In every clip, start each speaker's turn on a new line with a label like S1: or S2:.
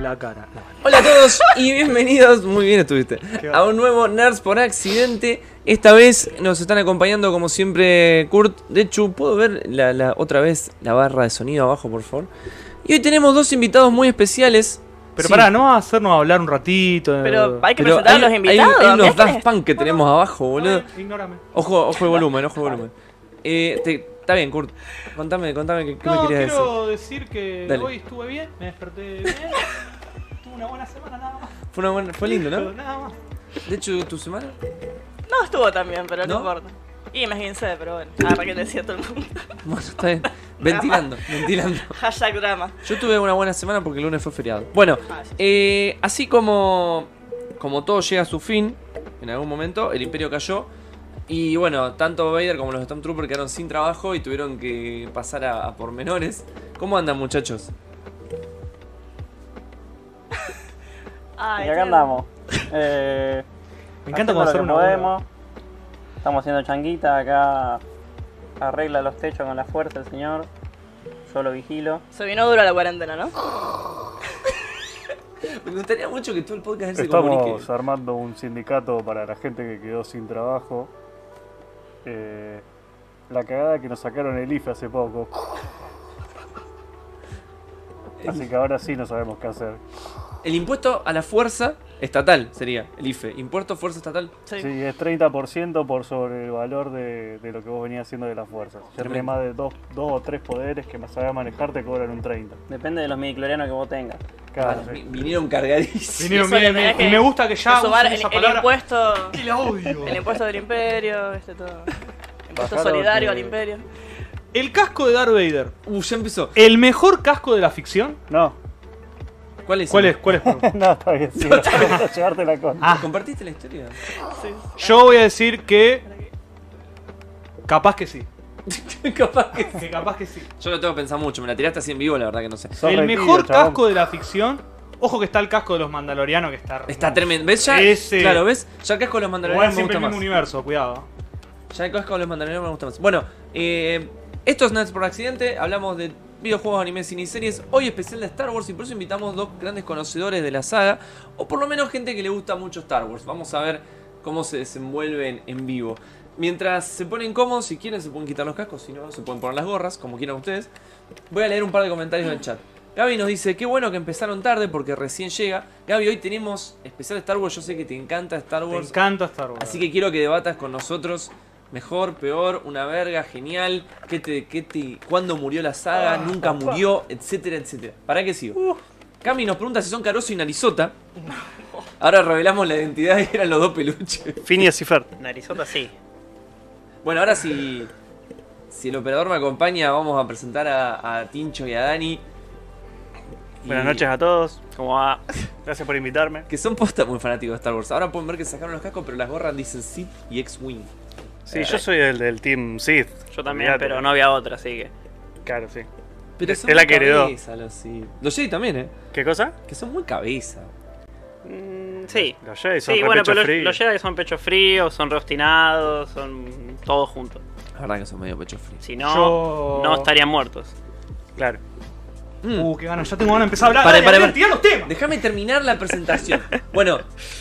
S1: la cara.
S2: Hola a todos y bienvenidos, muy bien estuviste,
S1: Qué
S2: a
S1: bárbaro.
S2: un nuevo Nerds por Accidente. Esta vez nos están acompañando como siempre Kurt. De hecho, ¿puedo ver la, la- otra vez la barra de sonido abajo, por favor? Y hoy tenemos dos invitados muy especiales.
S1: Pero
S2: Sí,
S1: pará, no vas a hacernos hablar un ratito.
S3: Pero hay que
S2: pero
S3: presentar a
S2: hay-
S3: los
S2: hay-
S3: invitados.
S2: Hay,
S3: mirá
S2: unos
S3: quién
S2: Daft
S3: es.
S2: Punk que tenemos abajo, boludo.
S1: Ignórame.
S2: Ojo, ojo el volumen, ojo el volumen. Eh, te- está bien, Kurt. Contame, contame qué, qué me
S1: No,
S2: querías decir.
S1: quiero decir que
S2: Dale.
S1: hoy estuve bien, me desperté bien. Tuve una buena semana nada más.
S2: Fue, una buena- fue lindo,
S1: Pero
S2: ¿no?
S1: Nada más.
S2: De hecho, tu semana.
S3: No estuvo tan bien, pero no,
S2: ¿No?
S3: importa. Y me esguincé, pero bueno. Ahora que decía todo el mundo.
S2: Bueno, está bien. Ventilando, ventilando.
S3: Hashtag drama.
S2: Yo tuve una buena semana porque el lunes fue feriado. Bueno,
S3: Ah, sí.
S2: eh, así como, como todo llega a su fin, en algún momento, el imperio cayó. Y bueno, tanto Vader como los Stormtroopers quedaron sin trabajo y tuvieron que pasar a, a pormenores. ¿Cómo andan, muchachos?
S3: Ay,
S4: Y acá
S3: tío.
S4: andamos. Eh,
S1: Me encanta cuando
S4: haciendo
S1: hacer
S4: lo que
S1: una
S4: podemos. Estamos haciendo changuita acá. Arregla los techos con la fuerza el señor. Yo lo vigilo.
S3: Se vino dura la cuarentena, ¿no?
S2: Me gustaría mucho que todo el podcast él se comunique.
S5: Estamos armando un sindicato para la gente que quedó sin trabajo. Eh, la cagada que nos sacaron el IFE hace poco. Así que ahora sí no sabemos qué hacer.
S2: El impuesto a la fuerza estatal sería el IFE. Impuesto a fuerza estatal.
S3: Sí.
S5: Sí, es 30% por sobre el valor de, de lo que vos venías haciendo de las fuerzas. Ya tenés
S2: Tremendo.
S5: más de dos, dos o tres poderes que más sabés manejar, te cobran un 30%.
S4: Depende de los midiclorianos que vos tengas.
S6: Ah,
S5: Claro,
S2: Vale, vi-
S5: sí.
S2: Vinieron cargadísimos.
S1: Vinieron
S3: Eso le
S1: bien,
S3: tenés
S1: bien.
S3: que
S1: Y me gusta que ya
S3: Sumar
S1: usen
S3: el,
S1: esa
S3: el
S1: palabra.
S3: impuesto.
S1: Y la odio.
S3: El impuesto del imperio, este todo. Impuesto
S5: Bajaron
S3: solidario
S5: que-
S3: al imperio.
S1: El casco de Darth Vader.
S2: Uh, ya empezó.
S1: ¿El mejor casco de la ficción?
S5: No,
S2: ¿Cuál es?
S1: ¿Cuál es? ¿Cuál es? Pablo?
S5: no, está bien. sí, no, para llevarte la contra.
S1: Ah,
S2: ¿Compartiste la historia?
S3: Sí.
S1: yo voy a decir que. Capaz que sí.
S2: Capaz que
S1: Que capaz que sí.
S2: Yo lo tengo que pensar mucho, me la tiraste así en vivo, la verdad que no sé.
S5: Sos
S1: el
S5: retido,
S1: mejor
S5: chabón.
S1: casco de la ficción. Ojo que está el casco de los mandalorianos que está.
S2: Está tremendo. ¿Ves ya?
S1: Ese.
S2: Claro, ¿ves? Ya el casco de
S1: Pero
S2: los
S1: es
S2: mandalorianos me
S1: siempre
S2: gusta
S1: el mismo
S2: más.
S1: universo, cuidado.
S2: Ya el casco de los mandalorianos me gusta más. Bueno, eh, esto es Nerds por Accidente. Hablamos de videojuegos, anime, cine y series. Hoy especial de Star Wars y por eso invitamos dos grandes conocedores de la saga. O por lo menos gente que le gusta mucho Star Wars. Vamos a ver cómo se desenvuelven en vivo. Mientras se ponen cómodos, si quieren se pueden quitar los cascos, si no se pueden poner las gorras, como quieran ustedes. Voy a leer un par de comentarios en el chat. Gaby nos dice, qué bueno que empezaron tarde porque recién llega. Gaby, hoy tenemos especial Star Wars, yo sé que te encanta Star
S1: Me
S2: Wars.
S1: encanta Star Wars.
S2: Así que quiero que debatas con nosotros. Mejor, peor, una verga, genial. ¿Qué te, qué te, ¿Cuándo murió la saga? ¿Nunca murió? Etcétera, etcétera. ¿Para qué sigo? Cami nos pregunta si son Caroso y Narizota. Ahora revelamos la identidad y eran los dos peluches.
S6: Phineas y Ferb.
S4: Narizota sí.
S2: Bueno, ahora si, si el operador me acompaña, vamos a presentar a, a Tincho y a Dani. Y-
S6: Buenas noches a todos. ¿Cómo va? Gracias por invitarme.
S2: Que son posta muy fanáticos de Star Wars. Ahora pueden ver que sacaron los cascos, pero las gorras dicen Sith y X-Wing.
S6: Sí, yo soy del, del Team
S4: Eh,
S6: Sith.
S4: Yo también,
S6: Olvídate.
S4: pero no había otra, así que.
S6: Claro, sí.
S2: Pero
S6: Es la
S2: muy
S6: que heredó.
S2: cabeza Los, Sith. los Jedi también, ¿eh?
S6: ¿Qué cosa?
S2: Que son muy cabeza.
S4: Mm, sí.
S6: Los Jedi son
S4: Sí,
S6: re
S4: bueno,
S6: pecho
S4: pero los-
S6: frío.
S4: los Jedi son pecho frío, son reostinados, son todos juntos.
S2: La verdad que son medio pecho frío.
S4: Si no,
S1: Yo-
S4: no estarían muertos.
S6: Claro.
S1: Uh, qué ganas, ya tengo ganas de empezar a hablar.
S2: Pare,
S1: Dale,
S2: pare,
S1: dale,
S2: pare.
S1: tirá los temas.
S2: Mm. Déjame terminar la presentación. Bueno,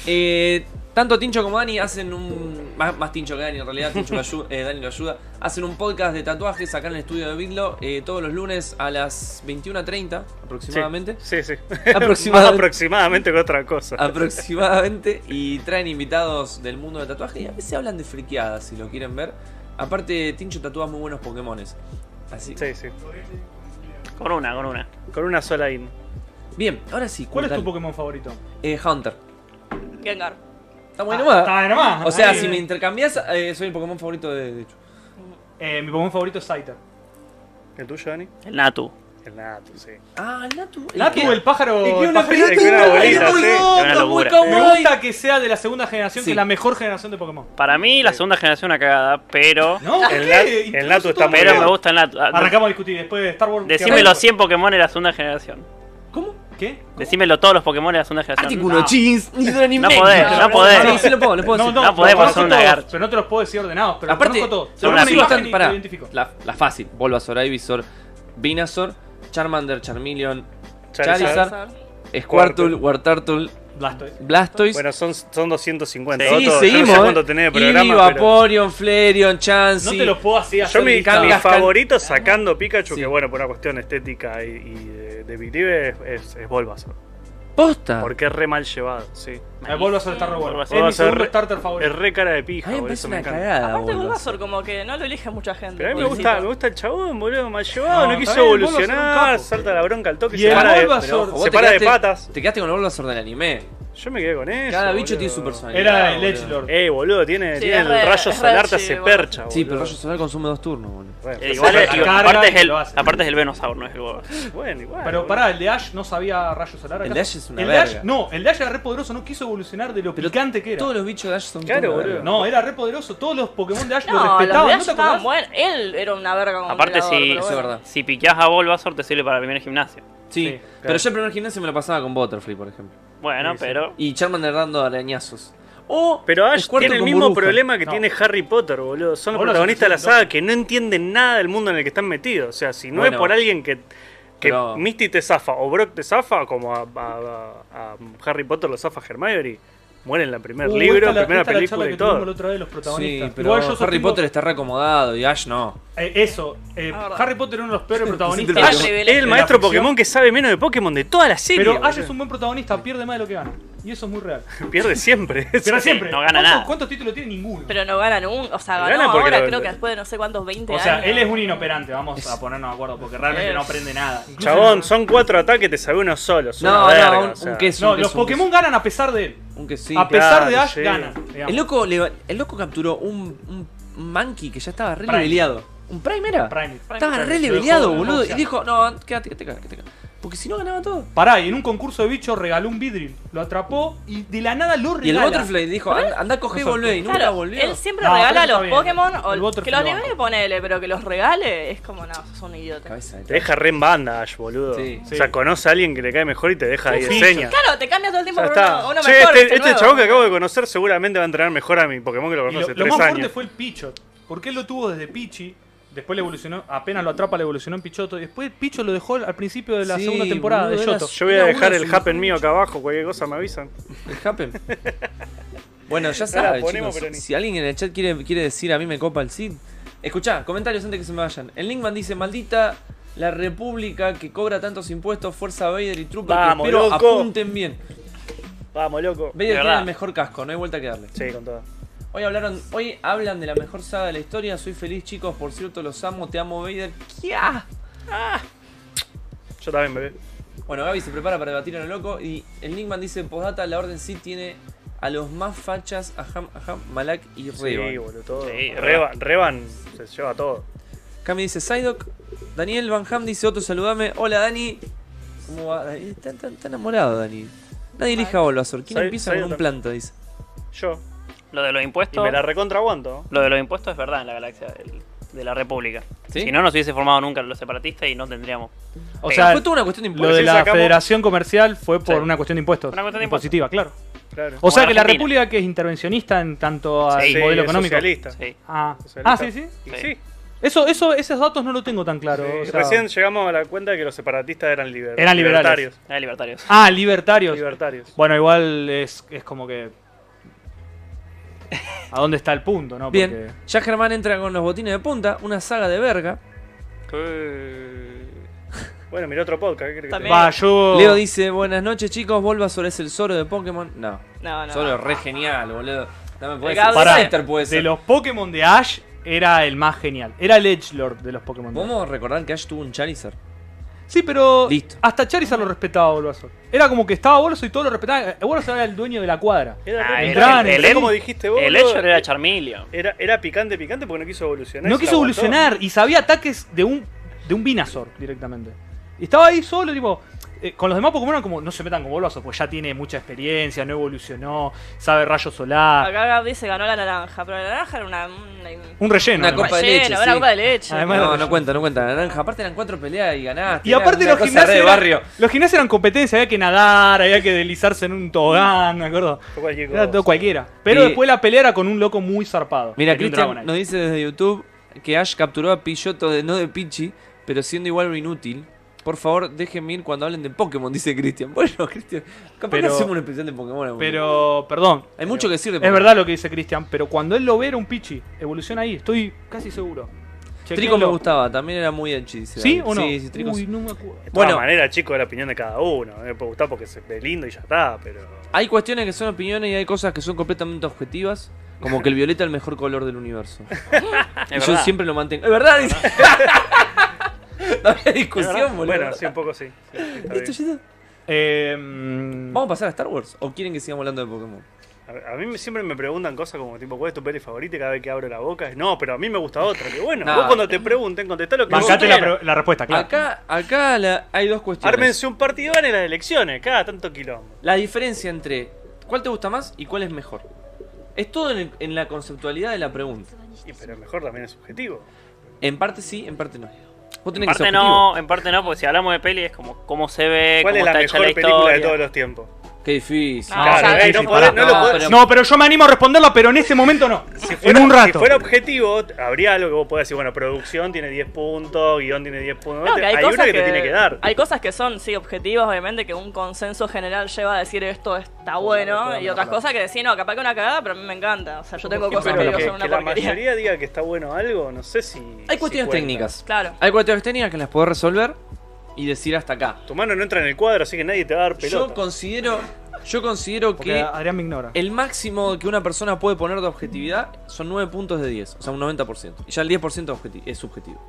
S2: eh, tanto Tincho como Dani hacen un. Más, más Tincho que Dani, en realidad. Tincho lo ayu- eh, Dani lo ayuda. Hacen un podcast de tatuajes acá en el estudio de Biglo eh, todos los lunes a las 21.30
S6: Sí.
S2: aproximadamente.
S6: Sí, sí.
S2: Aproximadamente. Ah.
S6: Más aproximadamente que otra cosa.
S2: Aproximadamente. Y traen invitados del mundo del tatuaje. Y a veces hablan de friqueadas si lo quieren ver. Aparte, Tincho tatúa muy buenos Pokémones. Así que.
S6: Sí, sí.
S4: con una, con una.
S6: Con una sola in.
S2: Bien, ahora sí.
S1: ¿Cuál es tu
S2: Dani.
S1: Pokémon favorito?
S2: Eh, Hunter.
S3: Gengar.
S2: Está bueno, nomás.
S1: Ah, Está de nomás.
S2: O sea,
S1: Ahí.
S2: si me intercambias, eh, soy el Pokémon favorito de, de hecho.
S1: Eh, mi Pokémon favorito es Scyther.
S6: ¿El tuyo, Dani?
S4: El Natu.
S6: El Natu, sí.
S2: Ah, el Natu. el
S1: Natu,
S2: que-
S1: el pájaro.
S2: el que es una
S1: pajarito.
S2: pelota,
S6: que una
S2: este es
S6: bolita,
S2: muy
S6: sí, es
S2: loco,
S4: una
S2: muy
S4: locura.
S2: cowboy.
S1: Me gusta que sea de la segunda generación,
S2: Sí.
S1: que es la mejor generación de Pokémon.
S4: Para mí, la segunda generación es una cagada, pero.
S1: No,
S6: El
S1: ¿qué?
S6: Nat-
S1: Incluso
S6: el Natu está
S1: todo-
S6: muy
S4: Pero
S6: bien.
S4: me gusta el Natu. Ah,
S1: Arrancamos a discutir después de Star Wars.
S4: Decime los 100 Pokémon de la segunda generación.
S2: ¿Cómo?
S1: ¿Qué?
S4: Decímelo todos los Pokémon de la segunda generación.
S2: Artículo
S1: No.
S2: chins, ni dura ni
S4: No
S2: media.
S4: podés, no podés.
S2: Sí, sí lo puedo, lo puedo decir.
S4: no podemos
S1: los conozco
S4: hacer un
S1: todos,
S4: lagarto.
S1: Pero no te los puedo decir ordenados, pero
S2: Aparte,
S1: los conozco todos.
S2: son
S1: Solo una
S2: así
S1: imagen
S2: bastante.
S1: y
S2: pará,
S1: te identifico.
S2: la, la fácil: Bulbasaur, Ivysaur, Venusaur, Charmander, Charmeleon, Charizard,
S6: Charizard.
S2: Squirtle, Wartortle,
S1: Blastoise.
S2: Blastoise.
S6: Bueno, son, son 250.
S2: Sí,
S6: Otto, yo
S2: seguimos.
S6: No sé
S2: eh.
S6: cuánto tenés de programa,
S2: Eevee,
S6: pero-
S2: Vaporeon, Flareon,
S1: No
S2: Chansey.
S1: te lo puedo así hacer.
S6: Yo mi,
S1: lista.
S6: mi
S2: Cascan.
S6: favorito sacando Pikachu,
S2: Sí.
S6: que bueno, por una cuestión estética y, y de, de detective, es, es, es Bulbasaur.
S2: Posta.
S6: Porque es re mal llevado, sí.
S1: El Bulbasaur está re bueno. Es
S6: Bulbasaur va
S1: mi
S6: a ser
S1: segundo
S6: re-
S1: starter
S6: Es
S1: favorito.
S6: re cara de
S2: A
S6: pija,
S2: mí me
S6: por
S2: parece
S6: eso me
S2: una
S6: encanta.
S2: cagada.
S3: Aparte
S2: boludo.
S3: Bulbasaur como que no lo elige mucha gente.
S6: Pero a mí me
S3: pobrecito.
S6: gusta, me gusta el chabón, boludo, mal llevado,
S1: No,
S6: no,
S1: está
S6: quiso
S1: bien, el Bulbasaur es un
S6: evolucionar,
S1: capo.
S6: salta la bronca al toque,
S1: Y
S6: se
S1: el
S6: para de,
S1: Bulbasaur-
S6: pero
S1: Ojo,
S2: Vos
S6: se
S2: te
S6: para de
S2: quedaste-
S6: patas.
S2: Te quedaste con el Bulbasaur del anime.
S6: Yo me quedé con eso.
S2: Cada bicho
S6: boludo.
S2: tiene su personalidad.
S1: Era el
S2: boludo.
S1: Edgelord.
S6: Ey, boludo, tiene,
S3: Sí,
S6: tiene
S3: es
S6: el
S3: re-
S6: rayo
S3: es re
S6: solar, te
S3: sí,
S6: hace
S3: boludo.
S6: percha, boludo.
S2: Sí, pero el Rayo Solar consume dos turnos, boludo.
S6: Bueno,
S7: Eh, igual,
S1: la
S7: eh, digo,
S1: carga
S7: aparte, es
S1: y
S7: el,
S1: lo hace.
S7: aparte es el Venusaur, no es el
S3: Ah,
S7: Bulbasaur.
S6: bueno, igual.
S1: Pero
S6: boludo.
S1: pará, el de Ash no sabía rayos solar. acá.
S2: El de Ash es una
S1: El de
S2: verga.
S1: Ash- No, el de Ash era re poderoso, no quiso evolucionar de lo
S2: Pero
S1: picante que era.
S2: Todos los bichos de Ash son
S6: Claro,
S2: todos
S6: boludo.
S2: verga.
S1: No, era re poderoso. Todos los Pokémon de Ash lo
S3: No, los
S1: respetaban.
S3: medallas
S1: ¿No te
S3: estaban
S1: acordás?
S3: buenos. Él era una verga como
S7: Aparte,
S3: peleador,
S7: si,
S3: pero
S2: Eso es
S3: bueno.
S2: verdad.
S7: si piqueas a Bulbasaur, te sirve para el primer gimnasio.
S2: Sí,
S1: Sí,
S2: pero yo en primer gimnasio me lo pasaba con Butterfree, por ejemplo.
S7: Bueno,
S6: Sí, sí.
S7: pero.
S2: Y Charmander dando arañazos. O
S6: Pero Ash
S2: Squirtle
S6: tiene el
S2: con
S6: mismo
S2: burbuja.
S6: problema que
S1: No.
S6: tiene Harry Potter, boludo. Son los
S1: Boludo,
S6: protagonistas de la
S1: son locos.
S6: saga que no entienden nada del mundo en el que están metidos. O sea, si no
S2: Bueno.
S6: es por alguien que, que
S2: Pero-
S6: Misty te zafa o Brock te zafa, como a, a- a- a Harry Potter lo zafa Hermione, muere en el primer
S1: Uh,
S6: libro,
S1: esta la-
S6: primera
S1: esta la charla
S6: película y
S1: que tuvimos la
S6: todo.
S1: otra vez, los protagonistas.
S2: Sí, pero
S1: Igual
S2: Harry
S1: yo sostengo-
S2: Potter está reacomodado y Ash no.
S1: Eh, eso, eh,
S3: Ah, verdad.
S1: Harry Potter era uno de los peores
S2: Sí,
S1: protagonistas.
S3: Ash
S6: Ash
S1: Ash-
S6: es
S3: privilegio.
S6: el
S1: De
S6: maestro
S1: la ficción.
S6: Pokémon que sabe menos de Pokémon de toda la serie.
S1: pero Ash es
S6: boludo.
S1: un buen protagonista, pierde más de lo que gana. Y eso es muy real.
S6: Pierde siempre.
S1: Pero siempre.
S7: no gana
S1: ¿Cuántos-
S7: nada.
S1: ¿Cuántos títulos tiene? Ninguno.
S3: Pero no gana nunca. O sea,
S6: Gana
S3: ganó
S6: porque
S3: ahora,
S6: lo-
S3: creo que después de no sé cuántos 20
S1: O
S3: años.
S1: sea, él es un inoperante, vamos a ponernos de acuerdo, porque realmente no aprende nada. Incluso-
S6: Chabón, son cuatro ataques, te sabe uno solo. es una
S2: No,
S6: verga,
S2: no, un,
S6: o sea.
S2: un queso.
S1: No,
S2: un
S1: los
S2: queso, un
S1: Pokémon ganan a pesar de él.
S2: queso. Un quesito.
S1: a pesar
S6: claro,
S1: de Ash,
S6: sí.
S1: ganan.
S2: El
S1: digamos.
S2: loco, le- el loco capturó un, un monkey que ya estaba re
S1: Prime.
S2: leveleado. ¿Un Prime era?
S1: Prime.
S2: Estaba
S1: Prime.
S2: re
S1: Lo dejó
S2: leveleado,
S1: de
S2: boludo. Y
S1: boxear.
S2: dijo, no, quédate, quédate acá, quédate acá. Porque si no ganaba todo.
S1: Pará, y en un concurso de bichos regaló un vidril. Lo atrapó y de la nada lo
S2: Y el
S1: regala.
S2: Butterfly dijo, "An- anda, coge y
S1: Exacto.
S2: volvé. Y nunca
S3: Claro,
S2: volvió.
S3: él siempre
S1: No,
S3: regala
S1: pero está
S3: los
S1: bien.
S3: Pokémon.
S1: El
S3: O
S1: Butterfly
S3: que los
S1: lo
S3: libere,
S1: banco.
S3: ponele, pero que los regale es como, no, sos un idiota.
S2: Cabeza de
S6: Te deja re en banda, Ash, boludo.
S2: Sí.
S6: O sea, conoce a alguien que le cae mejor y te deja ahí
S1: sí.
S6: enseña.
S3: Claro, te cambias todo el tiempo
S6: Ya
S3: por
S6: está.
S3: uno, uno
S6: Che,
S3: mejor.
S6: este, este
S3: nuevo.
S6: chabón que acabo de conocer seguramente va a entrenar mejor a mi Pokémon que lo
S1: Y lo,
S6: conoce hace
S1: lo
S6: tres
S1: más fuerte
S6: años.
S1: fue el Pichot. Porque él lo tuvo desde Pichi. Después le evolucionó, apenas lo atrapa, le evolucionó en Pichoto. Y después Picho lo dejó al principio de la
S2: Sí,
S1: segunda temporada
S2: boludo,
S1: de
S2: era
S1: Yoto.
S2: su-
S6: Yo voy a
S2: Era
S6: dejar
S2: uno
S6: el
S2: de sus
S6: happen mío acá abajo, cualquier cosa me avisan.
S2: It happen. Bueno, ya
S6: la
S2: saben,
S6: ponemos,
S2: chicos.
S6: pero ni-
S2: Si alguien en el chat quiere, quiere decir a mí me copa el Cid. Escuchá, comentarios antes que se me vayan. El Linkman dice, maldita la república que cobra tantos impuestos, fuerza Vader y Trooper,
S6: Vamos,
S2: que espero
S6: loco.
S2: apunten bien.
S6: Vamos, loco.
S2: Vader tiene
S7: verdad.
S2: el mejor casco, no hay vuelta que darle.
S6: Sí, con todo.
S2: Hoy hablaron, hoy hablan de la mejor saga de la historia, soy feliz chicos, por cierto los amo, te amo Vader. ¡Kia!
S6: Yo también, bebé.
S2: Bueno, Gaby se prepara para debatir a lo loco y el Linkman dice, postdata, la orden sí tiene a los más fachas, a Ham, a Ham, Malak y Revan.
S6: Sí, boludo, todo.
S7: Sí,
S6: Revan, Revan se lleva todo.
S2: Cami dice Psyduck. Daniel Van Ham dice otro saludame. Hola Dani. ¿Cómo va Dani? Está, está- está enamorado Dani. Nadie elija a Bulbasaur. ¿Quién
S6: Soy-
S2: empieza
S6: soy
S2: con un
S6: otra-
S2: planta? Dice.
S6: Yo.
S7: Lo de los
S6: Y
S7: impuestos.
S6: me la recontra aguanto.
S7: Lo de los impuestos es verdad en la galaxia del- de la República.
S2: ¿Sí?
S7: Si no, nos hubiese formado nunca los separatistas y no tendríamos.
S1: O
S7: Eh,
S1: sea,
S2: Fue toda una cuestión de
S1: Ah, lo
S2: impuestos.
S1: de la
S6: sacamos-
S1: Federación Comercial fue por
S7: Sí.
S1: una cuestión de impuestos.
S7: Una cuestión de impuestos.
S1: impositiva, claro.
S6: Claro.
S1: O
S7: Como
S1: sea
S7: la
S1: que la
S7: Argentina.
S1: República que es intervencionista en tanto al
S7: Sí,
S1: modelo
S6: es
S1: económico.
S6: Socialista.
S7: Sí.
S1: Ah.
S6: Socialista.
S1: Ah, sí, sí.
S6: Y
S7: Sí.
S6: sí.
S1: Eso, eso, esos datos no lo tengo tan claro.
S6: Sí,
S1: o sea-
S6: Recién llegamos a la cuenta de que los separatistas eran, liber-
S1: Eran liberales.
S6: libertarios.
S7: Era libertarios.
S1: Ah, libertarios.
S6: Libertarios.
S1: Bueno, igual es, es como que. ¿A dónde está el punto, no?
S2: Bien.
S1: Porque-
S2: Ya Germán entra con los botines de punta. Una saga de verga.
S6: Bueno, mirá otro podcast. ¿qué querés que te
S3: También.
S1: Va, yo.
S2: Leo dice buenas noches chicos. Bulbasaur es el Zoro de Pokémon. No.
S3: No, no.
S2: Zoro es re genial, boludo. No me podés
S3: Gaby-
S2: decir.
S1: Pará,
S2: Scepter puede
S1: De
S2: ser.
S1: los Pokémon de Ash era el más genial. Era el Edgelord de los Pokémon. de Ash.
S2: ¿Podemos recordar que Ash tuvo un Charizard?
S1: Sí, pero
S2: Listo.
S1: hasta Charizard lo respetaba Bulbasaur. Era como que estaba Bulbasaur y todos lo respetaban. Bulbasaur era el dueño de la cuadra.
S6: Era
S7: Ah,
S6: re-
S1: el- Entraban,
S6: el-
S1: el-
S6: como dijiste vos.
S7: El
S6: boludo, Eh,
S7: Edger era Charmeleon.
S6: era, era picante, picante porque no quiso evolucionar.
S1: No
S6: se la
S1: quiso
S6: aguantó.
S1: evolucionar y sabía ataques de un de un Venusaur directamente. Y estaba ahí solo, tipo. eh, con los demás Pokémon eran como, no se metan con Bulbasaur, pues ya tiene mucha experiencia, no evolucionó, sabe rayo solar.
S3: Acá Gaby se ganó la naranja, pero la naranja era una. una
S1: Un relleno.
S2: Una
S1: ¿no?
S2: copa de
S3: relleno,
S2: leche,
S3: era
S2: sí.
S3: una copa de leche.
S1: Además-
S2: No, no cuenta, no cuenta. Naranja. Aparte eran cuatro peleas y ganaste.
S1: Y aparte
S2: Era
S1: los
S2: una cosa
S1: gimnasios,
S2: re de
S1: eran-
S2: barrio.
S1: los gimnasios eran competencia, había que nadar, había que deslizarse en un tobogán, me acuerdo.
S6: Fue cualquier
S1: Era todo
S6: cosa.
S1: cualquiera. Pero
S2: Y-
S1: después la pelea era con un loco muy zarpado. Tenía
S2: Mira,
S1: un
S2: Cristian
S1: Dragonite.
S2: nos dice desde YouTube que Ash capturó a Pillotto de no de Pichi, pero siendo igual o inútil. Por favor, déjenme ir cuando hablen de Pokémon, dice Cristian. Bueno, Cristian, capaz que
S1: Pero-
S2: hacemos un especial de Pokémon. algún día.
S1: Pero, perdón,
S2: Hay mucho que decir de
S1: es
S2: Pokémon.
S1: verdad lo que dice Cristian, pero cuando él lo ve era un pichi, evoluciona ahí, estoy casi seguro.
S2: Trico me
S1: Chequenlo.
S2: gustaba, también era muy anchi. dice
S1: ¿Sí
S2: David.
S1: o no?
S2: Sí, sí, Trico.
S1: Uy,
S2: sí.
S1: no me acuerdo.
S6: De todas
S2: Bueno.
S6: maneras, chicos, es la opinión de cada uno. Me puede gustar porque se ve lindo y ya está, pero.
S2: Hay cuestiones que son opiniones y hay cosas que son completamente objetivas. Como que el violeta es el mejor color del universo. y
S7: Es
S2: yo
S7: verdad.
S2: siempre lo mantengo. Es verdad, dice. No había discusión, boludo.
S6: Bueno, sí, un poco sí. sí, sí, está
S2: Listo,
S6: bien.
S2: ya está.
S1: Eh, mm,
S2: ¿Vamos a pasar a Star Wars? ¿O quieren que sigamos hablando de Pokémon?
S6: A- A mí me- siempre me preguntan cosas como tipo, ¿cuál es tu peli favorita? Y Cada vez que abro la boca es, no, pero a mí me gusta otra. Que bueno,
S2: No.
S6: vos cuando te pregunten, contestá lo que vos
S1: bancate la,
S6: quieras.
S1: pro- la respuesta, claro.
S2: Acá, acá la- hay dos cuestiones.
S6: Ármense un partido en las elecciones, cada tanto quilombo.
S2: La diferencia entre cuál te gusta más y cuál es mejor. Es todo en, el- en la conceptualidad de la pregunta.
S6: Y, pero mejor también es subjetivo.
S2: En parte sí, en parte no. Vos
S7: En
S2: tenés que
S7: parte
S2: ser
S7: no, en parte no, porque si hablamos de peli es como cómo se ve,
S6: ¿Cuál
S7: cómo
S6: es la
S7: está hecha
S6: mejor
S7: la
S6: película
S7: historia.
S6: de todos los tiempos?
S2: objetivo. Qué difícil.
S3: No,
S6: claro,
S3: ya,
S6: eh,
S3: sí,
S6: no
S1: sí,
S6: podés-
S1: pará.
S6: no lo
S2: No,
S6: podés-
S2: pero-
S1: No, pero yo me animo a responderla, pero en ese momento no.
S6: Si fuera,
S1: en un rato.
S6: si fuera objetivo, habría algo que vos podés decir, bueno, producción tiene 10 puntos, guión tiene 10 puntos.
S3: No, que hay,
S6: hay
S3: cosas
S6: una que, te tiene que dar.
S3: Hay cosas que son, sí, objetivas, obviamente, que un consenso general lleva a decir esto está bueno, y otras cosas que decir, no, capaz que una cagada, pero a mí me encanta. O sea, yo tengo
S6: Sí,
S3: cosas
S6: pero
S3: que digo
S6: que,
S3: son una
S6: que la
S3: porquería.
S6: mayoría diga que está bueno algo, no sé si.
S2: Hay
S6: si
S2: cuestiones
S6: cuenta.
S2: técnicas.
S3: Claro.
S2: Hay cuestiones técnicas que las podés resolver y decir hasta acá.
S6: Tu mano no entra en el cuadro, así que nadie te va a dar pelota.
S2: Yo considero, yo considero
S1: Porque
S2: que
S1: Adrián me ignora.
S2: el máximo que una persona puede poner de objetividad son 9 puntos de 10, o sea, un 90%. Y ya el 10% es objeti- es subjetivo.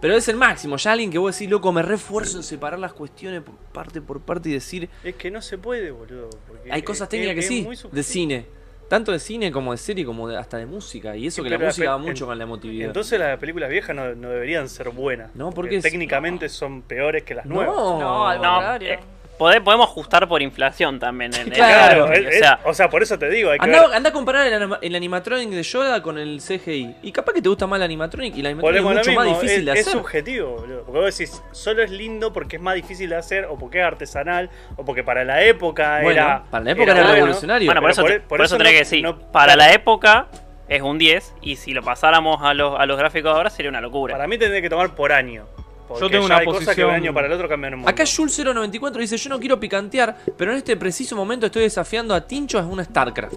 S2: Pero es el máximo. Ya alguien que vos decís, loco, me refuerzo en separar las cuestiones por parte por parte y decir,
S6: Es que no se puede, boludo. porque
S2: hay
S6: es-
S2: cosas técnicas que
S6: Eh, es- es
S2: sí,
S6: muy subjetivo.
S2: de cine. Tanto de cine como de serie, como de- hasta de música. Y eso que la
S6: Pero,
S2: música va
S6: en-
S2: mucho con la emotividad.
S6: Entonces las películas viejas no, no deberían ser buenas.
S2: No, porque es-
S6: técnicamente son peores que las nuevas.
S2: no,
S3: No, al
S7: No,
S3: contrario.
S7: eh, pode- podemos ajustar por inflación también. en- en-
S2: Claro,
S7: o
S6: es- es-
S7: sea,
S6: por eso te digo, hay que ver-
S2: Anda, anda a comparar el, anima- el animatronic de Yoda con el CGI. Y capaz que te gusta más el animatronic y el animatronic
S6: volvemos a lo
S2: es mucho más
S6: mismo,
S2: difícil
S6: es,
S2: de
S6: es
S2: hacer.
S6: subjetivo, boludo. Porque vos decís, solo es lindo porque es más difícil de hacer, o porque es artesanal, o porque para la época
S2: Bueno,
S6: era.
S2: para la época era
S6: bueno.
S2: revolucionario.
S7: bueno, por
S6: pero
S7: eso,
S6: por- e-,
S7: te-
S6: por
S7: por eso
S6: eso
S7: tenés
S6: no-
S7: que decir,
S6: no-
S7: para la época es un 10 y si lo pasáramos a los, a los gráficos de ahora sería una locura.
S6: Para mí tendría que tomar por año. Porque
S1: tengo
S6: ya
S1: una
S6: hay cosas que de un
S1: posición-
S6: año para el otro cambian un montón.
S2: Acá Jules094 dice, yo no quiero picantear, pero en este preciso momento estoy desafiando a Tincho a una StarCraft.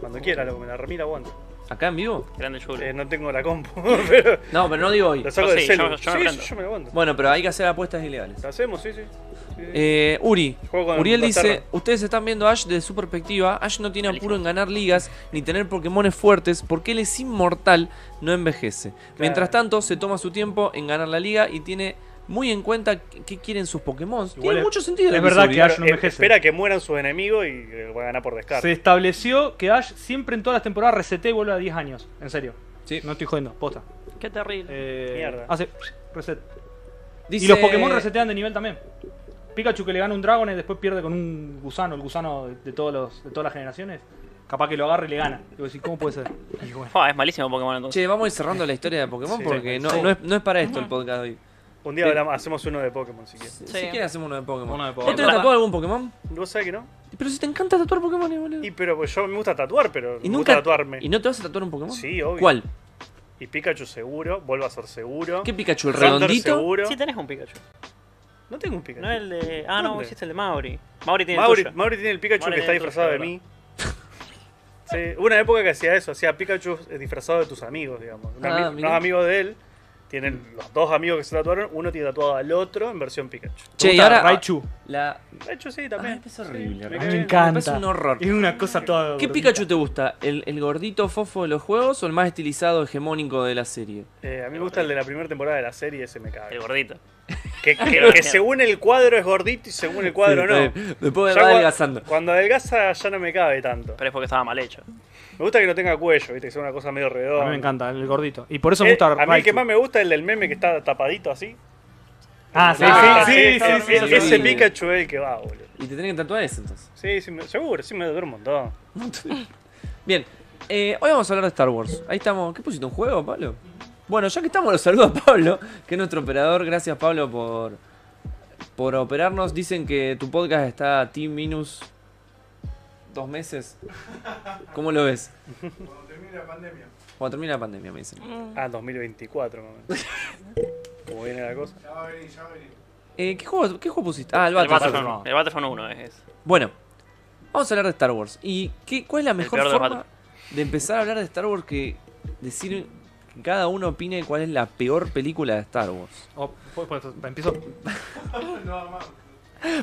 S6: Cuando quiera, lo que me la remira, aguante.
S2: ¿Acá en vivo?
S7: Grande Yulo.
S6: Eh, no tengo la compu, pero
S2: No, pero no digo hoy.
S6: lo saco
S7: Yo
S6: del
S7: Oh, sí,
S6: celu.
S7: yo- yo
S6: sí,
S7: me
S6: sí,
S7: prendo.
S6: yo me lo aguanto.
S2: Bueno, pero hay que hacer apuestas ilegales.
S6: Lo hacemos, sí, sí. Sí, sí.
S2: Eh, Uri,
S6: Juego con
S2: Uriel
S6: la
S2: dice,
S6: terra.
S2: ustedes están viendo a Ash desde su perspectiva, Ash no tiene apuro en ganar ligas ni tener Pokémones fuertes porque él es inmortal, no envejece. Mientras tanto, se toma su tiempo en ganar la liga y tiene muy en cuenta qué qué quieren sus Pokémon. Tiene
S1: es-
S2: mucho sentido. lo
S1: es
S2: que dice
S1: verdad
S2: Uri.
S1: que Ash
S6: Pero,
S1: no
S6: eh,
S1: envejece.
S6: espera que mueran sus enemigos y eh, va a ganar por descarte.
S1: Se estableció que Ash siempre en todas las temporadas resetea y vuelve a 10 años. En serio.
S2: Sí.
S1: No estoy jodiendo, posta.
S3: Qué terrible.
S1: Eh,
S6: Mierda.
S1: Hace reset.
S2: Dice-
S1: Y los Pokémon resetean de nivel también. Pikachu que le gana un Dragon y después pierde con un gusano, el gusano de, de todos los, de todas las generaciones. Capaz que lo agarre y le gana. Y vos decís, ¿cómo puede ser? Y bueno.
S7: Fua, Ah, es malísimo Pokémon entonces.
S2: Che, vamos a ir cerrando la historia de Pokémon
S6: Sí.
S2: porque no, no es, no es para esto el podcast de hoy.
S6: Un día hablamos- hacemos uno de Pokémon si quieres.
S2: Si-
S3: Sí.
S2: Si quieren hacemos uno de Pokémon.
S1: Uno de
S2: ¿Vos
S1: Pokémon.
S2: tenés tatuado algún Pokémon?
S6: ¿Vos sabés que no?
S2: Pero si te encanta tatuar Pokémon, eh, boludo.
S6: Y pero pues, yo me gusta tatuar, pero
S2: Y
S6: me gusta
S2: nunca
S6: tatuarme.
S2: ¿Y no te vas a tatuar un Pokémon?
S6: Sí, obvio.
S2: ¿Cuál?
S6: Y Pikachu seguro, Bulbasaur seguro.
S2: ¿Qué Pikachu? ¿El
S6: Thunder
S2: redondito?
S6: seguro.
S7: Sí tenés un Pikachu.
S6: No tengo un Pikachu.
S7: No el de... Ah, no,
S6: ¿Dónde?
S7: hiciste el de Mauri. Mauri tiene el
S6: Mauri,
S7: tuyo.
S6: Mauri tiene el Pikachu
S7: Mauri
S6: que está
S7: tiene el
S6: disfrazado de
S7: tuyo,
S6: mí. Sí, hubo una época que hacía eso, hacía Pikachu eh, disfrazado de tus amigos, digamos. Un
S2: Ah,
S6: ami-
S2: mirá.
S6: unos amigos de él, tienen los dos amigos que se tatuaron, uno tiene tatuado al otro en versión Pikachu.
S2: Che, y
S1: Puta,
S2: ahora...
S1: Raichu.
S2: La...
S6: De hecho, sí, también.
S2: Ay, es horrible,
S6: Sí, me
S2: Raichu.
S6: cae
S1: Me
S6: bien.
S1: encanta.
S2: Me parece un horror.
S1: Es una cosa toda.
S2: ¿Qué Pikachu te gusta? ¿El, el gordito fofo de los juegos o el más estilizado hegemónico de la serie?
S6: Eh, a mí me gusta el de la primera temporada de la serie, ese me caga.
S7: El gordito.
S6: Que, que- que según el cuadro es gordito y según el cuadro
S2: Sí,
S6: no.
S2: está bien. Después
S6: Ya
S2: va
S6: cua-
S2: adelgazando.
S6: Cuando adelgaza ya no me cabe tanto.
S7: Pero es porque estaba mal hecho.
S6: Me gusta que no tenga cuello, viste, que sea una cosa medio
S1: A
S6: redonda.
S1: mí me encanta, el gordito. Y por eso
S6: Eh,
S1: me gusta
S6: a mí el
S1: Raichu.
S6: que más me gusta es el del meme que está tapadito así.
S1: Ah, sí,
S2: Ah,
S1: sí,
S2: sí,
S1: sí, sí,
S6: ese-
S2: sí, sí,
S6: Ese
S2: sí.
S6: Pikachu es el que va, boludo.
S2: Y te tenés que tatuar ese entonces.
S6: Sí, sí, me- seguro, sí me duele un montón.
S2: Bien, eh, hoy vamos a hablar de Star Wars. Ahí estamos. ¿Qué pusiste un juego, Pablo? Bueno, ya que estamos, los saludo a Pablo, que es nuestro operador. Gracias, Pablo, por, por operarnos. Dicen que tu podcast está a T minus dos meses. ¿Cómo lo ves? Cuando termine la pandemia.
S3: Mm.
S2: Cuando termine la pandemia, me dicen.
S6: Ah, 2024, mamá. Como viene la cosa.
S2: Eh, ¿qué, juego, ¿Qué juego pusiste? Ah, el
S7: El
S2: Battlefront.
S1: no.
S7: Battlefront, el Battlefront 1 es. es.
S2: Bueno, vamos a hablar de Star Wars. ¿Y qué, cuál es la mejor
S7: peor de los
S2: forma de empezar a hablar de Star Wars que decir que cada uno opine cuál es la peor película de Star Wars?
S1: Oh, pues, pues, empiezo.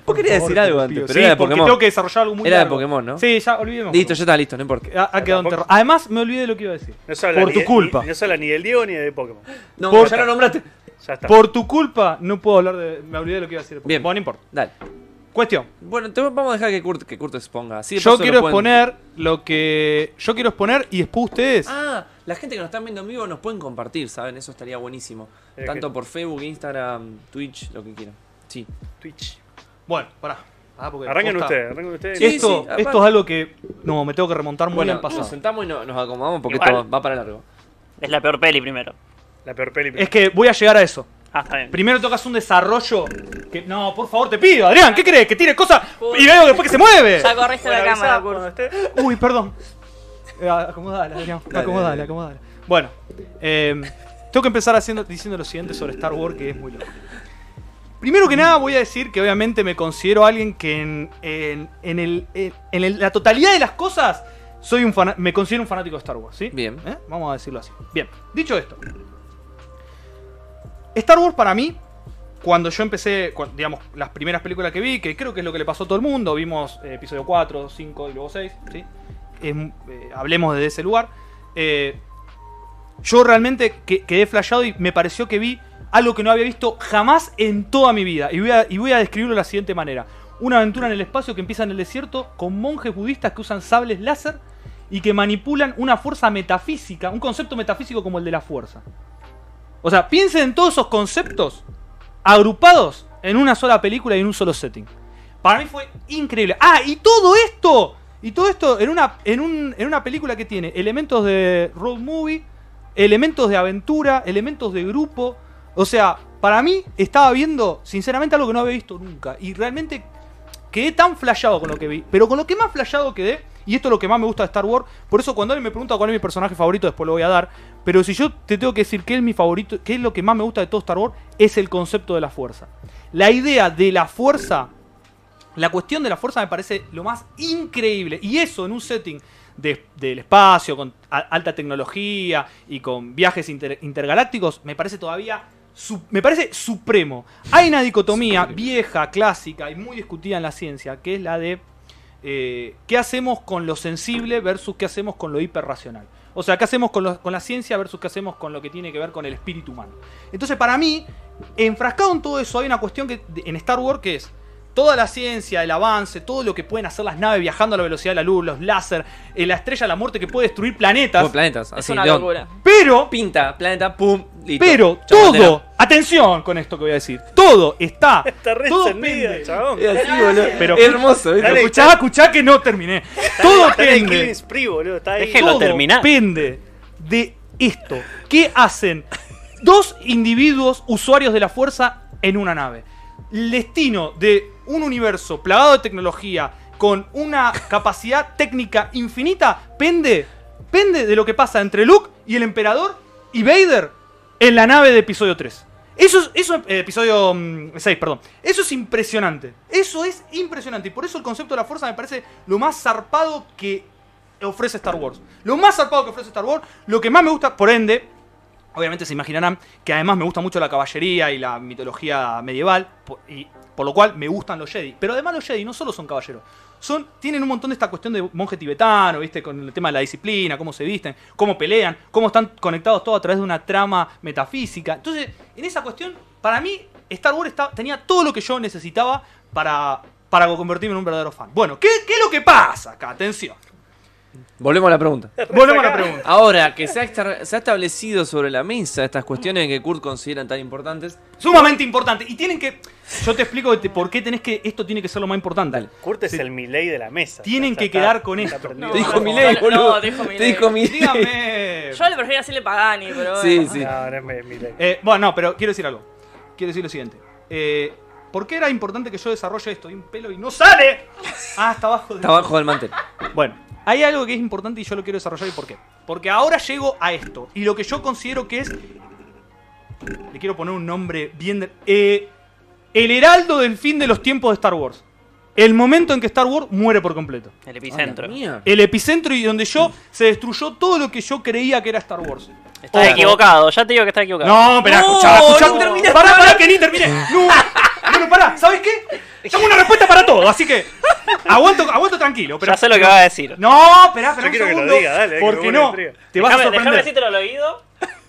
S2: Vos querías decir algo antes, pero
S1: sí,
S2: era de
S1: porque
S2: Pokémon.
S1: tengo que desarrollar algo muy
S2: Era de
S1: largo.
S2: Pokémon, ¿no?
S1: Sí, ya olvidemos.
S2: Listo, ya está, listo, no importa.
S1: Ha, ha quedado enterrado. Además, me olvidé de lo que iba a decir.
S6: No se habla
S1: Por
S6: ni
S1: tu
S6: de-
S1: culpa.
S6: ni- no se habla ni del Diego ni de Pokémon.
S2: No,
S1: Por-
S2: ya lo nombraste.
S6: Ya está.
S1: Por tu culpa, no puedo hablar de. Me olvidé de lo que iba a decir.
S2: Bien.
S1: Bueno, no importa.
S2: Dale.
S1: Cuestión.
S2: Bueno, te vamos a dejar que Kurt, que Kurt exponga. Así de
S1: Yo
S2: paso lo
S1: quiero
S2: pueden-
S1: exponer lo que. Yo quiero exponer y después ustedes.
S2: Ah, la gente que nos están viendo en vivo nos pueden compartir, ¿saben? Eso estaría buenísimo.
S6: Eh,
S2: Tanto
S6: que-
S2: por Facebook, Instagram, Twitch, lo que quieran. Sí.
S6: Twitch.
S1: Bueno, pará. Pará, porque
S6: Arranquen
S1: Pues, posta-
S6: ustedes, arranquen ustedes.
S2: Sí,
S1: esto,
S2: sí,
S1: esto es algo que. No, me tengo que remontar muy
S2: Bueno,
S1: al pasado.
S2: nos sentamos y no- nos acomodamos porque
S7: Igual.
S2: esto va para largo.
S7: Es la peor peli primero.
S6: La peor peli.
S1: Es que voy a llegar a eso.
S7: Ah, está bien.
S1: Primero tocas un desarrollo. Que, no, por favor, te pido, Adrián, ¿qué crees? Que tire cosas y veo después que se mueve.
S3: Ya corriste
S6: Bueno,
S3: la
S6: avisá
S3: cámara,
S6: cuando
S3: Kurt.
S6: esté.
S1: Uy, perdón. Eh, acomodala, Adrián.
S2: Dale, dale.
S1: acomodala, acomodala. Bueno, eh, tengo que empezar haciendo, diciendo lo siguiente sobre Star Wars, que es muy loco. Primero que nada voy a decir que obviamente me considero alguien que en, en- en el- en- en el- la totalidad de las cosas soy un fana- me considero un fanático de Star Wars, ¿sí?
S2: Bien.
S1: ¿Eh? Vamos a decirlo así. Bien, dicho esto. Star Wars para mí, cuando yo empecé, cu- digamos, las primeras películas que vi, que creo que es lo que le pasó a todo el mundo, vimos eh, episodio 4, 5 y luego 6, ¿sí? Es mu- eh, hablemos desde ese lugar. Eh, yo realmente que- quedé flasheado y me pareció que vi algo que no había visto jamás en toda mi vida. Y voy a, y voy a describirlo de la siguiente manera. Una aventura en el espacio que empieza en el desierto con monjes budistas que usan sables láser y que manipulan una fuerza metafísica, un concepto metafísico como el de la fuerza. O sea, piensen en todos esos conceptos agrupados en una sola película y en un solo setting. Para mí fue increíble. Ah, y todo esto, y todo esto en una, en un- en una película que tiene elementos de road movie, elementos de aventura, elementos de grupo. O sea, para mí estaba viendo, sinceramente, algo que no había visto nunca. Y realmente quedé tan flasheado con lo que vi. Pero con lo que más flasheado quedé, y esto es lo que más me gusta de Star Wars, por eso cuando alguien me pregunta cuál es mi personaje favorito, después lo voy a dar. Pero si yo te tengo que decir qué es mi favorito, qué es lo que más me gusta de todo Star Wars, es el concepto de la fuerza. La idea de la fuerza la cuestión de la fuerza me parece lo más increíble. Y eso en un setting de- del espacio, con a- alta tecnología y con viajes inter- intergalácticos, me parece todavía. su- me parece supremo. Hay una dicotomía vieja, clásica y muy discutida en la ciencia, que es la de eh, qué hacemos con lo sensible versus qué hacemos con lo hiperracional. O sea, qué hacemos con, lo- con la ciencia versus qué hacemos con lo que tiene que ver con el espíritu humano. Entonces, para mí, enfrascado en todo eso, hay una cuestión que, de- en Star Wars que es toda la ciencia, el avance, todo lo que pueden hacer las naves viajando a la velocidad de la luz, los láser, eh, la estrella de la muerte que puede destruir planetas.
S2: Como planetas,
S3: Es
S2: así,
S3: una
S2: de on-
S3: locura.
S1: Pero,
S2: Pinta, planeta, pum, listo.
S1: pero, todo,
S2: Chau, bandera.
S1: atención con esto que voy a decir, todo está,
S6: Está re
S1: todo
S6: encendida,
S1: pende.
S6: chabón.
S2: Es así, boludo.
S1: Pero-
S2: Es hermoso, ¿viste?
S1: Pero
S6: Dale,
S1: escuchá, escuchá que no terminé. Todo
S6: Está en el Killing
S1: pende.
S6: Spree, boludo. Está ahí.
S7: Déjenlo
S1: todo
S7: terminar.
S1: depende de esto. ¿Qué hacen dos individuos usuarios de la fuerza en una nave? El destino de un universo plagado de tecnología con una capacidad técnica infinita pende, pende de lo que pasa entre Luke y el emperador y Vader en la nave de episodio 3. Eso es, eso, eh, episodio 6, perdón. Eso es impresionante. Eso es impresionante. Y por eso el concepto de la fuerza me parece lo más zarpado que ofrece Star Wars. Lo más zarpado que ofrece Star Wars, lo que más me gusta, por ende, obviamente se imaginarán que además me gusta mucho la caballería y la mitología medieval, po- y por lo cual me gustan los Jedi. Pero además los Jedi no solo son caballeros, son, tienen un montón de esta cuestión de monje tibetano, ¿viste? Con el tema de la disciplina, cómo se visten, cómo pelean, cómo están conectados todos a través de una trama metafísica. Entonces, en esa cuestión, para mí, Star Wars está- tenía todo lo que yo necesitaba para, para convertirme en un verdadero fan. Bueno, ¿qué, ¿qué es lo que pasa acá? Atención.
S2: Volvemos a la pregunta.
S1: Volvemos a la pregunta.
S2: Ahora que se ha, estar- se ha establecido sobre la mesa estas cuestiones que Kurt consideran tan importantes,
S1: Sumamente importante. Y tienen que. Yo te explico te- por qué tenés que. Esto tiene que ser lo más importante.
S2: Dale.
S6: Kurt es
S1: Sí.
S6: el Milei de la mesa.
S1: Tienen
S6: Ya
S1: que
S6: está,
S1: quedar con
S6: está
S1: esto.
S6: prendido.
S2: te dijo
S3: no,
S2: mi
S3: no,
S2: boludo.
S3: no, dijo
S2: Te
S3: Milei.
S2: dijo Milei.
S1: Dígame.
S3: Yo le prefiero decirle Pagani, pero.
S2: Sí,
S3: bueno.
S2: sí.
S6: No, no es mi- Milei.
S1: Eh, bueno, no, pero quiero decir algo. Quiero decir lo siguiente. Eh, ¿Por qué era importante que yo desarrolle esto? Y un pelo y no sale. Ah, está abajo. de-
S2: Está abajo del mantel.
S1: Bueno, hay algo que es importante y yo lo quiero desarrollar. ¿Y por qué? Porque ahora llego a esto. Y lo que yo considero que es. Le quiero poner un nombre bien. de- eh, El heraldo del fin de los tiempos de Star Wars. El momento en que Star Wars muere por completo.
S7: El
S2: Ah, la
S7: epicentro.
S2: mierda.
S1: El epicentro y donde yo se destruyó todo lo que yo creía que era Star Wars.
S7: Está equivocado, ya te digo que está equivocado.
S1: No, pero
S2: No,
S1: escuchá, escuchá.
S2: no terminaste
S1: pará,
S2: de
S1: pará,
S2: hablar.
S1: que ni terminé. No, bueno, pará, ¿sabes qué? Tengo una respuesta para todo, así que aguanto, aguanto tranquilo. Pero
S7: ya sé lo que va a decir.
S1: No, esperá, esperá
S6: Yo
S1: un
S6: quiero que lo
S1: segundo.
S6: diga, dale, que
S1: porque
S6: me
S1: no,
S6: pone frío.
S1: te vas a sorprender.
S7: decírtelo al oído.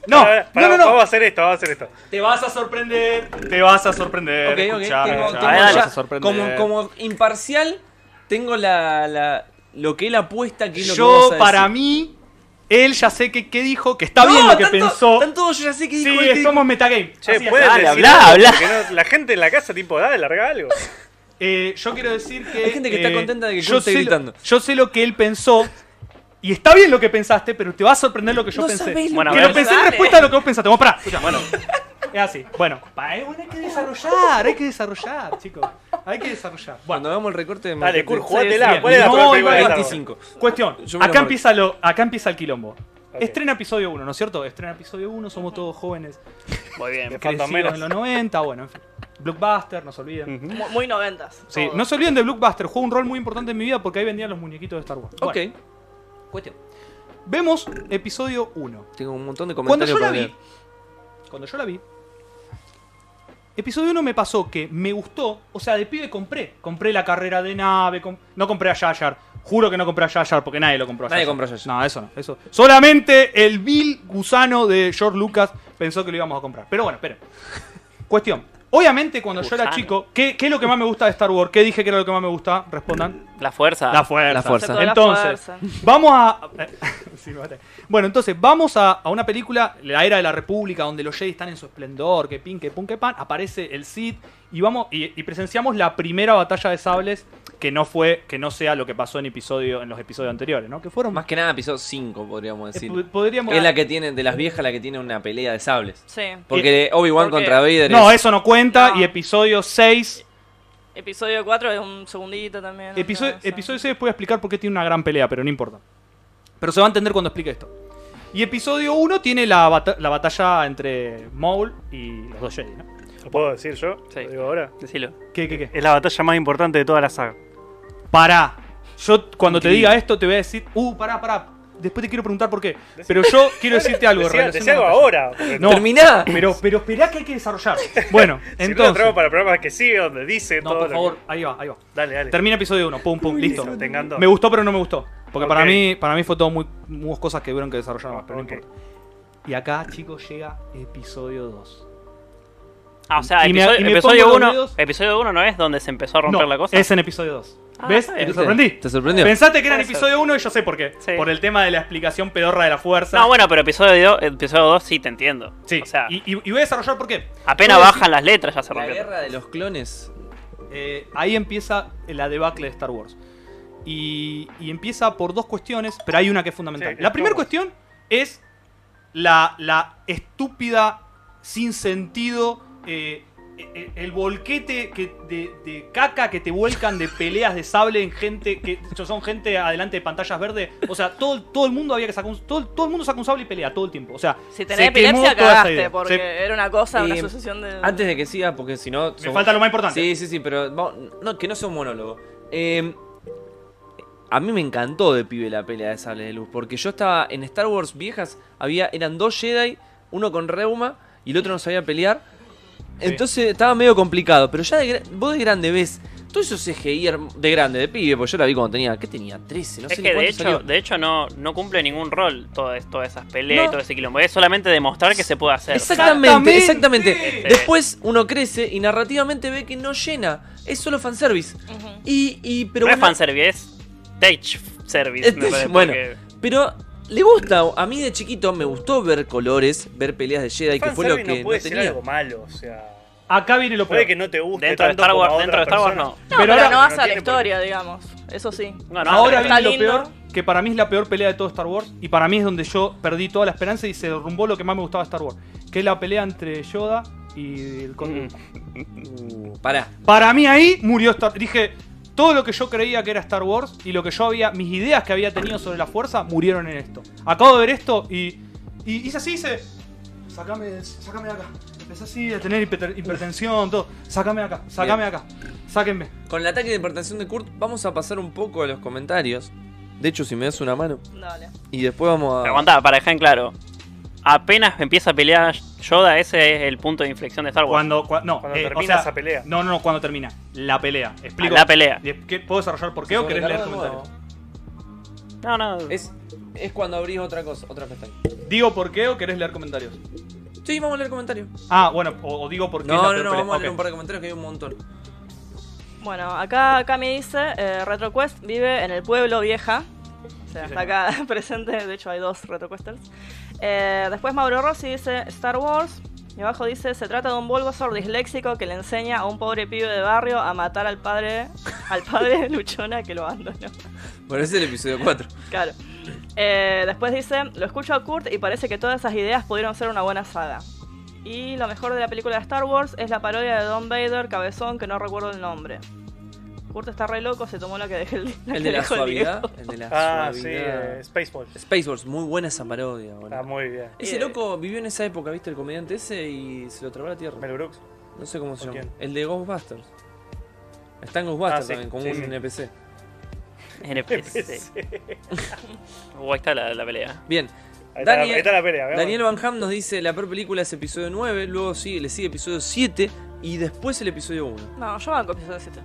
S1: No,
S6: Pará, pará,
S1: no, Ah, no, no.
S6: Vamos a hacer esto, vamos a hacer esto.
S1: Te vas a sorprender, te vas a sorprender.
S2: Ok, ok,
S1: escuchá,
S2: tengo-
S1: escuchá,
S2: tengo
S1: te
S7: dale,
S1: vas
S2: ya-
S1: a sorprender.
S2: como, como imparcial, tengo la, la- lo que él apuesta que es lo que
S1: Yo,
S2: vas a
S1: para
S2: decir.
S1: mí, él ya sé que, qué dijo, que está
S2: No,
S1: bien lo que
S2: tanto-
S1: pensó.
S2: Tanto yo ya sé que dijo
S1: sí,
S2: él que dijo.
S1: somos metagame.
S6: Che,
S1: Así es.
S6: puedes
S7: dale,
S6: decir
S7: hablá,
S6: algo?
S7: hablá.
S6: Porque no- la gente en la casa, tipo, dale, larga algo.
S1: Eh, yo quiero decir que.
S2: Hay gente que está
S1: eh,
S2: contenta de que
S1: yo
S2: Kurt esté
S1: sé lo-
S2: gritando.
S1: yo sé lo que él pensó. Y está bien lo que pensaste, pero te va a sorprender lo que yo
S2: No
S1: pensé.
S2: sabés lo
S7: Bueno,
S1: que
S7: a
S1: lo
S7: ver.
S1: pensé en
S3: Dale.
S1: respuesta a lo que vos pensaste. Vos pará. escuchá, bueno. Es así. Bueno, pa, eh, bueno, hay que desarrollar, hay que desarrollar, chicos. Hay que desarrollar. Bueno,
S2: Cuando hagamos el recorte de
S6: Dale,
S2: Marquete-
S6: Kurt,
S1: bien.
S6: jugátela. ¿Cuál es la
S1: No,
S6: otra
S1: iba
S6: película
S1: a
S6: de Star Wars?
S2: 25.
S1: Cuestión,
S2: Yo me lo
S1: acá
S2: marqué.
S1: empieza, lo, acá empieza el quilombo.
S6: Ok.
S1: Estrena episodio 1, ¿no es cierto? Estrena episodio 1, somos todos jóvenes
S7: Muy bien.
S6: Faltan
S1: crecidos en
S6: menos.
S1: los 90, bueno, en fin. Blockbuster, no se olviden.
S3: Mu- Muy noventas.
S1: Sí,
S3: todo.
S1: no se olviden de Blockbuster, jugó un rol muy importante en mi vida porque ahí vendían los muñequitos de Star Wars.
S2: Ok,
S1: Bueno, vemos episodio 1.
S2: tengo un montón de
S1: Cuando
S2: comentarios
S1: yo la
S2: para
S1: vi,
S2: leer.
S1: cuando yo la vi, episodio 1 me pasó que me gustó, o sea, de pibe compré. Compré la carrera de nave, com- no compré a Yayar. Juro que no compré a Yayar porque nadie lo compró a
S2: Nadie
S1: Jar Jar.
S2: compró a Jar Jar.
S1: No, eso no, eso. Solamente el vil gusano de George Lucas pensó que lo íbamos a comprar. Pero bueno, esperen. Cuestión. Obviamente, cuando yo era
S7: Gusano.
S1: chico, ¿qué, qué es lo que más me gusta de Star Wars? ¿Qué dije que era lo que más me gusta? Respondan.
S7: La fuerza.
S1: La fuerza.
S2: La fuerza.
S3: Toda la
S1: Entonces,
S3: fuerza.
S1: vamos a. eh, Sí, me maté. bueno, entonces vamos a, a una película, la era de la República, donde los Jedi están en su esplendor, que pin, que pun, que pan. Aparece el Sith y vamos y, y presenciamos la primera batalla de sables que no fue, que no sea lo que pasó en episodio, en los episodios anteriores, ¿no? Que fueron
S2: Más que nada episodio 5, podríamos
S1: eh,
S2: decir.
S1: po- podríamos.
S2: es la que tiene, de las viejas, la que tiene una pelea de sables.
S3: Sí.
S2: Porque Obi-Wan
S3: Porque-
S2: contra Vader
S1: No,
S2: es...
S1: eso no cuenta.
S3: No.
S1: Y episodio 6.
S3: Episodio 4 es un segundito también.
S1: Episodio,
S3: entonces.
S1: episodio 6 voy a explicar por qué tiene una gran pelea, pero no importa. Pero se va a entender cuando explique esto. Y episodio 1 tiene la, bata- la batalla entre Maul y los dos Jedi, ¿no?
S6: ¿Lo puedo decir yo?
S7: Sí.
S6: ¿Lo digo ahora?
S7: Decilo.
S1: ¿Qué, qué, qué?
S6: Es la batalla más importante de toda la saga.
S1: Pará. Yo cuando te diga esto te voy a decir, uh, pará, pará. Después te quiero preguntar por qué. Pero yo quiero decirte algo,
S6: Decía,
S1: en
S6: decía
S1: relación
S6: algo
S1: a la
S6: ahora. porque
S1: No.
S2: ¡Terminá!
S1: batalla. Pero, pero esperá que hay que desarrollar. Bueno,
S6: Si no lo
S1: entonces.
S6: traigo para el programa que sigue, donde dice
S1: No,
S6: todo.
S1: por
S6: lo
S1: favor,
S6: que-
S1: ahí va, ahí va.
S6: Dale, dale.
S1: Termina episodio 1, pum, pum, listo.
S6: Te encantó.
S1: Me gustó, pero no me gustó. Porque para
S6: Ok.
S1: mí para mí fue todo muy, muchas cosas que tuvieron que desarrollar más, pero
S6: Ok.
S1: no importa. Y acá, chicos, llega episodio 2.
S7: Ah, o sea,
S1: Y me-
S7: episodio-
S1: y me
S7: episodio
S1: pongo los
S7: 1
S1: dedos.
S7: episodio uno no es donde se empezó a romper
S1: No,
S7: la cosa.
S1: es en episodio 2.
S7: Ah,
S1: ¿Ves?
S7: está
S1: Y
S7: bien.
S1: Te sorprendí.
S2: ¿Te sorprendió?
S1: Pensaste que era en
S7: Puede ser.
S1: episodio 1 y yo sé por qué.
S7: Sí.
S1: Por el tema de la explicación pedorra de la fuerza.
S7: No, bueno, pero episodio 2 episodio dos sí te entiendo.
S1: Sí,
S7: O sea,
S1: y, y- y voy a desarrollar por qué.
S7: apenas
S1: Voy a
S7: bajan las letras ya se
S2: La
S7: rompió.
S2: guerra de los clones.
S1: decir, eh, ahí empieza la debacle de Star Wars. Y, y empieza por dos cuestiones, pero hay una que es fundamental.
S6: Sí,
S1: la primera
S6: Star Wars.
S1: cuestión es la, la estúpida, sin sentido, eh, eh, el volquete que, de, de caca que te vuelcan de peleas de sable en gente que son gente adelante de pantallas verdes. O sea, todo, todo el mundo había que sacar un, todo, todo el mundo saca un sable y pelea todo el tiempo. O sea,
S3: Si
S1: se
S3: tenés
S1: quemó
S3: epilepsia,
S1: toda esa
S3: cagaste.
S1: idea.
S3: Porque
S1: Se-
S3: era una cosa, una
S2: Eh,
S3: sucesión de.
S2: Antes de que siga, porque si no...
S1: me falta lo más importante.
S2: Sí, sí, sí, pero vamos- no, que no sea un monólogo. Eh, a mí me encantó de pibe la pelea de sables de luz, porque yo estaba en Star Wars viejas, había eran dos Jedi, uno con reuma y el otro no sabía pelear. Entonces estaba medio complicado, pero ya de, gra- vos de grande ves todo eso CGI herm- de grande, de pibe, porque yo la vi cuando tenía, ¿qué tenía? 13, no sé
S7: es
S2: ni
S7: que de
S2: cuánto
S7: hecho,
S2: salió.
S7: de hecho no, no cumple ningún rol todas todas esas peleas
S2: No.
S7: y todo ese quilombo. Es solamente demostrar que se puede hacer.
S2: Exactamente,
S1: Exactamente.
S2: exactamente.
S7: Este-
S2: Después uno crece y narrativamente ve que no llena, es solo fanservice.
S3: Ujú.
S2: Y, y, pero
S7: no es
S2: vos la-
S7: fanservice, es stage service.
S2: Este-
S7: me parece,
S2: bueno.
S7: porque-
S2: Pero le gusta, a mí de chiquito me gustó ver colores, ver peleas de Jedi, que fue lo
S6: Fanservice
S2: que
S6: no
S2: no,
S6: puede ser
S2: tenía.
S6: algo malo, o sea.
S1: acá viene lo peor.
S6: Puede que no te guste.
S7: dentro de
S6: tanto
S7: Star
S6: como
S7: Wars,
S6: a
S7: dentro de
S6: otra
S7: Star Wars no.
S6: persona.
S3: No,
S1: Pero
S3: pero,
S1: ahora-
S3: no vas
S6: no
S3: a la
S6: tiene por-
S3: historia, digamos. Eso sí.
S7: No, no,
S1: Ahora
S3: está
S1: viene lo
S3: lindo.
S1: peor, que para mí es la peor pelea de todo Star Wars, y para mí es donde yo perdí toda la esperanza y se derrumbó lo que más me gustaba de Star Wars, que es la pelea entre Yoda y el
S3: Mm.
S1: Conde.
S2: Uh, Pará.
S1: Para mí ahí murió Star Dije, todo lo que yo creía que era Star Wars y lo que yo había, mis ideas que había tenido sobre la fuerza, murieron en esto. Acabo de ver esto y. Y hice así, hice. Sacame, de- sacame de acá. Empezás así a tener hiper- hipertensión, todo. Sácame de acá, sácame de acá, sáquenme.
S2: Con el ataque de hipertensión de Kurt, vamos a pasar un poco a los comentarios. De hecho, si me das una mano.
S3: Dale.
S2: Y después vamos
S7: Pero
S2: a.
S7: aguantá, para dejar en claro. Apenas empieza a pelear Yoda, ese es el punto de inflexión de Star Wars.
S1: Cuando, cua- no,
S6: Cuando
S1: eh,
S6: termina
S1: o sea,
S6: esa pelea.
S1: No, no, no, cuando termina. La pelea. Explico.
S7: Ah, la pelea.
S1: ¿Y es- qué- ¿Puedo desarrollar por qué o querés leer
S2: Sobrecarga de
S1: comentarios?
S2: nuevo.
S7: No, no.
S2: Es, es cuando abrís otra cosa, otra pestaña.
S1: ¿Digo por qué o querés leer comentarios?
S2: Sí, vamos a leer comentarios.
S1: Ah, bueno, o, o digo por qué. es la
S2: No, no,
S1: peor
S2: no,
S1: pelea.
S2: vamos a leer
S1: Ok.
S2: un par de comentarios que hay un montón.
S3: Bueno, acá Cami dice, eh, RetroQuest vive en el pueblo vieja. O sea, está acá presente, de hecho hay dos RetroQuesters. Eh, después Mauro Rossi dice Star Wars. Y abajo dice, se trata de un Bulbasaur disléxico que le enseña a un pobre pibe de barrio a matar al padre, al padre Luchona que lo abandonó.
S2: Bueno, ese es el episodio 4.
S3: Claro. Eh, después dice, lo escucho a Kurt y parece que todas esas ideas pudieron ser una buena saga. Y lo mejor de la película de Star Wars es la parodia de Don Vader, cabezón, que no recuerdo el nombre. Kurt está re loco, se tomó la que dejé el
S2: El
S3: que
S2: de la
S3: dejó el Diego.
S2: suavidad. El de la
S6: Ah, sí,
S2: suavidad.
S6: eh, Spaceball.
S2: Space Wars, muy buena esa parodia, boludo.
S6: Está muy bien.
S2: Ese loco vivió en esa época, ¿viste? El comediante ese y se lo trabó a la tierra.
S6: Mel Brooks.
S2: No sé cómo se
S6: ¿O
S2: llama.
S6: quién?
S2: El de Ghostbusters. Está en Ghostbusters
S6: Ah, sí,
S2: también, como
S6: sí,
S2: un
S6: sí.
S2: NPC.
S7: NPC. Uh, eh, ahí está la, la pelea.
S2: Bien.
S6: Ahí está, la-
S2: Daniel,
S6: ahí está la pelea. veamos.
S2: Daniel Van Ham nos dice, la peor película es episodio 9, luego sigue, le sigue episodio 7 y después el episodio 1.
S3: No, yo banco episodio 7.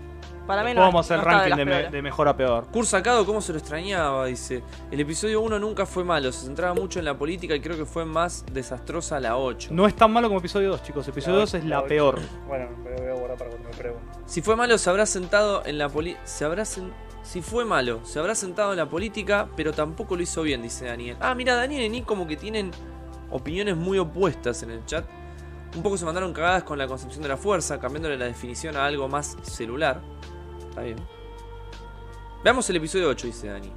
S3: Para mí no.
S1: Después vamos a hacer
S3: no está
S1: ranking de,
S3: las
S1: me-
S3: peores.
S1: de mejor a peor.
S2: Kurt Sacado, ¿cómo se lo extrañaba? Dice, el episodio 1 nunca fue malo, se centraba mucho en la política y creo que fue más desastrosa la 8.
S1: No es tan malo como episodio 2, chicos. Episodio
S6: La
S1: 2 es la
S6: ocho.
S1: peor.
S6: Bueno, me voy a guardar para cuando me pregunten.
S2: Si fue malo, se habrá sentado en la política. Se habrá sen- Si fue malo, se habrá sentado en la política, pero tampoco lo hizo bien, dice Daniel. Ah, mira, Daniel y Nick como que tienen opiniones muy opuestas en el chat. Un poco se mandaron cagadas con la concepción de la fuerza, cambiándole la definición a algo más celular. Está bien. Veamos el episodio 8, dice Dani.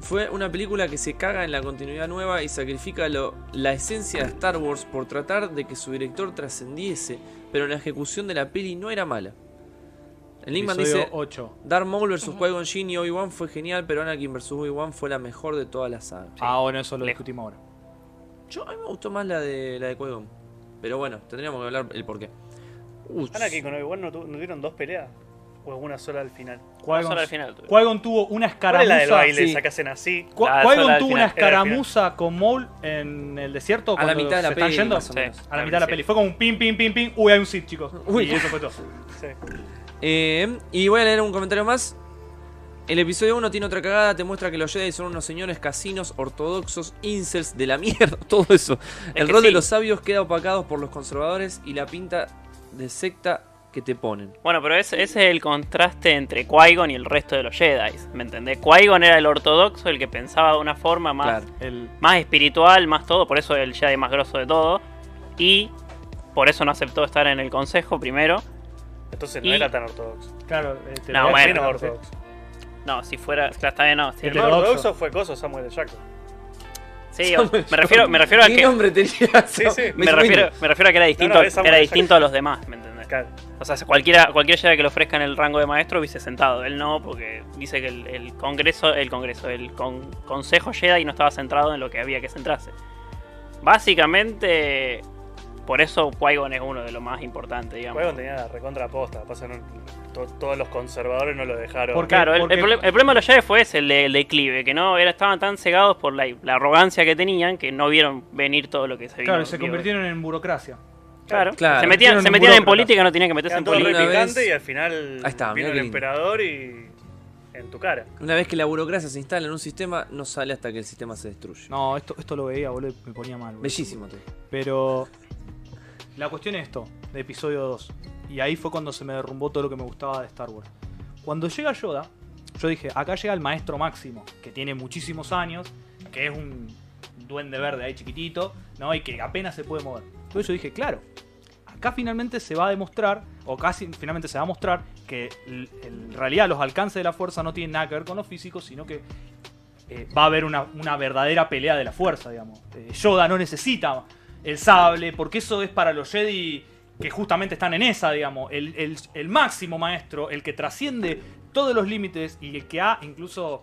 S2: Fue una película que se caga en la continuidad nueva y sacrifica lo- la esencia de Star Wars por tratar de que su director trascendiese, pero la ejecución de la peli no era mala. El Nickman
S1: Episodio
S2: dice,
S1: 8.
S2: Darth Maul vs. Qui-Gon Jinn y Obi-Wan fue genial, pero Anakin vs. Obi-Wan fue la mejor de toda la saga.
S1: Ah, bueno, eso lo
S7: Lejos.
S1: discutimos ahora.
S2: Yo a mí me gustó más la de la de Qui-Gon. Pero bueno, tendríamos que hablar el porqué. Uh,
S6: Anakin con Obi-Wan no, tu- no tuvieron dos peleas. O una sola al final.
S7: Vamos al final. tú.
S1: Qui-Gon tuvo una
S6: ¿Cuál es la del
S1: escaramuza.
S6: baile?
S2: sí.
S6: Esa que hacen así.
S1: Qui-
S7: La
S1: Qui-Gon
S7: sola al
S1: tuvo
S7: final,
S1: una
S7: era
S6: al final.
S1: escaramuza con Maul en el desierto.
S2: a la
S1: cuando
S2: mitad de la
S1: se
S2: peli.
S1: están yendo.
S2: más o
S7: Sí.
S2: menos.
S1: A la mitad de la peli. Fue como un pim, pim, pim, pim. Uy, hay un Sith, chicos.
S2: Uy.
S1: Y eso fue todo.
S6: Sí.
S2: Eh, y voy a leer un comentario más. El episodio 1 tiene otra cagada, te muestra que los Jedi son unos señores casinos, ortodoxos, incels de la mierda, todo eso. el
S7: que
S2: rol de
S7: sí.
S2: los sabios queda opacado por los conservadores y la pinta de secta que te ponen.
S7: Bueno, pero ese, ese es el contraste entre Qui-Gon y el resto de los Jedi. ¿Me entendés? Qui-Gon era el ortodoxo, el que pensaba de una forma más,
S2: Claro.
S1: El,
S7: más espiritual, más todo. Por eso el Jedi más grosso de todo. Y por eso no aceptó estar en el consejo primero.
S6: Entonces no
S7: Y-
S6: era tan ortodoxo.
S1: claro. este,
S7: No,
S1: la-
S7: bueno.
S6: Menos ortodoxo.
S7: No, si fuera. Claro, está bien, no. sí.
S6: El más
S1: Heterodoxo.
S6: ortodoxo fue Coso Samuel L. Jackson.
S7: Sí, o- me refiero, me refiero a
S2: ¿Qué
S7: que.
S2: nombre tenía?
S6: Sí, sí.
S7: Me refiero, me refiero a que era distinto,
S6: es Samuel
S7: era
S6: L.
S7: distinto a los demás, ¿me entendés?
S6: Claro.
S7: O sea, cualquiera, cualquier Jedi que le ofrezcan el rango de maestro hubiese sentado. Él no, porque dice que el, el congreso, el congreso, el con- consejo Jedi no estaba centrado en lo que había que centrarse. Básicamente, por eso Qui-Gon es uno de los más importantes, digamos.
S6: Qui-Gon tenía la recontraposta. Pasa, no- to- todos los conservadores no lo dejaron.
S1: Porque-
S7: Claro, el, el
S1: porque-
S7: problema- el problema de los Jedi fue ese, el, de- el declive, que no era, estaban tan cegados por la, la arrogancia que tenían que no vieron venir todo lo que se vino.
S1: Claro, se
S7: vio.
S1: convirtieron en burocracia.
S7: Claro,
S2: Claro.
S7: se metían, se
S1: Convirtieron en
S7: metían en
S1: burócratas.
S7: política, no tenían que meterse
S6: Eran
S7: en
S6: todos
S7: política.
S6: re
S2: Una vez-
S6: picantes y al final
S2: Ahí está, mirá
S6: vino
S2: qué
S6: el
S2: lindo.
S6: emperador y. en tu cara.
S2: Una vez que la burocracia se instala en un sistema, no sale hasta que el sistema se destruye.
S1: No, esto, esto lo veía, boludo. y Me ponía mal. boludo.
S2: Bellísimo todo.
S1: Pero la cuestión es esto, de episodio 2. Y ahí fue cuando se me derrumbó todo lo que me gustaba de Star Wars. Cuando llega Yoda, yo dije, acá llega el maestro máximo, que tiene muchísimos años, que es un duende verde ahí chiquitito, ¿no? Y que apenas se puede mover. Entonces yo dije, claro, acá finalmente se va a demostrar, o casi finalmente se va a mostrar, que l- en realidad los alcances de la fuerza no tienen nada que ver con lo físico, sino que eh, va a haber una, una verdadera pelea de la fuerza, digamos. Eh, Yoda no necesita el sable, porque eso es para los Jedi que justamente están en esa, digamos. El, el- el máximo maestro, el que trasciende todos los límites y el que ha incluso...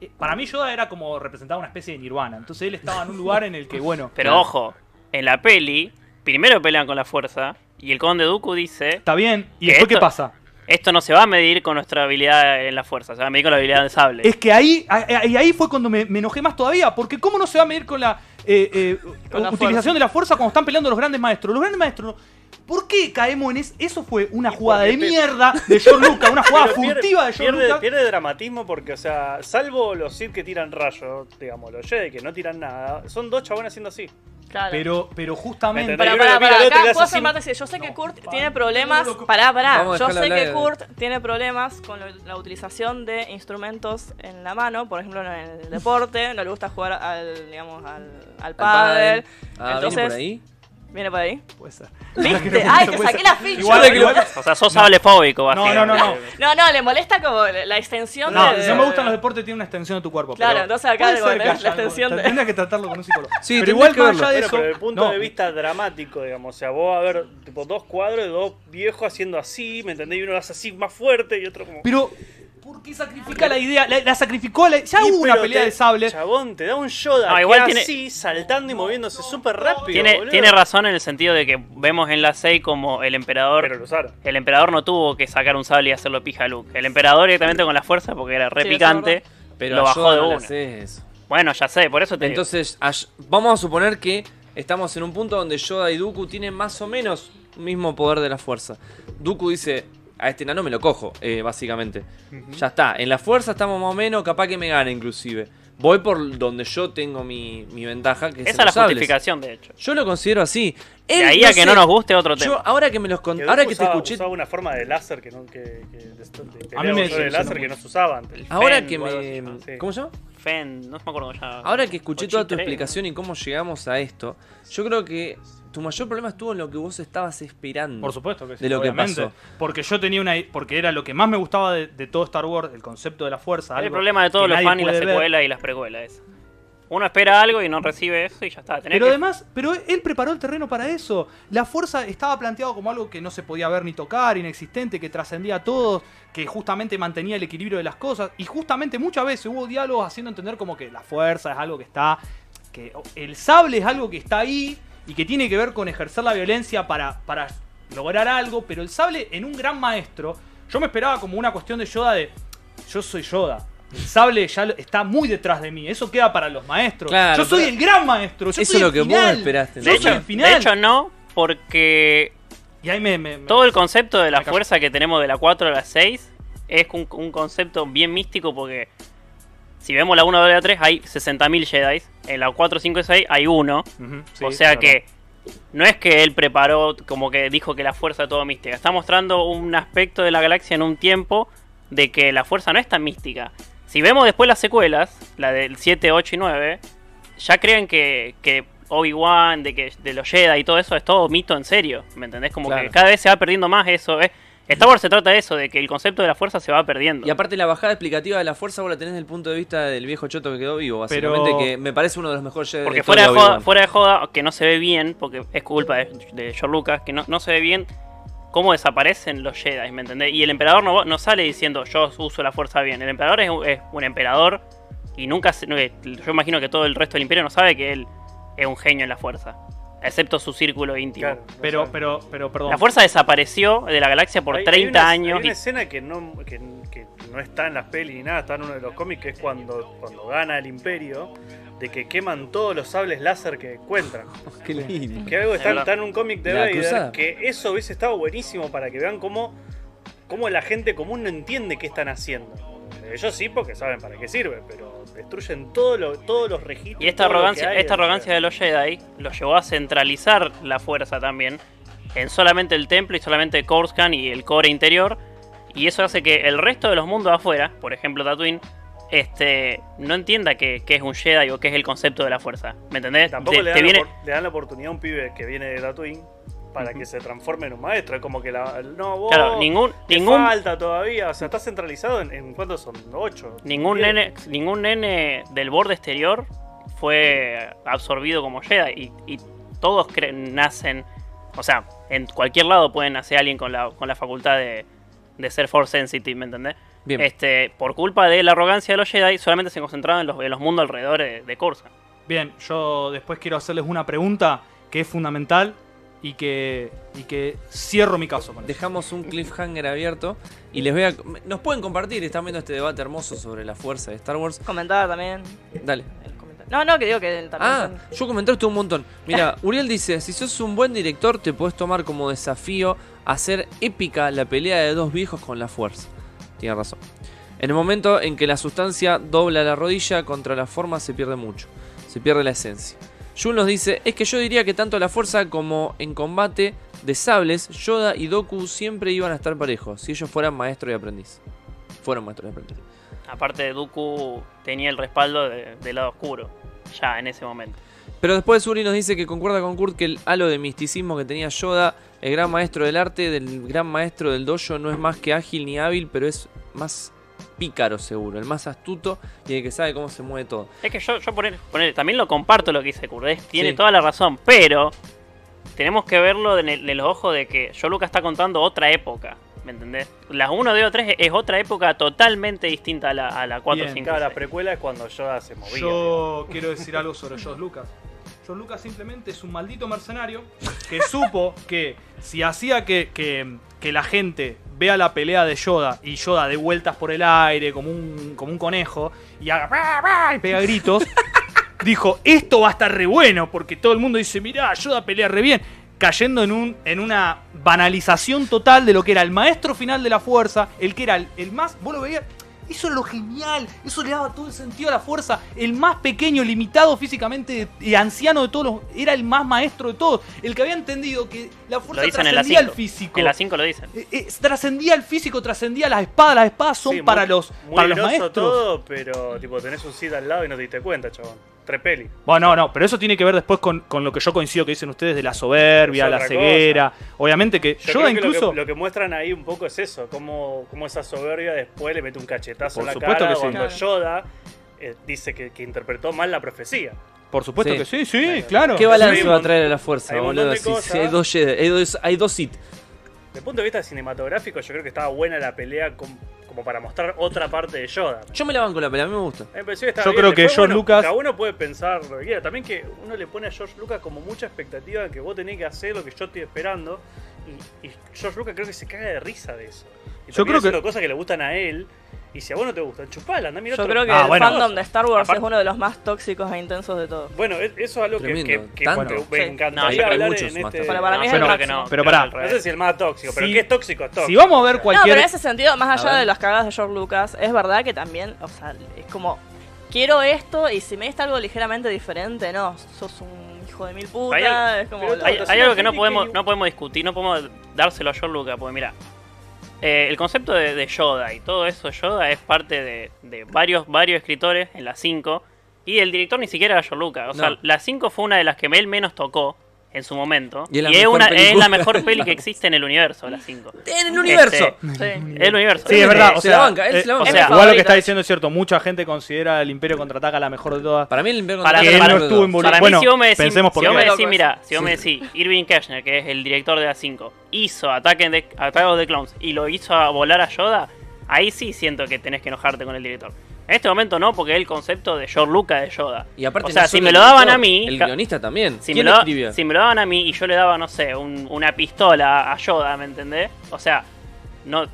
S1: eh, Para mí Yoda era como representaba una especie de nirvana, entonces él estaba en un lugar en el que, bueno...
S7: Pero
S2: Claro.
S7: ojo, en la peli primero pelean con la fuerza y el conde Dooku dice,
S1: Está bien. ¿Y
S7: ¿Qué
S1: después qué
S7: esto?
S1: pasa?
S7: esto no se va a medir con nuestra habilidad en la fuerza, se va a medir con la habilidad del sable.
S1: Es que ahí, a- a- y ahí fue cuando me, me enojé más todavía, porque ¿cómo no se va a medir con la eh, eh,
S3: Con la
S1: utilización
S3: fuerza.
S1: de la fuerza cuando están peleando los grandes maestros? Los grandes maestros, ¿por qué caemos en eso? Eso fue una jugada de
S6: porque te-
S1: mierda de John Lucas, una jugada
S6: Pero pierde-
S1: furtiva de John
S6: pierde,
S1: Lucas.
S6: pierde dramatismo porque, o sea, salvo los Sith que tiran rayos, digamos, los Jedi que no tiran nada, son dos chabones haciendo así.
S3: Claro.
S1: Pero, pero justamente...
S3: Pará,
S6: Pero yo
S3: pará,
S6: lo miro
S3: pará,
S6: al otro y
S3: Acá
S6: le hace
S3: puedo
S6: así.
S3: hacer paréntesis. Yo sé que Kurt tiene
S1: no,
S3: problemas.
S1: no, no, no.
S3: Pará, pará.
S2: Vamos a
S3: Yo
S2: dejarlo
S3: sé que
S2: hablar.
S3: Kurt tiene problemas con lo- la utilización de instrumentos en la mano. Por ejemplo, en el deporte. No le gusta jugar al, digamos, al, al pádel.
S2: Ah,
S3: Entonces-
S2: ¿viene por ahí?
S3: Viene por ahí.
S1: Puede ser.
S3: ¿Viste? Ay, te saqué la ficha.
S1: Igual- igual-
S7: O sea, sos sablefóbico,
S1: no, no, no, no.
S6: Eh,
S3: No, no, le molesta como la extensión
S1: No,
S3: de...
S1: si no me gustan los deportes, tiene una extensión de tu cuerpo.
S3: Claro,
S1: pero
S3: entonces acá
S1: puede
S3: de
S1: ser que
S3: golpe,
S1: haya
S3: la
S1: algo.
S3: extensión de-
S1: Tendrías que tratarlo con un psicólogo.
S2: Sí,
S1: pero
S2: tendrías
S1: igual
S2: que
S1: más
S2: verlo.
S1: allá de
S6: Pero,
S1: eso.
S6: pero desde el punto
S1: no,
S6: de vista dramático, digamos, o sea, vos a ver tipo dos cuadros de dos viejos haciendo así, ¿me entendés? Y uno lo hace así más fuerte y otro como.
S1: Pero, ¿por qué sacrifica la idea? La, la sacrificó. la- ya
S6: Sí,
S1: hubo una
S6: pero
S1: pelea
S6: te-
S1: de sables.
S6: Chabón, te da un Yoda
S7: No,
S6: que
S7: igual
S6: hace
S7: tiene-
S6: así, saltando y moviéndose súper rápido.
S7: Tiene,
S6: boludo.
S7: tiene razón en el sentido de que vemos en la 6 como el
S6: Pero
S7: emperador.
S6: lo usaron.
S7: El emperador no tuvo que sacar un sable y hacerlo pija a Luke. El emperador directamente con la fuerza, porque era re
S3: Sí, eso es
S7: picante,
S2: Pero
S7: lo
S2: a
S7: bajó
S2: Yoda
S7: de
S2: no le
S7: una.
S2: haces eso.
S7: Bueno, ya sé, por eso te digo.
S2: Entonces, a Yo- vamos a suponer que estamos en un punto donde Yoda y Dooku tienen más o menos mismo poder de la fuerza. Dooku dice, a este nano me lo cojo, eh, básicamente. Ya está, en la fuerza estamos más o menos, capaz que me gane inclusive. Voy por donde yo tengo mi, mi ventaja, que es en
S7: Esa es la
S2: los sables.
S7: justificación, de hecho.
S2: Yo lo considero así.
S7: De
S2: Él,
S7: ahí a que
S2: sé,
S7: no nos guste otro tema.
S2: Yo, ahora que me los con-
S6: Que
S2: ahora
S6: Dooku
S2: que te
S6: usaba-
S2: escuché
S6: usaba una forma de láser que no. Que, que de- de- de-
S1: A mí me
S6: de- de- de- de
S1: decepcionó
S6: láser que no se usaba antes.
S2: Ahora
S7: Fen,
S2: que
S7: o algo así,
S2: me.
S7: ¿no? Sí.
S2: ¿Cómo se llama?
S7: Fen, no me acuerdo ya.
S2: Ahora que escuché toda tu
S7: 83,
S2: explicación y cómo llegamos a esto, yo creo que tu mayor problema estuvo en lo que vos estabas esperando.
S1: Por supuesto que sí.
S2: De lo que
S1: obviamente.
S2: pasó.
S1: Porque yo tenía una. Porque era lo que más me gustaba de, de todo Star Wars, el concepto de la fuerza.
S7: Es el
S1: algo
S7: problema de
S1: que
S7: todos los
S1: nadie
S7: fans y las
S1: puede ver.
S7: secuelas y las precuelas. es. Uno espera algo y no recibe eso y ya está. Tenés
S1: Pero
S7: que-
S1: además, pero él preparó el terreno para eso. La fuerza estaba planteado como algo que no se podía ver ni tocar, inexistente, que trascendía a todos, que justamente mantenía el equilibrio de las cosas. Y justamente muchas veces hubo diálogos haciendo entender como que la fuerza es algo que está. que el sable es algo que está ahí y que tiene que ver con ejercer la violencia para, para lograr algo. Pero el sable en un gran maestro, yo me esperaba como una cuestión de Yoda de. Yo soy Yoda. El sable ya lo- está muy detrás de mí. Eso queda para los maestros.
S2: Claro,
S1: yo soy
S2: pero-
S1: el gran maestro. Yo
S2: Eso
S1: soy
S2: es lo
S1: el
S2: que vos
S1: final.
S2: esperaste,
S1: Yo
S7: de,
S2: ¿no?
S1: soy
S7: hecho,
S1: el final.
S7: de hecho, no, porque
S1: y ahí me. me- me-
S7: todo el concepto de la
S1: Me callo.
S7: fuerza que tenemos de la 4 a la 6 es un, un concepto bien místico porque si vemos la 1, 2 y la 3 hay 60.000 Jedi, en la 4, 5 y 6 hay uno.
S1: Ujú, sí,
S7: o sea
S1: es
S7: que no es que él preparó, como que dijo que la fuerza es todo mística. Está mostrando un aspecto de la galaxia en un tiempo de que la fuerza no es tan mística. Si vemos después las secuelas, la del 7, 8 y 9, ya creen que, que Obi-Wan, de, que- de los Jedi y todo eso es todo mito en serio. ¿Me entendés? Como
S2: Claro.
S7: que cada vez se va perdiendo más eso. ¿eh? Star Wars se trata de eso, de que el concepto de la fuerza se va perdiendo.
S2: Y aparte la bajada explicativa de la fuerza vos la tenés desde el punto de vista del viejo choto que quedó vivo,
S1: Pero-
S2: básicamente, que me parece uno de los mejores Jedi de la
S7: Porque
S2: historia
S7: fuera de,
S2: Obi-Wan.
S7: joda, fuera de joda, que no se ve bien, porque es culpa de, de George Lucas, que no, no se ve bien cómo desaparecen los Jedi, ¿me entendés? Y el emperador no, no sale diciendo yo uso la fuerza bien. El emperador es, un- es un emperador y nunca se- no, eh, yo imagino que todo el resto del imperio no sabe que él es un genio en la fuerza. Excepto su círculo íntimo.
S6: Claro, no
S1: Pero,
S6: saben.
S1: pero, pero, perdón.
S7: La fuerza desapareció de la galaxia por
S6: Hay- hay
S7: 30
S6: una-
S7: años.
S6: Hay una escena que no, que, que no está en las pelis ni nada, está en uno de los cómics, que es cuando, cuando gana el imperio, de que queman todos los sables láser que encuentran.
S2: Qué lindo.
S6: Que algo está,
S7: verdad.
S6: está en un cómic de
S2: La
S6: Vader,
S2: cruzada.
S6: que eso hubiese estado buenísimo para que vean cómo, cómo la gente común no entiende qué están haciendo. Ellos sí, porque saben para qué sirve, pero destruyen todo lo- todos los registros.
S7: Y esta
S6: todo lo que
S7: arrogancia,
S6: hay
S7: esta
S6: dentro.
S7: arrogancia de los Jedi los llevó a centralizar la fuerza también en solamente el templo y solamente Coruscant y el core interior. Y eso hace que el resto de los mundos afuera, por ejemplo Tatooine, este, no entienda qué qué es un Jedi o qué es el concepto de la fuerza. ¿Me entendés?
S6: Tampoco
S7: Te-
S6: le,
S7: te
S6: dan
S7: viene-
S6: la, opor- le dan la oportunidad a un pibe que viene de Tatooine para que se transforme en un maestro. Es como que la. No, vos.
S7: Claro, ningún,
S6: te
S7: ningún,
S6: falta todavía. O sea, está centralizado en, en cuántos son, ocho.
S7: ningún,
S6: Diez.
S7: nene, ningún nene del borde exterior fue absorbido como Jedi. Y, y todos cre- nacen. O sea, en cualquier lado pueden nacer alguien con la, con la facultad de, de ser Force Sensitive, ¿me entendés?
S2: Bien.
S7: Este, por culpa de la arrogancia de los Jedi, solamente se concentraban en los, en los mundos alrededor de, de Corsa.
S1: Bien, yo después quiero hacerles una pregunta que es fundamental y que, y que cierro mi caso con eso.
S2: Dejamos un cliffhanger abierto y les voy a. Nos pueden compartir, están viendo este debate hermoso sobre la fuerza de Star Wars.
S3: Comentaba también.
S2: Dale.
S3: el comentario. No, no, que digo que él también.
S2: Ah, yo comentaste un montón. Mira, Uriel dice, si sos un buen director te puedes tomar como desafío hacer épica la pelea de dos viejos con la fuerza. Tiene razón. En el momento en que la sustancia dobla la rodilla contra la forma se pierde mucho, se pierde la esencia. Jun nos dice, es que yo diría que tanto la fuerza como en combate de sables, Yoda y Doku siempre iban a estar parejos, si ellos fueran maestro y aprendiz. Fueron maestros y aprendiz.
S7: Aparte de Dooku, tenía el respaldo de- del lado oscuro. Ya en ese momento.
S2: Pero después Uri nos dice que concuerda con Kurt que el halo de misticismo que tenía Yoda, el gran maestro del arte, del gran maestro del dojo, no es más que ágil ni hábil, pero es más pícaro seguro, el más astuto y el que sabe cómo se mueve todo.
S7: Es que yo, yo poner, poner- también lo comparto lo que dice Kurdés. Tiene
S2: Sí.
S7: toda la razón, pero tenemos que verlo en, el- en los ojos de que yo Lucas está contando otra época. ¿Me entendés? La 1 de 3 es otra época totalmente distinta a la, a la 4,
S1: Bien.
S7: 5
S6: Claro, la
S7: 6.
S6: precuela es cuando Yoda se movía.
S1: Yo quiero decir algo sobre George Lucas. George Lucas simplemente es un maldito mercenario que supo que si hacía que, que- que la gente vea la pelea de Yoda y Yoda de vueltas por el aire como un, como un conejo y haga "Bah, bah", y pega gritos, dijo, esto va a estar re bueno porque todo el mundo dice, mirá, Yoda pelea re bien. Cayendo en, un, en una banalización total de lo que era el maestro final de la fuerza, el que era el, el más, vos lo veías, eso era lo genial, eso le daba todo el sentido a la fuerza. El más pequeño, limitado físicamente y anciano de todos, los- era el más maestro de todos. El que había entendido que la
S7: Lo
S1: fuerza
S7: dicen en la
S1: trascendía al
S7: 5.
S1: físico.
S7: En la 5 lo dicen.
S1: Eh, eh, trascendía al físico, trascendía las espadas. Las espadas son
S6: Sí, muy-
S1: para los,
S6: muy
S1: para los
S6: grosso
S1: maestros.
S6: todo, pero tipo tenés un Sid al lado y no te diste cuenta, chabón. Trepeli.
S1: Bueno, no, no, pero eso tiene que ver después con, con lo que yo coincido que dicen ustedes de la soberbia,
S6: Es
S1: la
S6: otra
S1: ceguera. Obviamente que Yoda
S6: Yo creo que lo que-
S1: incluso.
S6: lo que, muestran ahí un poco es eso, cómo, cómo esa soberbia después le mete un cachetazo
S1: Por
S6: en la
S1: supuesto
S6: cara
S1: que sí.
S6: cuando
S3: Claro.
S6: Yoda eh, dice que, que interpretó mal la profecía.
S1: Por supuesto
S2: Sí.
S1: que sí, sí, claro.
S2: ¿Qué
S6: hay
S2: balance
S6: un
S2: va a
S6: mon-
S2: traer a la fuerza,
S6: hay un montón
S2: boludo?
S6: de
S2: Si- si
S6: cosas.
S2: hay dos Jedi, hay dos, hay dos Sith.
S6: Desde el punto de vista cinematográfico, yo creo que estaba buena la pelea com- como para mostrar otra parte de Yoda.
S2: Yo me la banco la pelea, a mí me gusta.
S6: A mí me pareció que estaba
S1: Yo
S6: bien.
S1: creo que
S6: Después,
S1: George
S6: bueno,
S1: Lucas-
S6: Cada uno puede pensar lo que quiera. También que uno le pone a George Lucas como mucha expectativa de que vos tenés que hacer lo que yo estoy esperando. Y, y George Lucas creo que se caga de risa de eso. Y
S1: Yo
S6: también
S1: creo que-
S6: haciendo cosas que le gustan a él. Y si a vos no te gustan, chupala, andá a
S3: Yo
S6: mirar otro-
S3: creo que
S1: Ah,
S3: el
S1: bueno.
S3: fandom de Star Wars
S6: Aparte-
S3: es uno de los más tóxicos e intensos de todos.
S6: Bueno, es- eso es algo que,
S2: Tremendo.
S6: que- que
S2: Tanto.
S6: me- me
S3: Sí.
S7: No, yo
S6: encantaría
S7: creo que
S6: hablar
S2: muchos
S6: en
S2: más
S6: este...
S3: Pero para mí
S7: No,
S3: es
S7: yo
S3: el
S7: creo que
S3: máximo.
S7: no.
S1: Pero
S7: Creo
S1: pará.
S7: que al
S6: No
S7: revés.
S6: sé si el más tóxico, pero
S1: Si-
S6: que es tóxico, es tóxico.
S1: Si vamos a ver
S3: No,
S1: cualquier.
S3: pero en ese sentido, más
S2: A
S3: allá
S2: ver.
S3: de las cagadas de George Lucas, es verdad que también, o sea, es como, quiero esto y si me diste algo ligeramente diferente, no, sos un hijo de mil
S7: Hay algo-
S3: putas, es como...
S6: pero
S7: Hay,
S6: Claro,
S7: hay
S6: si
S7: algo
S6: la
S7: que no
S6: gente
S7: podemos,
S6: que-
S7: no podemos discutir, no podemos dárselo a George Lucas, porque mira, eh, el concepto de, de Yoda y todo eso, Yoda es parte de, de varios, varios escritores en las 5, y el director ni siquiera era George Lucas. O
S2: No.
S7: sea, la 5 fue una de las que él menos tocó en su momento,
S2: Y
S7: y,
S2: es la
S7: es,
S2: mejor
S7: una, es la
S2: película.
S7: mejor peli que existe en el universo, la 5.
S2: ¡En el universo!
S3: Sí.
S7: El universo.
S1: Sí, es verdad. O
S2: Se
S1: sea,
S2: la banca, él
S1: eh,
S2: se la
S1: o
S2: banca.
S1: sea,
S7: Es
S1: igual
S7: mi
S1: lo que
S7: favorita.
S1: está diciendo es cierto. Mucha gente considera el Imperio contraataca la mejor de todas.
S2: Para mí el Imperio
S7: Para
S1: que
S7: mí-
S1: él no
S2: Contraataca es
S1: estuvo
S2: verdad.
S1: involucrado.
S7: Para
S1: Bueno,
S7: mí, si vos me decís,
S1: pensemos por
S7: si vos
S1: qué.
S7: me
S3: Sí.
S7: decís, mira, si vos me decís, Irving Kershner, que es el director de la 5, hizo Ataque de, Ataque de Clowns y lo hizo a volar a Yoda, ahí sí siento que tenés que enojarte con el director. En este momento no, porque es el concepto de George Lucas de Yoda.
S2: Y aparte
S7: o sea,
S2: no
S7: si
S2: solo
S7: me
S2: el
S7: lo daban
S2: director,
S7: a mí,
S2: El
S7: ca-
S2: guionista también.
S7: si me,
S2: ¿Quién
S7: lo,
S2: escribió?
S7: si me lo daban a mí y yo le daba, no sé, un- una pistola a Yoda, ¿me entendés? O sea, no,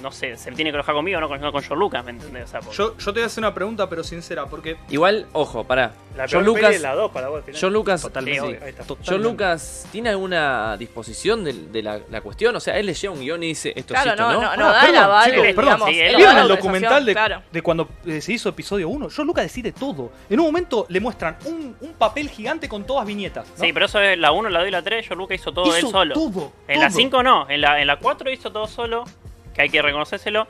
S7: no sé, se tiene que enojar conmigo, no con, no con George Lucas, ¿me entendés? O sea, porque-
S1: Yo, yo te voy a hacer una pregunta, pero sincera, porque.
S2: Igual, ojo, pará.
S6: La
S2: John
S6: peor peli
S2: Lucas,
S6: es la 2 para vos al final.
S2: John Lucas,
S1: Totalmente.
S2: sí.
S6: Ahí está.
S2: John Lucas, ¿tiene alguna disposición de, de la, la cuestión? O sea, él le lleva un guión y dice, esto
S3: Claro,
S2: sí, esto
S3: no,
S2: no.
S3: no, no,
S1: Ah,
S3: da
S1: perdón,
S3: el aval,
S7: chicos,
S3: digamos,
S7: perdón, sí,
S3: el
S7: él-
S3: aval
S1: ¿Vieron
S3: de
S1: el
S3: la
S1: documental de,
S3: organización,
S1: de cuando eh, se hizo episodio 1? Yo, Lucas decide todo. En un momento le muestran un, un papel gigante con todas viñetas. ¿no?
S7: Sí, pero eso es la 1, la 2 y la 3, George Lucas hizo todo
S1: Hizo
S7: él solo.
S1: todo,
S7: En la
S1: todo.
S7: 5 no, en la, en la 4 hizo todo solo, que hay que reconocérselo.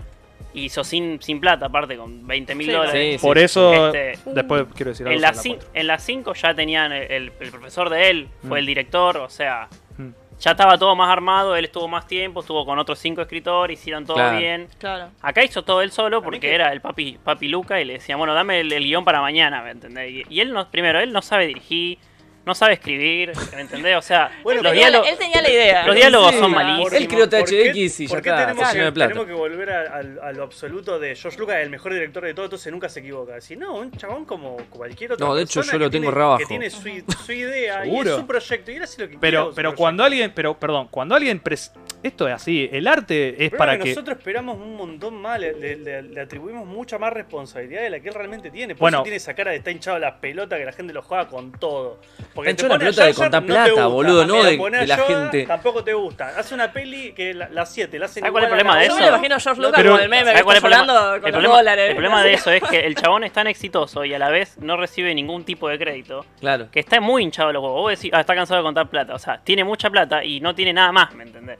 S7: Hizo sin, sin plata, aparte, con 20 mil
S3: Sí,
S7: dólares.
S2: Sí, sí.
S1: Por eso,
S7: Este,
S1: después quiero decir algo.
S7: en, la
S1: sobre
S7: cin-
S1: cuatro.
S7: en la 5 ya tenían el, el- el profesor de él, fue
S1: Mm.
S7: el director, o sea,
S1: Mm.
S7: ya estaba todo más armado, él estuvo más tiempo, estuvo con otros 5 escritores, hicieron todo
S2: Claro.
S7: bien.
S3: Claro.
S7: Acá hizo todo él solo porque
S6: que-
S7: era el papi, papi Luca y le decía, bueno, dame el, el guión para mañana, ¿me entendés? Y, y él no, primero, él no sabe dirigir, no sabe escribir, ¿me entendés? O sea,
S6: Bueno,
S7: los,
S6: pero
S7: diálogos-
S3: él tenía la idea.
S7: los diálogos
S2: Sí,
S7: son
S2: claro.
S7: malísimos.
S2: Él creó
S6: ¿Por qué-
S2: THX y ya
S6: ¿por qué
S2: está,
S6: Tenemos,
S2: se llenó
S6: que,
S2: de plata.
S6: tenemos que volver a, al- a lo absoluto de George Lucas, el mejor director de todo, entonces nunca se equivoca. Si no, un chabón como cualquier otro.
S2: No, de hecho, yo lo
S6: que
S2: tengo
S6: tiene,
S2: re abajo.
S6: Que tiene su, i- su idea y
S1: Seguro.
S6: es su proyecto y era así lo que quiera
S1: Pero,
S6: con su
S1: pero
S6: proyecto.
S1: cuando alguien, pero perdón, cuando alguien pres- esto es así, el arte es
S6: Pero
S1: para
S6: que
S1: que
S6: nosotros esperamos un montón más, le, le- le- le atribuimos mucha más responsabilidad de la que él realmente tiene. Por
S1: Bueno.
S6: eso tiene esa cara de está hinchado las pelotas, que la gente lo juega con todo. Porque
S2: Está
S6: te
S2: hinchado la
S6: pone a
S2: pelota de
S6: Jar Jar,
S2: contar
S6: no
S2: plata,
S6: te gusta.
S2: boludo, no
S6: Te
S2: de-
S6: pone a
S2: de la
S6: Yoda,
S2: gente.
S6: Tampoco te gusta. Hace una peli que la, la 7, la hace
S7: ¿Sabes cuál es el problema de
S3: Yo
S7: eso?
S3: me lo imagino a George Lucas
S1: Pero-
S3: como el meme que
S7: ¿Sabes
S3: está
S7: cuál es el problema?
S3: llorando con
S7: El
S3: los
S7: problema-
S3: dólares.
S7: el problema de eso es que el chabón es tan exitoso y a la vez no recibe ningún tipo de crédito
S2: Claro.
S7: que está muy hinchado los huevos. Vos decís, ah, está cansado de contar plata. O sea, tiene mucha plata y no tiene nada más, ¿me entendés?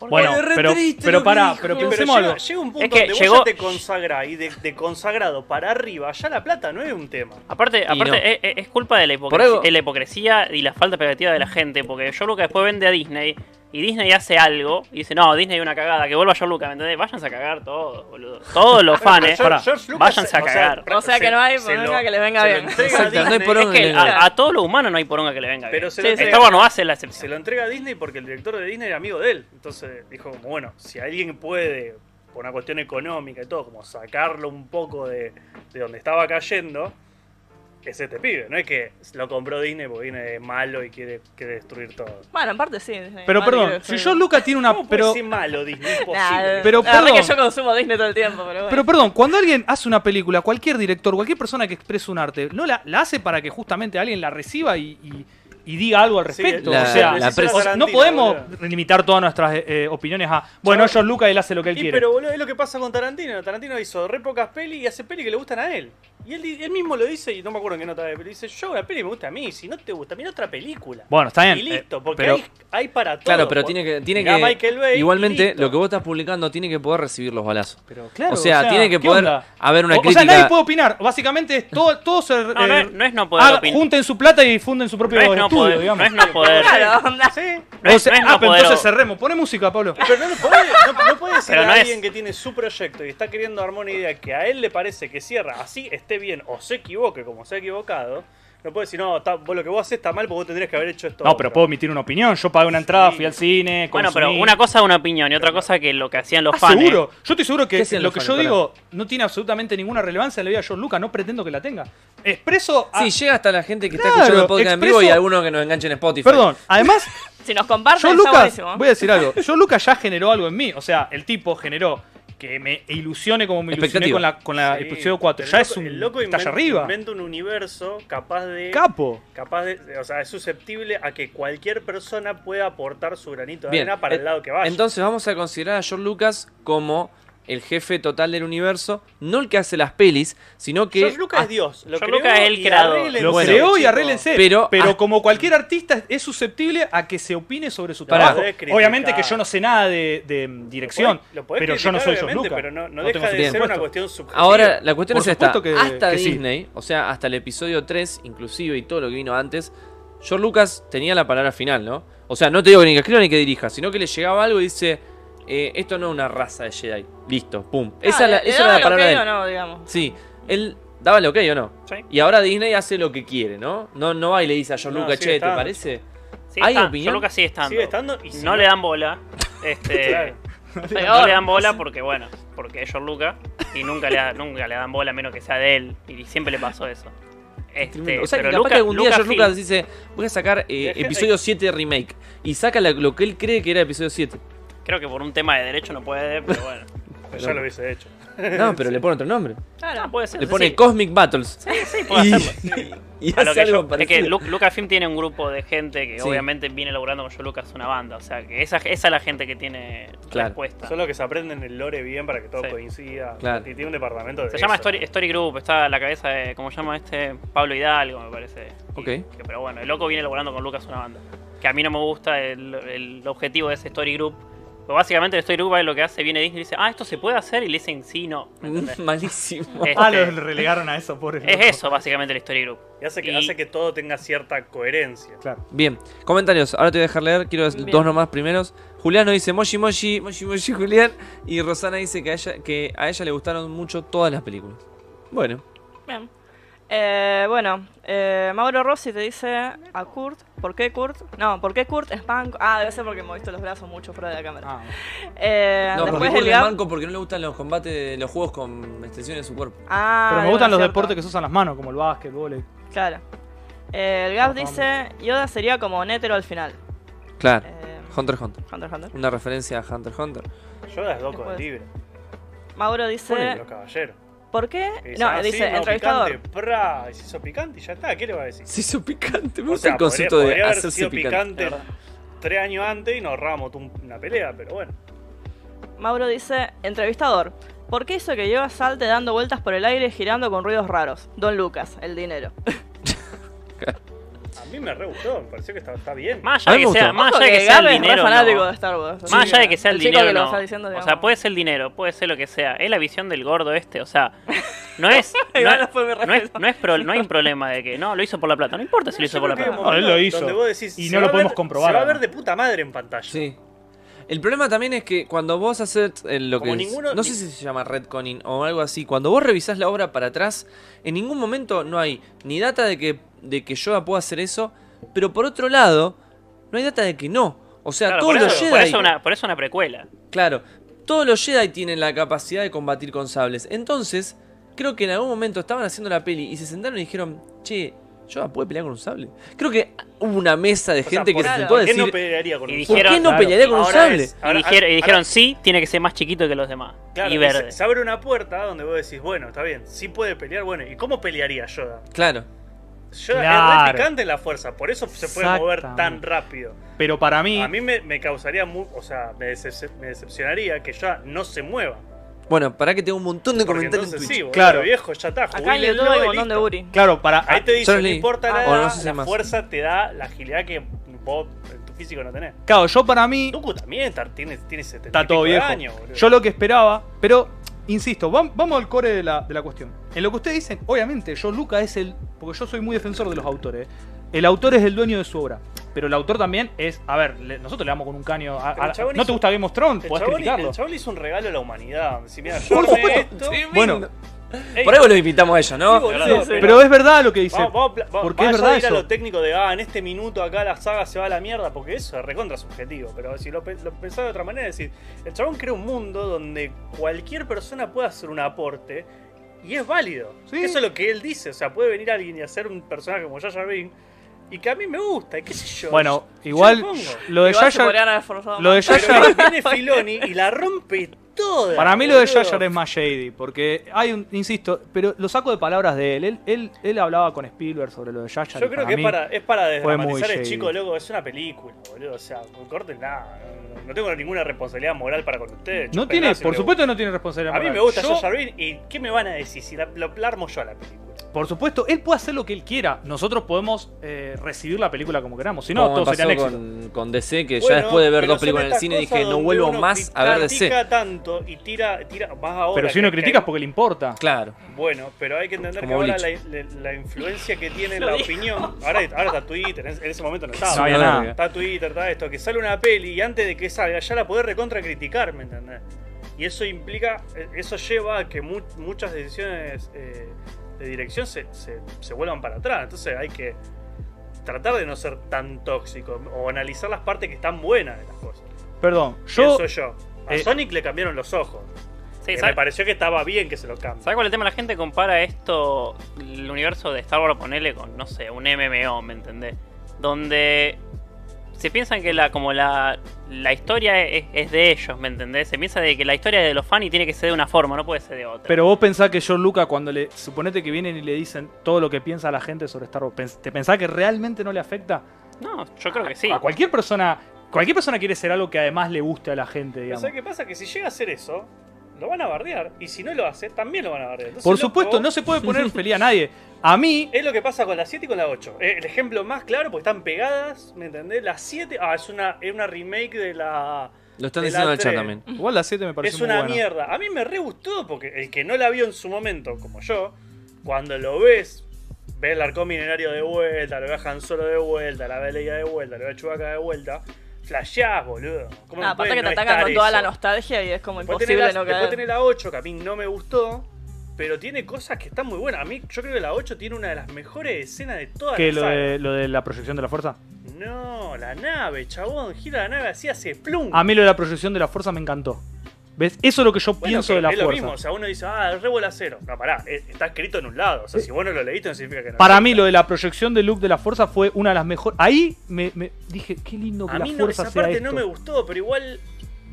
S1: Bueno,
S2: Ay, re
S1: pero,
S2: triste lo
S1: pero
S2: que
S1: pará,
S2: dijo.
S1: pero
S6: Pero
S1: pensemos
S6: llega,
S1: algo.
S6: llega un punto
S7: Es que
S6: donde
S7: llegó-
S6: vos ya te consagrás y de, de consagrado para arriba, ya la plata no es un tema.
S7: Aparte, aparte
S2: no.
S7: es, es- es culpa de la,
S2: Por
S7: hipocresía,
S2: algo-
S7: de la hipocresía y la falta de expectativa de la gente, porque George Lucas después vende a Disney y Disney hace algo y dice, no, Disney es una cagada, que vuelva George Lucas, ¿me entendés? Váyanse a cagar todos, boludo. Todos los fans,
S6: George- George Lucas
S7: váyanse a
S6: se- o sea,
S7: cagar.
S3: O sea que no hay
S6: Se- se
S3: problema
S6: lo-
S3: que les venga
S6: se lo
S3: bien.
S6: entrega a
S2: Exacto, no hay
S6: Disney.
S2: poronga.
S7: es que
S6: ah,
S7: a, a todos los humanos no hay poronga que le venga bien.
S6: Pero
S7: Sí,
S6: se lo
S7: sí.
S6: entrega-
S7: Star Wars no va a ser la
S6: Se lo
S7: excepción.
S6: entrega a Disney porque el director de Disney era amigo de él. Entonces dijo como, bueno, si alguien puede, por una cuestión económica y todo, como sacarlo un poco de, de donde estaba cayendo, es este pibe. No es que lo compró Disney porque Disney es malo y quiere, quiere destruir todo.
S3: Bueno, en parte sí.
S1: Pero perdón, si George Lucas tiene una
S6: ¿Cómo puede
S1: pero
S6: ser malo Disney? Imposible.
S1: Pero
S3: Pero
S1: perdón.
S3: que yo consumo Disney todo el tiempo, pero
S1: pero
S3: bueno.
S1: perdón, cuando alguien hace una película, cualquier director, cualquier persona que exprese un arte, no la, la hace para que justamente alguien la reciba y, y- y diga algo al
S6: Sí,
S1: respecto.
S2: la-
S1: o sea,
S2: la
S1: o sea,
S6: prensa-
S1: no podemos
S6: Tarantino,
S1: limitar todas nuestras eh, eh, opiniones a bueno,
S6: Chabón.
S1: George Lucas él hace lo que él
S6: Y
S1: quiere.
S6: pero boludo, es lo que pasa con Tarantino. Tarantino hizo re pocas pelis y hace pelis que le gustan a él. Y él, di- él mismo lo dice, y no me acuerdo en qué nota, pero dice, yo la peli me gusta a mí, si no te gusta, mira otra película.
S1: bueno, está bien.
S6: y
S1: eh,
S6: listo, porque
S1: pero
S6: hay, hay para todo.
S2: Claro, pero
S6: por-
S2: tiene que. Tiene
S6: Mirá
S2: que
S6: Michael Bay y
S2: igualmente,
S6: listo.
S2: lo que vos estás publicando tiene que poder recibir los balazos.
S1: pero claro,
S2: o, sea, tiene que
S1: ¿qué
S2: poder
S1: onda?
S2: haber una
S1: o, o
S2: crítica.
S1: sea, nadie puede opinar. Básicamente es todo, todo se,
S7: No, no
S1: eh,
S7: es no, es no poder
S1: haga-
S7: opinar.
S1: junten su plata y difunden su propio
S7: No es no
S1: estudio,
S7: poder.
S1: digamos.
S7: No es no poder.
S3: Claro, onda.
S6: Sí,
S7: No es-
S1: O sea,
S7: no es
S1: ah,
S7: no
S1: pero
S7: poder.
S1: entonces cerremos. Pone música, Pablo.
S6: pero no, lo podés- no, no puede ser
S7: Pero no
S6: a
S7: es-
S6: alguien que tiene su proyecto y está queriendo armar una idea que a él le parece que cierra, así esté bien o se equivoque como se ha equivocado. No puede decir, no, está- vos lo que vos haces está mal porque vos tendrías que haber hecho esto.
S1: No,
S6: otro.
S1: pero puedo emitir una opinión. Yo pagué una entrada,
S6: Sí.
S1: fui al cine.
S7: Bueno, pero
S1: consumí.
S7: una cosa es una opinión y otra cosa que lo que hacían los
S1: Ah,
S7: fans.
S1: seguro. Yo estoy seguro
S2: ¿Qué
S1: que
S2: hacían
S1: lo
S2: los
S1: que
S2: fans?
S1: yo
S2: Pará.
S1: digo no tiene absolutamente ninguna relevancia en la vida de John Lucas. No pretendo que la tenga. Expreso.
S6: Ah.
S1: a-
S2: Sí, llega hasta la gente que
S1: Claro,
S2: está escuchando el podcast en vivo y
S1: expreso-
S2: algunos que nos enganchan en Spotify.
S1: Perdón. Además,
S3: Si nos comparten,
S1: John
S3: está
S1: Lucas.
S3: buenísimo.
S1: Voy a decir algo. John Lucas ya generó algo en mí. O sea, el tipo generó que me ilusione como me ilusioné
S2: Expectativa.
S1: con la, con la
S6: Sí,
S1: episodio 4.
S6: pero
S1: Ya
S6: el
S1: es
S6: loco-
S1: un.
S6: el loco
S1: está allá
S6: inventa-
S1: arriba.
S6: Inventa un universo capaz de.
S1: Capo.
S6: capaz de. O sea, es susceptible a que cualquier persona pueda aportar su granito de
S2: Bien.
S6: arena para
S2: eh,
S6: el lado que vaya.
S2: Entonces vamos a considerar a George Lucas como el jefe total del universo, no el que hace las pelis, sino que
S6: George Lucas
S2: Ah,
S6: es Dios. Lo
S7: George
S6: creó
S7: Lucas es el
S6: y
S7: creador.
S6: arréglense,
S1: Lo
S2: Bueno,
S1: creó y
S6: chicos.
S1: arréglense. Pero,
S2: Pero- ah.
S1: como cualquier artista es susceptible a que se opine sobre su
S6: Pará.
S1: trabajo.
S6: podés criticar.
S1: Obviamente que yo no sé nada de, de dirección,
S6: Lo podés
S1: pero yo no soy
S6: criticar,
S1: John
S6: obviamente,
S1: Lucas.
S6: Pero no, no
S1: tengo
S6: deja de
S1: sentido.
S6: ser una
S1: Supuesto.
S6: cuestión subjetiva.
S2: Ahora, la cuestión
S1: Por
S2: es esta.
S1: supuesto que-
S2: hasta
S1: que sí.
S2: Disney, o sea, hasta el episodio 3, inclusive, y todo lo que vino antes, George Lucas tenía la palabra final, ¿no? O sea, no te digo que ni que escriba ni que dirija, sino que le llegaba algo y dice, eh, esto no es una raza de Jedi. Listo, pum. esa
S3: Ah,
S2: es la-
S3: le- le
S2: esa era
S3: daba
S2: la
S3: el
S2: palabra
S3: ok
S2: de él.
S3: o no, digamos.
S2: Sí, él daba el ok o no.
S7: Sí.
S2: Y ahora Disney hace lo que quiere, ¿no? No, no va y le dice a George
S6: No,
S2: Lucas,
S6: sigue
S2: che, ¿te
S6: estando.
S2: parece?
S7: Sí,
S2: ¿Hay
S7: está, George
S2: opinión?
S7: Lucas sigue estando.
S6: Sigue estando y si
S7: no, le dan bola. Este,
S6: Claro.
S7: No le dan bola porque, bueno, porque es George Lucas y nunca le, da- nunca le dan bola a menos que sea de él. Y siempre le pasó eso. Este,
S2: o sea, que
S7: pero
S2: capaz
S7: Lucas,
S2: que algún día
S7: Lucas
S2: George Lucas dice, voy a sacar eh,
S6: Dejé-
S2: episodio 7 remake. Y saca la- lo que él cree que era episodio 7.
S7: sí, creo que por un tema de derecho no puede, pero bueno.
S6: Ya lo hubiese hecho.
S2: No, pero le pone otro nombre.
S3: Claro.
S7: No, Ah, puede ser.
S2: Le
S7: sí,
S2: pone
S7: sí,
S2: Cosmic Battles.
S7: sí, puede
S2: y,
S7: hacerlo.
S2: y
S7: A lo
S2: hace
S7: que yo-
S2: algo
S7: es que
S2: parecido.
S7: Lu- Lucasfilm tiene un grupo de gente que
S2: Sí.
S7: obviamente viene laburando con George Lucas una banda. O sea, que esa, esa es la gente que tiene
S2: Claro.
S7: respuesta.
S6: Son los que se aprenden el lore bien para que todo
S7: Sí.
S6: coincida.
S2: Claro.
S6: Y tiene un departamento de
S7: Se llama
S6: eso.
S7: Story, Story Group, está a la cabeza de, ¿cómo se llama este? Pablo Hidalgo, me parece. Y-
S2: Ok.
S7: que- pero bueno, el loco viene laburando con Lucas una banda. Que a mí no me gusta el, el objetivo de ese Story Group. Pero básicamente el Story Group es lo que hace, viene Disney y dice, ah, esto se puede hacer, y le dicen sí, no. ¿me entendés?
S2: Malísimo.
S7: Este,
S1: Ah, lo relegaron a eso, pobre.
S7: es
S1: loco.
S7: eso básicamente el Story Group.
S6: Y hace que,
S7: Y-
S6: hace que todo tenga cierta coherencia.
S1: Claro.
S2: Bien, comentarios. Ahora te voy a dejar leer. Quiero
S3: Bien.
S2: dos nomás primeros. Julián nos dice Moshi Moshi, Moshi Moshi Julián. Y Rosana dice que a, ella, que a ella le gustaron mucho todas las películas. Bueno,
S3: Bien. Eh, bueno, eh, Mauro Rossi te dice a Kurt, ¿por qué Kurt? No, ¿por qué Kurt es banco? Ah, debe ser porque moviste los brazos mucho fuera de la cámara.
S1: Ah,
S3: Eh,
S2: No, porque
S3: después el
S2: Kurt es
S3: Gab-
S2: manco porque no le gustan los combates, los juegos con extensiones de su cuerpo.
S3: Ah,
S1: pero me
S3: bueno,
S1: gustan los
S3: cierto.
S1: deportes que se usan las manos, como el básquet, el vóley.
S3: Claro. Eh, el Gab
S1: Los
S3: dice, Yoda sería como Netero al final.
S2: Claro.
S3: Eh,
S2: Hunter x Hunter.
S3: Hunter x Hunter.
S2: Una referencia a Hunter x Hunter.
S6: Yo las loco de
S3: Después.
S6: libre.
S3: Mauro
S6: Ponen
S3: dice,
S6: los caballeros.
S3: ¿por qué?
S6: Y
S3: No,
S6: ah, sí,
S3: dice,
S6: no,
S3: entrevistador.
S6: Picante, pra, y se hizo picante y ya está. ¿Qué le va a decir?
S2: Se hizo picante. Me
S6: O
S2: gusta
S6: sea,
S2: el concepto
S6: podría,
S2: de
S6: podría haber
S2: hacerse
S6: sido
S2: picante.
S6: picante,
S4: la verdad.
S6: tres años antes y nos ahorramos tu- una pelea, pero bueno.
S3: Mauro dice, entrevistador. ¿Por qué hizo que Yoda salte dando vueltas por el aire girando con ruidos raros? Don Lucas, el dinero.
S6: A mí me re gustó, me pareció que está, está bien.
S7: Más allá
S2: A mí
S7: de que
S2: me
S7: sea,
S2: gustó.
S7: más
S3: Ojo
S7: allá de que
S3: que
S7: sea el
S3: Gabe es re
S7: dinero.
S3: fanático
S7: no.
S3: de Star Wars. así
S7: Más allá de que sea el,
S3: chico
S7: dinero,
S3: eh, que lo
S7: no.
S3: está diciendo,
S7: o sea,
S3: digamos.
S7: puede ser el dinero, puede ser lo que sea. Es la visión del gordo este, o sea, no es, no,
S3: Igual
S7: es,
S3: después me
S7: no es-
S3: refiero.
S7: no es pro- no hay un problema de que no lo hizo por la plata. No importa si lo hizo por la
S6: Yo creo
S7: plata.
S6: que hay un
S1: No, Ah, él lo
S6: momento
S1: hizo.
S6: donde vos decís,
S1: Y
S6: se
S1: no lo
S6: va a
S1: podemos
S6: ver-
S1: comprobar,
S6: Se va a ver
S1: además.
S6: de puta madre en pantalla.
S2: Sí. El problema también es que cuando vos haces eh, lo
S6: Como
S2: que. es-
S6: ninguno-
S2: no sé si se llama redconning o algo así. Cuando vos revisás la obra para atrás, en ningún momento no hay ni data de que, de que Yoda pueda hacer eso. Pero por otro lado, no hay data de que no. O sea,
S7: Claro,
S2: todos
S7: por,
S2: los
S7: eso, por
S2: Jedi.
S7: eso una, por eso una precuela.
S2: Claro, todos los Jedi tienen la capacidad de combatir con sables. Entonces, creo que en algún momento estaban haciendo la peli y se sentaron y dijeron, che. Yoda puede pelear con un sable. Creo que hubo una mesa de
S6: O sea,
S2: gente que se
S6: ¿por-
S3: claro.
S2: sentó a
S6: ¿por qué
S2: decir.
S6: no pelearía con
S7: Y
S6: un
S7: dije-
S2: ¿Por qué
S7: Dijeron,
S2: no
S7: claro,
S2: pelearía con un
S6: ahora
S2: sable?
S6: es- Ahora-
S7: y dijeron, y
S6: ahora-
S7: dijeron, sí, tiene que ser más chiquito que los demás.
S6: Claro,
S7: y
S6: y
S7: verde.
S6: se, se abre una puerta donde vos decís, bueno, está bien, sí puede pelear, bueno, ¿y cómo pelearía Yoda?
S2: Claro.
S6: Yoda es
S1: Claro.
S6: re picante en la fuerza, por eso se puede mover tan
S1: Exactamente.
S6: rápido.
S1: Pero para mí,
S6: A mí me, me causaría, mu- o sea, me, decep- me decepcionaría que Yoda no se mueva.
S2: Bueno, para que tengo un montón de
S6: Porque
S2: comentarios en
S6: entonces
S2: Twitch.
S6: sí, boludo,
S1: Claro.
S6: viejo, ya está.
S3: Acá en
S6: jubílenlo
S3: YouTube hay
S6: y
S3: un montón de
S6: listo.
S3: Uri.
S1: claro, para.
S6: Ahí te dice,
S2: Yo
S6: no
S2: leí.
S6: importa
S2: Ah,
S6: nada,
S2: o no sé si
S6: la
S2: más.
S6: fuerza te da la agilidad que vos en tu físico no tenés.
S1: Claro, yo para mí.
S6: Tuku también está- tiene, tiene 70
S1: Está todo viejo.
S6: años, boludo.
S1: Yo lo que esperaba, pero insisto, vam- vamos al core de la, de la cuestión. En lo que ustedes dicen, obviamente, yo Luca es el. Porque yo soy muy defensor de los autores. ¿eh? El autor es el dueño de su obra. Pero el autor también es. A ver, le- nosotros le damos con un caño. a-
S6: Pero el
S1: a-
S6: chabón
S1: ¿No te
S6: hizo-
S1: gusta Game of Thrones?
S6: el,
S1: Podés
S6: chabón,
S1: criticarlo.
S6: el chabón le hizo un regalo a la humanidad. Si mira, yo
S1: Por
S6: armé
S1: supuesto.
S6: esto.
S1: Bueno,
S6: Ey,
S2: Oh, Por algo lo invitamos a ellos,
S6: sí,
S2: ¿no?
S6: boludo,
S1: sí, pero es verdad lo que dice.
S6: Vamos, vamos, pla- vamos,
S1: porque
S6: más
S1: es
S6: allá de
S1: verdad
S6: ir a
S1: eso.
S6: lo técnico de, ah, en este minuto acá la saga se va a la mierda, porque eso es recontra subjetivo. Pero si lo, pe- lo pensás de otra manera, es decir, el chabón crea un mundo donde cualquier persona puede hacer un aporte y es válido.
S1: Sí.
S6: Eso es lo que él dice. O sea, puede venir alguien y hacer un personaje como Jar Bing y que a mí me gusta, y qué sé yo.
S1: Bueno,
S6: yo- yo
S1: igual
S6: lo pongo.
S1: lo de
S3: Igual se
S1: Yaya.
S3: podrían haber forzado
S1: Lo de
S3: más.
S1: Yaya.
S6: Pero viene Filoni y la rompe toda.
S1: Para mí lo de
S6: boludo.
S1: Yaya es más shady, porque hay un, insisto, pero lo saco de palabras de él. Él, él, él hablaba con Spielberg sobre lo de Yaya.
S6: Yo creo que es para, es para
S1: muy
S6: desdramatizar el
S1: shady.
S6: chico, loco. Es una película, boludo. O sea, corten nada. No tengo ninguna responsabilidad moral para con ustedes.
S1: No
S6: Chúpenla
S1: tiene,
S6: si
S1: por
S6: les
S1: supuesto, no tiene
S6: gusta.
S1: responsabilidad.
S6: A mí
S1: moral.
S6: me gusta
S1: Yo-
S6: Josh Arvin. ¿Y qué me van a decir si la, lo lo armo yo a la película?
S1: Por supuesto, él puede hacer lo que él quiera. Nosotros podemos eh, recibir la película como queramos. Si no,
S2: Como me
S1: todo sería un
S2: pasó
S1: éxito.
S2: con, con DC, que
S6: Bueno,
S2: ya después de ver
S6: pero
S2: dos
S6: son
S2: películas en el
S6: estas
S2: cine
S6: cosas
S2: dije, no
S6: donde
S2: vuelvo
S6: uno
S2: más a ver DC.
S6: Critica tanto y tira, tira más ahora.
S1: Pero si uno
S6: que- que-
S1: critica es porque le importa.
S2: Claro.
S6: Bueno, pero hay que entender que
S2: Como
S6: ahora la, la- la influencia que tiene
S3: Lo
S6: la
S3: dijo.
S6: opinión. Ahora, ahora está Twitter, en, en ese momento no estaba.
S1: No había
S2: Una
S1: nada.
S2: verga.
S6: Está Twitter, está esto, que sale una peli y antes de que salga ya la podés recontra criticar, ¿me entendés? Y eso implica, eh, eso lleva a que mu- muchas decisiones eh, de dirección se, se, se vuelvan para atrás. Entonces hay que tratar de no ser tan tóxico o analizar las partes que están buenas de las cosas.
S1: Perdón, yo.
S6: Pienso yo. A
S1: eh,
S6: Sonic le cambiaron los ojos.
S7: Sí,
S6: que
S7: ¿sabes?
S6: me pareció que estaba bien que se los cambien.
S7: ¿Sabes cuál es el tema? La gente compara esto, el universo de Star Wars, ponele con, no sé, un MMO, ¿me entendés? Donde se piensan que la como la, la historia es, es de ellos, ¿me entendés? Se piensa de que la historia es de los fans y tiene que ser de una forma, no puede ser de otra.
S1: Pero vos pensás que John Luca, cuando le. Suponete que vienen y le dicen todo lo que piensa la gente sobre Star Wars, pens- ¿te pensás que realmente no le afecta?
S7: no, yo creo que sí.
S1: A cualquier persona. Cualquier persona quiere ser algo que además le guste a la gente,
S6: Pero
S1: digamos.
S6: ¿sabes qué pasa? Que si llega a hacer eso, lo van a bardear. Y si no lo hace, también lo van a bardear. Entonces,
S1: Por
S6: loco,
S1: supuesto, no se puede poner en pelea a nadie. A mí.
S6: Es lo que pasa con la 7 y con la 8. Eh, El ejemplo más claro, porque están pegadas, ¿me entendés? La 7, ah, es una, es una remake de la...
S2: Lo están
S6: de la
S2: diciendo en el chat
S6: tres.
S2: también.
S1: Igual la 7 me parece
S6: Es
S1: muy
S6: una
S1: buena.
S6: mierda. A mí me re gustó, porque el que no la vio en su momento, como yo, cuando lo ves, ves el arco minerario de vuelta, lo ves a Han Solo de vuelta, la ve a Leia de vuelta, lo ve a Chewbacca de vuelta, flasheás, boludo. ¿Cómo
S3: Ah,
S6: no puede
S3: aparte que
S6: no
S3: te atacan
S6: estar
S3: con toda la
S6: eso?
S3: nostalgia y es como
S6: Después tenés,
S3: imposible
S6: la,
S3: no
S6: después
S3: caer.
S6: tenés la 8, que a mí no me gustó. Pero tiene cosas que están muy buenas. A mí, yo creo que la 8 tiene una de las mejores escenas de toda
S1: ¿Qué lo
S6: la saga.
S1: de, lo de la proyección de la fuerza?
S6: No, la nave, chabón. Gira la nave así, hace plum.
S1: A mí lo de la proyección de la fuerza me encantó. ¿Ves? Eso es lo que yo
S6: Bueno,
S1: pienso
S6: pero
S1: de la
S6: es
S1: fuerza.
S6: lo mismo, o sea, uno dice, ah, es re bola cero. No, pará, es- está escrito en un lado. O sea, si vos no lo leíste, no significa que no.
S1: Para mí lo de la proyección de Luke de la fuerza fue una de las mejores. Ahí me, me dije, qué lindo que
S6: A
S1: la
S6: mí no,
S1: fuerza
S6: esa
S1: sea
S6: parte
S1: esto.
S6: no me gustó, pero igual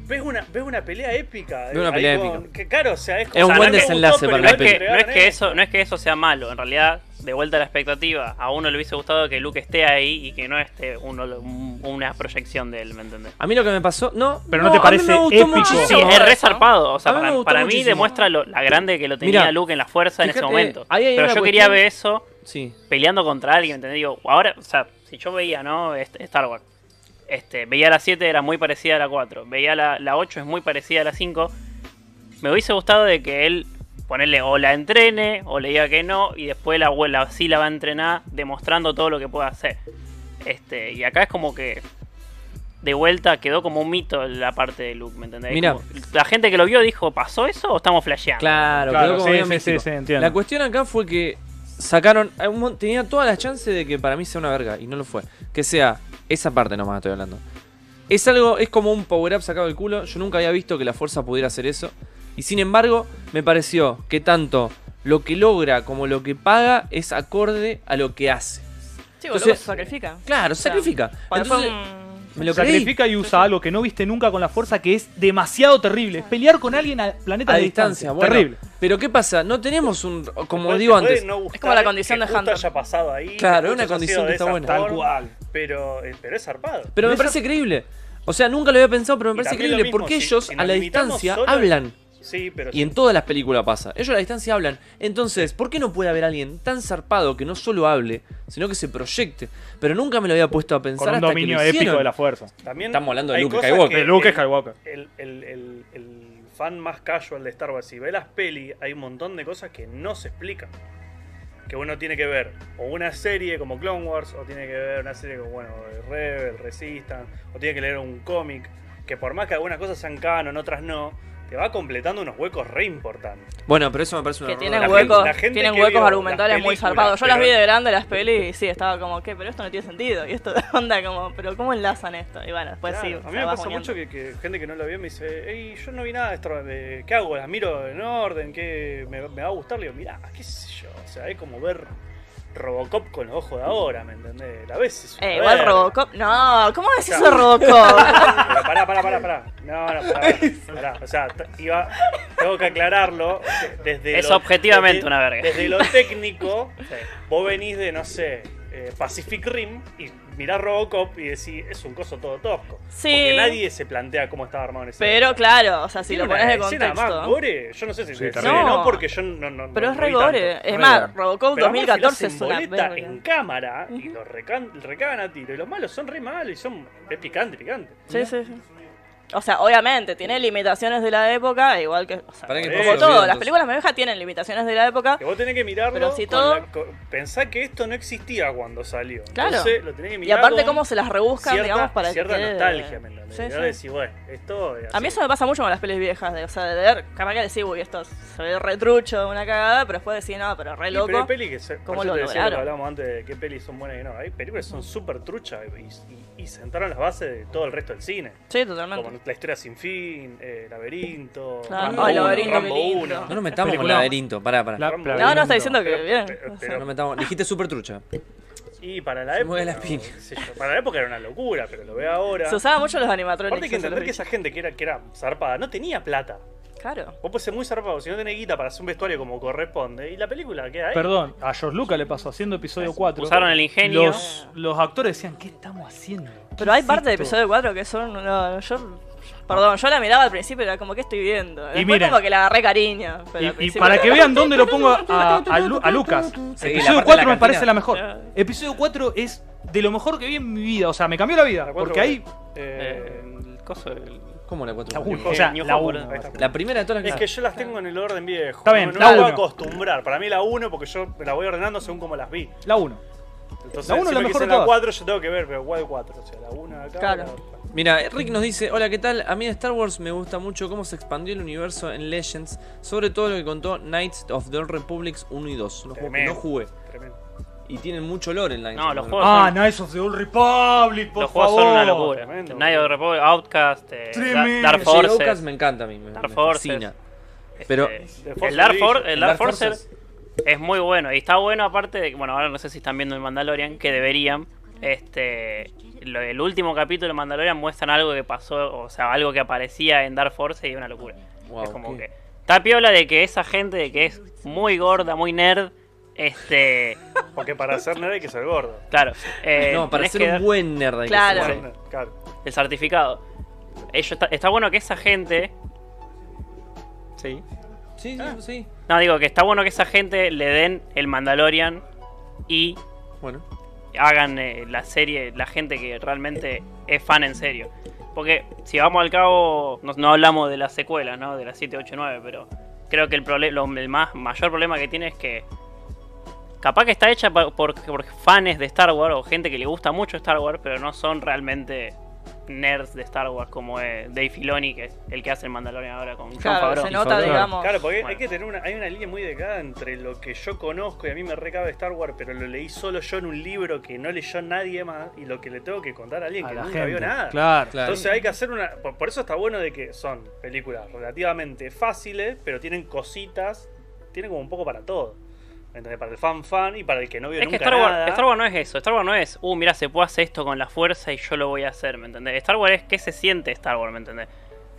S6: ves una, ves una pelea épica. eh,
S2: Ves una
S6: Ahí
S2: pelea
S6: con-
S2: épica.
S6: Que, claro, o sea, es, como-
S2: Es un
S6: o sea,
S2: buen
S6: no me
S2: desenlace
S6: gustó,
S2: para
S6: pero
S2: la
S7: No
S6: igual
S7: es, que,
S6: te
S7: no es
S6: entregaron
S7: que
S6: esto.
S7: eso, no es que eso sea malo, en realidad, de vuelta a la expectativa, a uno le hubiese gustado que Luke esté ahí y que no esté uno, un- una proyección de él, ¿me entendés?
S2: A mí lo que me pasó. No,
S1: Pero no te
S2: a mí
S1: parece
S2: me gustó
S1: épico.
S2: muchísimo.
S7: Sí, es re zarpado, o sea,
S2: A mí me
S7: para,
S2: gustó
S7: para mí
S2: muchísimo.
S7: demuestra lo- la grande que lo tenía
S2: Mirá,
S7: Luke en la fuerza en
S2: fíjate,
S7: ese momento.
S2: ahí hay
S7: Pero
S2: una
S7: yo quería
S2: cuestión-
S7: ver eso
S2: Sí.
S7: peleando contra alguien, ¿entendés? Digo, ahora, o sea, si yo veía, ¿no? Este, Star Wars. Este, veía la 7, era muy parecida a la 4. Veía la, la 8, es muy parecida a la 5. Me hubiese gustado de que él, ponerle o la entrene, o le diga que no, y después la abuela sí la va a entrenar, demostrando todo lo que puede hacer. Este, y acá es como que. De vuelta quedó como un mito la parte de Luke, ¿me entendés?
S2: Mirá.
S7: Como- la gente que lo vio dijo, ¿pasó eso o estamos flasheando?
S2: Claro,
S1: Claro,
S2: quedó como
S1: sí,
S2: medio
S1: sí,
S2: místico.
S1: sí, sí, entiendo.
S2: La cuestión acá fue que sacaron. hay un mon- Tenía todas las chances de que para mí sea una verga, y no lo fue. Que sea esa parte nomás estoy hablando. Es algo, es como un power-up sacado del culo. Yo nunca había visto que la fuerza pudiera hacer eso. Y sin embargo, me pareció que tanto lo que logra como lo que paga es acorde a lo que hace.
S3: Sí, boludo,
S2: Entonces-
S3: se sacrifica.
S2: Claro,
S3: sea,
S2: sacrifica.
S3: Para
S2: Entonces,
S3: después, mm,
S2: me lo creí.
S1: Sacrifica y usa algo que no viste nunca con la fuerza, que es demasiado terrible. Es pelear con alguien a planeta
S2: a
S1: de
S2: distancia,
S1: distancia.
S2: bueno,
S1: Terrible.
S2: pero ¿qué pasa? No tenemos un, como
S6: Puede-
S2: digo
S6: puede
S2: antes,
S6: no gustar
S3: como la condición
S6: que
S3: de
S6: justo
S3: Hunter.
S6: haya pasado ahí.
S2: Claro,
S6: que
S2: una
S6: justo haya
S2: condición
S6: sido
S2: que
S6: de
S2: está
S6: esa
S2: buena.
S6: forma,
S1: Tal cual.
S6: Pero, eh, pero es zarpado.
S2: pero me
S1: esa-
S2: parece creíble. O sea, nunca lo había pensado, pero me
S6: Y
S2: parece
S6: también lo
S2: creíble
S6: mismo,
S2: porque
S6: si-
S2: ellos
S6: si
S2: a
S6: nos
S2: la
S6: limitamos
S2: distancia
S6: solo-
S2: hablan.
S6: Sí, pero
S2: Y en todas las películas pasa. Ellos a la distancia hablan. Entonces, ¿por qué no puede haber alguien tan zarpado que no solo hable, sino que se proyecte? Pero nunca me lo había puesto a pensar
S1: Con un
S2: hasta que
S1: dominio
S2: lo hicieron.
S1: épico de la fuerza.
S6: también
S2: Estamos hablando de
S6: hay
S2: Luke
S6: cosas
S2: Skywalker.
S6: que
S1: De Luke
S6: el-
S1: Skywalker.
S6: El, el- el- el fan más casual de Star Wars, si ve las peli, hay un montón de cosas que no se explican. Que uno tiene que ver o una serie como Clone Wars, o tiene que ver una serie como, bueno, Rebel, Resistance, o tiene que leer un cómic. Que por más que algunas cosas sean canon, otras no, te va completando unos huecos re importantes.
S2: Bueno, pero eso me parece una
S3: Que
S2: error de
S3: tienen
S2: la
S6: gente-
S3: huecos,
S6: la gente
S3: tienen
S6: que
S3: huecos
S6: vio
S3: argumentales
S6: las
S3: muy
S6: películas,
S3: zarpados. Yo las vi
S6: pero-
S3: de grande las pelis y sí, estaba como, ¿qué? Pero esto no tiene sentido. Y esto de onda como, ¿pero cómo enlazan esto? Y bueno, después Pues sí.
S6: Claro,
S3: se
S6: a mí me
S3: va
S6: pasa
S3: uniendo.
S6: mucho que, que gente que no lo vio me dice, Ey, yo no vi nada de Star Wars, de- ¿qué hago? ¿Las miro en orden? ¿Qué me, me va a gustar? Le digo, mirá, qué sé yo, o sea, es como ver Robocop con los ojos de ahora, ¿me entendés? La ves es una
S3: Eh, igual
S6: verga.
S3: Robocop. No, ¿cómo decís eso
S6: Claro.
S3: de Robocop?
S6: Pero pará, pará, pará, pará. No, no, pará, pará, pará. O sea, t- iba, tengo que aclararlo. Desde
S7: Es objetivamente
S6: desde-
S7: una verga.
S6: Desde lo técnico, vos venís de, no sé, eh, Pacific Rim y mirás Robocop y decís, es un coso todo tosco.
S3: Sí.
S6: Porque nadie se plantea cómo estaba armado en ese
S3: Pero claro, o sea, si
S6: Tiene
S3: lo
S6: una
S3: pones de
S6: escena más
S3: contexto.
S6: gore, yo no sé si se
S5: también.
S6: no.
S3: No.
S6: porque yo no. no
S3: Pero
S6: no-
S3: es
S6: no
S3: re
S6: vi tanto.
S3: gore. Es
S2: Re
S3: más,
S2: gore.
S3: Robocop
S6: Pero aparte
S3: 2014
S6: lo
S3: es una
S6: hacen boleta en
S3: verga.
S6: cámara y los recan- recagan a tiro. Y los malos son re malos y son. Es picante, picante.
S3: Sí, sí, sí. O sea, obviamente, tiene limitaciones de la época, igual que. O sea,
S2: Para que
S6: Eh,
S2: pase
S3: como
S2: los videos,
S3: todo, las
S2: entonces.
S3: películas viejas tienen limitaciones de la época.
S6: Que vos tenés que mirarlo.
S3: Pero si
S6: con
S3: todo-
S6: la co- pensá que esto no existía cuando salió.
S3: Claro.
S6: Entonces lo tenés que
S3: Y
S6: mirar.
S3: aparte,
S6: con
S3: cómo se las rebuscan,
S6: cierta,
S3: digamos, para
S6: Cierta
S3: que.
S6: nostalgia, ¿me entendés?
S3: Sí,
S6: Y
S3: sí.
S6: ahora decís, bueno, esto. es
S3: A mí
S6: así.
S3: eso me pasa mucho con las pelis viejas, de, o sea, de ver, capaz que decís, uy, esto se ve retrucho, una cagada, pero después decís, no, pero re
S6: Y, Pero hay
S3: loco.
S6: pelis que se, por
S3: ¿Cómo
S6: eso
S3: lo
S6: te decía lo que
S3: lograron?
S6: hablábamos antes de qué pelis son buenas y no. Hay películas que son súper truchas y, y- y sentaron las bases de todo el resto del cine.
S3: Sí,
S6: Como
S3: totalmente.
S6: La historia sin fin, eh, Laberinto,
S3: Claro.
S6: Rambo,
S2: Ay,
S6: 1,
S2: Laberinto,
S6: Rambo
S3: qué lindo.
S6: 1.
S2: No nos metamos con
S1: Película.
S2: laberinto, pará, pará.
S1: La-
S6: No,
S1: la-
S3: No, no, está diciendo que
S6: Pero-
S3: bien.
S6: pero-
S3: o sea.
S2: No nos metamos. Dijiste super trucha.
S6: Y para la
S2: Se mueve
S6: época.
S2: la espina.
S6: qué sé yo, para la época era una locura, pero lo veo ahora.
S3: Se usaba mucho los animatronics.
S6: Aparte hay que
S3: eso lo
S6: entender que
S3: vi.
S6: esa gente que era, que era zarpada no tenía plata.
S3: Claro.
S6: Vos puedes ser muy zarpado, si no tenés guita para hacer un vestuario como corresponde, y la película queda ahí.
S1: Perdón, a George Lucas le pasó haciendo episodio 4.
S7: Usaron el ingenio.
S1: Los, los actores decían, ¿qué estamos haciendo?
S3: Pero hay
S1: ¿Qué
S3: partes de
S1: es esto?".
S3: episodio 4 que son. No, yo. Perdón, yo la miraba al principio y era como, ¿qué estoy viendo? Después
S1: miren.
S3: como que la agarré cariño. Pero
S1: Y-
S3: al
S1: Y,
S3: principio-
S1: para que vean dónde lo pongo a, a Lu- a Lucas.
S2: Sí, la parte de la
S1: episodio 4 me
S2: cantina.
S1: parece la mejor.
S3: Ah.
S1: Episodio 4 es de lo mejor que vi en mi vida. O sea, me cambió la vida.
S6: La cuatro,
S1: Porque ahí.
S6: eh,
S7: el coso, el-
S2: ¿Cómo la cuatro?
S1: La uno,
S6: Hawk,
S1: o sea,
S7: New
S1: la
S7: Hawk,
S1: uno.
S6: ahí está.
S2: La primera de todas las
S6: Es que yo las tengo en el orden viejo.
S1: Está bien,
S6: no, no
S1: la
S6: me voy a
S1: uno.
S6: acostumbrar. Para mí la 1, porque yo la voy ordenando según como las vi.
S1: La 1.
S6: Entonces,
S1: La uno es
S6: si
S1: la
S6: me
S1: mejor
S6: dicen
S1: de
S6: la
S1: todas.
S6: 4, yo tengo que ver, pero igual 4. O sea, la 1 acá.
S3: Claro.
S6: la-
S2: Mira, Rick nos dice, hola, ¿qué tal? A mí de Star Wars me gusta mucho cómo se expandió el universo en Legends, sobre todo lo que contó Knights of the Old Republics 1 y 2. No jugué,
S6: Tremendo.
S2: no jugué.
S6: Tremendo.
S2: Y tienen mucho lore en Knights
S7: No,
S2: of the
S7: los
S2: Old
S7: juegos-
S1: Ah, Knights of the Old Republic, por
S7: Los juegos
S1: favor.
S7: son una locura.
S6: Tremendo.
S7: Night of the Republic, Outcast, eh,
S1: Tremendo.
S7: Dark
S1: Sí,
S2: Republics. Sí,
S7: Forces.
S2: Outcast me encanta a mí, me,
S7: Dark
S2: me
S7: Forces.
S2: fascina.
S7: este,
S2: Pero
S6: The Force
S7: el Dark,
S6: Unleashed.
S7: For- el Dark Forces es muy bueno. Y está bueno, aparte de que, bueno, ahora no sé si están viendo el Mandalorian, que deberían. Este, lo- el último capítulo de Mandalorian muestran algo que pasó, o sea, algo que aparecía en Dark Forces y es una locura.
S2: Wow,
S7: es como
S2: ok.
S7: que. Está piola de que esa gente de que es muy gorda, muy nerd, este.
S6: Porque para ser nerd hay que ser gordo.
S7: Claro. eh,
S2: no, para
S7: tenés
S2: ser
S7: que
S2: un
S7: dar-
S2: buen nerd hay que
S3: Claro.
S2: ser.
S6: Ser nerd, Claro.
S7: el certificado. Ellos está, está bueno que esa gente. Sí.
S2: Sí, sí,
S7: Ah.
S2: sí.
S7: No, digo que está bueno que esa gente le den el Mandalorian y
S2: Bueno.
S7: hagan eh, la serie, la gente que realmente es fan en serio. Porque si vamos al cabo, no, no hablamos de las secuelas, ¿no? De las 7, 8, 9, pero creo que el, proble- lo- el más, mayor problema que tiene es que capaz que está hecha pa- por, por fans de Star Wars o gente que le gusta mucho Star Wars, pero no son realmente nerds de Star Wars como es Dave Filoni, que es el que hace el Mandalorian ahora con John
S3: Claro,
S7: Favreau.
S3: se nota,
S5: Favreau.
S3: digamos.
S6: Claro, porque hay
S7: Bueno.
S6: que tener una, hay una línea muy delgada entre lo que yo conozco y a mí me recabe Star Wars, pero lo leí solo yo en un libro que no leyó nadie más y lo que le tengo que contar a alguien
S1: A
S6: que
S1: la
S6: nunca
S1: gente.
S6: vio nada.
S1: Claro.
S2: Claro.
S6: Entonces hay que hacer una. Por, por eso está bueno de que son películas relativamente fáciles, pero tienen cositas, tienen como un poco para todo. ¿Entendés? Para el fan fan y para el que no vio
S7: Es que
S6: nunca
S7: Star Wars,
S6: nada.
S7: Star Wars no es eso. Star Wars no es, uh, mira, se puede hacer esto con la fuerza y yo lo voy a hacer, ¿me entendés? Star Wars es qué se siente Star Wars, ¿me entendés?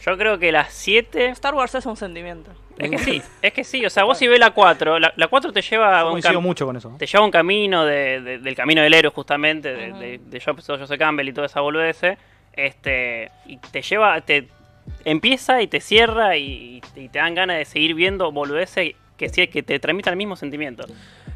S7: Yo creo que las 7.
S3: Star Wars es un sentimiento.
S7: Es que sí, es que sí. O sea, vos si ves la 4, la, la 4 te lleva
S1: Yo
S7: a un
S1: coincido
S7: cam-
S1: mucho con eso.
S7: te lleva a un camino de- de- del camino del héroe, justamente, de,
S3: Ajá.
S7: de, de Job- Joseph Campbell y toda esa boludez. ¿eh? Este, y te lleva, te empieza y te cierra y, y te dan ganas de seguir viendo boludeces que, sí- que te transmitan el mismo sentimiento.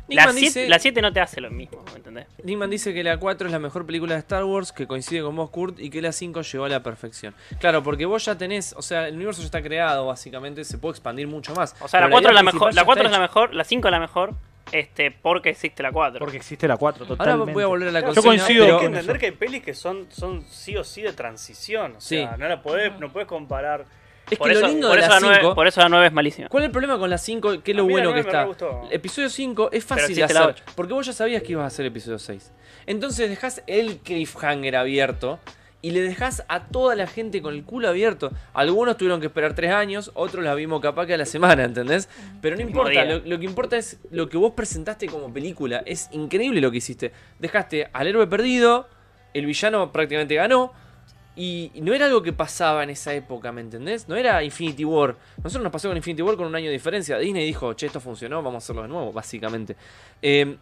S7: La
S2: Nickman
S7: 7
S2: dice,
S7: no te hace lo mismo, ¿me entendés?
S2: Nickman dice que la 4 es la mejor película de Star Wars, que coincide con vos, Kurt, y que la 5 llegó a la perfección. Claro, porque vos ya tenés, o sea, el universo ya está creado, básicamente, se puede expandir mucho más.
S7: O sea, la
S2: Pero
S7: 4 es la
S2: idea
S7: mejor,
S2: principal ya
S7: la 4 es
S2: está
S7: la
S2: hecha.
S7: mejor, la 5 es la mejor, este, porque existe la 4.
S1: Porque existe la 4, totalmente.
S2: Ahora voy a volver a la
S1: Yo
S2: consigna.
S1: coincido
S2: pero-
S6: Hay que entender que hay pelis que son, son sí o sí de transición. O sea,
S2: Sí.
S6: no la podés, no podés comparar.
S2: Es
S7: por,
S2: que
S7: eso,
S2: lo lindo
S7: por
S2: de
S7: eso
S2: la
S7: 9,
S2: 5...
S7: por eso la 9 es malísima.
S2: ¿Cuál es el problema con la 5? ¿Qué es
S6: A
S2: lo
S6: mí la
S2: bueno que
S6: nueve me
S2: está?
S6: re gustó.
S2: Episodio 5 es fácil de
S7: existe la
S2: hacer,
S7: ocho.
S2: porque vos ya sabías que ibas a hacer episodio 6. Entonces dejás el cliffhanger abierto y le dejás a toda la gente con el culo abierto. Algunos tuvieron que esperar 3 años, otros la vimos capaz que a la semana, ¿entendés? Pero no
S7: Mismo
S2: importa,
S7: día.
S2: lo, lo que importa es lo que vos presentaste como película. Es increíble lo que hiciste. Dejaste al héroe perdido, el villano prácticamente ganó. Y y no era algo que pasaba en esa época, ¿me entendés? No era Infinity War. Nosotros nos pasó con Infinity War con un año de diferencia. Disney dijo, che, esto funcionó, vamos a hacerlo de nuevo, básicamente. Eh,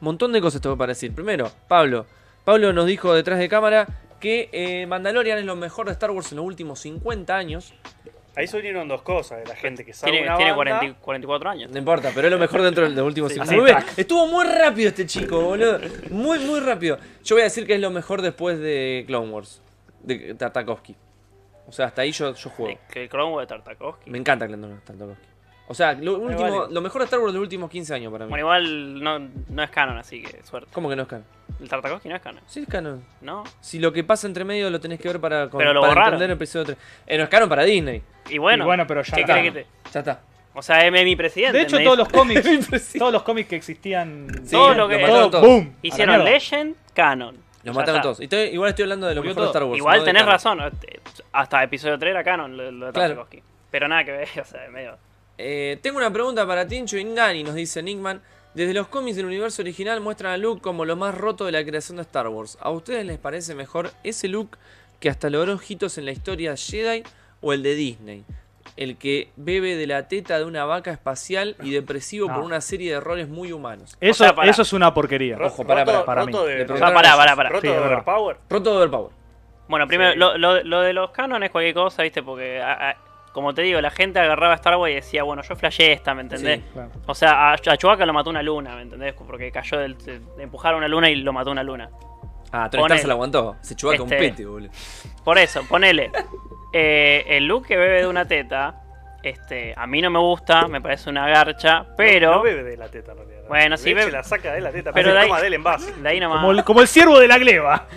S2: montón de cosas tengo para decir. Primero, Pablo. Pablo nos dijo detrás de cámara que eh, Mandalorian es lo mejor de Star Wars en los últimos 50 años.
S6: Ahí se unieron dos cosas de la gente que sabe
S7: Tiene,
S6: una
S7: tiene
S6: banda,
S7: 40 44 años.
S2: No importa, pero es lo mejor dentro de los últimos
S6: Sí,
S2: 50
S6: sí.
S2: Muy bien. Estuvo muy rápido este chico, boludo. Muy, muy rápido. Yo voy a decir que es lo mejor después de Clone Wars, de Tartakovsky. O sea, hasta ahí yo, yo juego.
S7: Eh, Que El cromo de Tartakovsky.
S2: Me encanta Clendon Tartakovsky. O sea, lo, último, lo mejor de Star Wars de los últimos 15 años para mí.
S7: Bueno, igual no, no es canon, así que suerte.
S2: ¿Cómo que no es canon?
S7: El Tartakovsky no es canon,
S2: Sí, es canon.
S7: ¿no?
S2: Si lo que pasa entre medio lo tenés que ver para, con-
S7: Pero lo
S2: para
S7: borraron.
S2: entender el episodio 3. Eh, no es canon para Disney.
S7: Y bueno,
S1: Y bueno, pero ya
S7: ¿qué
S1: está.
S7: cree que te-
S2: Ya está.
S7: O sea, es mi presidente.
S1: De hecho,
S7: me
S1: todos
S7: dice.
S1: los cómics, todos los cómics que existían,
S2: Sí,
S7: Todo lo que-
S1: todo,
S2: mataron todos.
S1: boom, a la
S7: Hicieron
S1: mierda.
S7: Legend, canon.
S2: Lo
S7: Ya
S2: mataron
S7: está.
S2: todos. Y estoy- igual estoy hablando de lo
S1: Murió
S2: mejor de
S1: todo.
S2: Star Wars. no
S7: Igual
S2: de
S7: tenés
S2: canon.
S7: razón. este, Hasta episodio 3 era canon lo, lo
S2: Claro.
S7: de Tartakovsky. Pero nada que ver, o sea, medio.
S2: Eh, tengo una pregunta para Tincho Ingani, nos dice Nickman. Desde los cómics del universo original muestran a Luke como lo más roto de la creación de Star Wars. ¿A ustedes les parece mejor ese Luke que hasta logró hitos en la historia Jedi o el de Disney? El que bebe de la teta de una vaca espacial y depresivo
S1: No.
S2: por una serie de errores muy humanos.
S1: Eso,
S7: O sea, pará.
S1: eso es una porquería.
S6: ro-
S2: Ojo, pará,
S6: roto-
S2: pará,
S1: para
S6: roto
S1: mí.
S6: de-
S2: Le
S7: O
S2: preguntaba
S7: sea, pará, pará, pará.
S6: roto
S1: Sí,
S6: de
S1: es verdad.
S6: overpower.
S2: Roto de Overpower.
S7: Bueno, primero, lo, lo- lo de los canones, cualquier cosa, ¿viste? Porque, a- a- como te digo, la gente agarraba a Star Wars y decía, bueno, yo flashé esta, ¿me entendés?
S2: Sí.
S1: Claro.
S7: O sea, a, a Chewbacca lo mató una luna, ¿me entendés? Porque cayó del. de- de empujar a una luna y lo mató una luna.
S2: Ah, Tony
S7: Ponele.
S2: Stark se la aguantó. Se chubaca un
S7: Este-
S2: pete, boludo.
S7: Por eso, ponele. eh, el Luke que bebe de una teta, este, a mí no me gusta, me parece una garcha, pero.
S6: No bebe de la teta en realidad.
S7: Bueno, sí
S6: Leche
S7: bebe.
S6: la saca de la teta,
S7: Pero
S6: pero
S7: de ahí-
S6: toma del envase.
S7: De ahí nomás.
S1: Como el, como el ciervo de la gleba.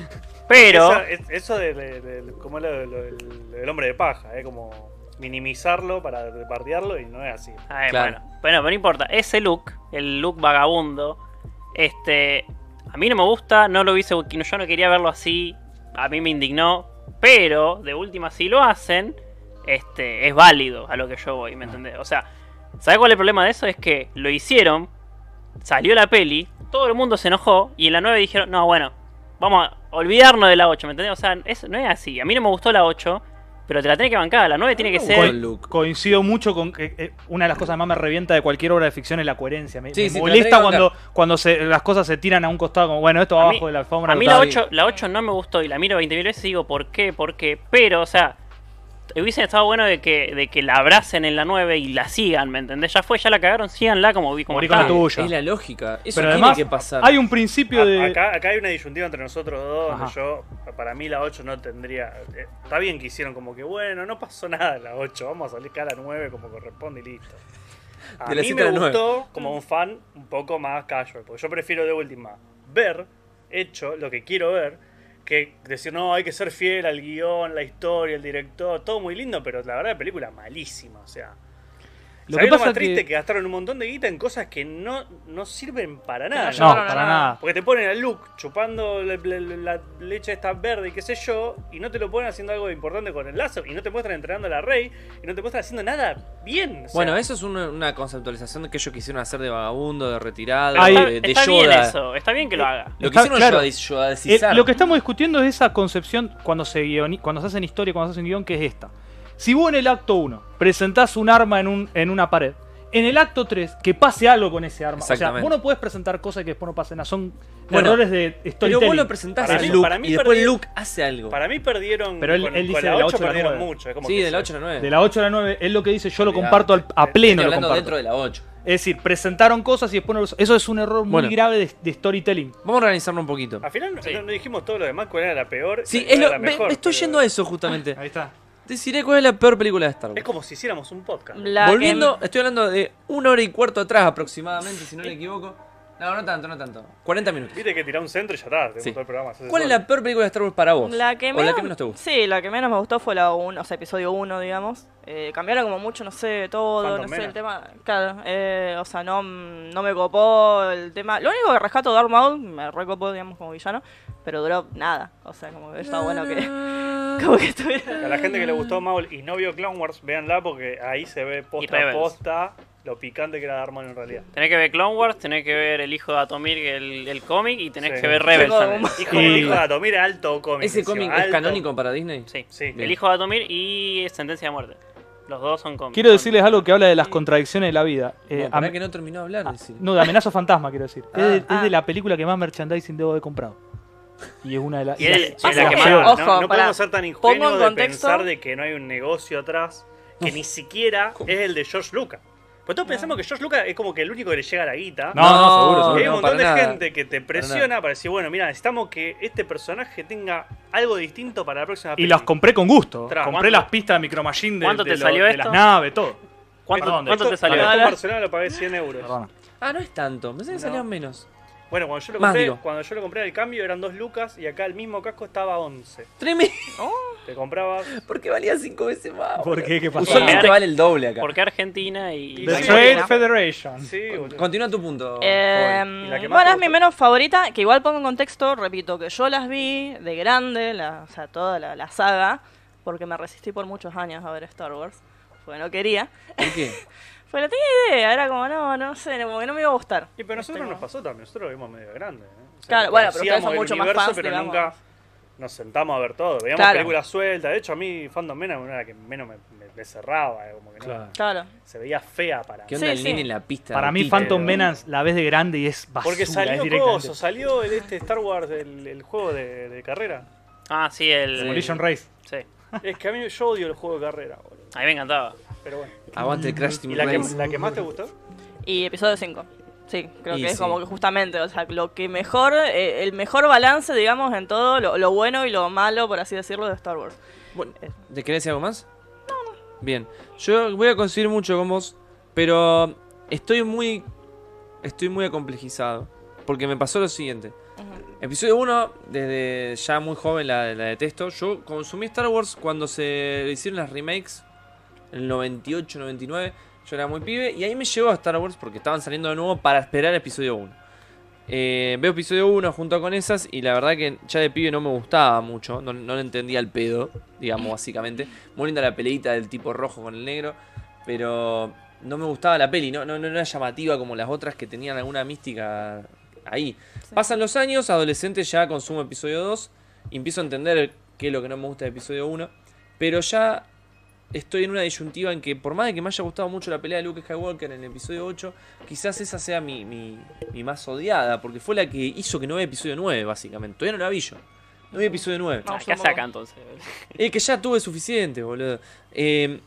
S7: Pero.
S6: Esa- es- eso de, de- de- como lo, lo- el- el hombre de paja, ¿eh? como minimizarlo para bardearlo y no es así.
S7: Ay,
S2: Claro.
S7: bueno, bueno, pero no importa. Ese look, el look vagabundo, este, a mí no me gusta, no lo hice, yo no quería verlo así, a mí me indignó, pero de última si lo hacen, este, es válido a lo que yo voy,
S2: Ah.
S7: ¿me entendés? O sea, ¿sabes cuál es el problema de eso? Es que lo hicieron, salió la peli, todo el mundo se enojó y en la 9 dijeron, no, bueno, vamos a olvidarnos de la 8, ¿me entendés? O sea, es- no es así, a mí no me gustó la 8, pero te la tenés que bancar, la 9 tiene que
S2: me
S7: ser...
S2: gustó el look.
S1: Coincido mucho con que eh, una de las cosas que más me revienta de cualquier obra de ficción es la coherencia. Me,
S2: Sí,
S1: me
S2: sí, te la
S1: molesta
S2: tenés que
S1: cuando, cuando se- las cosas se tiran a un costado, como bueno, esto
S7: A mí-
S1: abajo de la alfombra.
S7: A mí
S1: no
S7: la
S1: está.
S7: 8, la 8 no me gustó y la miro 20.000 veces y digo, ¿por qué? ¿Por qué? Pero, o sea, hubiese estado bueno de que, de que la abracen en la 9 y la sigan, ¿me entendés? Ya fue, ya la cagaron, síganla como vi como
S1: Morí con la
S7: está.
S1: tuya.
S2: Es la lógica. Eso
S1: Pero
S2: tiene
S1: además,
S2: que pasar.
S1: hay un principio
S6: A-
S1: de.
S6: acá, acá hay una disyuntiva entre nosotros dos. donde
S1: Ajá.
S6: Yo, para mí, la 8 no tendría. eh, Está bien que hicieron como que, bueno, no pasó nada en la 8. Vamos a salir cada 9 como corresponde y listo. A
S2: De la
S6: mí
S2: siete a
S6: me
S2: la nueve.
S6: gustó, como un fan, un poco más casual. Porque yo prefiero de última ver hecho lo que quiero ver que decir, no, hay que ser fiel al guión, la historia, el director. Todo muy lindo, pero la verdad, la película malísima. O sea.
S1: Lo
S6: ¿sabés
S1: que
S6: Lo
S1: pasa
S6: más
S1: que-
S6: triste que... gastaron un montón de guita en cosas que no, no sirven para nada.
S1: no,
S3: No, no,
S1: para
S3: no.
S2: Ah.
S1: nada.
S6: Porque te ponen a Luke chupando la, la- la leche esta verde y qué sé yo, y no te lo ponen haciendo algo importante con el láser, y no te muestran entrenando a la Rey, y no te muestran haciendo nada bien. o sea,
S2: Bueno, eso es una, una conceptualización que ellos quisieron hacer de vagabundo, de retirado,
S1: Ahí-
S2: de, de
S7: está bien
S2: Yoda.
S7: eso, está bien que lo haga.
S2: Lo que
S1: Está-
S2: hicieron
S1: claro.
S2: Yoda es
S1: Eh,
S2: Yodacizar.
S1: lo que estamos discutiendo es esa concepción cuando se, guioni- cuando se hacen historia, cuando se hacen guión, que es esta. Si vos en el acto 1 presentás un arma en, un, en una pared, en el acto 3 que pase algo con ese arma. O sea,
S2: Exactamente.
S1: vos no podés presentar cosas que después no pasen nada. Son
S2: Bueno,
S1: errores de
S2: Pero vos
S1: storytelling.
S2: lo presentás
S6: Para
S2: a
S6: mí-
S2: Luke
S6: para mí
S2: y después
S6: perdi-
S2: Luke hace algo.
S6: para mí perdieron.
S1: Pero él-
S6: con,
S1: él
S6: con
S1: dice
S6: la
S1: de la
S6: 8
S1: 8 a la
S6: perdieron
S1: 9.
S6: mucho. es como
S2: sí,
S6: que
S2: de la
S6: se-
S2: 8 a la 9.
S1: de la 8 a la 9, es lo que dice, yo lo comparto al- a
S2: Estoy
S1: pleno. Lo
S2: hablando
S1: comparto.
S2: dentro de la 8.
S1: Es decir, presentaron cosas y después no los- Eso es un error muy
S2: Bueno.
S1: grave de, de storytelling.
S2: Vamos a organizarlo un poquito.
S6: Al final
S7: Sí.
S6: no, no dijimos todo lo demás, cuál era la peor.
S2: Sí,
S6: cuál
S2: es
S6: era
S2: lo,
S6: la
S2: me-
S6: mejor,
S2: me estoy
S6: pero
S2: yendo a eso justamente.
S1: Ahí está.
S2: Te diré Ah, cuál es la peor película de Star
S6: Es
S2: Wars.
S6: como si hiciéramos un podcast.
S3: La que-
S2: Volviendo, estoy hablando de una hora y cuarto atrás aproximadamente, si no me equivoco. No, no tanto, no tanto. 40 minutos.
S6: Viste que tirá un centro y ya está, te
S2: Sí.
S6: gustó el programa. haces
S2: ¿Cuál es
S6: eso.
S2: la peor película de Star Wars para vos?
S3: La que,
S2: o
S3: menos,
S2: la que menos te gusta.
S3: Sí, la que menos me gustó fue la 1, o sea, episodio 1, digamos. Eh, cambiaron como mucho, no sé, todo,
S6: Phantom
S3: no sé,
S6: Menace.
S3: el tema. Claro, eh, o sea, no, no me copó el tema. Lo único que rescato de Darth Maul, me recopó, digamos, como villano, pero duró nada. O sea, como que estaba bueno que, como que estuviera.
S6: A la gente que le gustó Maul y no vio Clone Wars, véanla porque ahí se ve posta a
S7: Rebels.
S6: posta lo picante que era Darth Maul en realidad.
S7: Tenés que ver Clone Wars, tenés que ver El Hijo de Atomir, el, el cómic, y tenés
S6: Sí.
S7: que ver Rebels
S3: Tengo
S7: también.
S3: un-
S6: Hijo
S1: Sí.
S6: de hijo de Dato, mira, alto cómic.
S2: ¿Ese
S6: encima,
S2: cómic es
S6: alto.
S2: canónico para Disney?
S7: Sí,
S6: Sí.
S7: El Hijo de Atomir y Sentencia de Muerte. Los dos son cómics.
S1: Quiero
S7: Son-
S1: decirles algo que habla de las contradicciones de la vida. Eh,
S2: No,
S1: a
S2: pará
S1: mí- Ah,
S2: que no terminó de hablar. decir.
S1: No, de Amenazo Fantasma, quiero decir.
S2: Ah.
S1: es, de, es
S3: Ah.
S1: de la película que más merchandising debo haber comprado. Y es una de las.
S7: Y es-
S1: las-
S7: es
S1: las
S3: la que
S1: llevo.
S3: más-
S6: No,
S3: Ojo, pará.
S6: no podemos ser tan
S3: Pongo
S6: ingenuos
S3: en
S6: de
S3: contexto-
S6: pensar de que no hay un negocio atrás que ni siquiera es el de George Lucas. Pues todos pensamos que George Lucas es como que el único que le llega la guita.
S1: No, no, seguro,
S6: Y
S1: seguro.
S6: hay
S1: no,
S6: un montón
S2: para
S6: de
S2: nada.
S6: gente que te presiona para, decir, bueno, mira, necesitamos que este personaje tenga algo distinto para la próxima
S1: Y
S6: película.
S1: las compré con gusto.
S6: Tra,
S1: compré
S7: ¿cuánto-
S1: las pistas de Micro Machine de,
S7: cuánto
S1: de
S7: te
S1: lo-
S7: salió
S1: de
S7: esto?
S1: las naves, todo.
S7: ¿Cuánto,
S1: Perdón,
S7: cuánto
S6: Esto-
S7: te salió?
S6: Para
S3: Ah,
S6: esto
S3: la-
S6: en Barcelona lo pagué 100 euros.
S1: Perdona.
S2: Ah, no es tanto. Pensé que
S6: No.
S2: salían menos.
S6: Bueno, cuando yo lo
S2: Más,
S6: compré,
S2: digo.
S6: cuando yo lo compré al cambio eran dos lucas y acá el mismo casco estaba a 11.
S2: Tremendo.
S6: Te comprabas
S2: ¿Por qué valía cinco veces más?
S1: ¿Por qué? ¿Qué pasó?
S2: Usualmente vale el doble acá.
S7: Porque Argentina y...
S1: The
S6: Sí,
S1: Trade
S6: sí.
S1: Federation.
S6: Sí, boludo.
S2: Continúa tu punto.
S3: Eh,
S2: Paul.
S6: Oh, ¿Y la que más
S3: bueno,
S6: te
S3: es mi
S6: gustó?
S3: menos favorita, que igual pongo en contexto, repito, que yo las vi de grande, la, o sea, toda la, la saga, porque me resistí por muchos años a ver Star Wars, porque no quería.
S2: ¿Por qué?
S3: Pues no tenía idea, era como, no, no sé, como que no me iba a gustar.
S6: Y pero a nosotros
S3: Este,
S6: nos pasó también, nosotros lo vimos medio grande. ¿eh? O sea,
S3: Claro,
S6: que
S3: bueno, pero ustedes son
S6: conocíamos el
S3: mucho más fans,
S6: pero
S3: digamos.
S6: nunca nos sentamos a ver todo. Veíamos
S3: Claro.
S6: películas sueltas. De hecho, a mí Fandom Mena era la que menos me, me- me cerraba. eh, Como que no-
S1: Claro.
S3: Claro.
S6: se veía fea para
S2: ¿Qué
S6: mí.
S2: onda
S3: Sí,
S2: el
S3: sí.
S2: nene en la pista?
S1: Para
S2: de
S1: mí,
S2: tiro?
S1: Phantom Menace la ves de grande y es basura.
S6: Porque
S1: es
S6: salió
S1: directamente.
S6: coso, salió el, este Star Wars, el, el juego de, de carrera.
S7: Ah, sí, el...
S1: Demolition Race.
S7: Sí,
S6: Es que a mí yo odio el juego de carrera, boludo.
S7: a mí me encantaba.
S6: Pero bueno.
S2: Aguante el Crash Team
S6: ¿Y la que,
S2: Race.
S6: la que más te gustó?
S3: Y episodio 5. Sí, creo
S2: Y
S3: que es
S2: sí.
S3: como que justamente, o sea, lo que mejor, eh, el mejor balance, digamos, en todo, lo, lo bueno y lo malo, por así decirlo, de Star Wars. Eh,
S2: Bueno, ¿Te querés decir algo más? No, no. Bien. Yo voy a coincidir mucho con vos, pero estoy muy. Estoy muy acomplejizado. Porque me pasó lo siguiente. Episodio 1, desde ya muy joven la, la detesto. Yo consumí Star Wars cuando se hicieron las remakes en el 98, 99. Yo era muy pibe y ahí me llevó a Star Wars porque estaban saliendo de nuevo para esperar episodio 1. Eh, veo episodio 1 junto con esas y la verdad que ya de pibe no me gustaba mucho, no, no le entendía el pedo, digamos básicamente. Muy linda la peleita del tipo rojo con el negro, pero no me gustaba la peli, no, no, no era llamativa como las otras que tenían alguna mística ahí. Pasan los años, adolescente ya consumo episodio 2 y empiezo a entender qué es lo que no me gusta de episodio 1, pero ya estoy en una disyuntiva en que por más de que me haya gustado mucho la pelea de Luke Skywalker en el episodio 8, quizás esa sea mi, mi- mi más odiada, porque fue la que hizo que no vea episodio 9, básicamente. Todavía no la vi yo. No vi episodio 9.
S3: No,
S7: Ah,
S3: yo
S7: ¿Qué
S3: no.
S7: saca entonces?
S2: Es que ya tuve suficiente, boludo. Eh,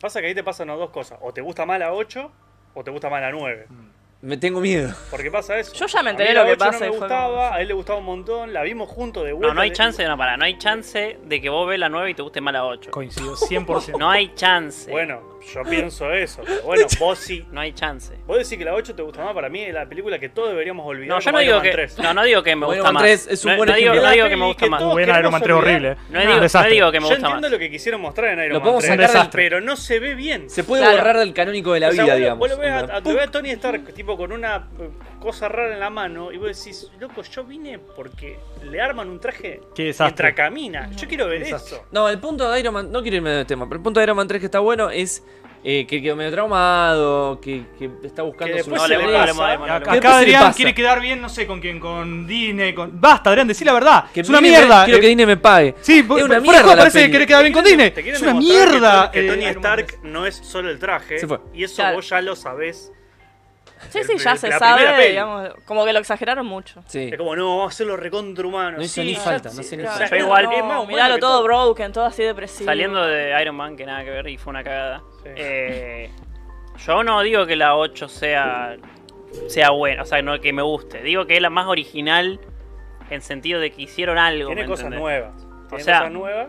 S6: Pasa que ahí te pasan las dos cosas. O te gusta más la 8 o te gusta más la 9.
S2: me tengo miedo.
S6: Porque pasa eso.
S3: Yo ya me
S6: A mí
S3: enteré
S6: la
S3: lo que
S6: 8
S3: pasa y
S6: No me
S3: fue
S6: gustaba,
S3: como-
S6: a él le gustaba un montón, la vimos juntos de vuelta.
S7: No, no hay
S6: de-
S7: chance, no, para, no hay chance de que vos veas la 9 y te guste más la 8.
S1: Coincido 100%.
S7: No hay chance.
S6: Bueno, yo pienso eso. pero bueno, vos sí.
S7: No hay chance.
S6: Vos decís que la 8 te gusta más, para mí es la película que todos deberíamos olvidar.
S7: No, yo
S6: como
S7: no digo
S6: Iron Man
S7: que,
S6: 3.
S7: no, no digo que me
S2: Iron
S7: gusta
S2: Man
S7: más.
S2: 3 es un
S7: no,
S2: buen
S7: no digo,
S2: ejemplo.
S7: no digo que me gusta
S6: Que
S7: más.
S6: todo-
S7: No
S6: Bueno,
S1: Bien Iron Man 3 horrible. eh.
S7: digo, no
S1: Desastre.
S7: digo que me
S6: Yo
S7: gusta
S6: entiendo
S7: más.
S6: lo que quisieron mostrar en Iron
S2: Lo
S6: Man
S2: podemos
S6: 3,
S1: sacar del-
S6: pero no se ve bien.
S2: Se puede
S3: Claro.
S2: borrar del canónico de la
S6: O sea,
S2: vida,
S6: vos lo-
S2: digamos.
S6: vos lo ves a,
S2: Una-
S6: a- lo ves a Tony Stark, tipo, con una eh, cosa rara en la mano, y vos decís, loco, yo vine porque le arman un traje
S1: Qué
S6: mientras
S1: desastre.
S6: camina. Yo quiero ver eso.
S2: No, el punto de Iron Man, no quiero irme del tema, pero el punto de Iron Man 3 que está bueno es eh, que quedó medio traumado, que, que está buscando
S6: Que
S2: su
S6: después
S7: No, le
S6: se le
S7: hablemos,
S6: pasa.
S7: hablemos, hablemos.
S2: Después
S1: Acá
S2: se le
S1: Adrián
S2: pasa.
S1: quiere quedar bien, no sé con quién, con Disney, con. Basta, Adrián, decí la verdad.
S2: Que
S1: es una
S2: Disney me-
S1: mierda.
S2: Quiero que
S1: Eh,
S2: Disney me pague.
S1: Sí,
S2: Es
S1: por,
S2: una
S1: por-
S2: mierda
S1: por-
S2: la
S1: parece que
S2: peli.
S1: quiere quedar bien con
S6: Te
S1: Disney.
S6: quieren- te quieren
S1: Es una
S6: demostrar que
S1: mierda.
S6: Tony- Que,
S1: eh,
S6: Tony
S1: Iron Man
S6: Stark no es solo el traje.
S2: Se fue.
S6: Y eso
S3: Claro.
S6: vos ya lo sabés.
S3: Sí,
S6: El-
S3: sí, ya
S6: el-
S3: se
S6: la
S3: sabe,
S6: primera peli.
S3: digamos. Como que lo exageraron mucho.
S2: Sí.
S6: Es como, no, vamos a hacerlo recontra humano.
S2: No hizo
S6: Sí,
S2: ni
S6: ya-
S2: falta, no
S6: sí,
S2: hizo ni
S6: o sea,
S7: falta.
S6: es
S7: Yo igual-
S6: es más
S3: No,
S6: humano
S3: miralo
S6: que
S3: todo broken, todo así depresivo.
S7: Saliendo de Iron Man, que nada que ver, y fue una cagada.
S6: Sí.
S7: Eh, yo no digo que la 8 sea, sea buena, o sea, no que me guste. Digo que es la más original en sentido de que hicieron algo.
S6: Tiene
S7: ¿me
S6: cosas
S7: entendés?
S6: nuevas. Tiene
S7: sea-
S6: cosas nuevas.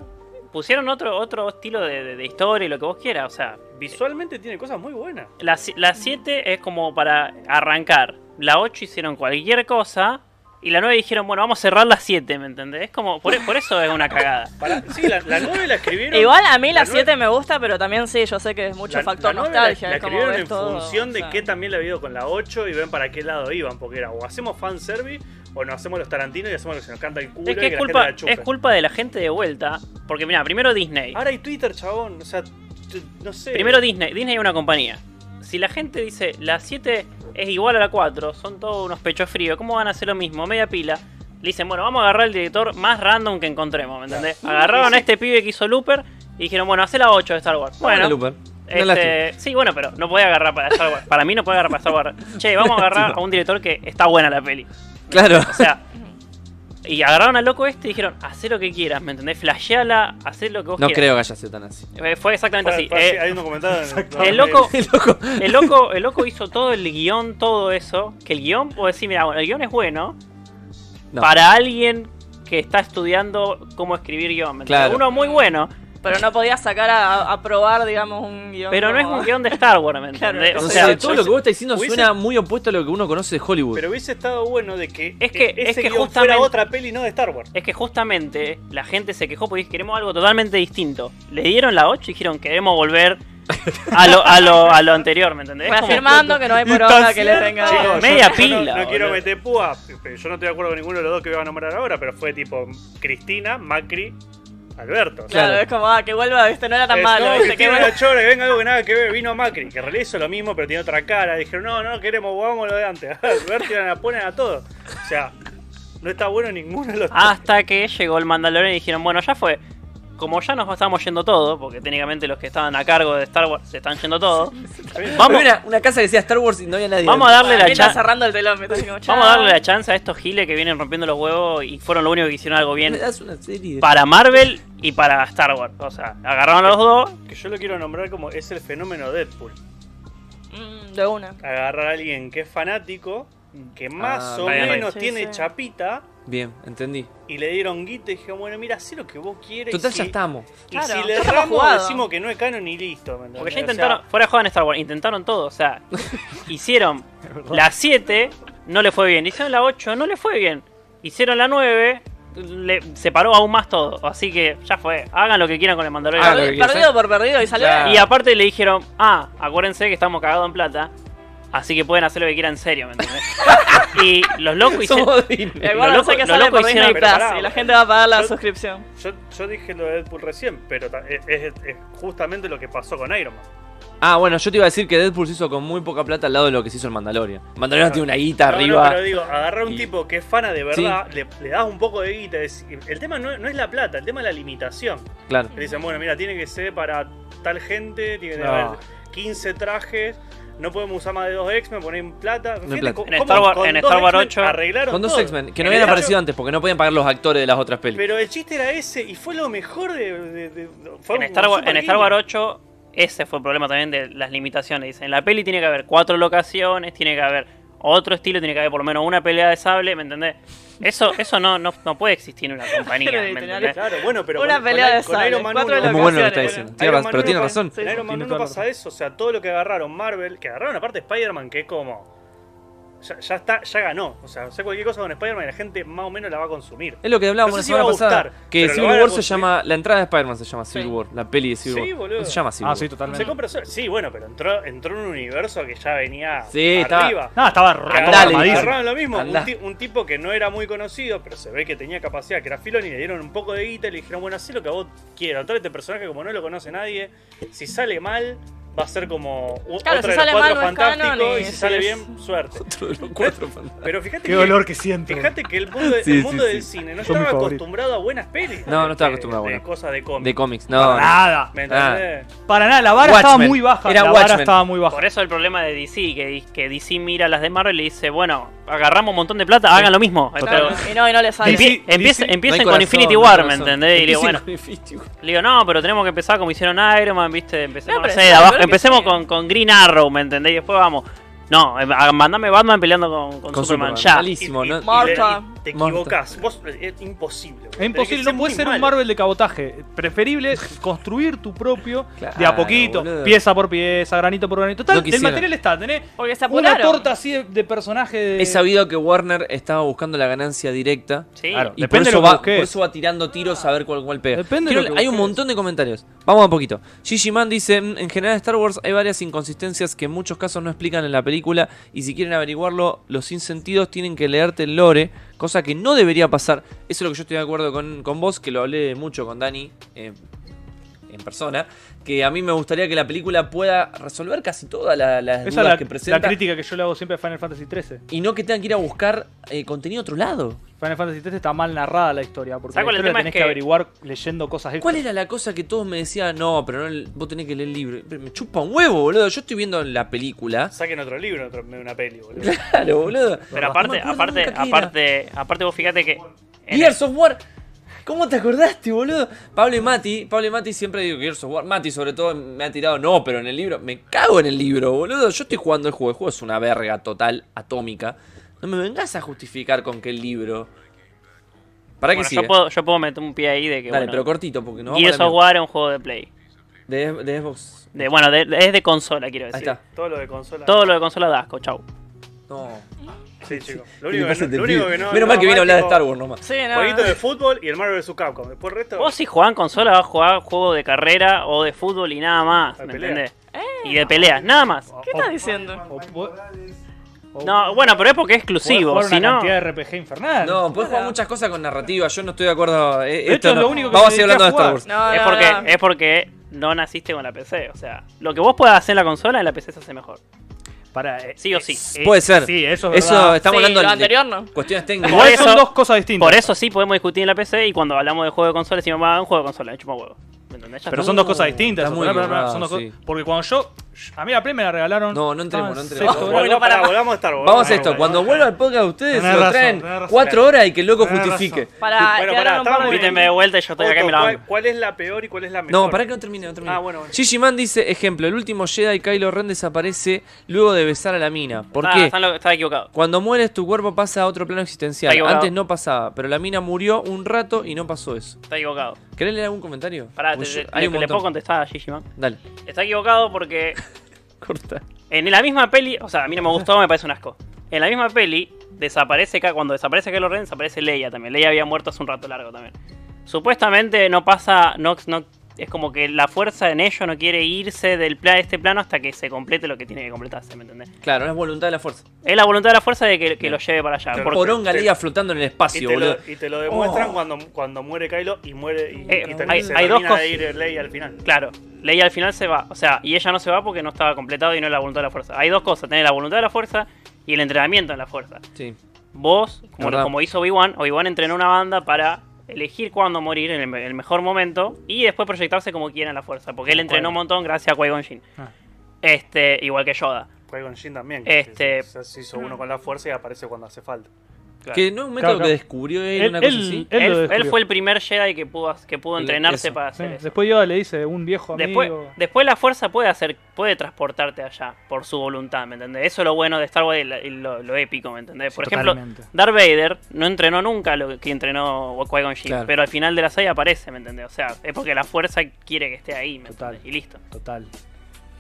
S7: Pusieron otro, otro estilo de, de- de historia y lo que vos quieras, o sea.
S6: Visualmente tiene cosas muy buenas.
S7: La 7 es como para arrancar. La 8 hicieron cualquier cosa. Y la 9 dijeron, bueno, vamos a cerrar la 7, ¿me entendés? Es como, por, por eso es una cagada.
S6: Pará, sí, la, la 9 la escribieron.
S3: Igual a mí la
S6: nueve-
S3: 7 me gusta, pero también sí, yo sé que es mucho
S6: la-
S3: factor
S6: la nueve la-
S3: nostalgia.
S6: La,
S3: es como
S6: escribieron
S3: ves
S6: en
S3: todo,
S6: función
S3: o
S6: de
S3: sea.
S6: qué también la ha habido con la 8 y ven para qué lado iban. Porque era o hacemos fanservice o nos hacemos los tarantinos y hacemos lo que se nos canta el culo
S7: Es
S6: y
S7: que es
S6: la
S7: culpa,
S6: gente la Ah,
S7: es
S6: chupe.
S7: culpa de la gente de vuelta. Porque mira, primero Disney.
S6: Ahora hay Twitter, chabón. O sea, t- no sé.
S7: Primero Disney. Disney es una compañía. Si la gente dice la 7 es igual a la 4, son todos unos pechos fríos, ¿cómo van a hacer lo mismo? Media pila. Le dicen, bueno, vamos a agarrar el director más random que encontremos, ¿me entendés? Agarraron a este pibe que hizo Looper y dijeron, bueno, hace la 8 de Star Wars.
S2: Bueno,
S7: Bueno,
S2: Looper. Una
S7: Este,
S2: lástima.
S7: sí, bueno, pero no puede agarrar para Star Wars. Para mí no puede agarrar para Star Wars. Che, vamos a agarrar a un director que está buena la peli.
S2: Claro.
S7: O sea, y agarraron al loco este y dijeron, haz lo que quieras, ¿me entendés? Flasheala, haz lo que vos
S2: No
S7: quieras.
S2: creo que haya sido tan así.
S6: Eh,
S7: creo. Fue exactamente
S6: Pará,
S7: así.
S6: pará, sí,
S7: Eh,
S6: hay un documental. en-
S7: el loco...
S2: El loco.
S7: El loco, el loco hizo todo el guión, todo eso. Que el guión, puedo decir, mira, bueno, el guión es bueno
S2: No.
S7: para alguien que está estudiando cómo escribir guión. ¿me entendés?
S2: Claro.
S7: Uno muy bueno,
S3: Pero no podía sacar a, a probar, digamos, un guión.
S7: pero no es
S3: como-
S7: un guión de Star Wars, ¿me
S3: Claro,
S7: entendés?
S2: O
S7: o
S3: entonces-
S2: sea,
S7: sea,
S2: todo lo que vos estás diciendo
S6: hubiese-
S2: suena muy opuesto a lo que uno conoce de Hollywood.
S6: Pero hubiese estado bueno de que.
S7: Es que-
S6: e- ese
S7: es que
S6: guión
S7: justamente-
S6: fuera otra peli, no de Star Wars.
S7: es que justamente la gente se quejó porque dice, queremos algo totalmente distinto. Le dieron la 8 y dijeron queremos volver a lo, a lo, a lo anterior, ¿me entendés? Es como-
S3: Reafirmando que no hay por ahora que le tenga.
S6: Chicos, Ah, yo-
S7: media
S6: yo no-
S7: pila,
S6: No, quiero
S7: boludo.
S6: meter púa, pero yo no estoy de acuerdo con ninguno de los dos que voy a nombrar ahora, pero fue tipo Cristina, Macri, Alberto. O sea,
S3: Claro,
S2: Claro.
S3: es como, ah, que vuelva, viste, no era tan
S6: es,
S3: malo,
S6: no,
S3: viste, que
S6: Cristina
S3: vuelva.
S6: era chora, que venga algo que nada que ver, vino Macri, que en realidad hizo lo mismo, pero tiene otra cara. Dijeron, no, no queremos, vamos lo de antes. Alberto y la ponen a todos. O sea, no está bueno ninguno de los dos.
S7: Hasta que llegó el Mandalorian y dijeron, bueno, ya fue. Como ya nos estamos yendo todo, porque técnicamente los que estaban a cargo de Star Wars se están yendo todos,
S2: Vamos.
S7: vamos,
S2: Una, una casa que sea Star Wars y no había nadie.
S7: vamos a
S2: adentro.
S7: darle
S3: Para mí
S7: la
S3: está
S7: chance.
S3: cerrando el telón, viste, así como,
S7: Vamos a darle
S3: chao.
S7: la chance a estos giles que vienen rompiendo los huevos y fueron lo único que hicieron algo
S2: Me
S7: bien
S2: das una serie de-
S7: para Marvel y para Star Wars. O sea, agarraron a los dos.
S6: Que yo lo quiero nombrar como es el fenómeno Deadpool.
S3: Mm, de
S7: Ah,
S3: una.
S6: Agarrar a alguien que es fanático, que más
S2: Ah,
S6: o
S7: bien.
S6: menos
S3: Sí,
S6: tiene
S3: sí.
S6: chapita.
S2: Bien, entendí.
S6: Y le dieron guita y dijeron, bueno, mira, hacé lo que vos quieres.
S2: Total,
S6: y
S2: ya
S6: si-
S2: estamos.
S6: Y
S3: Claro,
S6: si
S3: ya
S6: le
S3: está
S6: erramos,
S3: jugado.
S6: decimos que no es canon y listo. ¿me entendés?
S7: Porque ya
S6: O sea,
S7: intentaron, fuera de joda en Star Wars, intentaron todo. O sea, hicieron la 7, no le fue bien. Hicieron la 8, no le fue bien. Hicieron la 9, le separó aún más todo. Así que ya fue. Hagan lo que quieran con el
S2: Ah,
S7: Mandalorian.
S2: lo que
S3: Perdido,
S2: quieras,
S3: perdido
S2: ¿eh?
S3: por perdido y salió.
S2: Claro.
S7: y aparte le dijeron, ah, acuérdense que estamos cagados en plata. Así que pueden hacer lo que quieran en serio, ¿me entendés? y los locos hicieron.
S2: Somos Disney.
S3: El guarda
S7: Lo
S3: Eh, sé
S7: loco-
S3: que
S7: lo
S3: sale
S7: loco
S3: por
S7: hicieron-
S3: Disney
S7: pero
S3: Plus
S6: pará,
S3: y la gente va a pagar la
S6: yo-
S3: suscripción.
S6: Yo, yo dije lo de Deadpool recién, pero ta- es, es- es justamente lo que pasó con Iron Man.
S2: Ah, bueno, yo te iba a decir que Deadpool se hizo con muy poca plata al lado de lo que se hizo el Mandalorian. Mandalorian
S6: Claro.
S2: tiene una guita
S6: No, no,
S2: arriba.
S6: pero digo, agarrar a un
S2: Y-
S6: tipo que es fana de verdad, le, le das un poco de guita. es- el tema no, no es la plata, el tema es la limitación.
S2: Claro.
S6: Le dicen, bueno, mira, tiene que ser para tal gente, tiene que
S2: No.
S6: haber 15 trajes, no podemos usar más de dos X-Men, poner en plata. En,
S2: plata.
S7: En Star Wars- en Star Wars 8,
S6: arreglaron
S2: Con dos
S6: todo.
S2: X-Men, que no
S6: En
S2: habían
S6: el
S2: aparecido
S6: caso-
S2: antes porque no podían pagar los actores de las otras pelis.
S6: Pero el chiste era ese y fue lo mejor de. de- de- fue
S7: En
S6: un
S7: Star, Wars, en
S6: super
S7: Star Wars
S6: guiño.
S7: 8, ese fue el problema también de las limitaciones. Dicen, en la peli tiene que haber cuatro locaciones, tiene que haber otro estilo, tiene que haber por lo menos una pelea de sable, ¿me entendés? Eso, eso no, no, no puede existir en una compañía,
S3: Pero
S7: ¿me
S3: literal.
S7: entendés?
S6: Claro, bueno, pero.
S3: Una
S6: con-
S3: pelea
S6: con-
S3: de
S6: con
S3: sables,
S6: Iron Man
S3: cuatro
S6: 1.
S2: es muy bueno lo que está
S3: locaciones,
S2: diciendo.
S6: Iron
S2: Tiene raz-
S6: Man
S2: pero tiene
S6: uno-
S2: razón.
S3: Sí,
S6: En
S3: sí.
S6: Iron Man
S1: Tiene
S6: 1
S1: toda la
S6: pasa
S1: razón.
S6: eso, o sea, todo lo que agarraron Marvel, que agarraron aparte Spider-Man, que es como. Ya, ya está, ya ganó. O sea, o sea, cualquier cosa con Spider-Man y la gente más o menos la va a consumir.
S2: Es lo que hablábamos
S6: No sé si
S2: la semana
S6: va a
S2: pasada.
S6: gustar,
S2: que
S6: pero lo
S2: Civil
S6: van a
S2: War se
S6: consumir.
S2: llama. La entrada de Spider-Man se llama Civil
S3: Sí.
S2: War, la peli de Civil
S6: Sí,
S2: War.
S6: boludo.
S2: No se llama Civil
S1: Ah,
S2: War.
S1: sí,
S6: Se
S1: totalmente.
S6: compra so- Sí, bueno, pero entró, entró en un universo que ya venía
S2: Sí, estaba-
S6: arriba.
S1: No, estaba
S6: Agarraron-
S2: Andale,
S1: armadísimo.
S6: agarraron lo mismo.
S2: Andá.
S6: Un, ti- un tipo que no era muy conocido, pero se ve que tenía capacidad, que era filón, y le dieron un poco de guita y le dijeron, bueno, haz lo que a vos quieras. Trae este personaje como no lo conoce nadie. Si sale mal, va a ser como u-
S3: Claro, si
S6: otra de
S3: sale
S6: los cuatro
S3: mal, no es
S6: fantásticos.
S3: canon,
S6: y
S3: y
S6: si
S3: sí,
S6: sale
S3: es-
S6: bien, suerte.
S2: Otro de los cuatro fantasmas.
S6: Pero fíjate
S1: Qué
S6: que.
S1: dolor que siento.
S6: Fíjate que el mundo, de-
S2: Sí,
S6: el mundo
S2: sí,
S6: del
S2: sí.
S6: cine no
S1: Son mis
S6: estaba
S1: favoritos.
S6: acostumbrado a buenas pelis.
S2: No, no estaba
S6: De-
S2: acostumbrado a
S6: de
S2: buenas.
S6: cosas de cómics.
S2: De ah, cómics, no.
S1: Para nada.
S6: ¿Me entendés?
S1: Para nada, la vara estaba
S2: Watchmen.
S1: muy baja.
S2: Era
S1: la
S2: Watchmen.
S1: vara estaba muy baja.
S7: Por eso el problema de DC, que, di- que DC mira las de Marvel y le dice, bueno, agarramos un montón de plata, hagan lo mismo.
S3: Claro,
S7: Pero
S3: y no, y no le sale.
S1: DC,
S7: empie- empiecen
S2: No hay
S7: empiecen
S2: corazón,
S7: con Infinity
S2: no hay
S7: War, ¿me
S2: corazón.
S7: entendés? Y le digo,
S2: Empiecen
S7: bueno,
S2: con Infinity War.
S7: le digo, no, pero tenemos que empezar como hicieron Iron Man, ¿viste? Empecemos,
S3: No, pero
S7: no sé,
S3: sí,
S7: de abajo-
S3: claro que
S7: empecemos
S3: sí.
S7: con, con Green Arrow, ¿me entendés? Y después vamos. No, eh, a- mandame Batman peleando con, con
S2: Con Superman.
S7: Superman, ya.
S2: Malísimo. ¿no?
S3: Marta.
S6: y te
S2: Marta.
S6: equivocas. Vos, es imposible. boludo.
S1: Es imposible,
S6: Tenés que
S1: no puede
S6: muy
S1: ser un
S6: malo.
S1: Marvel de cabotaje. Preferible construir tu propio
S2: Claro,
S1: de a poquito,
S2: boludo.
S1: pieza por pieza, granito por granito. Total,
S2: No
S1: el
S2: quisiera.
S1: material está, tenés
S3: Porque se
S1: una
S3: apuraron.
S1: torta así de, de personaje de...
S2: He sabido que Warner estaba buscando la ganancia directa.
S7: Sí.
S1: Claro.
S2: Y por
S1: Depende de
S2: eso,
S1: lo que
S2: va, por
S1: busques.
S2: eso va tirando tiros a ver cuál, cuál pega.
S1: Depende de
S2: Quiero-
S1: lo que
S2: hay un
S1: busques.
S2: montón de comentarios. Vamos a poquito. Gigi Man dice: "Mm, En general, Star Wars hay varias inconsistencias que en muchos casos no explican en la película. Y si quieren averiguarlo, los sinsentidos tienen que leerte el lore, cosa que no debería pasar. Eso es lo que yo estoy de acuerdo con, con vos, que lo hablé mucho con Dani. eh, en persona, que a mí me gustaría que la película pueda resolver casi todas la- las
S1: Esa
S2: dudas
S1: es la,
S2: que
S1: la
S2: presenta
S1: crítica que yo le hago siempre a Final Fantasy XIII.
S2: y no que tengan que ir a buscar eh, contenido a otro lado.
S1: Final Fantasy XIII está mal narrada la historia, porque la
S7: ¿Sabes cuál es el
S1: historia la tenés
S7: tema? Es
S1: que...
S7: que-
S1: averiguar leyendo cosas extra.
S2: ¿Cuál era la cosa que todos me decían? No, pero no, el- vos tenés que leer el libro. Pero Me chupa un huevo, boludo. Yo estoy viendo la película.
S6: Saquen otro libro, otro- una peli, boludo.
S2: Claro, boludo.
S7: Pero
S2: No me
S7: aparte,
S2: acuerdo
S7: aparte,
S2: nunca qué era.
S7: aparte, aparte vos fíjate que... en el-
S2: Gears of War. ¿Cómo te acordaste, boludo? Pablo y Mati, Pablo y Mati siempre digo Gears of War. Mati, sobre todo, me ha tirado no, pero en el libro. Me cago en el libro, boludo. Yo estoy jugando el juego. El juego es una verga total, atómica. No me vengas a justificar con que el libro. ¿Para
S7: bueno,
S2: qué
S7: yo,
S2: sigue?
S7: puedo, yo puedo meter un pie ahí de que...
S2: Dale,
S7: bueno,
S2: pero cortito, porque no vamos a
S7: y
S2: la
S7: eso
S2: mierda.
S7: War es un juego de Play.
S2: de, de Xbox.
S7: De, bueno, de- de- es de consola, quiero
S2: Ahí
S7: decir.
S2: está.
S6: Todo lo de consola.
S7: Todo lo de consola da asco, chau.
S2: No.
S6: Sí, chicos. Lo
S2: ¿Qué le pasa
S6: único, que no,
S2: a este
S6: lo único
S2: pibe?
S6: que no.
S2: Menos mal que vino a hablar de Star
S6: tipo,
S2: Wars nomás.
S3: Sí,
S6: Jueguito
S3: no.
S6: de fútbol y el Marvel vs. Capcom. Después el resto.
S7: Vos si jugás en consola vas a jugar juego de carrera o de fútbol y nada más,
S6: De
S7: ¿me
S6: pelea.
S7: entendés? Y de peleas, nada más.
S3: ¿Qué estás diciendo?
S1: O po- o
S7: No, bueno, pero es porque es
S1: podés
S7: exclusivo,
S1: jugar una
S7: si no...
S1: cantidad de RPG infernal.
S2: No, puedes jugar muchas cosas con narrativa. Yo no estoy de acuerdo. eh,
S1: De hecho,
S2: esto
S1: es lo
S2: no.
S1: único que
S2: Vamos a
S1: me
S2: seguir
S1: dediqué
S2: hablando
S1: a
S2: de Star
S1: jugar.
S2: Wars.
S3: No,
S7: Es
S3: no,
S7: porque,
S3: no.
S7: es porque no naciste con la PC. O sea, lo que vos puedas hacer en la consola, en la PC se hace mejor.
S1: Para, eh,
S7: Sí o sí.
S1: eh,
S2: Puede ser.
S1: Sí, eso es
S2: Eso
S1: verdad.
S2: estamos
S3: Sí,
S2: hablando
S3: lo
S2: de
S3: anterior no.
S2: cuestiones
S7: Por
S1: Igual
S2: técnicas.
S7: eso-
S1: son dos cosas distintas.
S7: Por eso sí podemos discutir en la PC y cuando hablamos de juego de consola decimos, ah, un juego de consola, me chupa huevo. ¿Me entendés? Ya
S1: Pero
S7: está.
S1: son dos cosas distintas.
S2: está
S1: o
S2: muy
S1: sea, no, no, no,
S2: equilibrado,
S1: son dos
S2: sí.
S1: cosas- Porque cuando yo. A mí la Play me la regalaron.
S2: No, no entremos, no
S1: estaba en
S2: entremos.
S1: sexto grado.
S6: Bueno,
S3: Bueno,
S6: pará,
S3: para-
S6: volvamos a Star Wars.
S2: Vamos a
S6: Bueno,
S2: esto.
S6: bueno,
S2: Cuando
S6: bueno.
S2: vuelva el podcast, ustedes
S1: Tenés
S2: se lo
S1: razón,
S2: traen
S1: tenés razón.
S2: cuatro horas y que el loco
S1: Tenés
S2: justifique.
S1: razón.
S3: Para
S6: Bueno,
S3: quedaron
S6: pará,
S3: un par de
S6: estamos-
S7: Invítenme de vuelta y yo estoy acá que me
S6: Otto,
S7: la
S6: ¿cuál,
S7: banco.
S6: cuál es la peor y cuál es la mejor?
S2: No, para que no termine, no termine.
S6: Ah, bueno, bueno.
S2: Gigi Man dice, ejemplo, el último Jedi Kylo Ren desaparece luego de besar a la mina. ¿Por
S7: Ah,
S2: qué?
S7: están lo- Estaba equivocado.
S2: Cuando mueres tu cuerpo pasa a otro plano existencial.
S7: Está equivocado.
S2: Antes no pasaba, pero la mina murió un rato y no pasó eso.
S7: Está equivocado.
S2: ¿Querés leer algún comentario?
S7: Pará, te,
S2: Porque
S7: te-
S2: Pues yo- hay
S7: le-
S2: un
S7: le
S2: montón.
S7: puedo contestar a Gigi, man.
S2: Dale,
S7: Está equivocado porque
S2: corta.
S7: en la misma peli, o sea, a mí no me gustó, me parece un asco. En la misma peli, desaparece Ka- cuando desaparece Kylo Ren, desaparece Leia también. Leia había muerto hace un rato largo también. Supuestamente no pasa, no, no- es como que la fuerza en ello no quiere irse del pla- este plano hasta que se complete lo que tiene que completarse, ¿me entendés?
S2: Claro, es voluntad de la fuerza.
S7: Es la voluntad de la fuerza de que, que
S2: Bien.
S7: lo lleve para allá.
S6: Claro.
S7: porque-
S2: Poronga
S6: te-
S2: Leia flotando en el
S6: Y
S2: espacio,
S6: te,
S2: boludo.
S6: lo, y te lo demuestran
S2: Oh.
S6: cuando, cuando muere Kylo y muere y,
S7: Eh,
S6: y termina-
S7: hay-
S6: se
S7: hay dos
S6: termina de
S7: cosas.
S6: ir Leia al final.
S7: Claro, Leia al final se va. O sea, y ella no se va porque no estaba completado y no es la voluntad de la fuerza. Hay dos cosas, tenés la voluntad de la fuerza y el entrenamiento en la fuerza.
S2: Sí.
S7: Vos, como,
S2: Verdad.
S7: como hizo Obi-Wan, Obi-Wan entrenó una banda para elegir cuándo morir en el, me- el mejor momento y después proyectarse como quiera en la fuerza. Porque él entrenó un montón gracias a Qui-Gon Jinn.
S1: Ah.
S7: Este, igual que Yoda.
S6: Qui-Gon Jinn también.
S7: Este-
S6: que Se, se hizo uno con la fuerza y aparece cuando hace falta.
S7: Claro.
S2: Que no es un método
S1: Claro, claro.
S2: que descubrió él,
S1: Él-
S2: una cosa
S1: él-
S2: así.
S1: él lo
S7: Él, él
S1: descubrió.
S7: fue el primer Jedi que pudo, que pudo
S2: El-
S7: entrenarse
S2: eso.
S7: para
S1: Sí,
S7: hacer eso.
S1: Después Yoda le dice, un viejo amigo.
S7: Después, después la fuerza puede hacer, puede transportarte allá por su voluntad, ¿me entendés? Eso es lo bueno de Star Wars y la- y lo, lo épico, ¿me entendés? Por ejemplo,
S1: Totalmente.
S7: Darth Vader no entrenó nunca lo que entrenó Qui-Gon Jinn,
S2: Claro.
S7: pero al final de la serie aparece, ¿me entendés? O sea, es porque la fuerza quiere que esté ahí, ¿me
S1: Total.
S7: entendés? Y listo.
S1: Total.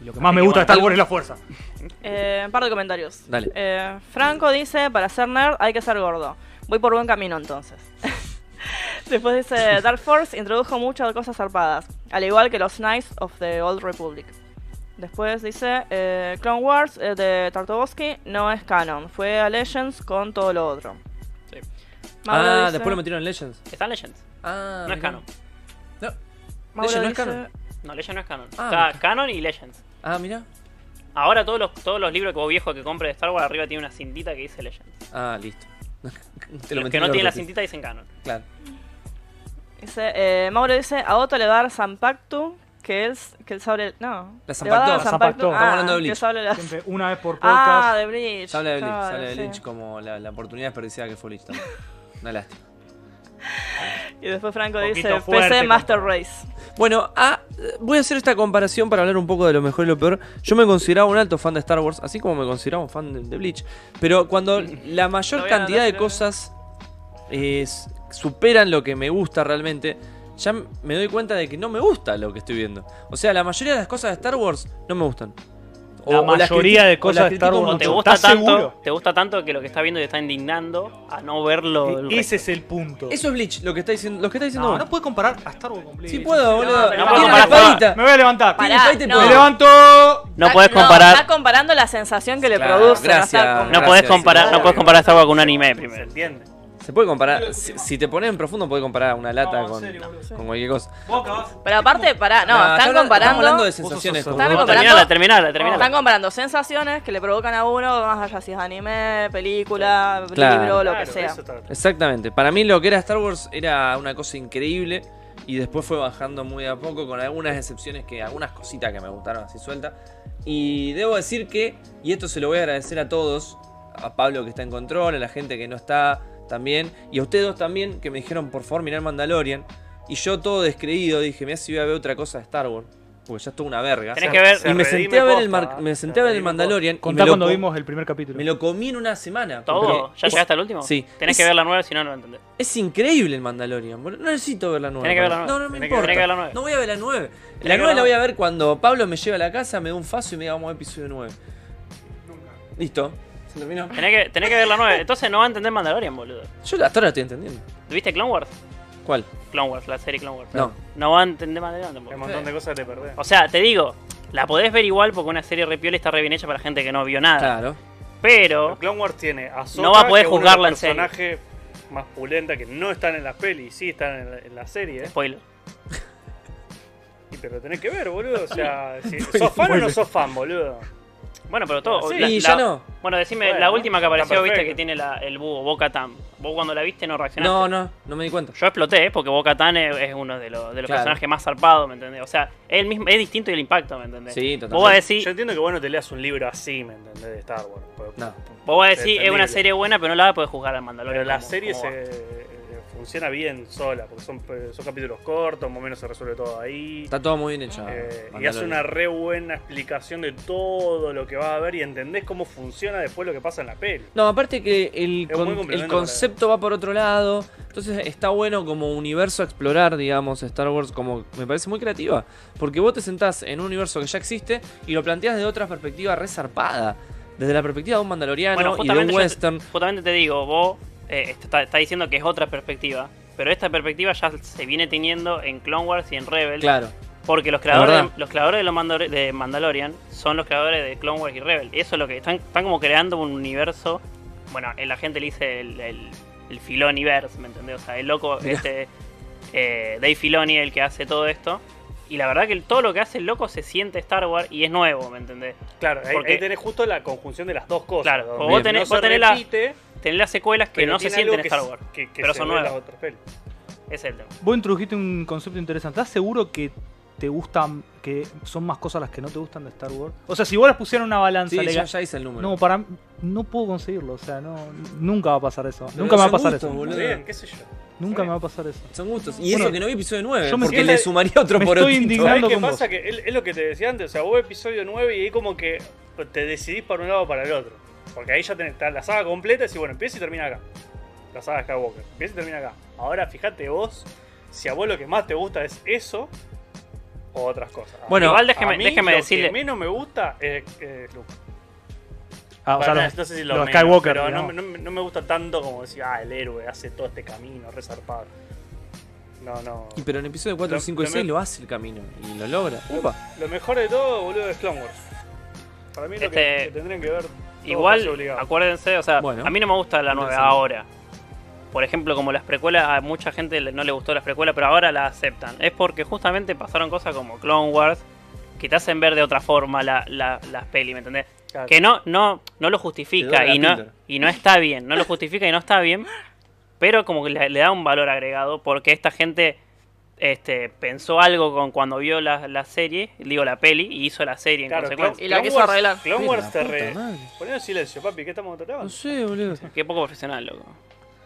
S1: Y lo que más
S7: Así
S1: me
S7: que
S1: gusta de
S7: bueno,
S1: Star Wars es la fuerza.
S3: Eh, un par de comentarios.
S2: Dale.
S3: Eh, Franco dice, para ser nerd hay que ser gordo. Voy por buen camino entonces. Después dice, Dark Force introdujo muchas cosas zarpadas, al igual que los Knights of the Old Republic. Después dice, eh, Clone Wars eh, de Tartovsky no es canon, fue a Legends con todo lo otro.
S7: Sí.
S3: Mauro
S2: ah,
S3: dice-
S2: después lo metieron en Legends.
S7: Están Legends.
S2: Ah,
S7: no es
S2: mirá.
S7: canon.
S2: No.
S3: Mauro
S2: Legends no es
S3: dice-
S2: canon.
S7: No, Legends no es canon.
S2: Ah,
S7: Está
S2: mira.
S7: canon y Legends.
S2: Ah, mira.
S7: Ahora todos los, todos los libros que vos viejo que compres de Star Wars arriba tiene una cintita que dice Legends.
S2: Ah, listo. Te
S7: los
S2: metí
S7: que
S2: en
S7: no
S2: el
S7: tienen la
S2: orto,
S7: cintita dicen canon.
S2: Claro.
S3: Dice, eh, Mauro dice, a Otto le va a dar Zampactu, que él, que él sabre... No.
S2: La
S3: Le va a dar
S1: Zampactu.
S2: Zampacto.
S3: Zampactu,
S1: Estamos
S3: ah,
S2: hablando de
S3: que
S2: Bleach.
S3: sable la-
S1: Siempre una vez por podcast.
S3: Ah, de Bleach.
S2: Se habla de Lynch,
S3: claro,
S2: se habla de
S3: sí.
S2: Lynch como la, la oportunidad desperdiciada que fue Lynch también. Una lástima.
S3: Y después Franco
S1: Poquito
S3: dice
S1: fuerte,
S3: PC Master
S1: compadre.
S3: Race.
S2: Bueno, ah, eh, voy a hacer esta comparación para hablar un poco de lo mejor y lo peor. Yo me consideraba un alto fan de Star Wars, así como me consideraba un fan de, de Bleach. Pero cuando la mayor
S3: Todavía no
S2: cantidad de
S3: nació.
S2: cosas eh, s- superan lo que me gusta realmente, ya m- me doy cuenta de que no me gusta lo que estoy viendo. O sea, la mayoría de las cosas de Star Wars no me gustan.
S1: La
S2: las
S1: mayoría
S2: criti-
S1: de
S2: o las
S1: cosas de Star
S2: critico
S1: Wars
S7: O
S1: no
S7: te
S1: Mucho.
S7: gusta
S1: ¿Estás
S7: tanto,
S1: seguro?
S7: te gusta tanto que lo que está viendo te está indignando a no verlo. el
S1: E- Ese
S7: resto.
S1: es el punto.
S2: Eso es Bleach, lo que está diciendo, lo que está diciendo
S1: no,
S2: vos.
S1: no puedes comparar a Star Wars con Bleach.
S2: Sí puedo, boludo.
S3: pero no
S2: Tiene
S7: puedo
S2: la
S7: comparar.
S2: espadita.
S1: Me voy a levantar.
S3: Pará,
S2: Tiene espadita y
S3: no.
S2: puede.
S1: Me levanto.
S7: No
S3: Está-
S7: puedes comparar,
S3: Está comparando la sensación que le
S2: Claro,
S3: produce. no
S2: gracias.
S3: está como-
S7: no puedes
S2: Gracias,
S7: comparar,
S2: sí,
S7: no
S2: obvio.
S7: puedes comparar esta agua con un anime
S6: ¿Se
S7: primero.
S6: entiende?
S2: Se puede comparar, si, si te pones en profundo, puede comparar una lata
S1: No, en
S2: con,
S1: serio, boludo, sí.
S2: con cualquier cosa.
S1: Vos acabás.
S3: Pero aparte, pará, no,
S2: Nah, está
S3: están
S2: hablando- Estamos hablando
S3: comparando.
S2: de sensaciones.
S1: sos
S2: como-
S3: Están comparando-
S7: Terminala, terminala, terminala.
S3: Están comparando sensaciones que le provocan a uno, más allá si es anime, película,
S2: Claro.
S3: libro, lo que
S6: Claro,
S3: sea.
S6: eso está-
S2: Exactamente. Para mí lo que era Star Wars era una cosa increíble y después fue bajando muy a poco con algunas excepciones que algunas cositas que me gustaron así suelta. Y debo decir que y esto se lo voy a agradecer a todos, a Pablo que está en control, a la gente que no está también y a ustedes dos también que me dijeron por favor mirar Mandalorian y yo todo descreído dije, mira si voy a ver otra cosa de Star Wars, porque ya es toda una verga.
S7: Tenés que ver-
S2: y me
S6: se redime
S2: senté a ver el
S6: posta,
S2: mar-
S6: ¿eh?
S2: me
S6: Se
S2: senté a ver el
S6: redime
S2: Mandalorian y
S1: Contá
S2: me lo
S1: cuando
S2: co-
S1: vimos el primer capítulo.
S2: me lo comí en una semana.
S7: Todo,
S2: porque
S7: ya
S2: es-
S7: llegaste al último.
S2: Sí.
S7: Tenés
S2: Es-
S7: que ver la nueva, si no, no lo entendés.
S2: es increíble el Mandalorian, boludo. No necesito ver la 9.
S7: Tenés que ver la
S2: No,
S7: nueve.
S2: no me
S6: Tenés que-
S2: importa.
S7: tenés que ver la nueve.
S2: No voy a ver la 9.
S7: que
S2: La
S7: ver
S2: 9 la
S7: la
S2: voy a ver cuando Pablo me lleva a la casa, me da un faso y me diga vamos a ver episodio 9. Listo. ¿Se terminó?
S7: Tenés que, tenés que ver la nueva. Entonces no va a entender Mandalorian, boludo.
S2: Yo hasta ahora estoy entendiendo.
S7: ¿Viste Clone Wars?
S2: ¿Cuál?
S7: Clone Wars, la serie Clone Wars.
S2: No.
S7: No va a entender Mandalorian
S6: Hay un
S7: tampoco.
S6: montón de cosas que te perdés.
S7: O sea, te digo, la podés ver igual porque una serie repiola está re bien hecha para gente que no vio nada.
S2: Claro.
S7: Pero
S6: Clone Wars tiene a Ahsoka,
S7: No va a poder
S6: que uno de
S7: juzgarla en
S6: los
S7: serie.
S6: personajes más pulenta que no están en las pelis, sí están en la, en la serie. eh.
S7: Spoiler.
S6: Y te lo tenés que ver, boludo. O sea, si- ¿sos fan o no sos fan, boludo?
S7: Bueno, pero todo.
S6: Sí,
S7: la-
S2: y
S7: la-
S2: ya no.
S7: Bueno, decime,
S6: Bueno,
S7: la última que
S6: está
S7: apareció, viste,
S6: perfecto.
S7: que tiene la- el búho, Boca Tam. Vos cuando la viste no reaccionaste.
S2: No, no, no me di cuenta.
S7: Yo exploté, ¿eh? porque Boca Tan es, es uno de los, de los
S2: Claro.
S7: personajes más zarpados, ¿me entendés? O sea, es, el mismo, es distinto el impacto, ¿me entendés?
S2: Sí,
S7: Vos vas a
S2: totalmente.
S7: decir,
S6: Yo entiendo que vos no te leas un libro así, ¿me entendés? De Star Wars. Pero,
S2: No.
S7: vos vas a
S6: es
S7: decir es
S6: entendible.
S7: una serie buena, pero no la vas a poder jugar al
S6: pero
S7: Mandalorian.
S6: la
S7: como-
S6: serie
S7: como
S6: se,
S7: va.
S6: eh, funciona bien sola, porque son, eh, son capítulos cortos, más o menos se resuelve todo ahí.
S2: Está todo muy bien hecho.
S6: Eh, y
S2: Mandalorian.
S6: hace una re buena explicación de todo lo que vas a ver y entendés cómo funciona después lo que pasa en la peli.
S2: No, aparte que el,
S6: Es un buen
S2: con-
S6: complemento
S2: el
S6: para-
S2: concepto va por otro lado. Entonces está bueno como universo a explorar, digamos, Star Wars, como me parece muy creativa. Porque vos te sentás en un universo que ya existe y lo planteás de otra perspectiva resarpada. desde la perspectiva de un mandaloriano
S7: Bueno,
S2: y de un
S7: justamente, yo-
S2: western.
S7: justamente te digo, vos eh, esto está, está diciendo que es otra perspectiva. Pero esta perspectiva ya se viene teniendo en Clone Wars y en Rebels.
S2: Claro,
S7: Porque los creadores,
S2: verdad.
S7: de, los creadores de, los Mandalor- de Mandalorian son los creadores de Clone Wars y Rebel. Eso es lo que están, están como creando un universo. Bueno, eh, la gente le dice el, el, el Filoniverse, ¿me entendés? O sea, el loco,
S2: Mirá.
S7: este eh, Dave Filoni, el que hace todo esto. Y la verdad que el- todo lo que hace el loco se siente Star Wars y es nuevo, ¿me entendés?
S6: Claro, ahí,
S7: Porque-
S6: ahí tenés justo la conjunción de las dos cosas.
S7: Claro,
S6: donde
S7: o vos tenés-
S6: se
S7: vos tenés la-
S6: repite,
S7: Tener las secuelas que
S6: pero
S7: no se
S6: tiene
S7: sienten en
S6: algo que
S7: Star
S6: se-
S7: Wars.
S6: que- que
S7: pero
S6: se
S7: son
S6: ve en
S7: nuevas.
S6: las otras pelis.
S7: Ese es el tema.
S1: Vos introdujiste un concepto interesante. ¿Estás seguro que te gustan, que son más cosas las que no te gustan de Star Wars? O sea, si vos las pusieran una balanza
S2: sí, ya,
S1: legal.
S2: ya hice el número.
S1: No, para mí- no puedo conseguirlo, o sea, no, nunca va a pasar eso.
S2: Pero
S1: nunca me va a
S2: son
S1: pasar
S2: gustos,
S1: eso.
S2: boludo.
S6: Muy bien, qué sé yo.
S1: Nunca me va a pasar eso.
S2: Son gustos. Y
S1: Bueno,
S2: eso que no vi episodio 9,
S1: yo me
S2: porque
S6: siento-
S2: le sumaría otro
S1: me
S2: por
S1: estoy indignando.
S6: ¿Sabés qué
S1: con vos.
S6: pasa? Que es, es lo que te decía antes. O sea, vos episodio 9 y ahí como que te decidís para un lado o para el otro. Porque ahí ya tenés está la saga completa y decís, bueno, empieza y termina acá. La saga de Skywalker. Empieza y termina acá. Ahora fíjate vos si a vos lo que más te gusta es eso o otras cosas. A
S2: Bueno,
S6: mí-
S7: igual déjeme-
S6: a mí
S7: déjeme
S6: lo
S7: decirle-
S6: que menos me gusta es eh, Luke.
S1: Ah, o sea,
S6: Bueno,
S1: los-
S6: no sé si
S1: los
S6: menos,
S1: Skywalker,
S6: Pero no,
S1: digamos.
S6: no- no me gusta tanto como decir, ah, el héroe hace todo este camino resarpado. No, no.
S2: Y pero en episodio 4,
S6: Lo-
S2: 5 y
S6: lo
S2: 6
S6: me-
S2: lo hace el camino y lo logra. Upa.
S6: Lo mejor de todo, boludo, es Clone Wars. Para mí lo que,
S7: Este,
S6: que tendrían que ver. todos casi
S7: Igual,
S6: obligados.
S7: acuérdense, o sea,
S2: Bueno.
S7: a mí no me gusta la 9
S2: Interesante.
S7: ahora. Por ejemplo, como las precuelas, a mucha gente le- no le gustó las precuelas, pero ahora la aceptan. Es porque justamente pasaron cosas como Clone Wars, que te hacen ver de otra forma la- la- las pelis, ¿me entendés?
S6: Claro.
S7: Que no, no, no lo
S2: Te
S7: justifica
S2: doy la
S7: y no,
S2: Tinder.
S7: y no está bien, no lo justifica y no está bien, pero como que le, le da un valor agregado porque esta gente este, pensó algo con cuando vio la, la serie, digo la peli, y hizo la serie en
S6: Claro,
S7: consecuencia.
S3: Y la quiso
S6: Wars-
S3: arreglar.
S6: Clone
S2: Mira,
S6: Wars te
S2: la puta
S6: re...
S2: madre.
S6: Poné en silencio, papi, ¿qué estamos tratando?
S2: No sé, boludo.
S7: Qué poco profesional, loco.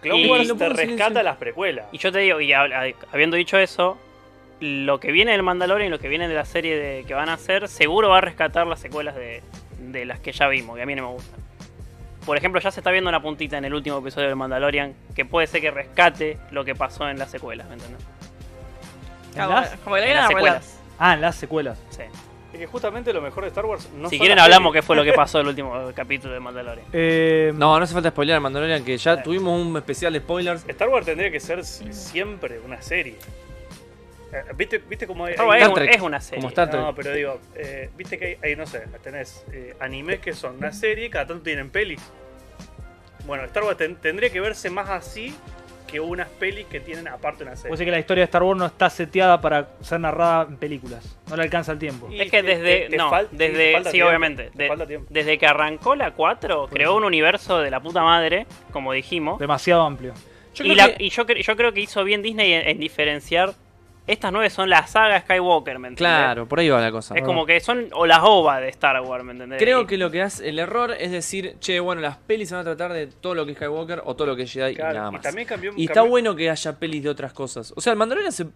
S6: Clone
S7: y-
S6: Wars
S2: lo
S6: te
S2: pongo en silencio.
S6: rescata las precuelas.
S7: Y yo te digo, y habla- habiendo dicho eso, lo que viene del Mandalorian y lo que viene de la serie de, que van a hacer, seguro va a rescatar las secuelas de, de las que ya vimos, que a mí no me gustan. Por ejemplo, ya se está viendo una puntita en el último episodio del Mandalorian que puede ser que rescate lo que pasó en las secuelas, ¿me entendés?
S1: ¿En
S3: Como,
S1: las?
S3: como que la
S7: En
S3: quieren
S7: las
S3: arreglar.
S7: secuelas.
S1: Ah, en las secuelas.
S7: sí.
S6: Es que justamente lo mejor de Star Wars no
S7: si
S6: son
S7: quieren
S6: las
S7: hablamos qué
S6: pelis.
S7: fue lo que pasó en el último capítulo de Mandalorian.
S1: Eh,
S2: No, no hace falta spoilear Mandalorian, que ya tuvimos un especial de spoilers.
S6: Star Wars tendría que ser si- siempre una serie. Eh, ¿Viste, viste cómo hay,
S7: Star Wars Oh, es, un-
S2: Trek,
S7: es una serie.
S2: como Star Trek.
S6: No, pero digo, eh, viste que hay, hay, no sé, tenés eh, animes que son una serie, cada tanto tienen pelis. Bueno, Star Wars ten- tendría que verse más así que unas pelis que tienen aparte una
S1: Puede
S6: serie.
S1: ser que la historia de Star Wars no está seteada para ser narrada en películas. No le alcanza el tiempo.
S6: Y
S7: Es que
S6: te-
S7: desde.
S6: te- te
S7: no,
S6: fal- sí, te
S7: desde.
S6: falta
S7: Sí,
S6: tiempo,
S7: obviamente.
S6: te
S7: de-
S6: falta tiempo.
S7: desde que arrancó la 4, creó un universo de la puta madre, como dijimos.
S1: Demasiado amplio.
S2: Yo
S7: y
S2: creo
S7: la-
S2: que-
S7: y yo, cre- yo creo que hizo bien Disney en, en diferenciar. Estas nueve son la saga Skywalker, ¿me entendés?
S2: Claro, por ahí va la cosa.
S7: Es como que son. O las OVA de Star Wars, ¿me entendés?
S2: Creo
S7: Y-
S2: que lo que hace el error es decir, che, bueno, las pelis se van a tratar de todo lo que es Skywalker o todo lo que es Jedi
S6: Claro,
S2: y nada
S6: y
S2: más.
S6: también cambió
S2: Y está
S6: cambió-
S2: bueno que haya pelis de otras cosas. O sea, el Mandalorian se.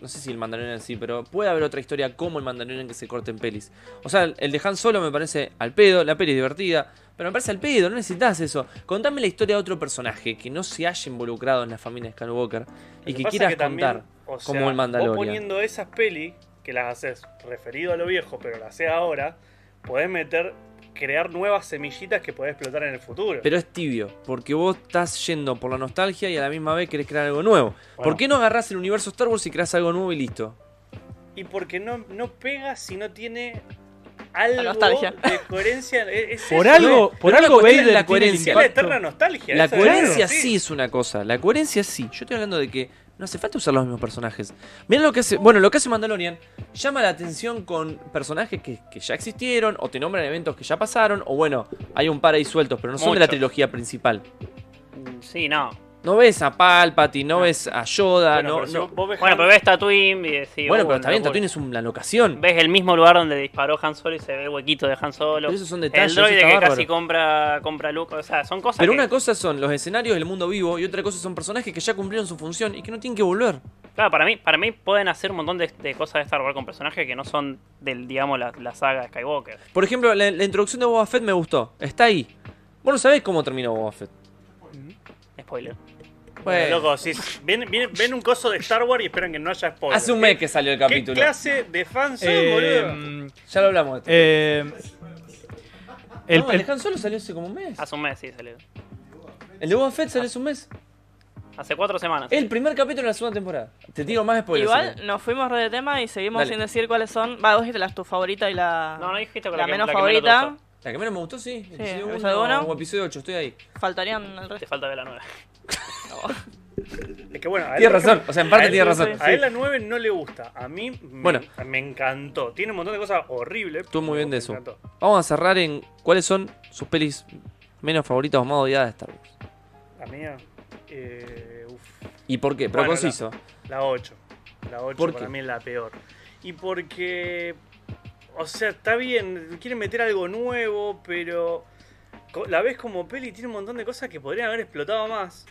S2: No sé si el Mandalorian sí, pero puede haber otra historia como el Mandalorian que se corte en pelis. O sea, el de Han Solo me parece al pedo, la peli es divertida, pero me parece al pedo, no necesitas eso. Contame la historia de otro personaje que no se haya involucrado en la familia Skywalker
S6: Lo
S2: y que
S6: pasa
S2: quieras
S6: es que también,
S2: contar,
S6: o sea,
S2: como el Mandalorian.
S6: Vos poniendo esas pelis, que las haces referido a lo viejo, pero las haces ahora, podés meter, crear nuevas semillitas que podés explotar en el futuro.
S2: Pero es tibio, porque vos estás yendo por la nostalgia y a la misma vez querés crear algo nuevo. ¿Por qué no agarrás el universo Star Wars y creás algo nuevo y listo?
S6: Y porque no, no pega si no tiene algo
S3: nostalgia.
S6: de coherencia. e, Es- es
S1: Por
S6: eso,
S1: algo,
S2: no,
S1: por
S2: no,
S1: algo
S2: la cuestión
S1: Vader
S2: es la
S1: tiene
S2: coherencia.
S6: Es la
S1: impacto.
S6: eterna nostalgia.
S2: La
S6: eso
S2: coherencia
S6: es-
S2: sí es una cosa, la coherencia sí. Yo estoy hablando de que no hace falta usar los mismos personajes. Mirá lo que hace, bueno, lo que hace Mandalorian llama la atención con personajes que, que ya existieron o te nombran eventos que ya pasaron o bueno, hay un par ahí sueltos, pero no son de la
S7: Mucho.
S2: trilogía principal.
S7: Mm, Sí, no.
S2: No ves a Palpatine, no, ves a Yoda,
S6: Bueno, pero si
S2: no, no.
S6: vos ves
S7: Bueno,
S6: Han-
S7: pero ves Tatooine y decís.
S2: Bueno,
S7: "Uh,
S2: pero está bien,
S7: no,
S2: Tatooine es una locación.
S7: Ves el mismo lugar donde disparó Han Solo y se ve el huequito de Han Solo.
S2: Pero esos son detalles,
S7: el droide
S2: eso
S7: que
S2: está
S7: casi
S2: bárbaro.
S7: compra, compra Luke. O sea, son cosas.
S2: Pero
S7: que-
S2: una cosa son los escenarios del mundo vivo y otra cosa son personajes que ya cumplieron su función y que no tienen que volver.
S7: Claro, para mí, para mí pueden hacer un montón de, de cosas de Star Wars con personajes que no son del, digamos, la, la saga Skywalker.
S2: Por ejemplo, la, la introducción de Boba Fett me gustó. Está ahí. Vos no sabés cómo terminó Boba Fett.
S7: Spoiler.
S2: Bueno,
S6: Loco, sí, ven, ven- ven un coso de Star Wars y esperan que no haya spoilers.
S2: hace un mes que salió el
S6: ¿Qué,
S2: capítulo.
S6: clase de fans son,
S1: Eh,
S6: boludo?
S1: mm,
S2: Ya lo hablamos. de esto.
S1: eh, El-
S2: no,
S1: el-
S2: el, Han Solo salió hace como un mes.
S7: Hace un mes, sí, salió.
S2: El de Boba Fett salió hace un mes.
S7: Hace cuatro semanas.
S2: El primer capítulo de la segunda temporada. Te tiro más spoilers. si
S3: Igual
S2: querés.
S3: nos fuimos re de tema y seguimos
S2: Dale.
S3: sin decir cuáles son. Va, vos dijiste las tu favorita y la,
S7: No, no dijiste con
S3: Ah. la
S7: la que-
S3: menos
S7: la que menos te
S3: favorita.
S2: La que menos me gustó, sí.
S3: episodio uno.
S2: o episodio 8, estoy ahí.
S3: Faltarían el
S7: Te
S3: resto.
S7: falta ver la nueva.
S6: Es que bueno, a él,
S2: Tienes
S6: por ejemplo,
S2: razón, o sea, en parte
S6: a él-
S2: tienes
S3: sí,
S2: razón.
S6: A él la 9 no le gusta. A mí me,
S2: Bueno.
S6: me encantó. Tiene un montón de cosas horribles.
S2: Estuvo muy
S6: pero
S2: bien de
S6: me
S2: eso.
S6: encantó.
S2: Vamos a cerrar en cuáles son sus pelis menos favoritas o más odiadas de Star Wars.
S6: La mía, eh, uf,
S2: ¿Y por qué? Pero
S6: Bueno,
S2: conciso.
S6: la 8. La 8
S2: ¿Por
S6: para
S2: qué?
S6: mí es la peor. Y porque. O sea, está bien, quieren meter algo nuevo, pero. co- La ves como peli y tiene un montón de cosas que podrían haber explotado más.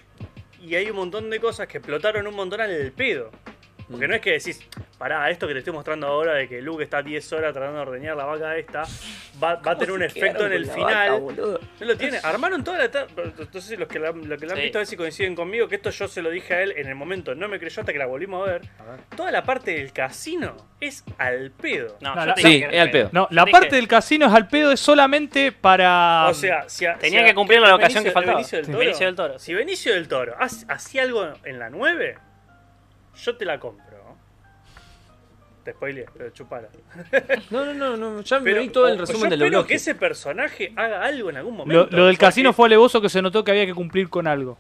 S6: Y hay un montón de cosas que explotaron un montón al pedo.
S2: Mm.
S6: Porque no es que decís, pará, esto que te estoy mostrando ahora de que Luke está 10 horas tratando de ordeñar la vaca esta, va, va a tener un efecto en el final. No lo tiene. Armaron toda la tarde. Entonces, los que la, los que la han
S7: Sí.
S6: visto a ver si coinciden conmigo, que esto yo se lo dije a él en el momento, no me creyó hasta que la volvimos a ver. Toda la parte del casino es al pedo.
S7: No,
S1: No,
S7: yo
S1: la-
S7: te
S2: Sí,
S7: dije que era
S2: es al pedo.
S1: No, la
S7: Dije-
S1: parte del casino es al pedo, es solamente para.
S6: o sea, si a-
S7: Tenía
S6: si a-
S7: um, que cumplir la ocasión
S6: Benicio-
S7: que faltaba.
S6: Benicio del
S7: Sí.
S6: Toro-
S7: Benicio del Toro.
S6: Si Benicio del Toro hace- hacía algo en la 9, yo te la compro. Te spoileé, pero chupala.
S2: No, no, no, no, ya me
S6: Pero
S2: vi todo
S6: o-
S2: el
S6: o
S2: resumen
S6: yo
S2: del
S6: espero
S2: blog.
S6: que ese personaje haga algo en algún
S1: lo,
S6: momento.
S1: lo del
S6: porque-
S1: casino fue alevoso que se notó que había que cumplir con algo.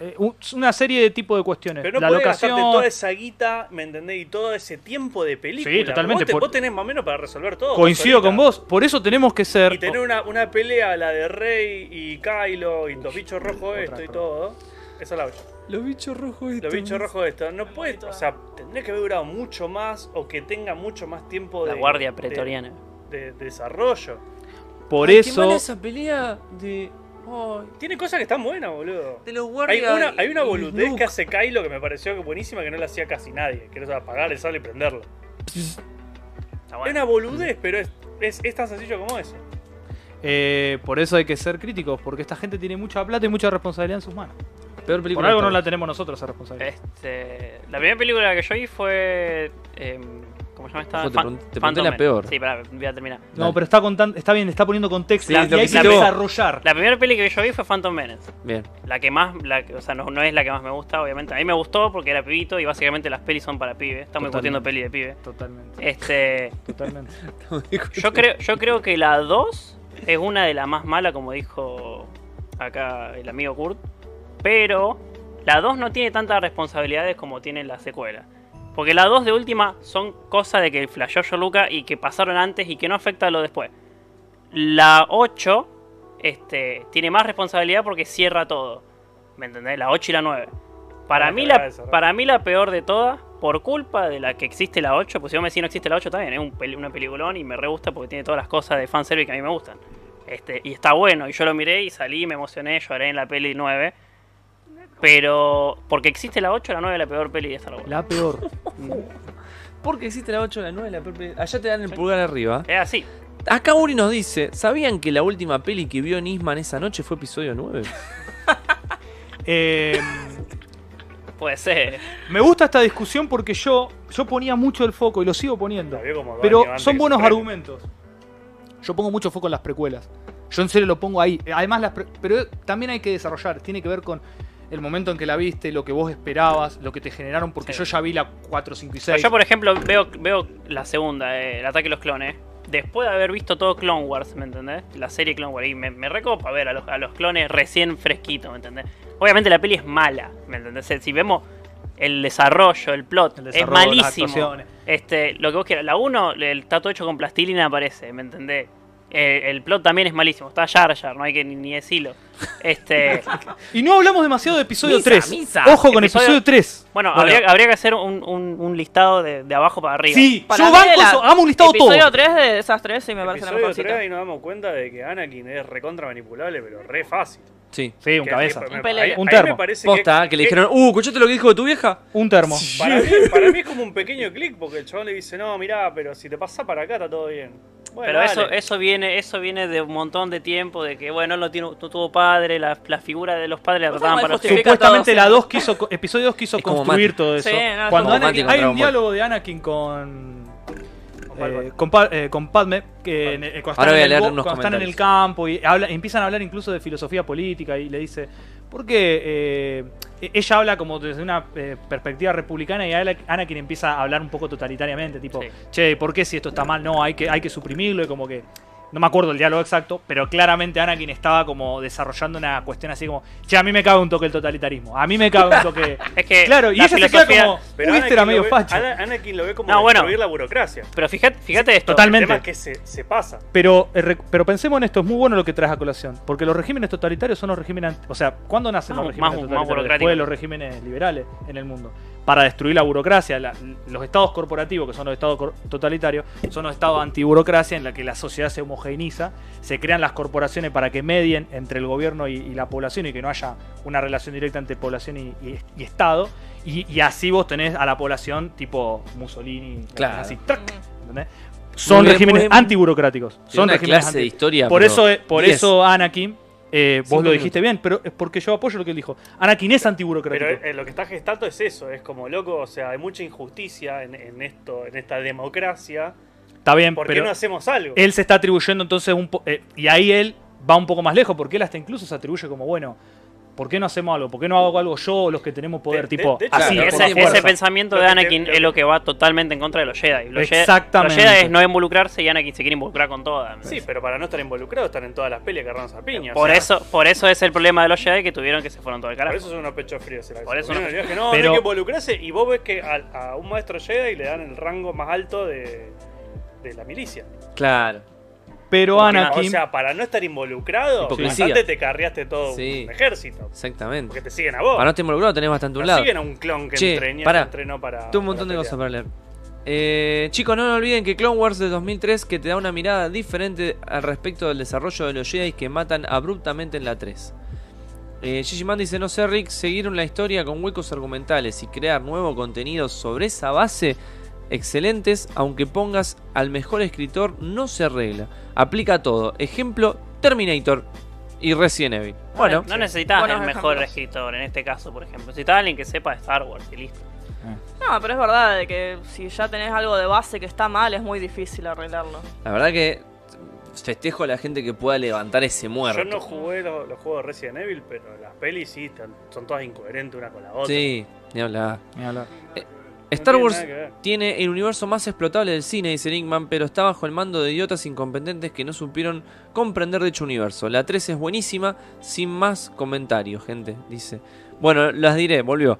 S1: Eh, un- una serie de tipo de cuestiones.
S6: Pero no
S1: la
S6: podés
S1: locación.
S6: gastarte toda esa guita, ¿me entendés? Y todo ese tiempo de película.
S1: Sí, totalmente,
S6: Vos, te-
S1: por-
S6: vos tenés más o menos para resolver todo.
S1: Coincido
S6: solita.
S1: con vos. Por eso tenemos que ser.
S6: Y tener una, una pelea, la de Rey y Kylo y los bichos rojos esto y todo. Esa es la ocho.
S2: Los bichos rojos estos.
S6: Los bichos rojos esto. No puede, o sea, tendría que haber durado mucho más o que tenga mucho más tiempo de.
S7: La guardia
S6: de-
S7: pretoriana.
S6: De, de desarrollo.
S1: por
S2: Ay, Qué
S1: eso.
S2: mala esa pelea de. Ay,
S6: Tiene cosas que están buenas, boludo.
S2: de los
S6: Hay
S2: guardias.
S6: una, hay una
S2: y
S6: boludez
S2: Luke.
S6: que hace Kylo que me pareció que buenísima que no la hacía casi nadie. Que era apagar el sable y prenderlo.
S1: Ah,
S7: Está
S6: Es
S7: bueno.
S6: una boludez, pero es, es, es tan sencillo como eso.
S1: eh, por eso hay que ser críticos. Porque esta gente tiene mucha plata y mucha responsabilidad en sus manos.
S2: Peor película.
S1: Por algo no la tenemos nosotros esa responsabilidad.
S7: Este, la primera película que yo vi fue. em, ¿Cómo se llama esta?
S2: Ojo, te
S7: Fan-
S2: pregun- te pregunté
S7: Phantom
S2: la
S7: Man.
S2: peor.
S7: Sí, pará, voy a terminar.
S1: no,
S2: dale.
S1: pero está contando, está bien, está poniendo contexto.
S2: Sí,
S1: y
S2: lo
S1: hay
S2: que
S1: que
S7: hiciste vos.
S1: desarrollar.
S7: La primera peli que yo vi fue Phantom Menace.
S2: Bien.
S7: La que más, la, que- o sea, no, no es la que más me gusta, obviamente. A mí me gustó porque era pibito y básicamente las pelis son para pibes. Estamos discutiendo peli de pibe.
S1: Totalmente,
S7: Este,
S1: totalmente.
S7: yo creo, yo creo que la 2 es una de las más malas, como dijo acá el amigo Kurt. Pero la 2 no tiene tantas responsabilidades como tiene la secuela. Porque la 2 de última son cosas de que flasheó yo Luca y que pasaron antes y que no afecta a lo después. La 8 este, tiene más responsabilidad porque cierra todo. ¿Me entendés? La 8 y la 9. Para,
S6: Ah,
S7: mí,
S6: te
S7: la,
S6: acordás de cerrar.
S7: para mí la peor de todas, por culpa de la que existe la 8, pues si vos me decís no existe la 8 también, es un peli- una peliculón y me re gusta porque tiene todas las cosas de fanservice que a mí me gustan. Este, y está bueno, y yo lo miré y salí, me emocioné, lloré en la peli 9. Pero porque existe la 8, la 9 es la peor peli de Star Wars.
S1: La peor.
S2: Porque existe la 8, la 9, la peor película. Allá te dan el pulgar arriba.
S7: Es así.
S2: Acá Uri nos dice: ¿Sabían que la última peli que vio Nisman esa noche fue episodio 9?
S1: Eh,
S7: Puede ser.
S1: me gusta esta discusión porque yo, yo ponía mucho el foco y lo sigo poniendo.
S6: La vio como dos
S1: Pero
S6: años antes
S1: son
S6: que se
S1: buenos
S6: estrene.
S1: argumentos. Yo pongo mucho foco en las precuelas. Yo en serio lo pongo ahí. Además, las pre- pero también hay que desarrollar. Tiene que ver con el momento en que la viste, lo que vos esperabas, lo que te generaron, porque
S7: Sí.
S1: yo ya vi la 4, 5 y 6.
S7: Pero yo, por ejemplo, veo, veo la segunda, eh, el ataque de los clones. Después de haber visto todo Clone Wars, ¿me entendés? La serie Clone Wars. Y me, me recopa ver a los, a los clones recién fresquitos, ¿me entendés? Obviamente la peli es mala, ¿me entendés? Si vemos el desarrollo, el plot,
S1: El
S7: es
S1: desarrollo, las
S7: malísimo.
S1: actuaciones.
S7: Este, lo que vos quieras. La 1, el tato hecho con plastilina aparece, ¿me entendés? Eh, el plot también es malísimo. Está Jar Jar, no hay que ni, ni decirlo. Este,
S1: Y no hablamos demasiado de episodio
S2: Misa,
S1: 3.
S2: misa.
S1: Ojo con
S7: Episodio-
S1: episodio, 3.
S7: bueno, Habría, habría que hacer un, un- un listado de, de abajo para arriba.
S1: Sí,
S3: Para
S1: yo
S3: mí
S1: banco,
S3: la-
S1: eso, hagamos un listado todo.
S3: Episodio 3 de esas tres sí me parece la
S6: Episodio
S3: mejor
S6: 3 y nos damos cuenta de que Anakin es recontra manipulable, pero re fácil.
S2: Sí.
S1: Sí, un
S6: Que-
S1: cabeza.
S6: que-
S3: Un pelele.
S6: ahí-
S1: Un
S6: ahí
S1: termo.
S6: me parece que-
S2: Posta, que le
S6: que-
S2: dijeron: Uh, ¿escuchaste lo que dijo de tu vieja?
S1: Un termo.
S6: Para mí, para mí es como un pequeño clic, porque el chabón le dice, no, mirá, pero si te pasa para acá está todo bien. Bueno,
S7: Pero
S6: dale.
S7: eso, eso viene, eso viene de un montón de tiempo, de que bueno, él no, tiene, no tuvo padre, la, la figura de los padres la
S3: Por
S7: trataban
S3: favor,
S7: para
S3: justifica.
S1: Supuestamente
S3: todo,
S1: la 2 quiso, co- episodio 2 quiso
S2: Es como
S1: construir
S2: Mati.
S1: todo
S3: Sí,
S1: eso.
S3: no, es
S1: Cuando
S2: como
S1: Anakin-
S2: Mati con
S1: hay un
S2: Dragon Ball.
S1: diálogo de Anakin con.
S6: Con ¿Cuál,
S1: eh,
S6: cuál?
S1: con, Pa- eh, con Padme, que en- eh, cuando,
S2: Ahora
S1: están
S2: voy a
S1: en, el,
S2: leer
S1: bo-
S2: unos
S1: cuando están en el campo y habla- empiezan a hablar incluso de filosofía política y le dice, porque e, ella habla como desde una eh, perspectiva republicana y Ana- Anakin empieza a hablar un poco totalitariamente, tipo,
S7: Sí.
S1: che, ¿por qué si esto está mal? No, hay que, hay que suprimirlo y como que... No me acuerdo el diálogo exacto, pero claramente Anakin estaba como desarrollando una cuestión así como, che, a mí me cabe un toque el totalitarismo, a mí me cabe un toque...
S7: Es que
S1: claro, y
S7: la
S1: ella se queda
S7: filosofía-
S1: como,
S6: Pero
S1: "Uy, este era
S6: Anakin lo
S1: medio
S6: ve-
S1: facho.
S6: Ana- Anakin lo ve como
S7: No, bueno.
S6: destruir la burocracia.
S7: Pero fíjate, fíjate esto.
S1: Total. Totalmente.
S6: El tema es que se, se pasa.
S1: Pero, eh, rec- pero pensemos en esto, es muy bueno lo que traes a colación. Porque los regímenes totalitarios son los regímenes. ant- O sea, ¿cuándo nacen
S7: Más-
S1: los regímenes
S7: Ah, más- más
S1: totalitarios?
S7: burocráticos.
S1: Después de los regímenes liberales en el mundo. Para destruir la burocracia. la- los estados corporativos, que son los estados cor- totalitarios, son los estados antiburocracia en la que la sociedad se homogeneiza. Se crean las corporaciones para que medien entre el gobierno y, y la población y que no haya una relación directa entre población y, y- y Estado. Y, y así vos tenés a la población tipo Mussolini.
S2: Claro.
S1: Así, ¡trac! ¿entendés? Son
S2: bien,
S1: regímenes
S2: muy bien.
S1: antiburocráticos.
S2: Tiene
S1: Son
S2: una
S1: regímenes
S2: clase de
S1: anti-
S2: historia.
S1: por
S2: pero
S1: eso, eh, por
S2: 10.
S1: eso Anakin, eh,
S2: Cinco
S1: vos lo dijiste bien, pero es porque yo apoyo lo que él dijo. Anakin es antiburocrático.
S6: Pero eh, lo que está gestando es eso, es como loco, o sea, hay mucha injusticia en, en esto, en esta democracia.
S1: Está bien,
S6: eh, ¿Por qué
S1: pero
S6: no hacemos algo?
S1: él se está atribuyendo entonces un po- eh, y ahí él va un poco más lejos porque él hasta incluso se atribuye como bueno. ¿Por qué no hacemos algo? ¿Por qué no hago algo yo o los que tenemos poder?
S6: de-
S1: tipo,
S6: de hecho,
S1: así,
S2: claro,
S1: por
S2: esa-
S1: la
S7: Ese,
S1: fuerza.
S7: ese pensamiento de
S6: Lo que
S7: Anakin
S6: te-
S7: es lo que va totalmente en contra de los Jedi. Los Jedi-
S1: Exactamente.
S7: Los Jedi es no involucrarse y Anakin se quiere involucrar con todas. me
S6: Sí,
S7: parece.
S6: pero para no estar involucrados están en todas las peleas que agarran a piña. o
S7: por,
S6: sea,
S7: eso, por eso es el problema de los Jedi que tuvieron que se fueron todo el
S6: Por
S7: carajo.
S6: eso son unos pechos fríos. se la
S7: Por eso
S6: dicen.
S7: unos
S6: Bueno, que no,
S1: Pero-
S6: no hay que involucrarse. Y vos ves que a, a un maestro llega y le dan el rango más alto de, de la milicia.
S2: Claro.
S1: Pero
S6: Porque,
S1: Anakin.
S6: O sea, para no estar involucrado,
S2: Hipocresía.
S6: bastante te carriaste todo
S2: Sí.
S6: un ejército.
S2: Exactamente.
S6: Porque te siguen a vos.
S2: Para no estar involucrado tenés bastante a
S6: No
S2: un lado.
S6: siguen a un clon que
S2: Che,
S6: entreña-
S2: pará.
S6: entrenó para.
S2: Tengo un montón de
S6: para
S2: cosas para
S6: pelear.
S2: leer. Eh, chicos, no olviden que Clone Wars de 2003 que te da una mirada diferente al respecto del desarrollo de los Jedi que matan abruptamente en la 3. Eh, Gigi Man dice, no sé Rick, seguir una historia con huecos argumentales y crear nuevo contenido sobre esa base, excelentes, aunque pongas al mejor escritor, no se arregla. Aplica a todo. Ejemplo, Terminator y Resident Evil. Bueno,
S7: no necesitas
S3: Buenos
S7: el mejor
S3: ejemplos.
S7: escritor en este caso, por ejemplo. Necesitas alguien que sepa de Star Wars y listo.
S3: No, pero es verdad de que si ya tenés algo de base que está mal, es muy difícil arreglarlo.
S2: la verdad que festejo a la gente que pueda levantar ese muerto.
S6: Yo no jugué los, los juegos de Resident Evil, pero las pelis sí están- son todas incoherentes una con la otra.
S2: Sí, ni hablar.
S1: Ni hablar.
S2: Star
S6: tiene
S2: Wars
S6: nada que ver.
S2: tiene el universo más explotable del cine, dice Linkman, pero está bajo el mando de idiotas incompetentes que no supieron comprender dicho universo. La 3 es buenísima, sin más comentarios, gente, dice. Bueno, las diré, volvió.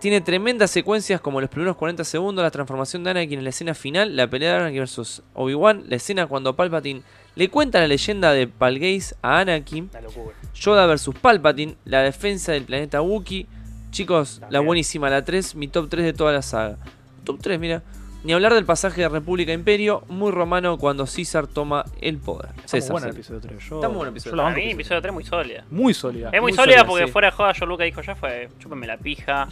S2: Tiene tremendas secuencias como los primeros 40 segundos, la transformación de Anakin en la escena final, la pelea de Anakin versus Obi-Wan, la escena cuando Palpatine le cuenta la leyenda de Palgaze a Anakin,
S6: Una locura.
S2: Yoda versus Palpatine, la defensa del planeta Wookiee. Chicos, la
S6: También.
S2: buenísima, la 3, mi top 3 de toda la saga. Top 3, mira. Ni hablar del pasaje de República a Imperio, muy romano cuando César toma el poder.
S1: Está
S2: César.
S1: muy bueno el
S2: César.
S1: episodio 3. Yo,
S2: Está muy bueno el
S1: yo
S2: episodio
S1: la
S7: Para
S1: banco
S7: mí,
S1: el episodio
S7: episodio 3 muy sólida.
S1: tres. Muy sólida.
S6: Eh,
S7: Es muy,
S2: Muy
S7: sólida
S2: sólida,
S7: porque
S2: sí.
S7: fuera de joda, yo Luca dijo ya fue, chúpenme la pija.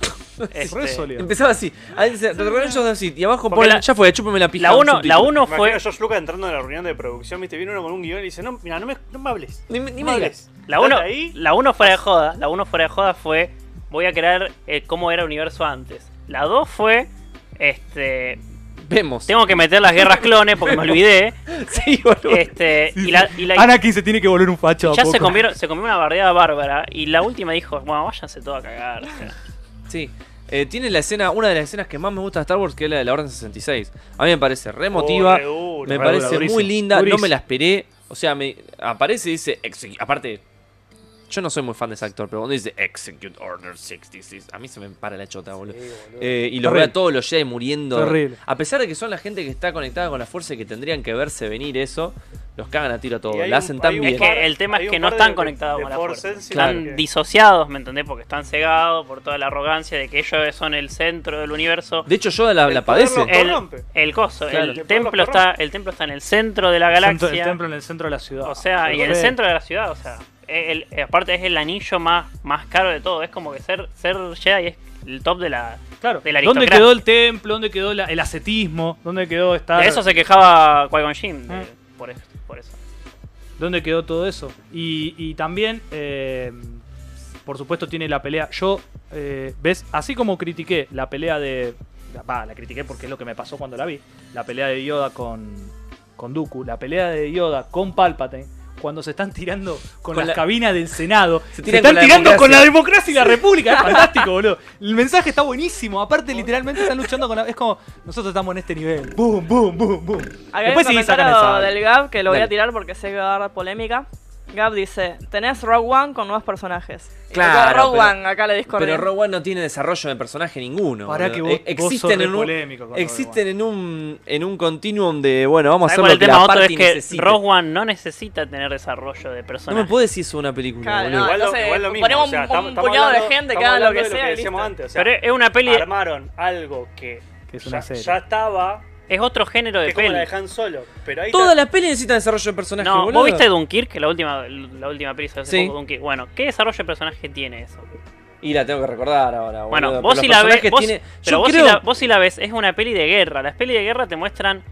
S7: Este,
S1: Re sólida.
S2: Empezaba así. Ahí dice, "Revenge of the Sith", Y abajo
S7: Porque
S2: pone,
S7: la-
S2: ya fue, chúpeme la pija.
S7: la
S2: un
S7: 1 la
S2: subtítulo.
S7: uno
S6: Imagino
S7: fue.
S6: a George Lucas entrando a la reunión de producción, viste, viene uno con un guión y dice, no, mira, no me, no me hables.
S2: Ni, me- ni
S6: no
S2: me
S6: me
S2: digas.
S6: hables.
S7: La 1
S6: Date ahí,
S7: la uno fuera de joda. La 1 fuera de joda fue. Voy a crear eh, cómo era el universo antes. La 2 fue. Este.
S2: Vemos.
S7: Tengo que meter las guerras clones porque me olvidé.
S2: Sí, boludo.
S7: Este. Y la. Y la
S1: Anakin se tiene que volver un facho. a
S7: ya se
S1: poco.
S7: comieron, se comió una bardeada bárbara. Y la última dijo, bueno, váyanse todo a cagar. o sea.
S2: Sí. Eh, tiene la escena, una de las escenas que más me gusta de Star Wars, que es la de la Orden 66. A mí me parece re emotiva.
S6: Oh, re duro.
S2: Me
S1: Re
S2: parece
S1: dura, durísima,
S2: muy linda, no me
S1: durísima.
S2: la esperé. O sea, me aparece y dice. "Execu-". Aparte, yo no soy muy fan de ese actor, pero cuando dice Execute Order 66, a mí se me para la chota, boludo. Eh, y los veo
S1: Terrible.
S2: a todos los Jedi muriendo.
S1: Terrible.
S2: A pesar de que son la gente que está conectada con la fuerza y que tendrían que verse venir eso, los cagan a tiro a
S6: Y
S2: todos.
S6: hay
S2: La
S6: un-
S2: hacen
S6: hay
S2: tan
S6: un
S2: bien.
S7: Es que el tema
S6: Hay
S7: es
S6: un
S7: que no
S6: par de-
S7: están
S6: de-
S7: concentrados
S6: de
S7: con la
S6: Force
S7: fuerza.
S6: Sensitive
S2: Claro.
S7: Están
S6: que-
S7: disociados, ¿me entendés? Porque están cegados por toda la arrogancia de que ellos son el centro del universo.
S2: De hecho, Yoda la,
S6: El
S2: la
S6: poder
S2: padece.
S6: lo-
S7: el,
S6: corrompe.
S3: Ah,
S7: el coso,
S2: Claro.
S7: el,
S6: El pueblo
S7: templo está, el templo está en el centro de la galaxia.
S1: El templo en el centro de la ciudad.
S7: O sea, y en el
S1: Re.
S7: centro de la ciudad, o sea, el, el- aparte es el anillo más, más caro de todo. Es como que ser, ser Jedi es el top de la,
S1: Claro.
S7: de la
S1: ¿Dónde
S7: aristocracia.
S1: quedó el templo? ¿Dónde quedó la- el ascetismo? ¿Dónde quedó estar?
S7: De eso se quejaba Qui-Gon Jinn, de-
S1: Mm.
S7: por, eso, por eso.
S1: ¿Dónde quedó todo eso? Y, y también, eh, por supuesto, tiene la pelea. Yo, eh, ¿ves? Así como critiqué la pelea de, va, la critiqué porque es lo que me pasó cuando la vi. La pelea de Yoda con, con Dooku, la pelea de Yoda con Palpatine, cuando se están tirando con,
S2: Con
S1: las
S2: la-
S1: cabinas del Senado. Se,
S2: tiran
S1: están
S2: con la
S1: tirando con
S2: democracia.
S1: la democracia y la república. Es fantástico, boludo. El mensaje está buenísimo. Aparte, literalmente están luchando con la. Es como, nosotros estamos en este nivel. Boom, boom, boom, boom.
S3: Acá hay un
S1: Después sí sacan
S3: comentario
S1: esa-
S3: del Gab que lo voy
S2: Dale.
S3: a tirar porque sé que va a dar polémica. Gab dice, tenés Rogue One con nuevos personajes. Y
S2: Claro,
S3: tocó Rogue
S2: pero-
S3: One, acá le discordé.
S2: Pero Rogue One no tiene desarrollo de personaje ninguno.
S1: Pará
S2: boludo.
S1: que vos-
S2: Eh,
S1: vos sos
S2: existen
S1: re
S2: en un,
S1: polémico con
S2: existen en un en un continuum de bueno, vamos a
S7: ¿Sabes
S2: hacer
S7: cuál
S2: lo
S7: el
S2: que
S7: tema
S2: la
S7: otro
S2: parte
S7: es que
S2: necesite.
S7: Rogue One no necesita tener desarrollo de
S2: no
S7: personaje.
S2: me puedes decir eso de una película,
S3: Claro,
S2: boludo.
S3: no.
S6: igual, lo,
S3: entonces,
S6: igual lo mismo.
S3: ponemos
S6: o sea,
S3: un-
S6: estamos-
S3: un
S6: estamos
S3: puñado de
S6: hablando-
S3: gente que
S6: estamos
S3: haga lo
S6: hablando
S3: que
S6: de
S3: sea,
S6: que decíamos
S3: listo.
S6: antes. O sea,
S7: Pero es una peli,
S6: armaron algo que,
S1: Que es
S6: ya-
S1: una
S6: ya,
S1: serie.
S6: estaba,
S7: es otro género
S6: que
S7: de
S6: es como
S7: peli.
S6: la dejan solo. Pero ahí
S2: Todas las pelis necesitan desarrollo de personaje,
S7: No,
S2: boludo.
S7: ¿vos viste Dunkirk? La última, la última peli salió hace
S2: Sí.
S7: poco, Dunkirk. Bueno, ¿qué desarrollo de personaje tiene eso?
S2: Y la tengo que recordar ahora, boludo.
S7: Bueno,
S2: Pero
S7: vos
S2: los
S7: si la ves,
S2: personajes
S7: vos-
S2: tienen-
S7: pero
S2: Yo
S7: vos,
S2: creo...
S7: si la, vos si la ves, es una peli de guerra. Las pelis de guerra te muestran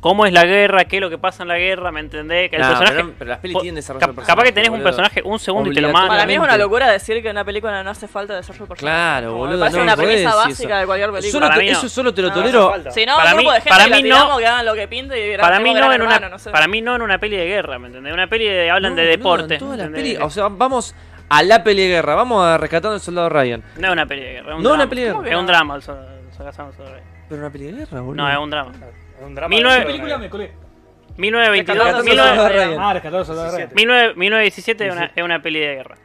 S7: cómo es la guerra, qué es lo que pasa en la guerra, ¿me entendés? Que el
S2: Nah,
S7: personaje,
S2: pero, pero las pelis
S7: po-
S2: tienen desarrollo
S7: cap-
S2: de personaje.
S7: capaz que tenés un
S2: boludo.
S7: personaje un segundo y te lo
S2: Obligatorio.
S7: matan.
S3: Para mí es una
S2: Claramente.
S3: locura decir que en una película no hace falta desarrollo de personaje.
S2: Claro,
S3: Como
S2: boludo,
S3: Me parece
S2: no
S3: una
S2: me podés
S3: premisa
S2: decir
S3: básica
S2: eso.
S3: de cualquier película.
S2: Solo
S7: Para
S2: te-
S7: mí no.
S2: eso solo te lo
S3: No,
S2: tolero.
S3: Si no,
S7: Para
S3: un grupo
S7: mí-
S3: de gente
S7: para
S3: que la
S7: mí no-
S3: tiramos, que hagan lo que pinte y
S7: Para mí, no en una,
S3: hermano, no sé.
S7: para mí no en una peli de guerra, ¿me entendés? Una peli de hablan
S2: No,
S7: de
S2: boludo,
S7: deporte.
S2: en todas las
S7: ¿entendés?
S2: pelis- o sea, vamos a la peli de guerra. Vamos a rescatando al soldado Ryan.
S7: no es una peli de guerra. es un
S2: No es una
S7: drama.
S2: peli de guerra.
S3: ¿Cómo que
S7: Es un
S3: no?
S7: drama. el so- el Sogasan Sogasan.
S2: Pero una peli de guerra, boludo.
S7: No, es un drama.
S6: Es un drama.
S7: 19
S6: de-
S1: película me colé.
S7: 1922,
S2: Rescatando al soldado
S7: 19-
S2: Ryan.
S1: Ah, rescató los soldados de
S6: 17.
S7: 19- 1917 es una, es una peli de guerra.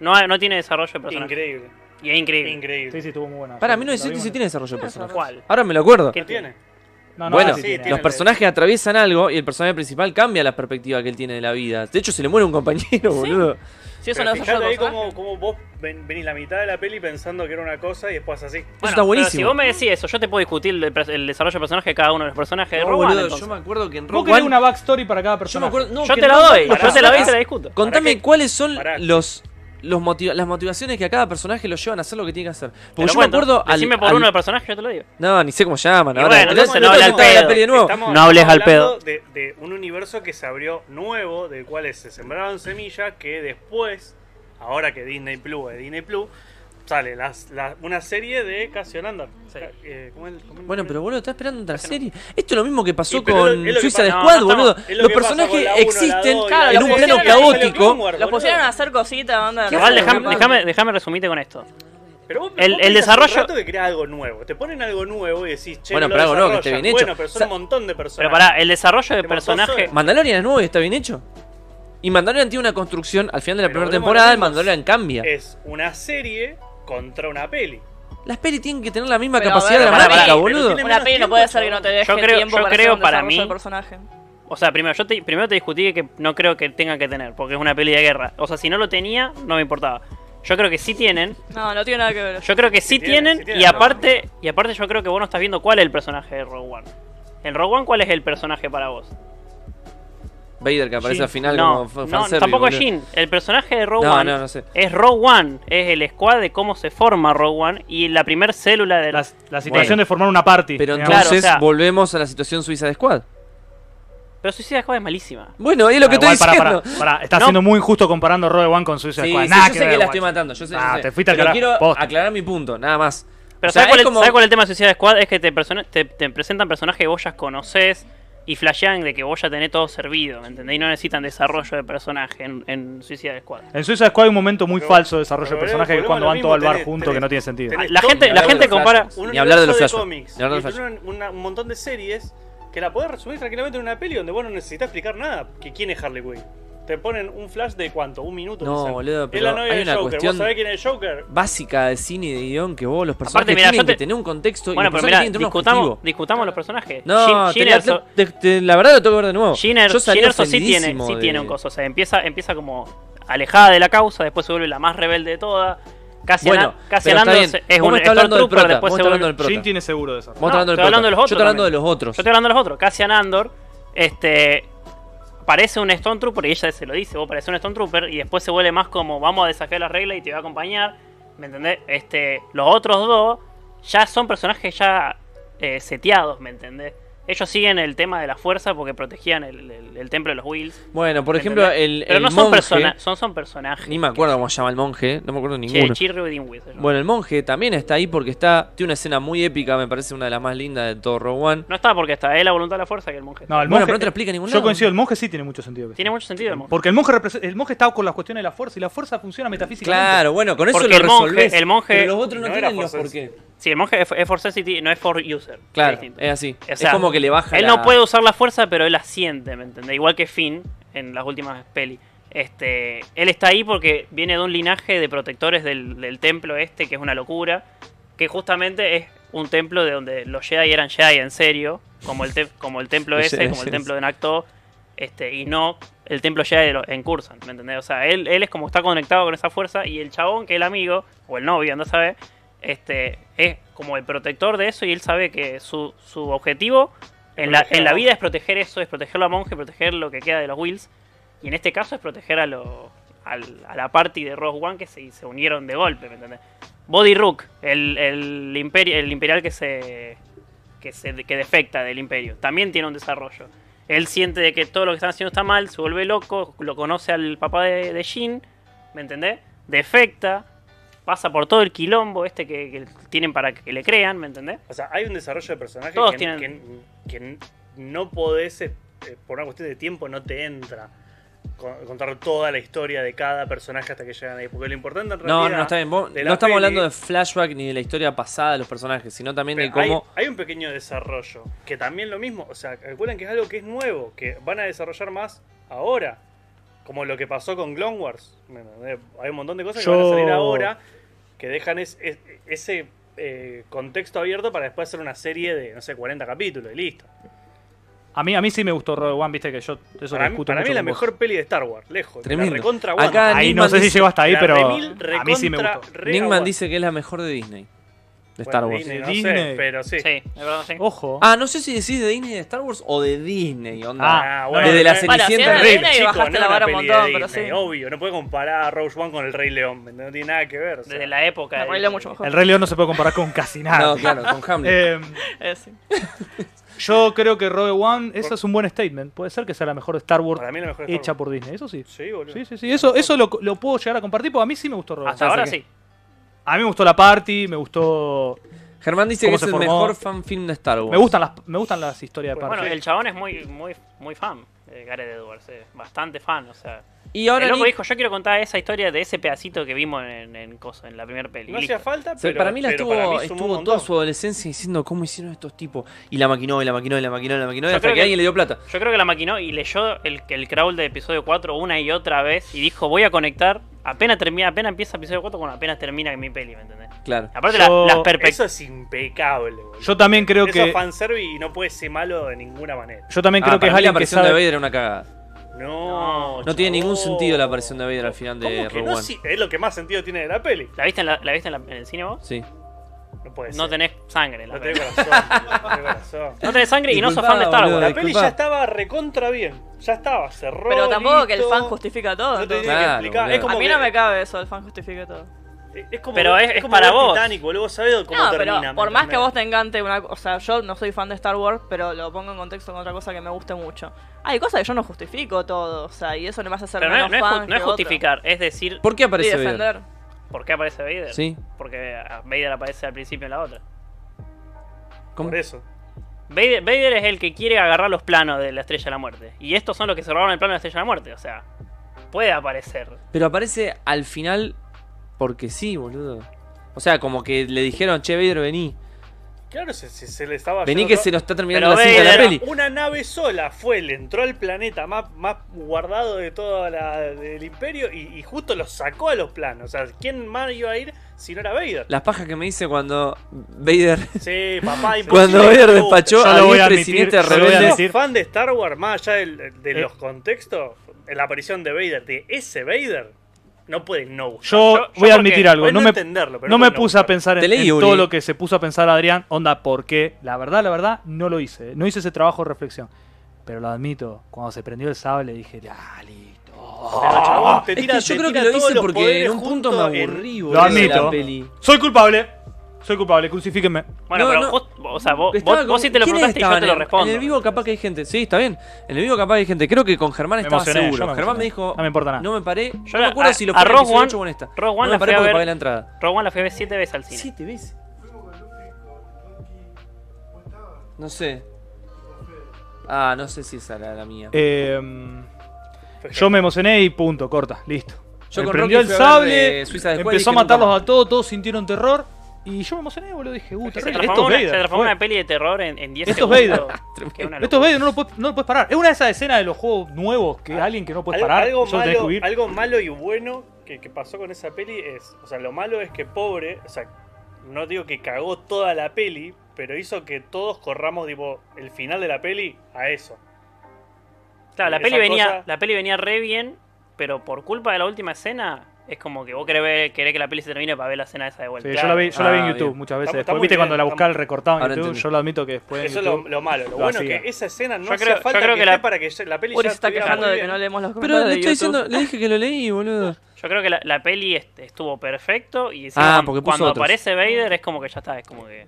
S7: No, hay- no tiene desarrollo de personaje.
S6: Increíble.
S7: Y es increíble.
S1: Raya. Sí,
S6: Increíble.
S1: sí, estuvo muy buena.
S2: Para,
S1: Sí, la
S2: 1917
S1: vimos.
S2: tiene desarrollo de personaje.
S7: ¿Cuál?
S2: Ahora me lo acuerdo.
S7: ¿Qué
S6: ¿Qué tiene?
S1: No, no,
S2: Bueno,
S1: sí,
S6: sí,
S1: tiene.
S2: los
S6: el-
S2: personajes atraviesan algo y el personaje principal cambia la perspectiva que él tiene de la vida. De hecho, se le muere un compañero, boludo.
S3: Si eso
S6: Pero
S3: no es
S6: fijate
S3: desarrollo de
S6: ahí
S3: personaje.
S6: como, como vos ven- venís la mitad de la peli pensando que era una cosa y después así.
S7: Bueno,
S2: está
S7: pero
S2: buenísimo.
S7: Si vos me decís eso, yo te puedo discutir el, pres- el desarrollo de personaje de cada uno de los personajes de
S2: No,
S7: Rogue One,
S2: boludo,
S7: entonces.
S2: yo me acuerdo que en
S1: Vos
S2: Rogue
S1: querés
S2: One-
S1: una backstory para cada
S2: yo
S1: persona.
S2: me acuerdo, no,
S7: Yo
S2: que
S7: te la
S2: no-
S7: doy,
S6: pará,
S7: yo te la doy y
S6: pará.
S7: te la discuto.
S2: Contame
S6: ¿Para qué?
S2: cuáles son
S6: Pará.
S2: los, los motiva- las motivaciones que a cada personaje lo llevan a hacer lo que tiene que hacer.
S7: Te lo
S2: Porque yo
S7: cuento.
S2: me acuerdo al-
S7: Decime por
S2: al-
S7: uno de personaje, yo te lo digo.
S2: No, ni sé cómo llaman.
S7: Y
S2: ahora.
S7: bueno, entonces no
S2: tengo
S7: hable al
S2: toda la
S7: pedo.
S2: peli de nuevo.
S6: Estamos-
S7: No hables
S6: estamos
S7: al pedo.
S6: hablando De, de un universo que se abrió nuevo, del cual se sembraron semillas, que después, ahora que Disney Plus es Disney Plus, sale las, la- una serie de Cassian Andor. Ca- eh, ¿cómo es el- cómo es el
S2: Bueno, pero
S6: nombre?
S2: boludo, estás esperando otra serie. Esto es lo mismo que pasó
S6: Y, pero es lo-
S2: con
S6: es lo que
S2: Suiza
S6: pasa-
S2: de
S7: no,
S2: Squad,
S7: no
S2: boludo.
S7: estamos-
S6: Es lo
S2: Los
S6: que pasa con
S2: personajes
S6: la uno, la
S2: existen
S6: dos
S3: Claro,
S6: y
S3: lo
S6: la
S2: en un
S6: tres.
S2: plano
S3: pusieron en el
S2: caótico.
S6: Pero
S3: Los
S6: boludo.
S3: pusieron a hacer cositas, onda.
S2: ¿Qué
S7: Igual
S2: haces,
S7: déjame-
S2: hermano?
S7: déjame déjame resumirte con esto.
S6: Pero vos-
S7: El-
S6: vos
S7: el
S6: pensás hace un
S7: desarrollo-
S6: rato que crea algo nuevo. Te ponen algo nuevo y decís, che,
S2: Bueno,
S6: lo
S2: pero algo nuevo que
S6: desarrollan.
S2: esté bien hecho.
S6: Bueno, pero son
S2: Sa-
S6: un montón de personas.
S7: Pero pará, el desarrollo de
S6: Te mató
S7: personaje.
S6: solo.
S2: Mandalorian es nuevo y está bien hecho. Y Mandalorian tiene una construcción al final de la
S6: Pero
S2: primera
S6: volvemos a
S2: temporada.
S6: lo
S2: El
S6: mismo.
S2: Mandalorian cambia.
S7: Eh.
S6: Es una serie contra una peli.
S2: Las pelis tienen que tener la misma
S3: Pero, a
S2: capacidad
S3: ver,
S7: pará,
S2: dramática,
S7: pará,
S2: boludo.
S6: pero tiene-
S3: Una peli no puede ser que no te deje
S7: Yo creo-
S3: tiempo
S7: yo
S3: para
S7: creo
S3: hacer un
S7: para
S3: desarrollo
S7: mí-
S3: de personaje.
S2: eh.
S7: O sea, primero, yo te, primero te discutí que no creo que tenga que tener, porque es una peli de guerra. O sea, si no lo tenía, no me importaba. Yo creo que sí tienen.
S3: No, no tiene nada que ver.
S7: Yo creo que sí,
S6: tiene,
S7: tienen.
S6: sí tiene,
S7: y
S6: no.
S7: aparte, y aparte yo creo que vos no estás viendo cuál es el personaje de Rogue One. En Rogue One, ¿cuál es el personaje para vos?
S2: Vader que aparece
S1: Jin.
S2: al final
S7: no,
S2: como
S7: no,
S2: fanservice,
S7: tampoco es
S2: boludo.
S7: Jin. El personaje de Rogue
S2: No,
S7: One
S2: no, no sé.
S7: es Rogue One. Es el squad de cómo se forma Rogue One y la primer célula de
S1: La,
S7: las...
S1: la situación
S2: Bueno.
S1: de formar una party.
S2: Pero
S1: digamos.
S2: entonces
S7: Claro, o sea-
S2: volvemos a la situación Suiza de Squad.
S7: Pero Suicide Squad es malísima.
S2: Bueno, es lo
S1: Ah,
S2: que
S1: igual,
S2: estoy
S1: pará,
S2: diciendo.
S1: pará, pará, Está
S7: No.
S1: siendo muy injusto comparando Rogue One con Suicide
S2: Sí,
S1: Squad.
S2: sí,
S1: Nada
S2: yo
S1: que
S2: sé
S1: ver,
S2: que la
S1: guacho.
S2: estoy matando, yo sé, yo
S1: Ah,
S2: sé.
S1: te fuiste al
S2: Pero
S1: carajo,
S2: quiero
S1: posta.
S2: aclarar mi punto, nada más.
S7: Pero
S2: O sea,
S7: ¿sabes, cuál
S2: es
S7: es,
S2: como-
S7: sabés cuál es el tema de Suicide Squad? Es que te, persona- te, te presentan personajes que vos ya conocés y flashean de que vos ya tenés todo servido, ¿me entendés? Y no necesitan desarrollo de personaje en, en Suicide Squad.
S1: En Suicide Squad hay un momento muy
S6: Pero-
S1: falso de desarrollo de
S6: pero
S1: personaje que es
S6: volvemos
S1: cuando
S6: a lo
S1: van
S6: mismo,
S1: todos al bar
S6: tenés-
S1: juntos que
S6: tenés-
S1: no tiene sentido.
S6: tenés
S7: La
S6: todo-
S7: gente-
S6: ni
S7: la
S6: hablar
S7: gente
S6: de los
S7: compara-
S6: flashbacks. Un
S2: ni hablar de los
S6: universo
S2: flashbacks.
S6: cómics
S2: Ni hablar de
S6: y
S2: los
S6: tiene un, una- un montón de series que la podés resumir tranquilamente en una peli donde vos no necesitas explicar nada. Que quién es Harley Quinn. Te ponen un flash de cuánto, un minuto.
S2: No,
S6: dicen.
S2: boludo,
S6: Es
S2: pero
S6: la novia
S2: hay
S6: de
S2: una
S6: Joker.
S2: cuestión-
S6: ¿Vos sabés quién es el Joker?
S2: Básica de cine y de guión que vos los personajes
S7: mirá,
S2: tienen
S7: yo
S2: que
S7: te-
S2: tener un contexto
S7: Bueno,
S2: y los
S7: pero
S2: personajes
S7: mira,
S2: tienen que tener un
S7: discutamos,
S2: objetivo.
S7: discutamos los personajes.
S2: No,
S7: Jin- Jin
S2: te la-
S7: Erso-
S2: te- te- la verdad lo tengo que ver de nuevo.
S7: Jin Er-
S2: Yo salí
S7: Jin Erso sí tiene,
S2: ofendidísimo
S7: sí
S2: de-
S7: tiene un coso. O sea, empieza, empieza como alejada de la causa, después se vuelve la más rebelde de todas. Casi,
S2: Bueno,
S7: casi
S2: pero está
S7: andando
S2: bien.
S7: se- es
S2: Vos
S7: un
S2: me estás hablando del
S7: Stormtrooper,
S2: prota, vos
S7: después se
S2: estás
S7: vuelve-
S2: hablando del prota.
S1: Jin tiene seguro de eso.
S2: Vos
S7: No,
S2: estás hablando del
S7: estoy hablando de los
S2: prota.
S7: otros
S2: Yo estoy hablando de
S7: también.
S2: los otros.
S7: Yo estoy hablando de los otros. Cassian Andor este, parece un Stone Trooper y ella se lo dice. Vos parece un Stone Trooper y después se vuelve más como vamos a desafiar las reglas y te voy a acompañar. ¿Me entendés? Este, los otros dos ya son personajes ya eh, seteados, ¿me entendés? Ellos siguen el tema de la fuerza porque protegían el, el- el templo de los Wills.
S2: Bueno, por ejemplo,
S7: ¿entendés?
S2: el,
S7: Pero
S2: el
S7: no son,
S2: monje-
S7: persona son, son personajes.
S2: Ni me acuerdo cómo se llama el monje, no me acuerdo
S7: Che,
S2: ninguno.
S7: Chirrut y Dinwiddie se llama.
S2: Bueno, el monje también está ahí porque está. Tiene una escena muy épica, me parece una de las más lindas de todo Rogue One.
S7: No está porque está, es la voluntad de la fuerza que el monje.
S1: No, el
S2: Bueno,
S1: monje-
S2: pero no te lo explica en ningún
S1: Yo
S2: lado.
S1: coincido, el monje sí tiene mucho sentido. que
S7: Tiene
S1: sí.
S7: mucho sentido el monje.
S1: Porque el monje, represe- el monje está con las cuestiones de la fuerza y la fuerza funciona metafísicamente.
S2: Claro, bueno, con eso
S7: Porque
S2: lo
S7: el monje-
S2: resolvés.
S7: el monje-
S2: pero los otros no,
S6: no era
S2: tienen los por
S6: forzado.
S2: qué.
S7: Sí, el monje es, es for sensitive, no es for user.
S2: Claro,
S7: distinto.
S2: es así.
S7: O sea,
S2: es como que le baja.
S7: Él
S2: la-
S7: no puede usar la fuerza, pero él la siente, ¿me entendés? Igual que Finn en las últimas peli. Este, él está ahí porque viene de un linaje de protectores del, del templo este, que es una locura. Que justamente es un templo de donde los Jedi eran Jedi en serio. Como el, te- como el templo
S2: Los
S7: ese,
S2: Jedi,
S7: como el
S2: sí.
S7: templo de Nacto. Este, y no el templo Jedi de los- en Cursan, ¿me entendés? O sea, él, él es como está conectado con esa fuerza. Y el chabón, que es el amigo, o el novio, no sabe, este, es como el protector de eso. Y él sabe que su, su objetivo en la,
S6: Proteger
S7: en
S6: a
S7: la
S6: Monje.
S7: vida es proteger eso, es protegerlo a Monje, proteger lo que queda de los Wills. Y en este caso es proteger a, lo, al- a la party de Rogue One que se, se unieron de golpe, ¿me entendés? Body Rook, el, el, imperi- el imperial que se, que se que defecta del imperio, también tiene un desarrollo. Él siente de que todo lo que están haciendo está mal, se vuelve loco, lo conoce al papá de, de Jin, ¿me entendés? Defecta, pasa por todo el quilombo este que, que tienen para que le crean, ¿me entendés?
S6: O sea, hay un desarrollo de personaje
S7: Todos
S6: que,
S7: tienen-
S6: que- que no podés, eh, por una cuestión de tiempo, no te entra co- contar toda la historia de cada personaje hasta que llegan ahí. Porque lo importante en realidad.
S2: No, no, está bien. vos-
S6: de
S2: no
S6: la
S2: estamos
S6: peli-
S2: hablando de flashback ni de la historia pasada de los personajes, sino también de
S6: Pero hay-
S2: cómo.
S6: hay, un pequeño desarrollo. Que también lo mismo. O sea, calculan que es algo que es nuevo. Que van a desarrollar más ahora. Como lo que pasó con Clone Wars. ¿me entendés? Hay un montón de cosas que van a
S5: Yo-
S6: salir ahora. Que dejan es- es- ese eh, contexto abierto para después hacer una serie de, no sé, 40 capítulos y listo.
S1: A mí, a mí sí me gustó Rogue One, viste que yo eso
S6: Para,
S1: lo
S6: mí-
S1: discuto
S6: para mí
S1: mucho
S6: es la
S1: con vos.
S6: mejor peli de Star Wars, lejos.
S2: Tremendo.
S6: La recontra
S2: Acá
S6: aguanta.
S1: Ahí
S2: Nickman
S1: no sé si
S2: dice-
S1: llegó hasta ahí,
S6: La
S1: pero
S6: remil,
S1: a mí sí me
S6: recontra,
S1: gustó.
S6: re
S2: Nickman
S6: aguanta.
S2: dice que es la mejor de Disney. De Star
S6: Bueno,
S2: Wars.
S6: Disney,
S1: De
S6: no sé,
S1: Disney.
S6: pero sí.
S7: Sí, es verdad,
S3: Oh,
S7: sí.
S1: Ojo.
S2: Ah, no sé si decís de Disney de Star Wars o de Disney, onda.
S6: Ah,
S1: no,
S6: bueno,
S2: desde
S6: no
S2: la
S6: es-
S2: Cenicienta.
S3: Bueno, si era de
S2: Horrible,
S3: Disney
S6: chico,
S3: bajaste
S6: no
S3: la
S6: es
S3: vara un
S6: una peli de
S3: montón, pero sí.
S6: Disney, Obvio, no puede comparar a Rogue One con el Rey León, ¿me entendés? no tiene nada que ver. o sea.
S7: Desde la época.
S3: Me
S7: de-
S3: arregló mucho mejor.
S1: El Rey León no se puede comparar con casi nada.
S2: No, claro, con Hamlet.
S1: Eh,
S3: Eh, sí.
S1: yo creo que Rogue One, eso es un buen statement. Puede ser que sea la mejor Star Wars
S6: Para mí la mejor de
S1: hecha
S6: Star
S1: por Disney, eso sí.
S6: Wars. Sí, boludo.
S1: Sí, sí, sí. Eso, eso lo, lo puedo llegar a compartir porque a mí sí me gustó Rogue One.
S7: Hasta ahora sí.
S1: A mí me gustó la party, me gustó.
S2: Germán dice que
S1: ¿Cómo
S2: es
S1: se
S2: el
S1: formó?
S2: mejor fanfilm de Star Wars.
S1: Me gustan las, me gustan las historias de
S7: Pues
S1: party.
S7: bueno, el chabón es muy, muy, muy fan de Gareth Edwards, eh, bastante fan, o sea.
S2: Y ahora
S7: el loco
S2: Nick-
S7: dijo, yo quiero contar esa historia de ese pedacito que vimos en, en, coso, en la primera peli.
S6: No
S7: Listo.
S6: hacía falta,
S2: se-
S6: pero.
S2: para mí la
S6: pero
S2: estuvo,
S6: para mí sumó un
S2: estuvo
S6: montón.
S2: toda su adolescencia diciendo cómo hicieron estos tipos. Y la maquinó, y la maquinó, y la maquinó, y la maquinó,
S7: Yo
S2: hasta que,
S7: creo que-
S2: alguien le dio plata.
S7: Yo creo que la maquinó y leyó el, el crawl de episodio 4 una y otra vez y dijo, voy a conectar apenas termina, apenas empieza episodio 4 cuando apenas termina mi peli, ¿me entendés?
S2: Claro.
S7: Aparte
S1: Yo-
S7: la- las perspectivas.
S6: Eso es impecable, boludo.
S1: Yo también creo
S6: Eso es
S1: que.
S6: fanservice y no puede ser malo de ninguna manera.
S1: Yo también
S2: Ah,
S1: creo que es
S2: para mí la
S1: alguien que
S2: aparición de
S1: sabe.
S2: Vader era una cagada.
S6: No.
S2: No tiene ningún
S6: chabón.
S2: sentido la aparición de Vader al final de
S6: ¿Cómo que
S2: Rogue
S6: no?
S2: One.
S6: Sí, es lo que más sentido tiene de la peli.
S7: ¿La viste en, la, la viste en, la- en el cine vos?
S2: Sí.
S6: No puede ser.
S7: No tenés sangre. en la
S6: No
S7: peli.
S6: tenés corazón. no tenés corazón.
S7: no tenés sangre y no sos
S2: Disculpá,
S7: fan de Star
S2: boludo.
S7: Wars.
S6: La peli
S2: disculpa.
S6: ya estaba recontra bien. Ya estaba, cerró.
S3: Pero tampoco que el
S6: listo.
S3: fan justifica todo.
S6: No te
S3: entonces.
S6: tiene que
S2: Claro,
S6: explicar.
S2: boludo.
S6: Es como
S3: a mí
S6: que-
S3: no me cabe eso, el fan justifica todo.
S6: Es como,
S7: Pero es- es
S6: como
S7: para
S6: ver
S7: vos.
S6: Titanic, boludo. Vos sabés cómo
S3: No,
S6: termina.
S3: pero
S6: ¿me
S3: por más que
S6: entendés?
S3: vos te encante una... O sea, yo no soy fan de Star Wars, pero lo pongo en contexto con otra cosa que me guste mucho. Hay cosas que yo no justifico todo, o sea, y eso no me hace ser
S7: Pero no,
S3: menos
S7: es- no es,
S3: fan
S7: ju- no es
S3: que otro.
S7: justificar, es decir,
S2: ¿Por qué
S3: Y
S2: aparece Vader?
S3: defender.
S7: ¿por qué aparece Vader?
S2: Sí.
S7: Porque ah, Vader aparece al principio en la otra.
S2: ¿Cómo?
S6: Por eso.
S7: Vader, Vader es el que quiere agarrar los planos de la Estrella de la Muerte. Y estos son los que se robaron el plano de la Estrella de la Muerte. O sea, puede aparecer.
S2: Pero aparece al final porque sí, boludo. O sea, como que le dijeron, che, Vader, vení.
S6: Claro, se, se- se le estaba.
S2: Vení
S6: yendo
S2: que
S6: todo.
S2: se nos está terminando
S7: Pero
S2: la cinta de la
S7: Vader-
S2: peli.
S6: Una nave sola fue, le entró al planeta más, más guardado de todo la, del imperio y, y justo los sacó a los planos. O sea, ¿quién más iba a ir si no era Vader?
S2: Las pajas que me hice cuando Vader.
S6: Sí, papá, imposible
S2: cuando
S6: que
S2: Vader
S6: te guste.
S1: Yo
S2: despachó a
S1: lo voy a
S2: 10
S1: admitir, yo lo
S2: presidentes
S1: voy a
S6: Si
S2: rebeldes.
S1: admitir.
S6: sos fan de Star Wars, más allá del- de
S1: Eh.
S6: los contextos, la aparición de Vader, de ese Vader, no puede no gustar.
S1: Yo,
S7: Yo- yo
S1: voy a
S7: porque-
S1: admitir algo.
S6: Podés
S1: No
S6: no
S1: me,
S6: entenderlo, pero
S1: no
S6: no
S1: me
S6: puede no
S1: puse a
S6: gustar.
S1: pensar en,
S2: Te leí,
S1: en todo
S2: Uri.
S1: lo que se puso a pensar Adrián. Onda, porque la verdad, la verdad, no lo hice. eh. No hice ese trabajo de reflexión. Pero lo admito, cuando se prendió el sable dije, ah, listo.
S6: Pero, Ah, chabón, te
S2: Ah, Es
S6: tira-
S2: que yo
S6: te
S2: creo que
S6: tira
S2: lo
S6: todos
S2: hice
S6: los
S2: porque
S6: poderes
S2: en un punto me
S6: juntos en-
S2: aburrí,
S1: Lo
S2: boludo, de la
S1: admito.
S2: peli.
S1: Soy culpable. Soy culpable, crucifíquenme.
S7: Bueno,
S2: No,
S7: pero
S2: no.
S7: just- O sea, vos,
S2: Estaba
S7: vos-
S2: con-
S7: vos sí te lo
S2: ¿quiénes
S7: preguntaste y yo
S2: estaban
S7: te lo
S2: en-
S7: respondo.
S2: En el vivo capaz que hay gente. Sí, está bien. En el vivo capaz que hay gente. Creo que con Germán
S1: Me
S2: estaba
S1: emocioné, yo
S2: seguro.
S1: me
S2: Germán
S1: emocioné.
S2: me dijo.
S1: No me importa nada.
S2: No me paré.
S7: Yo
S2: no me
S7: la-
S2: acuerdo
S7: a-
S2: si lo fue
S7: a
S2: en el
S7: Rogue
S2: 18
S7: One-
S2: o en esta.
S7: Rogue One
S2: no me
S7: la
S2: paré
S7: fui a
S2: porque
S7: ver-
S2: pagué la entrada.
S7: Rogue One la fui a ver siete veces al cine.
S2: Siete veces. No sé. Ah, no sé si esa era la mía.
S1: Eh, yo me emocioné y punto, corta, listo.
S2: Yo
S1: Me
S2: con
S1: prendió
S2: Rocky
S1: el
S2: fui a ver
S1: sable,
S2: de Suicide Squad y
S1: empezó a
S2: dije, nunca
S1: matarlos
S2: más.
S1: a todos, todos sintieron terror. Y yo me emocioné, boludo. Dije, uh,
S7: Se
S1: terrible.
S7: transformó,
S1: Esto
S7: una,
S1: es
S7: se
S1: Vader.
S7: transformó en una peli de terror en, en 10
S1: Esto es
S7: segundos. Que una
S1: Esto
S2: Tremendo.
S1: es
S7: locura.
S1: Vader, no lo, puedes, no lo puedes parar. Es una de esas escenas de los juegos nuevos que
S6: Al-
S1: alguien que no puede
S6: Ah, algo,
S1: parar,
S6: algo
S1: solo tenés que
S6: malo,
S1: huir.
S6: algo malo y bueno que, que pasó con esa peli es. O sea, lo malo es que pobre. O sea, no digo que cagó toda la peli, pero hizo que todos corramos, tipo, el final de la peli a eso.
S7: Claro, la
S6: Esa
S7: peli, venía,
S6: cosa-
S7: la peli venía re bien, pero por culpa de la última escena, es como que vos querés, ver- querés que la peli se termine para ver la escena esa de vuelta.
S1: Sí, yo
S6: Claro.
S1: la vi, yo la vi en
S2: Ah,
S1: YouTube
S2: bien.
S1: muchas veces.
S6: Está- está
S1: Después,
S6: muy
S1: viste
S6: bien,
S1: cuando la
S6: está
S1: buscaba
S6: muy-
S1: el recortado en
S2: Ahora
S1: YouTube,
S2: entendí.
S1: yo lo admito que después. en
S6: Eso es lo,
S1: YouTube-
S6: lo malo. Lo,
S1: lo
S6: bueno
S1: hacía.
S6: que esa escena no
S7: Yo creo-
S6: hacía falta
S7: yo creo
S6: que,
S7: que la-
S6: esté para que ya- la peli
S3: Uri
S6: ya
S3: se está
S6: estuviera
S3: quejando
S6: muy
S3: de que
S6: bien.
S3: no leemos los
S2: Pero
S3: comentarios
S2: le
S3: de
S2: estoy
S3: YouTube.
S2: diciendo, le dije que lo leí, boludo.
S7: Yo creo que la, la peli est- estuvo perfecto y
S2: Ah,
S7: encima cuan-
S2: porque puso
S7: cuando
S2: otros.
S7: aparece Vader es como que ya está, es como que...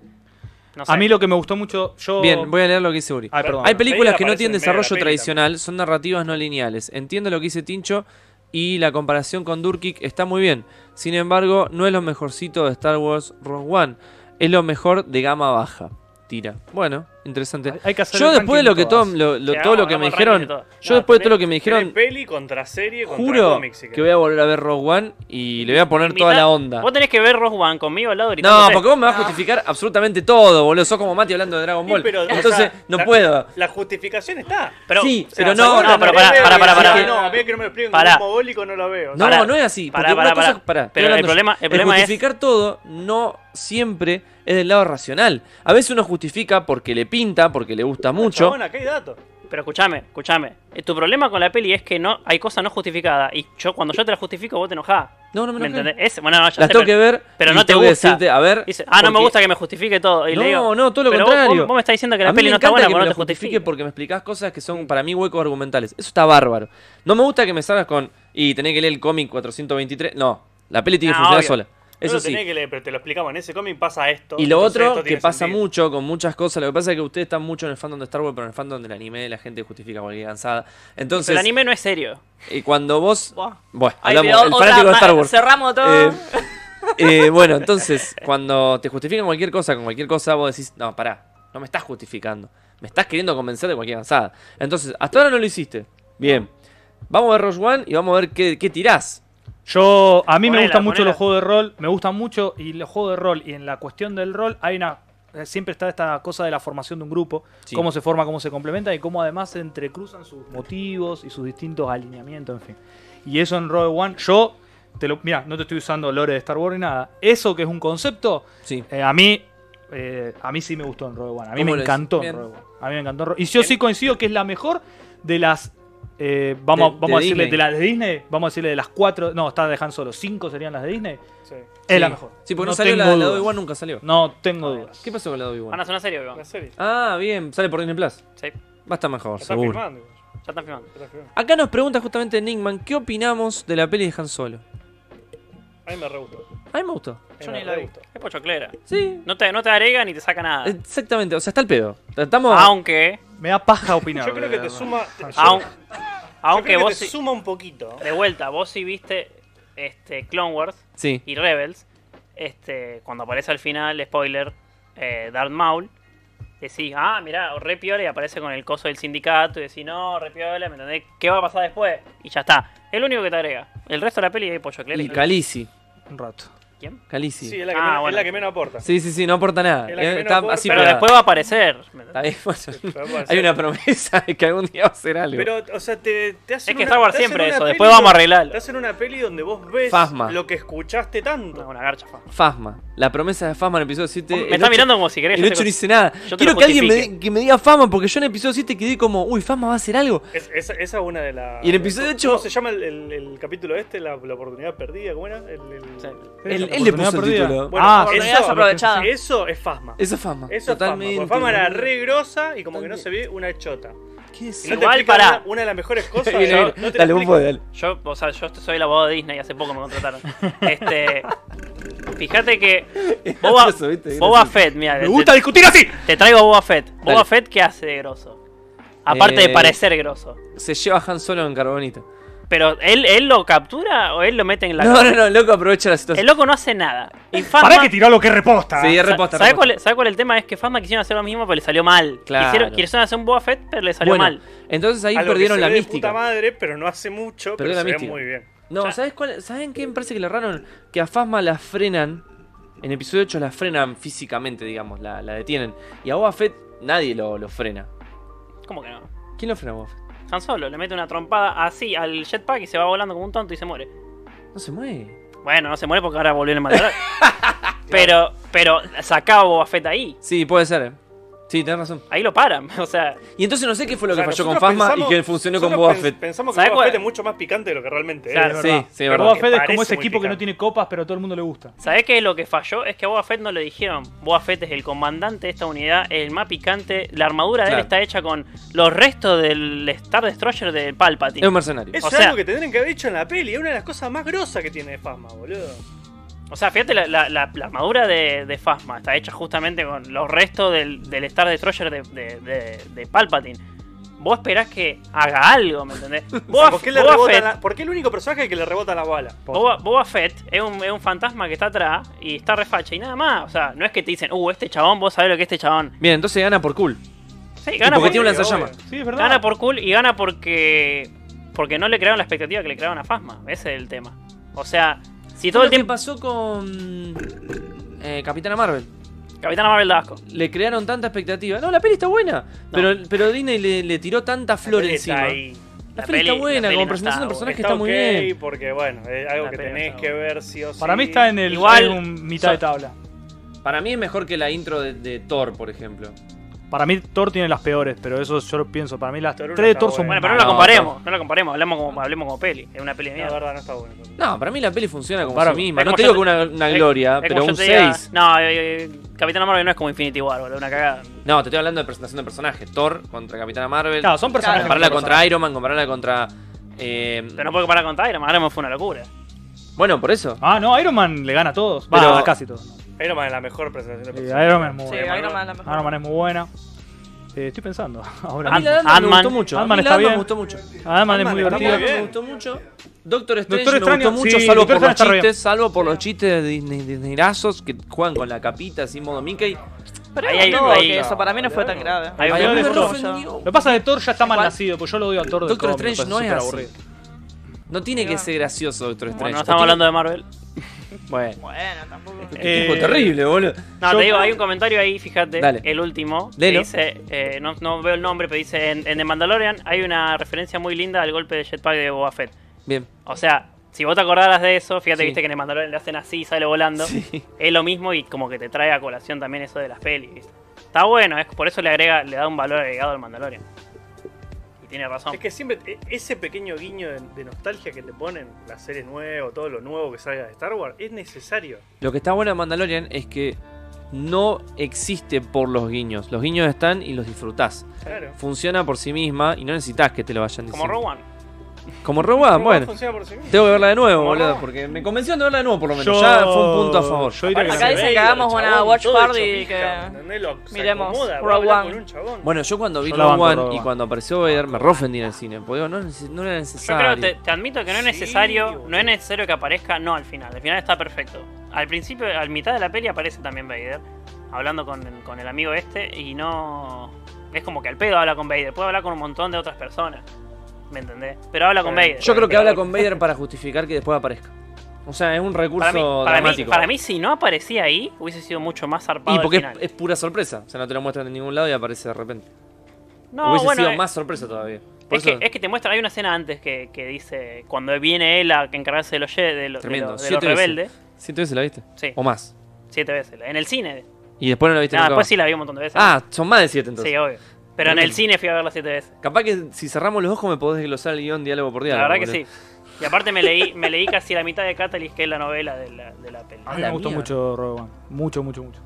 S7: No sé.
S1: A mí lo que me gustó mucho, yo.
S2: Bien, voy a leer lo que dice Uri.
S1: Ay, perdón.
S2: Hay
S6: Bueno,
S2: películas
S6: Vader
S2: que no
S6: aparece
S2: tienen
S6: en medio de la
S2: desarrollo
S6: peli
S2: tradicional, son narrativas no lineales. Entiendo lo que dice Tincho y la comparación con Durkick está muy bien. Sin embargo, no es lo mejorcito de Star Wars Rogue One. Es lo mejor de gama baja. Tira. Bueno, interesante.
S1: Hay- hay que hacer
S2: Yo
S1: el
S2: después de
S1: ranking
S2: lo que
S1: de
S2: todo,
S1: todas.
S2: lo, lo-
S7: Sí,
S2: todo
S7: hagamos-
S2: lo que me
S7: hagamos ranking de
S2: dijeron,
S7: todas.
S2: yo
S6: No,
S2: después de todo lo que me
S6: tenés
S2: dijeron,
S6: peli contra serie, contra
S2: juro
S6: cómics, si
S2: que voy a volver a ver Rogue One y le voy a poner toda
S7: Invitá-
S2: la onda.
S7: Vos tenés que ver Rogue One conmigo al lado
S2: No,
S7: gritándote.
S2: porque vos me vas a justificar absolutamente todo, boludo. Sos como Mati hablando de Dragon
S6: Sí,
S2: Ball.
S6: pero, o sea,
S2: Entonces, no
S6: la-
S2: puedo.
S6: La justificación está.
S7: Pero-
S2: sí,
S6: O sea,
S2: pero no,
S6: saco la
S7: no, pero
S6: tele,
S7: pará,
S6: veo
S7: pará,
S6: y
S7: pará,
S6: digo,
S7: pará.
S6: No, a mí que no me lo explico,
S7: Pará.
S6: como mogólico no lo veo.
S2: No,
S6: O sea,
S2: no es así. Porque
S7: pará,
S2: una
S7: pará,
S2: cosa-
S7: pará.
S2: pará, estoy
S7: Pero el
S2: hablando en
S7: problema-
S2: serio.
S7: el problema es-
S2: justificar todo no siempre es del lado racional. A veces uno justifica porque le pinta, porque le gusta mucho.
S6: Chabón, acá hay datos.
S7: Pero escúchame, escúchame. Eh, Tu problema con la peli es que no hay cosas no justificadas. Y yo cuando yo te la justifico, vos te enojás.
S2: No, no me
S7: ¿Me
S2: enojé.
S7: entendés? Es- bueno, no, ya
S2: Las
S7: sé,
S2: tengo
S7: pero-
S2: que ver.
S7: pero
S2: y
S7: no te
S2: tengo que
S7: gusta.
S2: decirte, a ver.
S7: Dice, ah, no me
S2: porque-
S7: gusta que me justifique todo. Y le
S2: No,
S7: digo,
S2: no, todo lo
S7: pero vos-
S2: contrario.
S7: Vos, vos me estás diciendo que
S2: A
S7: la
S2: mí
S7: peli
S2: me
S7: no está
S2: encanta
S7: buena
S2: que
S7: porque
S2: me lo
S7: no te
S2: justifique
S7: justifique.
S2: porque me explicás cosas que son para mí huecos argumentales. Eso está bárbaro. No me gusta que me salgas con. Y tenés que leer el cómic 423. No, la peli tiene que
S7: No,
S2: funcionar
S7: Ah, obvio.
S2: sola.
S6: No
S2: Eso
S6: lo
S2: sí.
S6: tenés que leer, pero te lo explicamos. En ese cómic pasa esto.
S2: Y lo
S6: entonces
S2: otro
S6: esto
S2: que
S6: tiene
S2: pasa
S6: sentido.
S2: mucho con muchas cosas, lo que pasa es que ustedes están mucho en el fandom de Star Wars, pero en el fandom del anime la gente justifica cualquier cansada. Entonces,
S7: el anime no es serio.
S2: eh, cuando vos...
S3: Buah.
S2: Bueno,
S3: Ay,
S2: hablamos,
S3: pero
S2: el
S3: otra
S2: fanático de
S3: ma-
S2: Star Wars.
S3: Cerramos todo.
S2: Eh, eh, bueno, entonces, cuando te justifican cualquier cosa con cualquier cosa, vos decís, no, pará, no me estás justificando, me estás queriendo convencer de cualquier cansada. Entonces, hasta ahora no lo hiciste. Bien, vamos a ver Rogue One y vamos a ver qué, qué tirás.
S1: Yo, a mí
S7: Ponela,
S1: me gustan mucho
S7: ponela.
S1: los juegos de rol, me gustan mucho y los juegos de rol y en la cuestión del rol hay una eh, siempre está esta cosa de la formación de un grupo,
S2: Sí.
S1: cómo se forma, cómo se complementa y cómo además se entrecruzan sus motivos y sus distintos alineamientos, en fin. Y eso en Rogue One, yo te lo mira, no te estoy usando lore de Star Wars ni nada. Eso que es un concepto
S2: Sí.
S1: eh, a mí eh, a mí sí me gustó en Rogue One, a mí
S2: ¿Cómo
S1: me
S2: lo
S1: encantó
S2: decís?
S1: en
S2: Bien.
S1: Rogue One. A mí me encantó. en Rogue- Y yo sí coincido que es la mejor de las eh, vamos,
S2: De-
S1: vamos
S2: de
S1: a decirle
S2: Disney.
S1: de la de Disney, vamos a decirle de las cuatro, no, está dejan solo, cinco serían las de Disney.
S6: Sí.
S1: Es la
S2: Sí.
S1: mejor.
S2: Sí, porque no, salió la,
S1: tengo
S2: la de
S1: dudas.
S2: Obi-Wan, nunca salió.
S1: No tengo dudas.
S2: ¿Qué pasó con la de
S7: Van a
S2: Obi-Wan?
S7: hacer una serie, Obi-Wan.
S6: La serie.
S2: Ah, bien, sale por Disney Plus.
S7: Sí,
S2: Va a estar mejor,
S6: Está
S2: seguro.
S6: filmando.
S7: ya están filmando.
S6: está filmando.
S2: Acá nos pregunta justamente Nickman, ¿qué opinamos de la peli de Han Solo?
S6: A mí me re gustó.
S2: A mí me gustó.
S6: A mí
S3: Yo
S6: me
S3: ni
S6: re
S3: la vi.
S6: gustó.
S7: Es pochoclera.
S2: Sí,
S7: No te, no te agrega ni te saca
S6: Ah.
S7: nada.
S2: Eh, exactamente. O sea, está el pedo. Estamos...
S7: Aunque,
S1: Me da paja opinar.
S6: Yo creo que te suma. te- yo-
S7: aun-
S6: yo
S7: aunque
S6: creo que
S7: vos
S6: te
S7: sí,
S6: suma un poquito.
S7: de vuelta, vos sí viste este, Clone Wars
S2: Sí.
S7: y Rebels, este, cuando aparece al final, spoiler, eh, Darth Maul, decís, ah, mirá, re piola y aparece con el coso del sindicato y decís, no, re piola, ¿me entendés? ¿Qué va a pasar después? Y ya está. Es lo único que te agrega. El resto de la peli es pollo
S2: Y
S7: cleric.
S2: Calisi.
S1: Un rato.
S7: ¿Quién?
S2: Calisi.
S6: Sí,
S2: Sí,
S6: es la que,
S7: Ah,
S6: menos,
S7: bueno.
S6: es la que menos aporta.
S2: sí, sí, no aporta nada.
S6: Es la que menos
S2: Está
S6: aporta.
S2: así
S7: Pero
S2: pegada.
S7: después va a aparecer. ¿me entendés?
S2: Está bien, bueno,
S6: Pero puede
S2: Hay
S6: ser.
S2: una promesa de que algún día va a ser algo.
S6: Pero, o sea, te, te hacen.
S7: Es que
S6: una-
S7: Star Wars
S6: te hacen
S7: siempre
S6: una
S7: eso,
S6: peli
S7: después vamos a
S6: donde-
S7: arreglarlo.
S6: Te hacen una peli donde vos ves
S2: Fasma.
S6: lo que escuchaste
S7: No,
S6: tanto.
S7: Una garcha. fa.
S2: Fasma. La promesa de Fasma en el episodio 7.
S7: Me está mirando como si querés.
S2: El
S7: yo te
S2: 8 no
S7: con-
S2: dice nada.
S7: yo te
S2: Quiero
S7: lo
S2: que alguien me,
S7: justifique.
S2: di- que me diga Fasma, porque yo en el episodio 7 quedé como, uy, Fasma va a hacer algo.
S6: Es- esa, esa es una de las.
S2: Y en el episodio
S6: ¿cómo-
S2: ocho-
S6: ¿Cómo se llama el, el- el capítulo este? La, la oportunidad perdida, ¿cómo era? El, el-
S7: Sí.
S2: Él,
S1: la
S2: él le
S1: oportunidad
S2: puso el
S1: perdida.
S2: título.
S6: Bueno,
S1: ah,
S6: eso-
S1: eso,
S3: aprovechada.
S6: Eso es Fasma.
S2: Eso es Fasma.
S6: Eso es Fasma.
S2: Totalmente.
S6: porque Fasma era re grosa y como que no
S2: Totalmente.
S6: se ve una chota. Y
S2: ¿Qué es
S6: no
S2: eso?
S6: te
S7: Igual,
S6: explica
S7: pará.
S6: Una, una de las mejores cosas.
S2: Viene,
S6: no-
S2: viene.
S6: no te la
S2: Dale, vos
S6: explica.
S2: podés, dale.
S7: Yo, o sea, yo soy el abogado de Disney y hace poco me contrataron. este, Fíjate que Boba,
S2: gracioso, ¿viste?
S7: Boba
S2: Gracioso.
S7: Fett, mira,
S1: Me gusta discutir así.
S7: te traigo a Boba Fett.
S2: Dale.
S7: Boba Fett, ¿qué hace de grosso? Aparte
S2: Eh.
S7: de parecer grosso.
S2: Se lleva a Han Solo en carbonita.
S7: Pero él, él lo captura o él lo mete en la.
S2: No,
S7: cárcel?
S2: no, no, loco, aprovecha la situación.
S7: El loco no hace nada. Y Phasma-
S1: Pará que tiró lo que reposta.
S2: Sí, es
S7: Sa-
S2: reposta.
S7: ¿Sabes
S2: reposta.
S7: cuál, ¿sabe cuál es el tema? Es que Fasma quisieron hacer lo mismo, pero le salió mal.
S2: Claro.
S7: Quisieron, quisieron hacer un Boba Fett, pero le salió
S2: Bueno,
S7: mal.
S2: Entonces ahí
S6: Algo que
S2: perdieron
S6: se
S2: la
S6: ve de
S2: mística.
S6: puta madre, pero no hace
S2: Perdió
S6: mucho, pero
S2: la
S6: se ve
S2: mística.
S6: muy bien.
S2: No, ¿sabes cuál? ¿Saben qué? Me parece que le erraron. Que a Fasma la frenan. En episodio 8 la frenan físicamente, digamos, la, la detienen. Y a Boba Fett nadie lo, lo frena.
S7: ¿Cómo que no?
S2: ¿Quién lo frena a Boba Fett?
S7: Han Solo le mete una trompada así al jetpack y se va volando como un tonto y se muere.
S2: No se mueve.
S7: Bueno, no se muere porque ahora volvió en el maltrato. pero, pero sacaba a Boba Fett ahí.
S2: Sí, puede ser. eh. Sí, tenés razón.
S7: Ahí lo paran. O sea,
S2: Y entonces no sé qué fue lo
S6: O sea,
S2: que falló con
S6: nosotros
S2: Fasma y
S6: pensamos-
S2: que funcionó con
S6: nosotros
S2: Boba
S6: pens-
S2: Fett.
S6: Pensamos
S7: ¿Sabes
S6: que Boba
S7: cuál?
S6: Fett es mucho más picante de lo que realmente
S7: Claro,
S1: Es
S6: es.
S2: sí,
S1: verdad.
S2: sí, es
S1: Pero
S2: verdad.
S1: Boba Fett es
S6: Parece
S1: como ese
S6: muy
S1: equipo que no
S6: picante.
S1: tiene copas, pero a todo el mundo le gusta.
S7: ¿sabés qué es lo que falló? Es que a Boba Fett no le dijeron. Boba Fett es el comandante de esta unidad, el más picante. La armadura de
S2: Claro.
S7: él está hecha con los restos del Star Destroyer de Palpatine.
S2: Es un mercenario.
S6: Eso
S7: O
S6: es
S7: sea-
S6: algo que tendrían que haber dicho en la peli. Es una de las cosas más grosas que tiene Fasma, boludo.
S7: O sea, fíjate, la, la- la- la armadura de, de Phasma está hecha justamente con los restos del, del Star Destroyer de, de- de- de Palpatine. Vos esperás que haga algo, ¿me entendés? Boba,
S6: ¿Por qué, le
S7: Boba
S6: rebotan
S7: Fett,
S6: la- por qué el único personaje que le rebota la bala?
S7: Boba- Boba Fett es un, es un fantasma que está atrás y está refacha y nada más. O sea, no es que te dicen, uh, este chabón, vos sabés lo que es este chabón.
S2: Bien, entonces gana por cool.
S7: Sí,
S2: Y
S7: gana
S2: porque
S7: por,
S2: tiene un
S6: obvio,
S2: lanzallamas.
S6: obvio.
S1: Sí, es verdad.
S7: gana por cool y gana porque porque no le crearon la expectativa que le crearon a Phasma. Ese es el tema. O sea, si todo
S2: Lo
S7: el
S2: que
S7: tiempo...
S2: pasó con eh, Capitana Marvel?
S7: Capitana Marvel da asco.
S2: Le crearon tanta expectativa. No, la peli está buena. Pero, pero Disney le, le tiró tanta flor
S6: Está
S2: encima.
S6: ahí.
S2: La peli está buena,
S7: peli
S2: como
S7: no
S2: presentación de personaje.
S7: buena.
S2: que está muy
S6: ok
S2: bien.
S6: Porque, bueno, es algo
S7: La
S6: que
S7: peli
S6: tenés
S7: está
S6: que
S7: buena.
S6: ver sí o sí.
S1: Para mí está en el
S7: Igual-
S1: álbum mitad de tabla.
S2: Para mí es mejor que la intro de, de Thor, por ejemplo.
S1: Para mí Thor tiene las peores, pero eso yo lo pienso. Para mí las
S6: Thor una
S1: tres de
S6: está
S1: Thor son
S6: buena.
S7: Bueno, pero
S2: No,
S7: no, la comparemos, no la comparemos, hablamos como, hablemos como peli, es una peli de
S6: La
S7: mierda.
S6: verdad, no está bueno.
S2: No, para mí la peli funciona como
S1: Para-
S2: sí misma.
S7: es
S2: No
S7: como
S2: te
S7: yo
S2: digo
S7: te-
S2: que una, una
S7: Es-
S2: gloria,
S7: es como
S2: pero
S7: yo
S2: un
S7: te diga,
S2: 6.
S7: no, eh, eh, Capitana Marvel no es como Infinity War, boludo, una cagada.
S2: No, te estoy hablando de presentación de personajes. Thor contra Capitana Marvel.
S1: Claro, son personajes.
S2: compararla
S1: son
S2: contra Iron Man, compararla contra. eh,
S7: Pero no puedo comparar con Iron Man, Iron Man fue una locura.
S2: Bueno, por eso.
S1: personajes. Ah, no, Iron Man le gana a todos. Va,
S2: Pero-
S1: a casi todos.
S6: Iron Man es la mejor presentación de
S1: Sí,
S6: personaje.
S1: Iron Man es muy
S3: Sí,
S1: buena.
S3: Iron Man es la mejor.
S1: Iron Man es muy buena. Eh, estoy pensando. Ahora
S2: A mí
S1: mismo.
S2: la Ant-Man me
S7: Ant-Man-
S2: gustó mucho. A
S1: Ant-Man
S2: mí
S1: está
S2: la Ant-Man
S1: bien.
S2: me gustó mucho.
S1: Ant-Man es
S6: Ant-Man
S1: muy
S6: está
S2: La Ant-Man
S1: divertido.
S6: bien.
S2: me gustó mucho. Doctor Strange
S1: Doctor
S2: me
S1: Extraño,
S2: gustó mucho
S1: sí,
S2: solo
S1: Doctor
S2: por los
S1: Extraño está re
S2: chistes, salvo por los chistes de Disney, Disneyrazos que juegan con la capita así modo Mickey.
S3: Pero
S7: Ahí
S3: era
S7: hay-
S3: todo
S7: ahí-
S3: que eso para mí no fue tan grave.
S2: Ay,
S7: Hay
S1: un
S2: a mí me
S1: Doctor.
S2: reofendió.
S1: Lo que pasa es que Thor ya está mal
S3: ¿Cuál?
S1: nacido, pues yo lo odio a Thor del
S2: Doctor
S1: cómic, me
S2: Strange no
S1: parece
S2: es
S1: súper
S2: así.
S1: aburrido.
S2: No tiene que
S3: Mira.
S2: ser gracioso Doctor Strange.
S7: Bueno, no estamos hablando de Marvel.
S2: Bueno.
S3: Bueno, tampoco.
S1: Eh,
S2: Tipo terrible, boludo.
S7: No,
S1: Yo-
S7: te digo, hay un comentario ahí, fíjate,
S2: Dale.
S7: el último, que
S2: Léelo.
S7: dice, eh, no, no veo el nombre, pero dice, en, en The Mandalorian hay una referencia muy linda al golpe de jetpack de Boba Fett.
S2: Bien.
S7: O sea, si vos te acordaras de eso, fíjate,
S2: Sí.
S7: viste que en The Mandalorian le hacen así, sale volando.
S2: Sí.
S7: es lo mismo y como que te trae a colación también eso de las pelis. ¿viste? Está bueno, es por eso le agrega, le da un valor agregado al Mandalorian. Y tiene razón.
S6: Es que siempre e- ese pequeño guiño de, de nostalgia que te ponen, la serie nueva, todo lo nuevo que salga de Star Wars, es necesario.
S2: Lo que está bueno de Mandalorian es que no existe por los guiños. Los guiños están y los disfrutás.
S6: Claro.
S2: Funciona por sí misma y no necesitas que te lo vayan
S7: Como
S2: diciendo.
S7: Rogue One.
S2: Como Rogue One,
S6: No,
S2: Ah, bueno.
S6: funciona por sí mismo.
S2: Tengo que verla de nuevo,
S6: Como
S2: boludo,
S6: Rogue One.
S2: porque me convenció de verla de nuevo por lo menos.
S1: Yo-
S2: Ya fue un punto a favor.
S1: Yo diría que
S3: Acá
S1: la-
S3: dice- que hagamos una watch party que miremos Rogue One.
S2: Bueno, yo cuando vi
S1: Yo la
S2: Rogue
S1: banco
S2: One
S1: Rogue
S2: y
S1: One.
S2: cuando apareció Vader me reofendí en el cine. Porque digo, no, neces- no era
S7: Yo
S2: necesario.
S7: creo, te, te admito que no es
S6: Sí,
S7: necesario,
S6: boludo.
S7: no es necesario que aparezca, no al final, al final está perfecto. Al principio, al mitad de la peli aparece también Vader, hablando con, con el amigo este, y no... Es como que al pedo habla con Vader, puede hablar con un montón de otras personas, ¿me entendés? Pero habla con
S6: Bueno,
S7: Vader.
S2: Yo creo que habla con Vader para justificar que después aparezca. O sea, es un recurso
S7: para mí, para, mí,
S2: dramático.
S7: para mí, si no aparecía ahí, hubiese sido mucho más zarpado
S2: y
S7: el
S2: porque es,
S7: final.
S2: es pura sorpresa. O sea, no te lo muestran de ningún lado y aparece de repente.
S7: no,
S2: Hubiese
S7: bueno,
S2: sido
S7: eh,
S2: más sorpresa todavía. Por
S7: Es
S2: eso-
S7: que, es que te muestran, hay una escena antes que, que dice, cuando viene él a que encargarse de los, ye- de los, de
S2: Tremendo,
S7: los- de los
S2: siete veces.
S7: rebeldes,
S2: ¿Siete veces la viste?
S7: Sí.
S2: O más.
S7: siete veces, en el cine.
S2: Y después no la viste
S7: Nada,
S2: nunca
S7: después
S2: más.
S7: sí la vi un montón de veces.
S2: Ah, son más de siete entonces.
S7: sí, obvio. Pero en el
S2: Tremendo.
S7: cine fui a verla siete veces.
S2: Capaz que si cerramos los ojos me podés desglosar el guión diálogo por
S7: La
S2: diálogo.
S7: verdad que
S2: boludo.
S7: sí. Y aparte me leí, me leí casi la mitad de Catalyst, que es la novela de la, de la peli.
S1: A mí
S2: la
S1: me gustó
S2: mierda.
S1: mucho Rogue One. Mucho, mucho, mucho.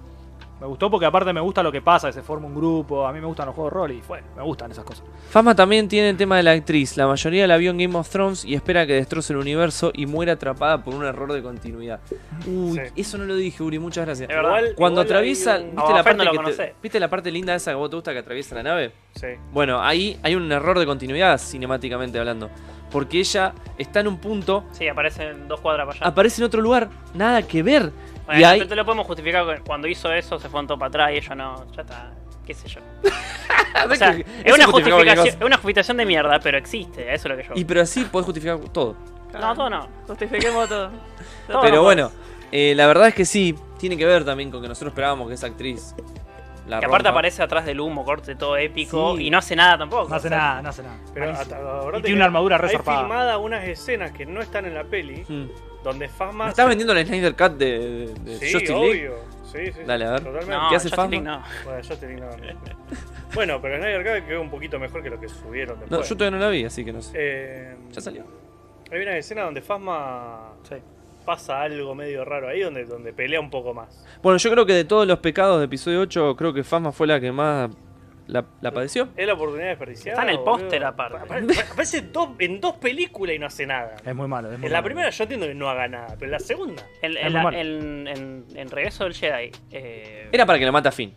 S1: Me gustó porque aparte me gusta lo que pasa, que se forma un grupo. A mí me gustan los juegos de rol y bueno, me gustan esas cosas.
S2: Fama también tiene el tema de la actriz. La mayoría la vio en Game of Thrones y espera que destroce el universo y muera atrapada por un error de continuidad. Uy,
S6: Sí.
S2: eso no lo dije, Uri, muchas gracias.
S6: Es verdad.
S2: Cuando
S6: Igual hay
S2: atraviesa, ¿viste
S6: un-
S2: la,
S6: a Fer
S2: parte
S6: no lo
S2: que te-
S6: conocés.
S2: ¿viste la parte linda esa que vos te gusta que atraviesa la nave?
S6: Sí.
S2: Bueno, ahí hay un error de continuidad cinemáticamente hablando. Porque ella está en un punto,
S7: Sí, aparecen dos cuadras para allá.
S2: aparece en otro lugar, nada que ver.
S7: Bueno,
S2: Ah, y ahí,
S7: te lo podemos justificar con- cuando hizo eso se fue un todo para atrás y ella no, ya está, qué sé yo. Ah, O sea,
S2: Eso
S7: es
S2: justifica cualquier
S7: una justificación,
S2: cosa.
S7: es una justificación de mierda, pero existe, eso es lo que yo.
S2: Y pero así podés justificar todo.
S7: No, todo no.
S3: Justifiquemos todo.
S7: Todo
S2: Pero
S7: no
S2: bueno, eh, la verdad es que sí, tiene que ver también con que nosotros esperábamos que esa actriz. La
S7: Que aparte
S2: rompa.
S7: aparece atrás del humo, corte todo épico
S1: Sí.
S7: y no hace nada tampoco.
S1: No hace
S7: o sea,
S1: nada, no hace nada.
S6: Pero
S1: Malísimo.
S6: hasta ahora
S1: Y tiene una armadura
S6: Hay
S1: resorpada.
S6: filmadas unas escenas que no están en la peli,
S7: Ah,
S2: Mm.
S6: donde
S2: ¿Me
S6: Fasma.
S2: estás vendiendo la Snyder Cut de, de- de
S6: Sí,
S2: Justice League?
S6: obvio. Sí, sí, sí,
S2: Dale, a ver.
S6: Totalmente.
S7: No,
S2: ¿Qué hace
S7: Justice
S2: Fasma?
S7: League no.
S6: Bueno, yo te digo, no, no. Bueno, pero Snyder Cut quedó un poquito mejor que lo que subieron
S2: No,
S6: después.
S2: yo todavía no la vi, así que no sé.
S6: Eh,
S2: Ya salió.
S6: hay una escena donde Fasma pasa algo medio raro ahí, donde, donde pelea un poco más.
S2: Bueno, yo creo que de todos los pecados de episodio 8, creo que Fasma fue la que más la, la padeció.
S6: Es la oportunidad desperdiciada.
S7: Está en el
S6: boludo.
S7: póster, aparte.
S6: Apare- Aparece dos- en dos películas y no hace nada.
S1: Es muy malo. es muy
S6: En la
S1: malo.
S6: primera yo entiendo que no haga nada, pero en la segunda.
S7: En,
S1: Es
S7: en
S1: muy
S7: la-
S1: malo.
S7: en- en- en Regreso del Jedi. eh,
S2: Era para que lo mata Finn.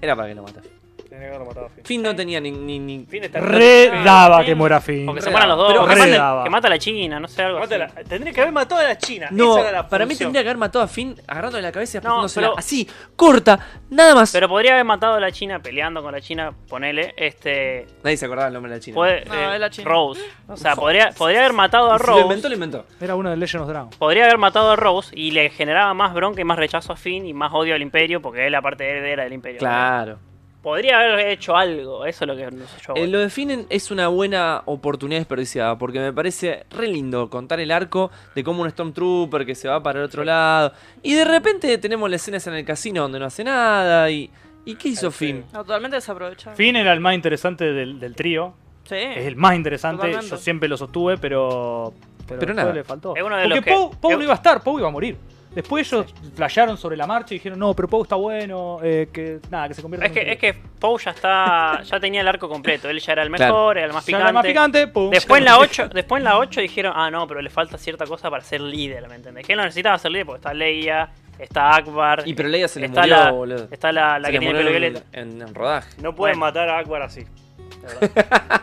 S2: Era para que lo mata Finn.
S6: Tenía que haberlo matado a Finn.
S2: Finn no tenía ni. ni, ni-
S6: Finn está-
S1: Re daba que
S7: Finn.
S1: muera Finn.
S7: o que se
S2: Re
S7: mueran los dos.
S2: daba.
S7: o que,
S1: Pero re
S7: mata,
S1: daba.
S7: que mata a la China, no sé, algo así.
S6: Mátala. Tendría que haber matado a la China.
S2: No,
S6: Esa era la
S2: para mí
S6: función.
S2: tendría que haber matado a Finn agarrándole la cabeza y
S7: No,
S2: apretándosela.
S7: pero-
S2: Así, corta, nada más.
S7: Pero podría haber matado a la China peleando con la China, ponele. Este.
S2: Nadie se acordaba el nombre de la china.
S7: Puede,
S3: No,
S7: eh,
S3: es la China.
S7: Rose. O sea, podría, podría haber matado a
S2: Si lo
S7: Rose.
S2: inventó, lo inventó.
S1: Era uno de Legend of Dragon.
S7: Podría haber matado a Rose y le generaba más bronca y más rechazo a Finn y más odio al Imperio porque él, aparte de él, era del Imperio.
S2: Claro.
S7: Podría haber hecho algo, eso es lo que no sé yo.
S2: Eh, lo definen es una buena oportunidad desperdiciada, porque me parece re lindo contar el arco de cómo un Stormtrooper que se va para el otro lado. Y de repente tenemos las escenas en el casino donde no hace nada. ¿Y, ¿y qué
S7: Eh,
S2: hizo Finn?
S3: No, totalmente desaprovechado.
S1: Finn era el más interesante del, del trío.
S3: Sí.
S1: Es el más interesante.
S3: Totalmente.
S1: Yo siempre lo sostuve, pero. Pero,
S2: Pero
S1: después
S2: nada.
S1: le faltó.
S7: Es uno de
S1: Porque
S7: los que-
S1: Poe Poe
S7: es-
S1: no iba a estar, Poe iba a morir. Después ellos flashearon sobre la marcha y dijeron, no, pero Poe está bueno, eh, que nada, que se convierta
S7: Es
S1: en un
S7: que, es
S1: trío.
S7: que Poe ya está. ya tenía el arco completo. Él ya era el mejor,
S2: Claro.
S7: era el más
S1: Ya
S7: picante.
S1: era más picante, pum.
S7: Después en la 8, después en la 8 dijeron, ah no, pero le falta cierta cosa para ser líder, ¿me entendés? Que él no necesitaba ser líder porque está Leia, está Akbar,
S2: Y pero Leia se le
S7: está,
S2: murió,
S7: la,
S2: boludo.
S7: está la, la
S2: Se
S7: que
S2: le
S7: tiene el
S2: murió
S7: pelo
S2: en,
S7: violeta.
S2: en- en rodaje.
S6: No
S7: Bueno.
S6: pueden matar a Akbar así. de verdad.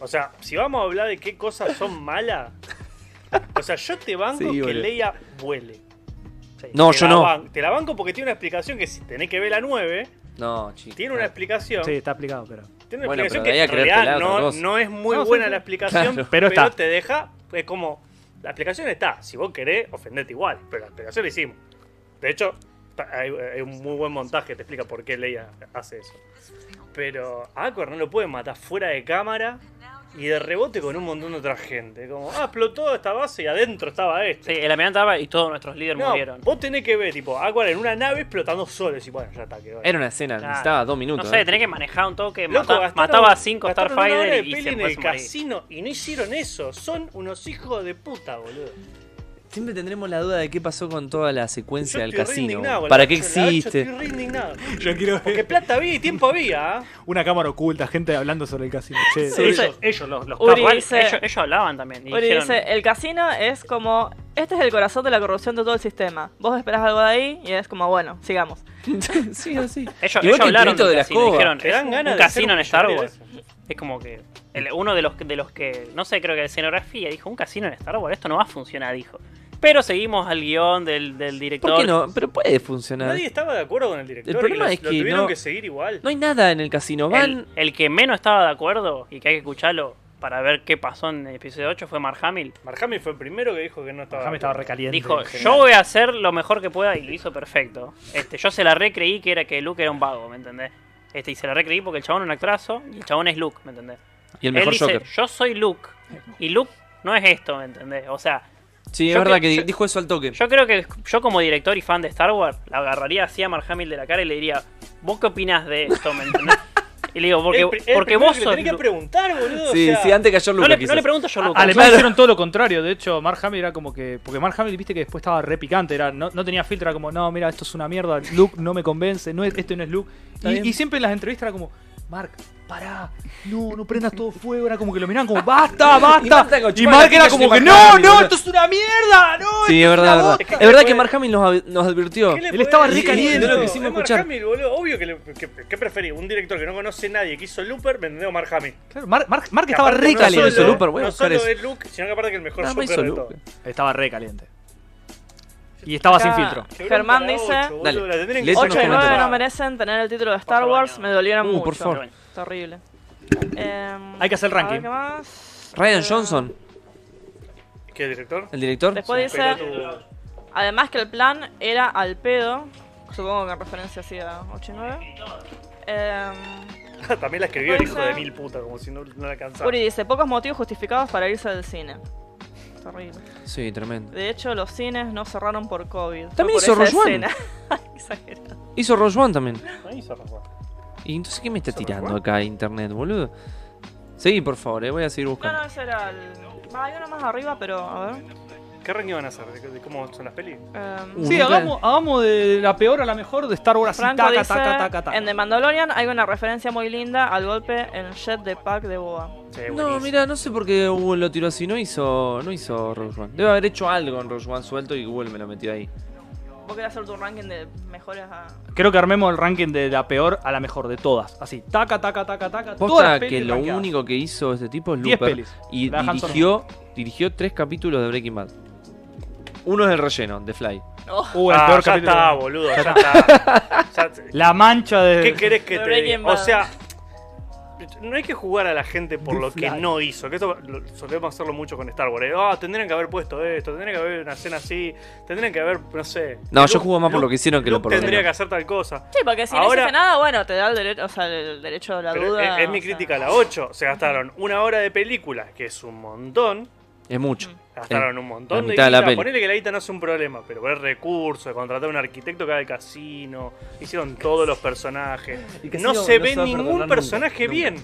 S6: o sea, si vamos a hablar de qué cosas son malas. O sea, yo te banco
S2: Sí,
S6: que
S2: boludo.
S6: Leia vuele. Sí,
S2: No,
S6: te
S2: yo
S6: la
S2: no.
S6: ban- te la banco porque tiene una explicación que si tenés que ver la 9,
S2: No, chico.
S6: tiene una explicación.
S1: Sí, está aplicado, pero.
S6: Tiene una
S2: Bueno,
S6: explicación
S2: pero
S6: que
S2: de ahí a
S6: en realidad
S2: creértela, otra
S6: no,
S2: cosa.
S6: no es muy
S1: No, sí,
S6: buena
S1: sí.
S6: la explicación,
S2: Claro.
S1: Pero
S6: pero,
S1: está.
S6: te deja, es como, la explicación está, si vos querés, ofendete igual, pero la explicación la hicimos. De hecho, ta- hay, hay un muy buen montaje que te explica por qué Leia hace eso. Pero a Aquar no lo pueden matar fuera de cámara y de rebote con un montón de otra gente. Como, ah, explotó esta base y adentro estaba este.
S7: Sí, el almirante Akbar y todos nuestros líderes
S6: No,
S7: murieron.
S6: vos tenés que ver, tipo, Aquar en una nave explotando solo. Y bueno, ya está, quedó. ahí.
S2: Era una escena,
S7: Claro.
S2: necesitaba dos minutos.
S7: no sé,
S2: eh.
S7: tenés que manejar un toque,
S6: Loco,
S7: mata-
S6: gastaron-
S7: mataba a 5
S6: gastaron una hora de
S7: Starfighter y
S6: peli
S7: se
S6: en
S7: puede
S6: el
S7: morir.
S6: casino y no hicieron eso. Son unos hijos de puta, boludo.
S2: Siempre tendremos la duda de qué pasó con toda la secuencia del
S6: estoy re
S2: casino.
S6: indignado, boludo.
S2: ¿Para qué
S6: Yo la ocho
S2: existe?
S6: Estoy re indignado.
S1: Yo quiero
S6: Porque plata había y tiempo había. ¿ah?
S1: una cámara oculta, gente hablando sobre el casino. Che,
S3: Sí.
S1: ellos, ellos, los, los
S3: Uri
S7: Igual,
S3: dice-
S7: ellos, ellos hablaban también. y
S3: Uri
S7: dijeron,
S3: dice, el casino es como, este es el corazón de la corrupción de todo el sistema. Vos esperás algo de ahí y es como, bueno, sigamos.
S2: sí, así.
S7: ellos,
S2: Igual
S7: ellos
S2: que el
S7: hablaron
S2: pirito
S7: del
S2: de la
S7: casino,
S2: escoba.
S7: dijeron,
S6: Te
S7: es
S6: dan
S7: un
S6: ganas de
S7: casino
S6: ser
S7: en Star
S6: millonario
S7: Wars. Es como que el- uno de los, de los que, no sé, creo que de escenografía dijo, un casino en Star Wars, esto no va a funcionar, dijo. Pero seguimos al guión del, del director.
S2: ¿Por qué no? Pero puede funcionar.
S6: Nadie estaba de acuerdo con el director.
S2: El problema
S6: y lo,
S2: es
S6: lo
S2: que
S6: tuvieron
S2: no-
S6: que seguir igual.
S2: No hay nada en el casino. Van.
S7: El, el que menos estaba de acuerdo y que hay que escucharlo para ver qué pasó en el episodio 8 fue Mark Hamill.
S6: Marjami fue el primero que dijo que no estaba.
S1: Déjame
S6: de
S1: estaba
S6: acuerdo.
S1: recaliente.
S7: Dijo, yo voy a hacer lo mejor que pueda y lo hizo perfecto. Este, yo se la recreí que era que Luke era un vago, ¿me entendés? Este, y se la recreí porque el chabón es un actrazo y el chabón es Luke, ¿me entendés?
S2: Y el mejor
S7: Él dice,
S2: Joker.
S7: yo soy Luke y Luke no es esto, ¿me entendés? O sea,
S2: Sí, es
S7: yo
S2: verdad
S7: que-
S2: que
S7: yo-
S2: dijo eso al toque.
S7: yo creo que yo como director y fan de Star Wars la agarraría así a Mark Hamill de la cara y le diría, ¿vos qué opinás de esto, ¿me entendés? Y le digo, porque,
S6: El pri- el
S7: porque
S6: primero
S7: vos
S6: que le
S7: sos.
S6: tenés que preguntar, boludo.
S2: Sí,
S6: o sea,
S2: sí, antes que ayer
S7: No
S2: Lucas.
S7: le, no le
S2: quizás.
S7: pregunto yo, Lucas.
S1: Alemán
S2: claro.
S1: hicieron todo lo contrario. De hecho, Mark Hamill era como que. Porque Mark Hamill, viste que después estaba re picante. Era, no, no tenía filtro. Era como, no, mira, esto es una mierda. Luke no me convence. No es, este no es Luke.
S2: Está bien.
S1: Y, y siempre en las entrevistas era como, Mark, pará. No, no prendas todo fuego. Era como que lo miraban como, basta,
S2: Y
S1: basta.
S2: basta con
S1: Y
S2: chupar
S1: Mark
S2: la
S1: era
S2: pija
S1: como
S2: de
S1: que,
S2: Mark
S1: no,
S2: Hamill,
S1: no,
S2: boludo".
S1: esto es una mierda. No,
S2: Sí, es
S1: esto
S2: verdad,
S1: una
S2: verdad.
S1: bosta".
S2: Es verdad que Mark Hamill nos, av- nos advirtió.
S6: ¿qué le
S1: Él
S6: podés
S1: estaba
S6: decir,
S1: recaliente.
S6: boludo?
S1: No lo
S2: quisimos
S6: Es Mark
S2: escuchar.
S6: Hamill, boludo. Obvio que, le- que, que preferís un director que no conoce nadie, que hizo Looper, vendeo Mark Hamill.
S1: Claro, Mark, Mark- Mark estaba
S6: Aparte,
S1: re
S6: no
S2: caliente,
S6: solo-
S2: hizo
S1: caliente.
S2: Looper, voy a
S6: No
S2: buscar
S6: solo
S2: eso.
S6: es Luke, sino que aparte que el mejor
S2: Nada más
S6: Joker
S2: hizo
S6: de
S2: Luke.
S6: todos.
S1: Estaba re caliente. Y estaba Ah, sin
S3: Acá-
S1: filtro.
S6: Qué
S3: Germán
S6: bronca la
S3: dice-
S6: ocho, boludo,
S2: Dale.
S6: la tendrían que
S2: Lee esos
S6: poner
S3: 8 y 9 no
S6: separada.
S3: merecen tener el título de Star
S7: Ojalá,
S3: Wars,
S7: no.
S3: me dolieron
S2: Uh,
S3: mucho.
S2: por favor.
S3: Terrible. Em,
S1: Hay que hacer
S3: a ver
S1: ranking.
S3: qué más.
S2: Ryan
S3: Eh,
S2: Johnson,
S6: ¿Qué director?
S2: el director.
S3: Después dice,
S6: Pelotudo.
S3: además que el plan era al pedo, supongo que en referencia así a 8 y 9. Em,
S6: También la escribió el hijo
S3: Puede
S6: de
S3: ser.
S6: mil putas, como si no, no la alcanzara.
S3: Uri dice, pocos motivos justificados para irse del cine. Terrible.
S2: Sí, tremendo.
S3: De hecho, los cines no cerraron por COVID. Fue
S2: También
S3: por
S2: hizo
S3: esa
S2: Rogue One.
S3: escena. Exagerado.
S2: Hizo Rogue One también.
S5: No hizo Rogue One.
S2: ¿Y entonces qué me está
S5: ¿Hizo Rogue
S2: tirando
S5: One?
S2: acá internet, boludo? Sí, por favor, eh, voy a seguir
S3: No,
S2: buscando.
S3: no, ese era el... Va, hay uno más arriba, pero a ver.
S6: ¿Qué ranking van a hacer? ¿De- de ¿Cómo son las pelis?
S3: Em,
S2: Uh,
S1: Sí,
S2: nunca-
S1: hagamos, hagamos de la peor a la mejor de Star Wars. así,
S3: Franco
S1: taca,
S3: dice,
S1: taca, taca, taca.
S3: en The Mandalorian hay una referencia muy linda al golpe en Jet de Pack de Boa.
S6: Sí,
S2: No,
S6: buenísimo.
S2: mira, no sé por qué Google lo tiró así. No hizo, no hizo Rogue One. Debe haber hecho algo en Rogue One suelto y Google me lo metió ahí.
S3: Vos querés hacer tu ranking de mejores a...
S1: Creo que armemos el ranking de la peor a la mejor de todas. Así, taca, taca, taca, taca. todas
S2: Posta
S1: las
S2: que
S1: pelis
S2: lo
S1: rankeadas.
S2: único que hizo este tipo es
S1: Diez
S2: Looper.
S1: pelis.
S2: Y
S1: La Hanson
S2: dirigió, dirigió tres capítulos de Breaking Bad. Uno es el relleno, The Fly.
S1: Uh, el
S6: Ah,
S1: peor
S6: ya
S1: capítulo.
S6: está, boludo, ya está. Ya te-
S1: La mancha de.
S6: ¿Qué querés que
S3: De
S6: te
S3: Breaking
S6: diga? O
S3: Bad.
S6: sea, no hay que jugar a la gente por lo que no hizo. Que eso lo- solemos hacerlo mucho con Star Wars. eh. Ah, tendrían que haber puesto esto, tendrían que haber una escena así, tendrían que haber, no sé.
S2: No, yo
S6: Luke-
S2: juego más por lo que hicieron que lo
S6: Luke
S2: por lo que
S6: Tendría
S2: no.
S6: que hacer tal cosa.
S3: Sí, porque si
S6: Ahora-
S3: no hiciste nada, bueno, te da el derecho, o sea, el derecho de la
S6: Pero
S3: duda.
S6: es, es mi
S3: o sea.
S6: crítica a la 8. Se gastaron una hora de película, que es un montón.
S2: Es mucho.
S6: Gastaron
S2: Eh,
S6: un montón
S2: la
S6: de
S2: mitad de la
S6: guita.
S2: peli.
S6: Ponele que la guita no es un problema, pero poner recursos, contratar a un arquitecto que haga el casino, hicieron todos los personajes.
S2: El casino
S6: No se
S2: no
S6: ve
S2: se va a perdonar
S6: ningún
S2: nunca,
S6: personaje
S2: nunca.
S6: bien.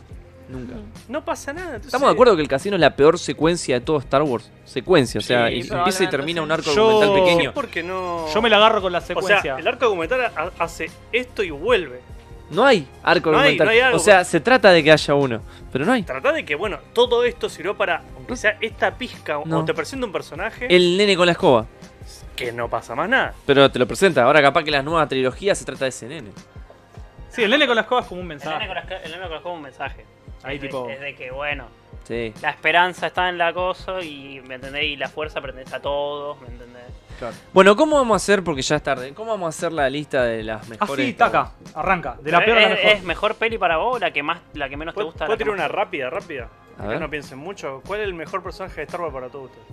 S2: Nunca.
S6: No pasa nada. entonces-
S2: Estamos de acuerdo que el casino es la peor secuencia de todo Star Wars. Secuencia, o sea,
S6: Sí,
S2: y- empieza y
S3: probablemente
S2: termina
S3: sí.
S2: un arco
S1: Yo-
S2: argumental
S6: Sí,
S2: pequeño.
S6: porque no.
S1: Yo me la agarro con la
S6: O
S1: secuencia.
S6: sea, el arco argumental ha- hace esto y vuelve.
S2: No hay arco
S6: No hay-
S2: argumental.
S6: no hay algo.
S2: o sea, se trata de que haya uno, pero no hay.
S6: Trata de que, bueno, todo esto sirvió para, aunque sea esta pizca, o-
S2: No.
S6: o te presenta un personaje,
S2: El nene con la escoba.
S6: que no pasa más nada.
S2: Pero te lo presenta. Ahora capaz que las nuevas trilogías se trata de ese nene.
S1: Sí, el nene con las cosas como un
S7: El nene
S1: mensaje.
S7: con las ca- el nene con las cosas un mensaje.
S1: Ahí,
S7: es de-
S1: tipo-
S7: es de que, bueno,
S2: Sí.
S7: la esperanza está en la cosa y, ¿me entendés? Y la fuerza pertenece a todos, ¿me entendés?
S2: Bueno, ¿cómo vamos a hacer? Porque ya es tarde. ¿Cómo vamos a hacer la lista de las mejores?
S1: Así, taca. Arranca. De la
S6: Eh,
S7: Pero
S1: peor a la
S7: es, es
S1: mejor.
S7: mejor peli para vos, la que más, la que menos te
S6: ¿Puedo,
S7: gusta.
S6: puedo
S7: la que
S6: tirar
S7: más
S6: una
S7: te
S6: rápida, rápida?
S2: A
S6: Que
S2: ver.
S6: no piensen mucho. ¿Cuál es el mejor personaje de Star Wars para todos ustedes?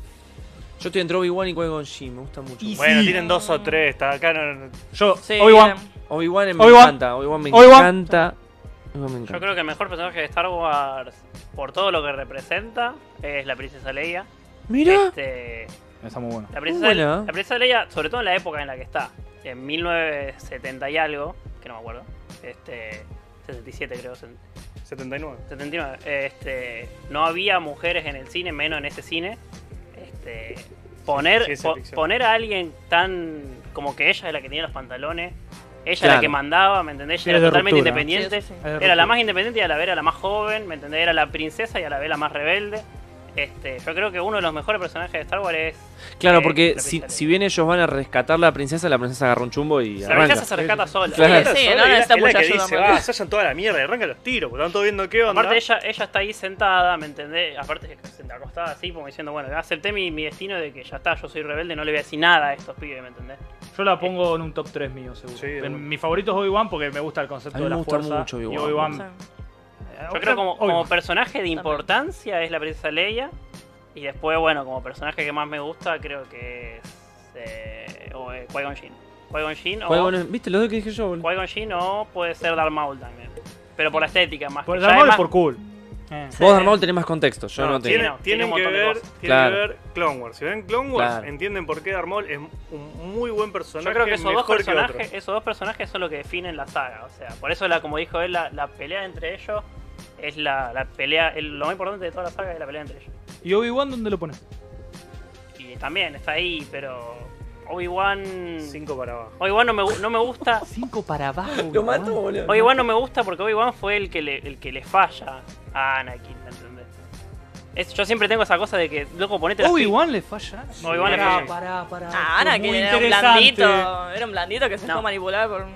S2: Yo estoy entre Obi-Wan y Qui-Gon Jinn. Me gusta mucho.
S1: Y
S6: Bueno,
S1: sí.
S6: tienen dos o tres. Está acá. No, no-
S1: Yo,
S7: Sí,
S1: Obi-Wan.
S2: Obi-Wan me
S1: Obi-Wan.
S2: encanta. Obi-Wan me
S1: Obi-Wan.
S2: encanta. Obi-Wan me
S7: gusta.
S2: encanta.
S7: Yo creo que el mejor personaje de Star Wars, por todo lo que representa, es la princesa Leia.
S2: Mira.
S7: Este,
S1: Está muy bueno.
S7: la, princesa,
S2: buena.
S7: la princesa Leia, sobre todo en la época en la que está, en 1970 y algo, que no me acuerdo, este, 77 creo,
S6: 79.
S7: 79, este, no había mujeres en el cine, menos en ese cine. Este, poner,
S6: Ciencia
S7: po-
S6: ficción.
S7: poner a alguien tan como que ella es la que tenía los pantalones, ella
S2: Claro.
S7: la que mandaba, ¿me entendés? Ella
S1: Era
S7: era
S1: de
S7: totalmente
S1: ruptura.
S7: independiente.
S3: Sí, sí,
S1: sí.
S7: Era la más independiente y a la vez era la más joven, ¿me entendés? Era la princesa y a la vez la más rebelde. Este, yo creo que uno de los mejores personajes de Star Wars es.
S2: Claro,
S7: eh,
S2: porque
S7: la
S2: si,
S7: princesa
S2: si
S7: Leia.
S2: bien ellos van a rescatar a la princesa, la princesa agarra un chumbo y
S7: La princesa
S2: arranca.
S7: se rescata sola.
S2: Claro.
S3: Sí,
S6: Sola
S3: no
S6: es la-
S3: necesita
S6: es la
S3: mucha
S6: que
S3: ayuda,
S6: dice,
S3: Marvel.
S6: "Ah, se vayan toda la mierda y arrancan los tiros, pues, porque están todos viendo qué onda.
S7: Aparte ella, ella está ahí sentada, ¿me entendés? Aparte sentada, acostada así, como diciendo, bueno, acepté mi, mi destino de que ya está, yo soy rebelde, no le voy a decir nada a estos pibes, ¿me entendés?
S1: Yo la pongo en un top 3 mío, seguro.
S6: Sí, de
S1: En-
S6: una.
S1: mi favorito es Obi-Wan porque me gusta el
S2: A
S1: concepto
S2: mí
S1: de
S2: me
S1: la
S2: gusta
S1: fuerza.
S2: mucho Obi-Wan.
S1: Y
S3: O
S1: Obi-Wan.
S3: sea,
S7: Yo creo como, como
S1: Obi-Wan.
S7: personaje de importancia es la princesa Leia. Y después, bueno, como personaje que más me gusta, creo que es eh, o, eh, Qui-Gon Jinn. Qui-Gon Jinn o,
S2: Qui-Gon es- ¿Viste los dos que dije yo, boludo?
S7: Qui-Gon Jinn o puede ser Darth Maul también. Pero por la estética más
S1: Por
S7: que
S1: el
S7: ya es
S1: amor es
S7: más-
S1: por cool. Eh.
S2: Vos, Arnold, tenés más contexto. Yo no,
S6: No,
S2: tengo.
S6: tiene-
S7: No, tiene
S6: tienen
S7: un
S6: que
S7: montón de
S6: ver,
S7: cosas.
S6: tienen
S2: Claro.
S6: que ver Clone Wars. Si ven Clone Wars,
S2: Claro.
S6: entienden por qué Darmol es un muy buen personaje.
S7: Yo creo que esos dos,
S6: mejor que
S7: personajes,
S6: otros.
S7: esos dos personajes son lo que definen la saga. O sea, por eso, la, como dijo él, la, la pelea entre ellos es la, la pelea. el- lo más importante de toda la saga es la pelea entre ellos.
S1: ¿Y Obi-Wan dónde lo pones?
S7: Y también está ahí, pero. Obi-Wan.
S6: Cinco para abajo.
S7: Obi-Wan no me, gu- no me gusta.
S1: Cinco para abajo.
S2: Lo mato, boludo.
S7: Obi-Wan no me gusta porque Obi-Wan fue el que, le, el que le falla a Anakin, ¿me entendés? Es- yo siempre tengo esa cosa de que, loco, ponete las
S1: Obi-Wan le falla.
S7: pilas. Obi-Wan le falla.
S1: Pará, pará.
S3: Ah, Ana, que era un blandito. Era un blandito que se
S7: No.
S3: dejó manipular por un.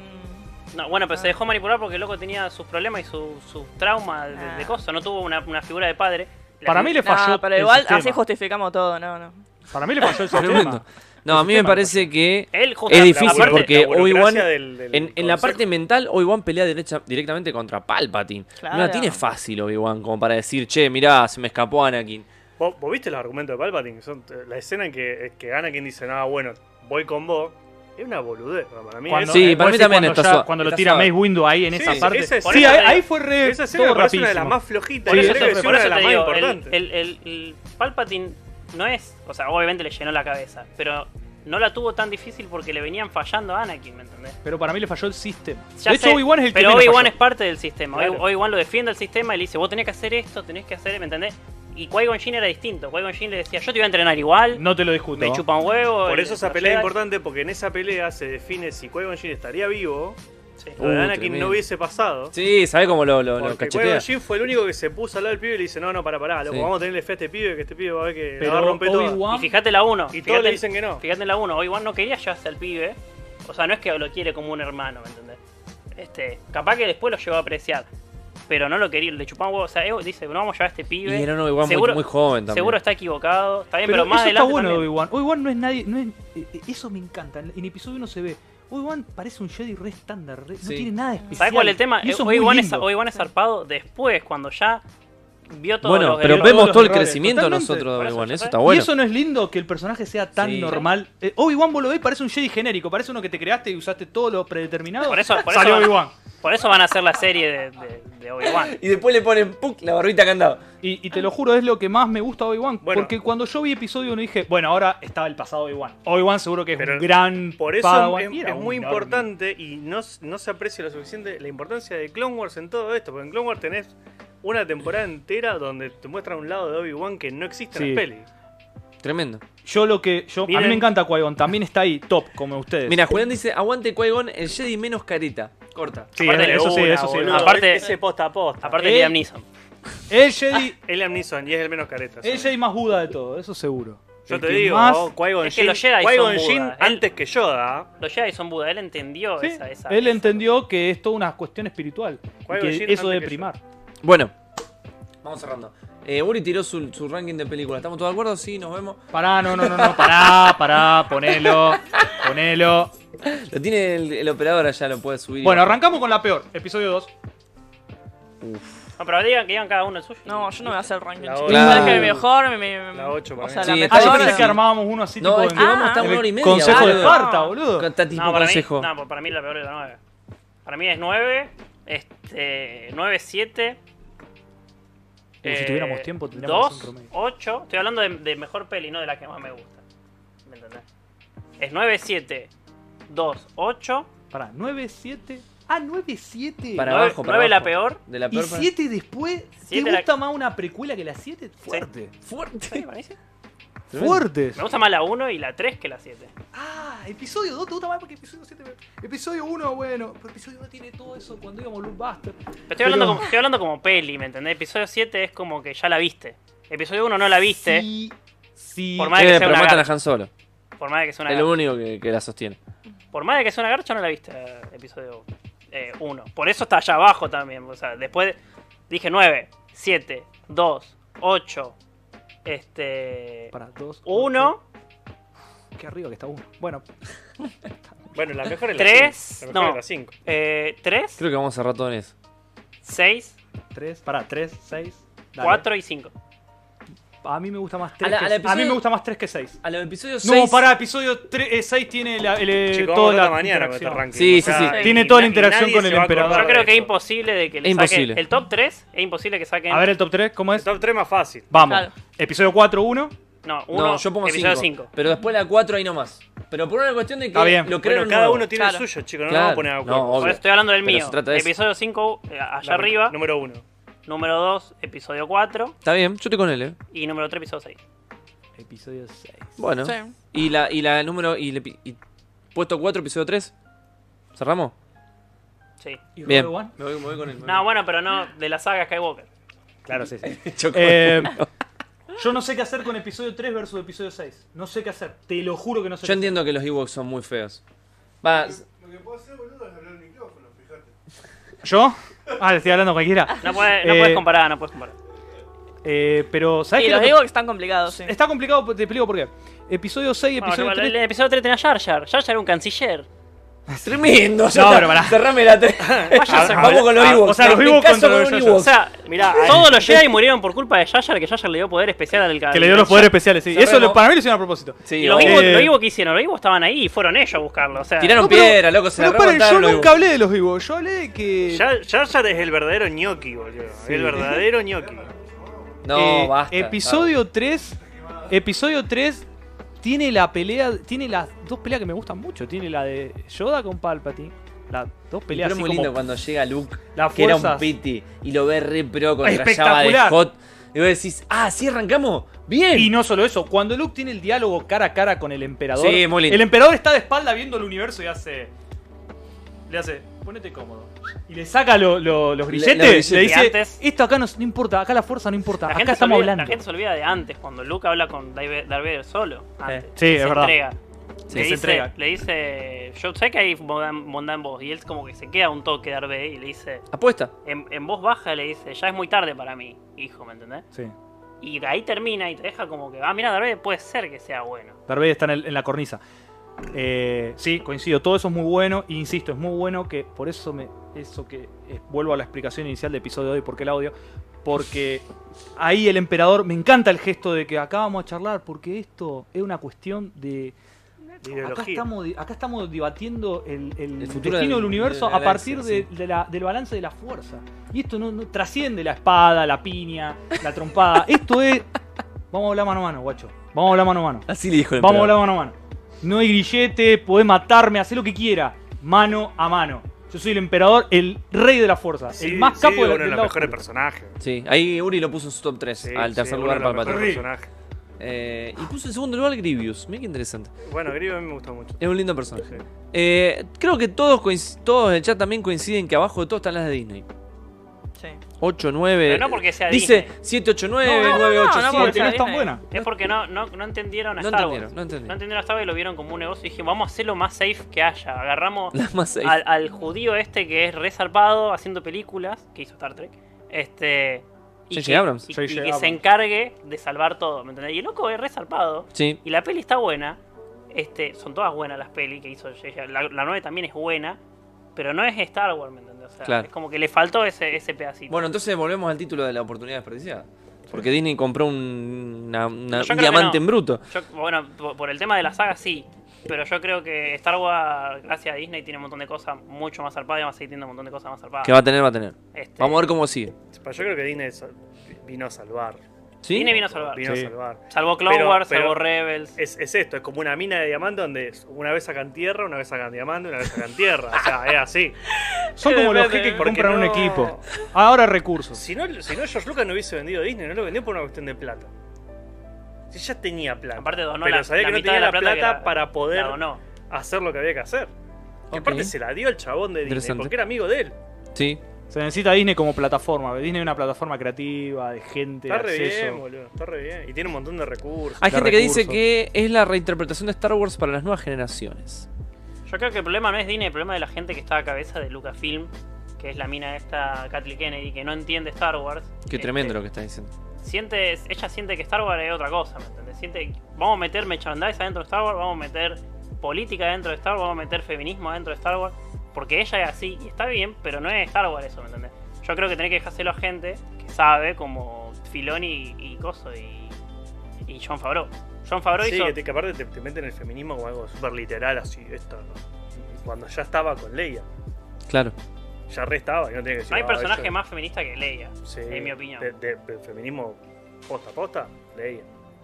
S7: No, bueno, pero se dejó manipular porque el loco tenía sus problemas y su- sus traumas de, de
S3: Ah.
S7: cosas. No tuvo una, una figura de padre. La
S1: Para
S7: fi-
S1: mí le falló.
S3: No, pero
S1: el
S3: igual
S1: sistema.
S3: así justificamos todo, no, no.
S1: Para mí le falló el
S2: Tremendo.
S1: sistema.
S2: No, a mí me parece que
S7: Él justo-
S2: es difícil
S7: aparte-
S2: porque
S6: la burocracia
S2: Obi-Wan
S6: del- del
S2: en, en la
S6: consejo.
S2: parte mental Obi-Wan pelea derecha, directamente contra Palpatine.
S3: Claro.
S2: No la tiene fácil Obi-Wan como para decir, che, mirá, se me escapó Anakin.
S6: ¿Vos, vos viste los argumentos de Palpatine? Son, eh, la escena en que, que gana quien dice, nada, bueno, voy con vos. Es una boludez. ¿no? Para mí
S1: Cuando-
S6: es-
S2: Sí,
S1: eh,
S2: para
S1: vos
S2: mí
S1: decís
S2: también
S1: cuando
S2: está
S1: ya-
S2: suave.
S1: Cuando lo
S2: Está
S1: tira
S2: suave.
S1: May Window ahí en
S6: Sí,
S1: esa
S6: sí,
S1: parte.
S6: esa es-
S1: sí,
S7: por
S1: ahí,
S7: eso te
S1: ahí
S7: digo.
S1: fue re.
S6: Esa escena
S1: todo
S6: me parece una de
S1: rapidísimo.
S6: las más flojitas.
S7: Por
S6: Yo
S7: eso,
S6: creo que es
S7: por
S6: una
S7: eso
S6: de
S7: te
S6: las más
S7: digo, el-
S6: importantes.
S7: el, el- el Palpatine no es, o sea, obviamente le llenó la cabeza, pero no la tuvo tan difícil porque le venían fallando a Anakin, ¿me entendés?
S1: Pero para mí le falló el sistema.
S7: Ya
S1: de hecho,
S7: sé,
S1: Obi-Wan es el que
S7: Pero
S1: menos
S7: Obi-Wan
S1: falló.
S7: es parte del sistema. Obi-
S6: Claro.
S7: Obi-Wan lo defiende el sistema y le dice, vos tenés que hacer esto, tenés que hacer, ¿me entendés? Y Qui-Gon Jinn era distinto. Qui-Gon Jinn le decía, yo te voy a entrenar igual,
S1: No te lo discuto.
S7: me chupan huevo. el-
S6: Por eso esa
S7: los
S6: pelea es
S7: Jedi".
S6: importante, porque en esa pelea se define si Qui-Gon Jinn estaría vivo,
S7: Sí.
S6: o de
S2: Uh,
S6: Anakin
S2: tremendo.
S6: no hubiese pasado.
S2: Sí, ¿sabés cómo lo, lo, lo
S6: porque
S2: cachetea?
S6: Qui-Gon Jinn fue el único que se puso al lado del pibe y le dice, no, no, para, pará, loco,
S2: Sí.
S6: vamos a tenerle fe a este pibe, que este pibe va a ver que la va a
S1: Pero
S6: romper todo.
S7: Y
S1: Obi-Wan.
S7: fíjate la 1.
S6: Y todos le dicen que no.
S7: Fíjate en la 1, Obi-Wan no quería llevarse al pibe. O sea, no es que lo quiere como un hermano, ¿me entendés? Este, capaz que después lo llevó a apreciar. Pero no lo quería, le chupaban huevo. O sea, Evo dice, no vamos a llevar a este pibe.
S2: Y era un Obi-Wan muy- muy joven también.
S7: Seguro está equivocado. Está bien,
S1: Pero,
S7: pero, más
S1: eso está
S7: adelante.
S1: bueno de
S7: también.
S1: Obi-Wan. Obi-Wan no es nadie. No es, eh, eh, eso me encanta. En en episodio 1 se ve. Obi-Wan parece un Jedi re estándar. re- No
S2: Sí.
S1: tiene nada de especial.
S7: ¿Sabes cuál es el tema?
S1: Y eso es muy
S7: Obi-Wan es,
S1: lindo.
S7: Obi-Wan es zarpado después, cuando ya vio todo
S2: Bueno,
S7: los
S2: pero
S7: errores.
S2: vemos todo el
S1: errores,
S2: crecimiento
S1: totalmente.
S2: nosotros de
S7: Por eso
S2: Obi-Wan,
S7: ya
S2: eso
S7: sé.
S2: está
S1: Y
S2: bueno.
S1: eso no es lindo que el personaje sea tan
S2: Sí.
S1: normal. Eh, Obi-Wan vos lo ves y parece un Jedi genérico. Parece uno que te creaste y usaste todo lo predeterminado.
S7: Por eso- por
S1: Salió
S7: eso-
S1: Obi-Wan.
S7: Por eso van a hacer la serie de, de- de Obi-Wan.
S2: Y después le ponen ¡puc! la barbita que andaba.
S1: Y, y te lo juro, es lo que más me gusta de Obi-Wan.
S6: Bueno.
S1: Porque cuando yo vi episodio 1 dije, bueno, ahora estaba el pasado de Obi-Wan. Obi-Wan seguro que es
S6: Pero
S1: un gran
S6: Por eso
S1: Padawan.
S6: es,
S1: Y era
S6: es
S1: un
S6: muy
S1: enorme.
S6: importante y no, s- no se aprecia lo suficiente la importancia de Clone Wars en todo esto, porque en Clone Wars tenés una temporada entera donde te muestra un lado de Obi-Wan que no existe en
S1: Sí.
S6: la peli.
S2: Tremendo.
S1: Yo lo que. Yo, a mí
S7: Miren.
S1: me encanta Qui-Gon. También está ahí, top, como ustedes.
S2: Mira, Julián dice, aguante Qui-Gon, el Jedi menos careta. Corta.
S1: Sí,
S7: Aparte
S1: eso
S7: de
S1: sí,
S7: una,
S1: eso sí.
S7: boludo.
S1: Aparte,
S7: Aparte-
S6: ese posta a posta.
S7: Aparte
S1: Eh.
S7: de Liam Neeson.
S1: el Jedi,
S6: El Amnison y es el menos careta.
S1: el
S6: sí.
S1: Jedi más Buda de todo, eso seguro.
S6: Yo
S1: El
S6: te
S1: que
S6: digo,
S1: más-
S6: oh, Qui-Gon
S7: Es que
S6: Jinn-
S7: los Jedi son
S6: Qui-Gon
S7: Buda.
S6: Jinn
S7: Él-
S6: antes que Yoda.
S7: Los Jedi son Buda, él entendió
S1: Sí,
S7: esa, esa.
S1: él
S7: esa-
S1: entendió que es toda una cuestión espiritual. y
S6: Qui-Gon
S1: que
S6: Jinn
S1: eso
S6: antes
S1: de
S6: que
S1: primar.
S2: Bueno, vamos cerrando. Eh, Uri tiró su, su ranking de películas. ¿Estamos todos de acuerdo? Sí, nos vemos.
S1: Pará, no, no, no, no, pará, pará, ponelo, ponelo.
S2: Lo tiene el, el operador allá, lo puede subir.
S1: Bueno, arrancamos con la peor, episodio 2.
S7: No, pero digan que digan cada uno el suyo.
S3: No, yo no voy a hacer ranking.
S6: La
S3: chicos.
S6: ocho.
S3: Claro. que
S2: Claro.
S3: mi mejor, mi, mi-
S6: La ocho para
S3: o
S6: mí.
S3: sea,
S2: Sí,
S3: la
S2: Ah,
S1: Ah,
S2: yo
S1: yo
S2: pensé
S3: mejor.
S1: pensé
S2: que
S1: que armábamos uno así
S2: No,
S1: tipo
S2: es que vamos a estar
S3: Ah.
S2: una hora y media.
S1: Consejo
S2: boludo.
S1: de
S3: Esparta,
S1: Esparta, boludo.
S2: Está tipo
S7: No, para mí,
S2: consejo.
S7: no, para mí la peor es la 9. Para mí es 9, este, 9, 7.
S1: Como si tuviéramos tiempo, tendríamos que hacer
S7: 2,
S1: un promedio.
S7: 8. eh, Estoy hablando de, de mejor peli, no de la que más me gusta. ¿Me entendés? Es 9, 7, 2, 8.
S1: Pará, 9, 7. Ah, 9, 7.
S2: Para
S7: 9,
S2: abajo, para
S7: la
S2: abajo.
S7: peor.
S2: De la
S1: y
S2: peor para-
S1: 7 después.
S7: Siete
S1: ¿Te
S7: la-
S1: gusta más una precuela que la 7? Fuerte.
S7: Sí,
S2: Fuerte.
S7: para mí sí.
S1: Fuerte.
S7: Me gusta más la 1 y la 3 que la 7.
S1: Ah, episodio 2 te gusta más porque episodio 7. Episodio 1, bueno. Pero episodio 1 tiene todo eso cuando íbamos Blockbuster.
S7: Pero estoy hablando,
S1: Pero-
S7: como, estoy hablando como peli, ¿me entendés? Episodio 7 es como que ya la viste. Episodio 1 no la viste,
S1: Sí. Sí.
S7: Por más-
S2: Eh,
S7: que sea
S2: pero
S7: una
S2: matan a
S7: garra.
S2: Han Solo.
S7: por más de que sea una
S2: Es lo único que, que la sostiene.
S7: Por más de que sea una garcha, no la viste eh, episodio 1. Por eso está allá abajo también. O sea, después dije 9, 7, 2, 8, este,
S1: Para 2.
S7: 1,
S1: Que arriba que está 1. Bueno,
S6: Bueno, la mejor es
S7: Tres,
S6: la 5. La mejor
S7: no.
S6: es la 5.
S7: 3,
S2: Creo que vamos a cerrar todo en eso.
S7: 6,
S1: 3. Para 3, 6.
S7: 4 y 5.
S1: A mí me gusta más
S2: A
S1: 3
S2: la-
S1: que,
S2: a la
S1: a mí
S2: episodio-
S1: me gusta más 3 que 6.
S2: A los episodios 6.
S1: No, pará, episodio 6 tiene la, el, eh, toda
S6: Chicos, vamos a
S1: la
S6: la mañana con este
S1: interacción.
S6: ranking.
S2: Sí,
S6: o sea,
S2: sí,
S1: sí.
S6: y
S1: Tiene toda la
S6: na- y
S1: interacción
S6: nadie
S1: con
S6: se
S1: el
S6: va a acordar
S1: emperador.
S6: de
S7: Yo creo que es
S6: esto.
S7: imposible de que le
S2: Es
S7: saquen.
S2: imposible.
S7: El top 3 es imposible que saquen.
S1: A ver el top 3, ¿cómo
S6: El
S1: es?
S6: top 3 más fácil.
S1: Vamos.
S3: Claro.
S1: Episodio 4, 1.
S7: No, uno,
S2: No, yo pongo
S7: episodio
S2: 5.
S7: 5.
S2: Pero después la 4 ahí nomás. Pero por una cuestión de
S1: Está
S2: que
S1: bien.
S2: lo crearon
S6: Bueno, cada
S2: nuevo.
S6: uno tiene
S3: Claro.
S6: el suyo, chicos. No
S2: Claro.
S6: nos vamos a poner de
S2: No,
S6: acuerdo.
S2: obvio.
S7: Ahora estoy hablando del
S2: Pero
S7: mío.
S2: se trata de eso.
S7: Episodio 5, eh, allá
S6: La-
S7: arriba.
S6: Número 1.
S7: Número 2, episodio 4.
S2: Está bien, yo estoy con él, eh.
S7: Y número 3, episodio 6.
S1: Episodio 6.
S2: Bueno.
S3: Sí.
S2: Y la, y la número. Y, el epi- y puesto 4, episodio 3. ¿Cerramos?
S7: Sí.
S2: Bien.
S1: Rogue One?
S2: Me voy, con él.
S7: No, bueno, pero no de la saga Skywalker.
S6: Claro, sí, sí.
S1: Eh, yo no sé qué hacer con episodio 3 versus episodio 6. No sé qué hacer. Te lo juro que no sé.
S2: Yo
S1: qué hacer.
S2: entiendo que los Ewoks son muy feos. Va,
S8: Lo que puedo hacer, boludo, es hablar al micrófono, fíjate.
S1: ¿Yo? Ah, le estoy hablando a cualquiera.
S7: No puedes, no
S1: Eh,
S7: puedes comparar, no puedes comparar.
S1: Eh, pero, ¿sabes
S3: Y
S1: qué?
S3: los
S1: Lo que-
S3: digo que están complicados, sí.
S1: Está complicado, te explico por qué. Episodio 6,
S7: Bueno,
S1: episodio
S7: el,
S1: 3.
S7: el episodio 3 tenía a Jar Jar. Jar Jar era un canciller.
S2: tremendo. ya
S1: No,
S2: está.
S1: pero pará.
S2: Cerrame la 3. Vamos con los
S1: ah,
S2: Ewoks.
S1: o sea, los
S2: Me
S1: Ewoks
S2: caso
S1: contra
S2: con
S1: los
S2: un
S1: Yoyos.
S7: O
S2: Ewok.
S7: sea, mirá, todos los Jedi murieron por culpa de Jar Jar, que Jar Jar le dio poder especial al
S1: Que le dio los poderes especiales, sí. Eso
S2: Cerremos.
S1: lo- para mí lo hicieron a propósito.
S2: Sí,
S7: Y los
S2: obvio.
S7: Ewoks
S1: Eh,
S7: los Ewoks que hicieron, los Ewoks estaban ahí y fueron ellos a buscarlo. O sea,
S2: Tiraron
S1: No, pero-
S2: piedra, loco, se la
S1: pero paren, yo
S2: remontaron los
S1: nunca
S2: Ewoks.
S1: hablé de los vivos. Yo hablé de que.
S6: Jar Jar Jar es el verdadero ñoqui, boludo. El verdadero ñoqui.
S2: No,
S1: Eh,
S2: basta.
S1: Episodio 3. Episodio 3 tiene la pelea. Tiene las dos peleas que me gustan mucho. Tiene la de Yoda con Palpatine. Las dos
S2: Pero
S1: peleas
S2: es
S1: así
S2: muy
S1: como-
S2: lindo cuando llega Luke,
S1: La
S2: que era un
S1: fuerzas.
S2: piti, y lo ve re pro contra Java de
S1: Espectacular.
S2: Hot. Y vos decís, ah, sí arrancamos. Bien.
S1: Y no solo eso, cuando Luke tiene el diálogo cara a cara con el emperador.
S2: Sí, muy lindo.
S1: El emperador está de espalda viendo el universo y hace. Le hace. Ponete cómodo. Y le saca lo- lo- los grilletes. Le,
S2: grilletes.
S1: dice.
S7: Y antes-
S1: Esto acá no, no importa, acá la fuerza no importa.
S7: la
S1: acá
S7: gente, se
S1: estamos
S7: olvida,
S1: hablando.
S7: la gente se olvida de antes, cuando Luke habla con Dave- Darth Vader solo. Antes,
S1: Sí,
S7: Y
S1: es
S7: se
S1: verdad.
S7: Entrega.
S1: Sí,
S7: le,
S1: se
S7: dice,
S1: entrega.
S7: le dice, yo sé que hay bondad bondad en vos, y él como que se queda un toque Darth Vader y le dice,
S2: Apuesta.
S7: en, en voz baja le dice, ya es muy tarde para mí, hijo, ¿me entendés?
S1: Sí.
S7: Y de ahí termina y te deja como que, ah, mira, Darth Vader puede ser que sea bueno.
S1: Darth Vader está en, el- en la cornisa. Eh, sí, coincido, todo eso es muy bueno. e Insisto, es muy bueno que por eso me. Eso que eh, vuelvo a la explicación inicial del episodio de hoy, porque el audio. Porque ahí el emperador. Me encanta el gesto de que acá vamos a charlar, porque esto es una cuestión de.
S6: De
S1: Acá
S6: ideología.
S1: estamos, di- acá estamos debatiendo el, el
S2: El futuro
S1: destino del,
S2: del-
S1: universo
S2: de la
S1: a partir
S2: galaxia,
S1: de- de la- del balance de la fuerza. Y esto no, no trasciende la espada, la piña, la trompada. esto es. Vamos a hablar mano a mano, guacho. Vamos a hablar mano a mano.
S2: Así le dijo el
S1: Vamos a hablar
S2: emperador.
S1: mano a mano. No hay grillete, podés matarme, hacé lo que quiera. Mano a mano. Yo soy el emperador, el rey de la fuerza,
S6: Sí,
S1: el más
S6: sí,
S1: capo de la,
S6: uno de
S1: del
S6: los
S1: lado
S6: mejores
S1: oscuro.
S6: personajes.
S2: Sí, ahí Uri lo puso en su top 3,
S6: Sí,
S2: al
S6: sí,
S2: tercer
S6: uno de
S2: lugar
S6: los
S2: para Patrick.
S6: mejores personajes.
S2: Eh, y puso en segundo lugar Grievous. Mira qué interesante.
S6: Bueno, Grievous a mí me gusta mucho.
S2: Es un lindo personaje. Eh, creo que todos, coinc- todos en el chat también coinciden que abajo de todo están las de Disney.
S3: sí.
S2: 8, 9.
S7: Pero no porque sea
S2: Eh, Dice
S7: Disney.
S2: 7, 8, 9,
S3: No, no,
S2: 9,
S3: no,
S2: 8,
S3: no,
S2: 7.
S1: Porque no es
S3: Disney.
S1: tan buena.
S7: Es porque no, no, no entendieron a
S2: No
S7: Star
S2: entendieron,
S7: Wars.
S2: no entendieron.
S7: a Star Wars y lo vieron como un negocio y dije, vamos a hacerlo más safe que haya. Agarramos
S2: Las más seis.
S7: al, al judío este que es resarpado haciendo películas, que hizo Star Trek, este
S2: J.J.
S7: que,
S2: Abrams.
S7: y-
S1: J.J.
S7: y que
S1: Abrams.
S7: se encargue de salvar todo, ¿me entendés? Y el loco es resarpado.
S2: Sí.
S7: Y la peli está buena. Este, son todas buenas las pelis que hizo J.J. La, la 9 también es buena, pero no es Star Wars, ¿me entendés? O sea,
S2: Claro.
S7: es como que le faltó ese, ese pedacito.
S2: Bueno, entonces volvemos al título de la oportunidad desperdiciada. Porque Disney compró un, una- una-
S7: Yo
S2: un
S7: creo que
S2: diamante
S7: no.
S2: en bruto.
S7: Yo- bueno, po- por el tema de la saga sí, pero yo creo que Star Wars, gracias a Disney, tiene un montón de cosas mucho más zarpadas y va a seguir teniendo un montón de cosas más zarpadas.
S2: Que va a tener, va a tener.
S7: Este,
S2: Vamos a ver cómo sigue.
S6: Yo creo que Disney sa- vino a salvar.
S2: ¿Sí?
S7: Disney vino a salvar.
S6: Vino
S1: Sí.
S6: a salvar.
S7: Salvó Clone
S6: Pero-
S7: Wars,
S6: pero-
S7: salvó Rebels.
S6: Es, es esto, es como una mina de diamante donde una vez sacan tierra, una vez sacan diamante, una vez sacan tierra. O sea, es así.
S1: Son como los
S3: Depende,
S1: jeques que
S6: porque
S1: compran un
S6: no-
S1: equipo. Ahora recursos.
S6: Si no, si no George Lucas no hubiese vendido Disney, no lo vendió por una cuestión de plata. Si ya tenía plata.
S7: Aparte donó
S6: pero
S7: la-
S6: sabía
S7: la
S6: que no
S7: mitad de
S6: tenía
S7: la
S6: la plata,
S7: plata que la-
S6: para poder
S7: La donó.
S6: hacer lo que había que hacer. Que
S2: Ok.
S6: aparte se la dio el chabón de Disney,
S2: Interesante.
S6: porque era amigo de él.
S2: Sí.
S1: Se necesita Disney como plataforma. Disney es una plataforma creativa, de gente, de
S6: Está re
S1: acceso.
S6: bien, boludo. Está re bien. Y tiene un montón de recursos.
S2: Hay
S1: Da
S2: gente que dice
S1: recursos.
S2: que es la reinterpretación de Star Wars para las nuevas generaciones.
S7: Yo creo que el problema no es Disney, el problema es de la gente que está a cabeza de Lucasfilm, que es la mina esta, Kathleen Kennedy, que no entiende Star Wars.
S2: Qué
S7: Este,
S2: tremendo lo que estás diciendo.
S7: siente, ella siente que Star Wars es otra cosa, ¿me entiendes? Siente, vamos a meter merchandise adentro de Star Wars, vamos a meter política dentro de Star Wars, vamos a meter feminismo adentro de Star Wars, porque ella es así y está bien, pero no es Star Wars eso, ¿me entendés? Yo creo que tenés que dejárselo a gente que sabe, como Filoni y, y Coso y y John Favreau. John Favreau
S6: Sí,
S7: hizo.
S6: que, te- que aparte te, te meten el feminismo como algo súper literal, así, esto. ¿no? Cuando ya estaba con Leia,
S2: Claro.
S6: ya re estaba, y no tenía que decir,
S7: No hay
S6: "Ah,
S7: personaje
S6: esto-
S7: más feminista que Leia,
S6: Sí,
S7: en mi opinión.
S6: De, de- de feminismo posta a posta, Leia.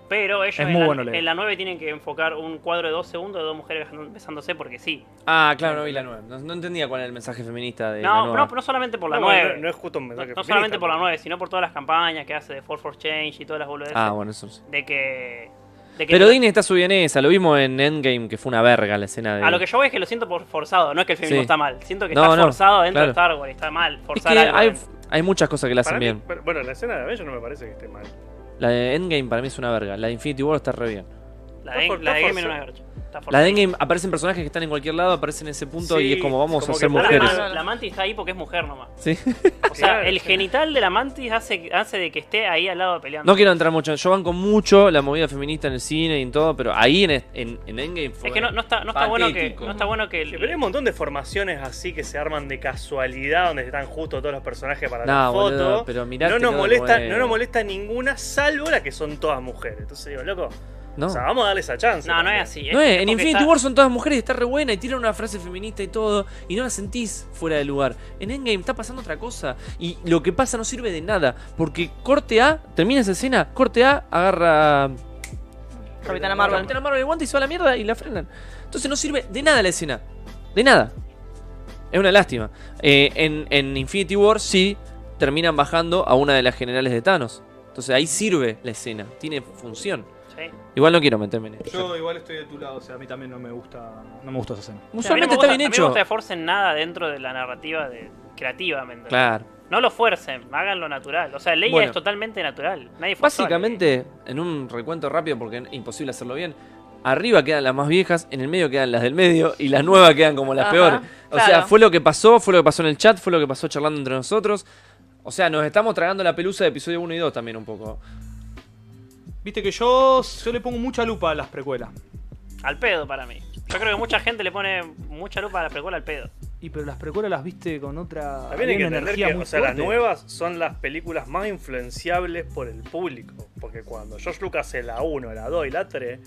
S7: Pero ellos
S1: Es
S7: en,
S1: muy
S7: la,
S1: bueno Leia.
S7: en la 9 tienen que enfocar un cuadro de dos segundos de dos mujeres besan- besándose porque sí.
S2: Ah, claro, no vi la nueva. No, no entendía cuál era el mensaje feminista de la
S7: No,
S2: nueva.
S7: no, no solamente por la
S6: no, bueno,
S7: 9.
S6: no- no es justo un
S7: No-
S6: mensaje
S7: no solamente
S6: feminista,
S7: por la
S6: pero-
S7: 9, sino por todas las campañas que hace de Fall for Change y todas las boludeces.
S2: Ah, bueno, eso sí.
S7: De que. de que-
S2: Pero Disney está subiendo en esa. Lo vimos en Endgame, que fue una verga la escena de.
S7: A lo que yo voy es que lo siento por forzado, no es que el feminismo
S2: Sí.
S7: está mal. Siento que
S2: No,
S7: está
S2: no,
S7: forzado dentro
S2: claro.
S7: de Star Wars, está mal.
S2: es
S7: Forzar
S2: que
S7: algo
S2: hay,
S7: dentro.
S2: hay muchas cosas que la hacen
S6: Para mí,
S2: bien.
S6: pero- bueno, la escena de Avengers no me parece que esté mal.
S2: La de Endgame para mí es una verga. La de Infinity War está re bien.
S7: La
S6: Está
S7: de,
S6: for-
S7: la de
S6: está
S7: Game no
S6: forzado.
S7: es garcha. Está
S2: La
S7: forzado.
S2: de Endgame aparecen personajes que están en cualquier lado, aparecen en ese punto y
S6: Sí,
S2: es como vamos
S6: como
S2: a
S6: que
S2: ser
S6: ponen
S7: Ahora,
S2: mujeres.
S7: La, la mantis está ahí porque es mujer nomás.
S2: Sí.
S7: O sea,
S6: Claro,
S7: el
S6: sí.
S7: genital de la mantis hace, hace de que esté ahí al lado peleando.
S2: No quiero entrar mucho. Yo banco mucho la movida feminista en el cine y en todo, pero ahí en, en, en Endgame fue.
S7: es que no, no está, no está bueno que.
S2: patético.
S7: No está bueno que. el-
S6: Sí, pero hay un montón de formaciones así que se arman de casualidad, donde están justo todos los personajes para la
S2: No,
S6: foto.
S2: boludo, pero mirá
S6: no
S2: este
S6: nos
S2: loco,
S6: molesta,
S2: eh.
S6: no nos molesta ninguna, salvo la que son todas mujeres. Entonces digo, loco,
S2: No.
S6: o sea, vamos a darle esa chance.
S7: no, no
S6: también.
S7: es así.
S2: No es, en
S7: porque
S2: Infinity
S7: está-
S2: War son todas mujeres y está re buena y tiran una frase feminista y todo y no la sentís fuera de lugar. En Endgame está pasando otra cosa y lo que pasa no sirve de nada porque corte A, termina esa escena, corte A agarra
S3: Capitana
S2: Marvel.
S3: Marvel.
S2: Capitana Marvel aguanta y se va a la mierda y la frenan. Entonces no sirve de nada la escena. De nada. Es una lástima. Eh, en, en Infinity War sí terminan bajando a una de las generales de Thanos. Entonces ahí sirve la escena. Tiene función.
S7: Sí.
S2: Igual no quiero meterme en esto.
S1: Yo igual estoy de tu lado, o sea, a mí también no me gusta, no me gusta esa escena.
S2: Usualmente
S7: A mí me gusta-
S2: está bien
S7: a mí No
S2: hecho.
S7: me gusta que forcen nada dentro de la narrativa de, creativa, ¿me entendés?
S2: Claro.
S7: No lo fuercen, háganlo natural. O sea, Leia
S2: Bueno.
S7: es totalmente natural. Nadie forzó a Leia.
S2: Básicamente, en un recuento rápido porque es imposible hacerlo bien, arriba quedan las más viejas, en el medio quedan las del medio y las nuevas quedan como las
S3: Ajá,
S2: peores. O sea,
S3: claro.
S2: fue lo que pasó, fue lo que pasó en el chat, fue lo que pasó charlando entre nosotros. O sea, nos estamos tragando la pelusa de episodio 1 y 2 también un poco.
S1: Viste que yo, yo le pongo mucha lupa a las precuelas.
S7: Al pedo para mí. Yo creo que mucha gente le pone mucha lupa a la precuela al pedo.
S1: Y pero las precuelas las viste con otra
S6: También hay que
S1: había una
S6: entender
S1: energía
S6: que
S1: muy
S6: o sea, las
S1: fuerte.
S6: nuevas son las películas más influenciables por el público. Porque cuando George Lucas hace la 1, la 2 y la 3,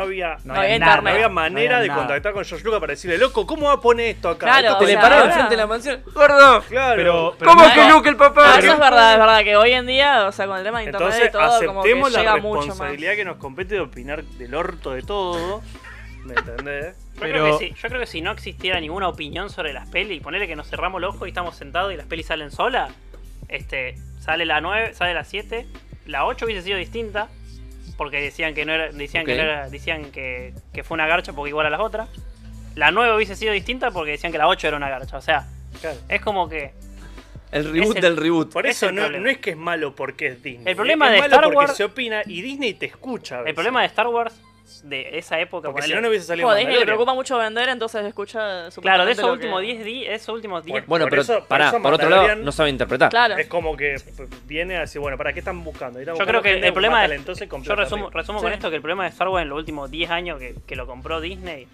S1: No
S3: No
S6: había,
S1: había
S3: había
S6: nada,
S1: nada,
S6: no
S3: internet.
S6: había manera
S1: había
S6: de
S1: nada.
S6: contactar con George Lucas para decirle, loco, ¿cómo va a poner esto acá?
S3: Claro,
S6: Esto
S2: Te
S3: o
S2: le
S3: sea,
S2: pararon
S3: ahora-
S2: enfrente de la mansión. ¡Gordo!
S6: claro.
S1: Pero, pero
S2: ¿Cómo
S1: no-
S2: que Luke el papá?
S3: Ah, eso es verdad, es verdad, que hoy en día, o sea, con el tema de internet
S6: Entonces
S3: y todo, como que
S6: aceptemos la
S3: llega mucho más.
S6: responsabilidad que nos compete de opinar del orto de todo. ¿Me entendés?
S7: Yo, creo
S1: Pero-
S7: que si, yo creo que si no existiera ninguna opinión sobre las pelis, ponele que nos cerramos los ojos y estamos sentados y las pelis salen solas, este, sale la 9, sale la 7, la 8 hubiese sido distinta, porque decían que no era, decían
S2: Ok.
S7: que no era- decían que, que fue una garcha porque igual a las otras. La 9 hubiese sido distinta porque decían que la 8 era una garcha. O sea,
S6: Claro.
S7: es como que.
S2: El reboot
S7: Es
S2: del
S7: el-
S2: reboot.
S6: Por
S7: Es
S6: eso
S7: el
S6: no,
S7: problema.
S6: no es que es malo porque es Disney.
S7: El problema
S6: es
S7: de
S6: malo
S7: Star
S6: porque
S7: Wars-
S6: se opina y Disney te escucha. a
S7: El
S6: veces.
S7: problema de Star Wars de esa época.
S6: porque si
S7: ponele-
S6: no, no hubiese salido
S3: Como a Disney le
S6: Mandalorian.
S3: preocupa mucho vender, entonces escucha su
S7: claro, de esos últimos 10 días, esos últimos 10
S6: Bueno,
S2: Bueno,
S6: por
S2: pero
S6: eso- por
S2: pará,
S6: eso
S2: por, otro lado,
S6: Mandalorian-
S2: no sabe interpretar.
S3: Claro.
S6: Es como que p- viene a decir, bueno, ¿para qué están buscando? Están
S7: Yo creo
S6: buscando
S7: que
S6: gente
S7: el problema
S6: más
S7: es.
S6: talentosa y
S7: Yo
S6: completa
S7: resumo,
S6: arriba.
S7: resumo con
S3: Sí.
S7: esto que el problema de Star Wars en los últimos 10 años que, que lo compró Disney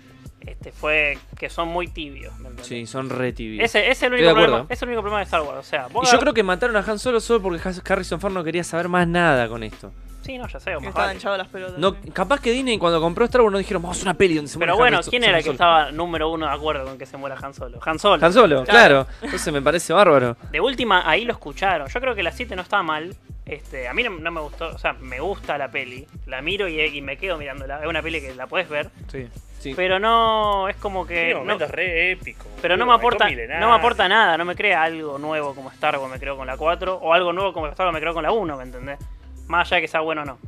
S7: este, fue que son muy tibios. ¿me entendés?
S2: Sí, son re tibios.
S7: Ese, ese es el
S2: Estoy
S7: único
S2: de
S7: problema,
S2: acuerdo.
S7: es el único problema de Star Wars. O sea, vos
S2: Y yo
S7: agar-
S2: creo que mataron a Han Solo solo porque Has- Harrison Ford no quería saber más nada con esto.
S7: Sí, no, ya sé, o más
S3: Estaban
S7: vale.
S3: hinchados las pelotas.
S2: No,
S3: sí.
S2: capaz que Disney cuando compró Star Wars no dijeron, vamos a hacer una peli donde se
S7: Pero
S2: muere
S7: bueno,
S2: Han-
S7: ¿quién
S2: Han
S7: era el que
S2: Solo"?
S7: estaba número uno de acuerdo con que se muera Han Solo? Han Solo.
S2: Han Solo, claro. Entonces me parece bárbaro.
S7: De última, ahí lo escucharon. Yo creo que la 7 no está mal. Este, a mí no, no me gustó, o sea, me gusta la peli. La miro y, y me quedo mirándola. Es una peli que la puedes ver.
S1: Sí.
S2: Sí.
S7: Pero no, es como que...
S6: Tiene
S7: no-
S6: momentos re épicos.
S7: Pero no
S6: boludo,
S7: me aporta
S6: Halcón Milenario.
S7: no me aporta nada, no me crea algo nuevo como Star Wars me creo con la 4 o algo nuevo como Star Wars me creo con la 1, ¿me entendés? Más allá de que sea bueno o no.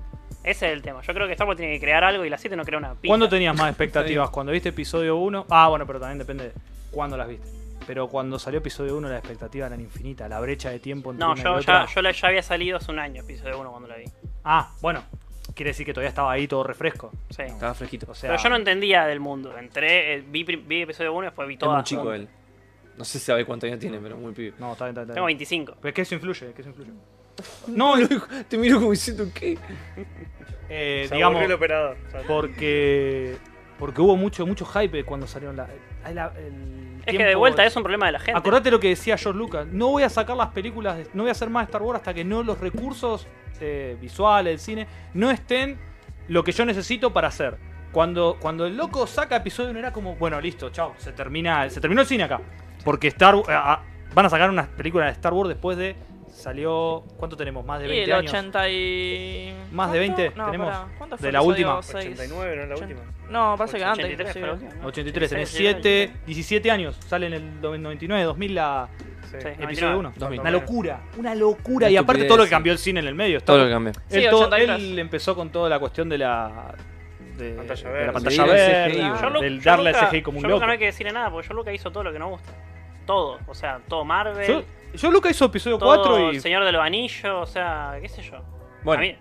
S7: Ese es el tema. Yo creo que Star Wars tiene que crear algo y la 7 no crea una pija.
S1: ¿Cuándo tenías más expectativas? ¿Cuando viste episodio 1? Ah, bueno, pero también depende de cuándo las viste. Pero cuando salió episodio 1 las expectativas eran infinitas, la brecha de tiempo entre
S7: No,
S1: una y
S7: yo
S1: otra.
S7: ya, yo la- ya había salido hace un año episodio 1 cuando la vi.
S1: Ah, bueno, quiere decir que todavía estaba ahí todo refresco.
S7: Sí.
S2: Estaba fresquito.
S1: O sea,
S7: Pero yo no entendía del mundo. Entré, eh, vi, pri- vi episodio 1 y después vi
S2: es
S7: todo.
S2: muy chico él. No sé si sabe cuántos años tiene, pero muy pibe.
S1: No, está bien, está bien, está
S7: Tengo
S1: bien.
S7: 25.
S1: Pero es que eso influye, es que eso influye. No, lo-
S2: Te miro como diciendo, ¿qué?
S1: eh,
S6: Se aburrió
S1: digamos,
S6: el operador. ¿sabes?
S1: porque Porque hubo mucho, mucho hype cuando salieron la. el- el
S7: Es que
S1: tiempo-
S7: de vuelta es un problema de la gente.
S1: Acordate lo que decía George Lucas. No voy a sacar las películas, de- no voy a hacer más Star Wars hasta que no los recursos eh, visuales del cine no estén lo que yo necesito para hacer. Cuando, cuando el loco saca episodio no era como, bueno, listo, chao, se termina, se terminó el cine acá. Porque Star Wa- a- a- van a sacar unas películas de Star Wars después de salió, ¿cuánto tenemos? Más de
S3: Y
S1: 20
S3: el
S1: años.
S3: 80 y...
S1: Más de
S3: ¿cuánto?
S1: 20
S3: No,
S1: tenemos.
S3: pará, ¿cuánto fue
S1: De la
S3: el
S1: última.
S3: episodio seis?
S6: 89, no es la
S3: Ochenta-
S6: última.
S3: No, parece que antes.
S7: 83 fue la
S3: inclusive.
S7: última, ¿no?
S1: 83, tenés
S7: 86,
S1: 7, 17 años. Sale en el 99, 2000 la
S6: Sí.
S7: Sí.
S1: episodio 1.
S2: 2000.
S1: Una locura, una locura.
S2: Una
S1: y aparte todo lo
S2: estupidez,
S1: que cambió el cine en el medio.
S2: Todo lo
S1: Star-
S2: que cambió.
S3: Sí,
S1: él, to-
S3: 83.
S1: él empezó con toda la cuestión de la. De,
S6: Pantalla
S1: de
S6: verde.
S1: la pantalla
S2: Sí, del CGI,
S1: verde,
S2: boludo.
S7: Yo, Lu-
S1: del
S7: yo
S1: darle
S7: Luca-
S1: a CGI como un
S7: yo
S1: loco.
S7: Luca no hay que decirle nada, porque yo Luca hizo todo lo que nos gusta. Todo. O sea, todo Marvel,
S1: Yo, yo Luca hizo episodio
S7: todo
S1: 4 y.
S7: El Señor de los Anillos, o sea, qué sé yo.
S2: Bueno.
S7: A mí-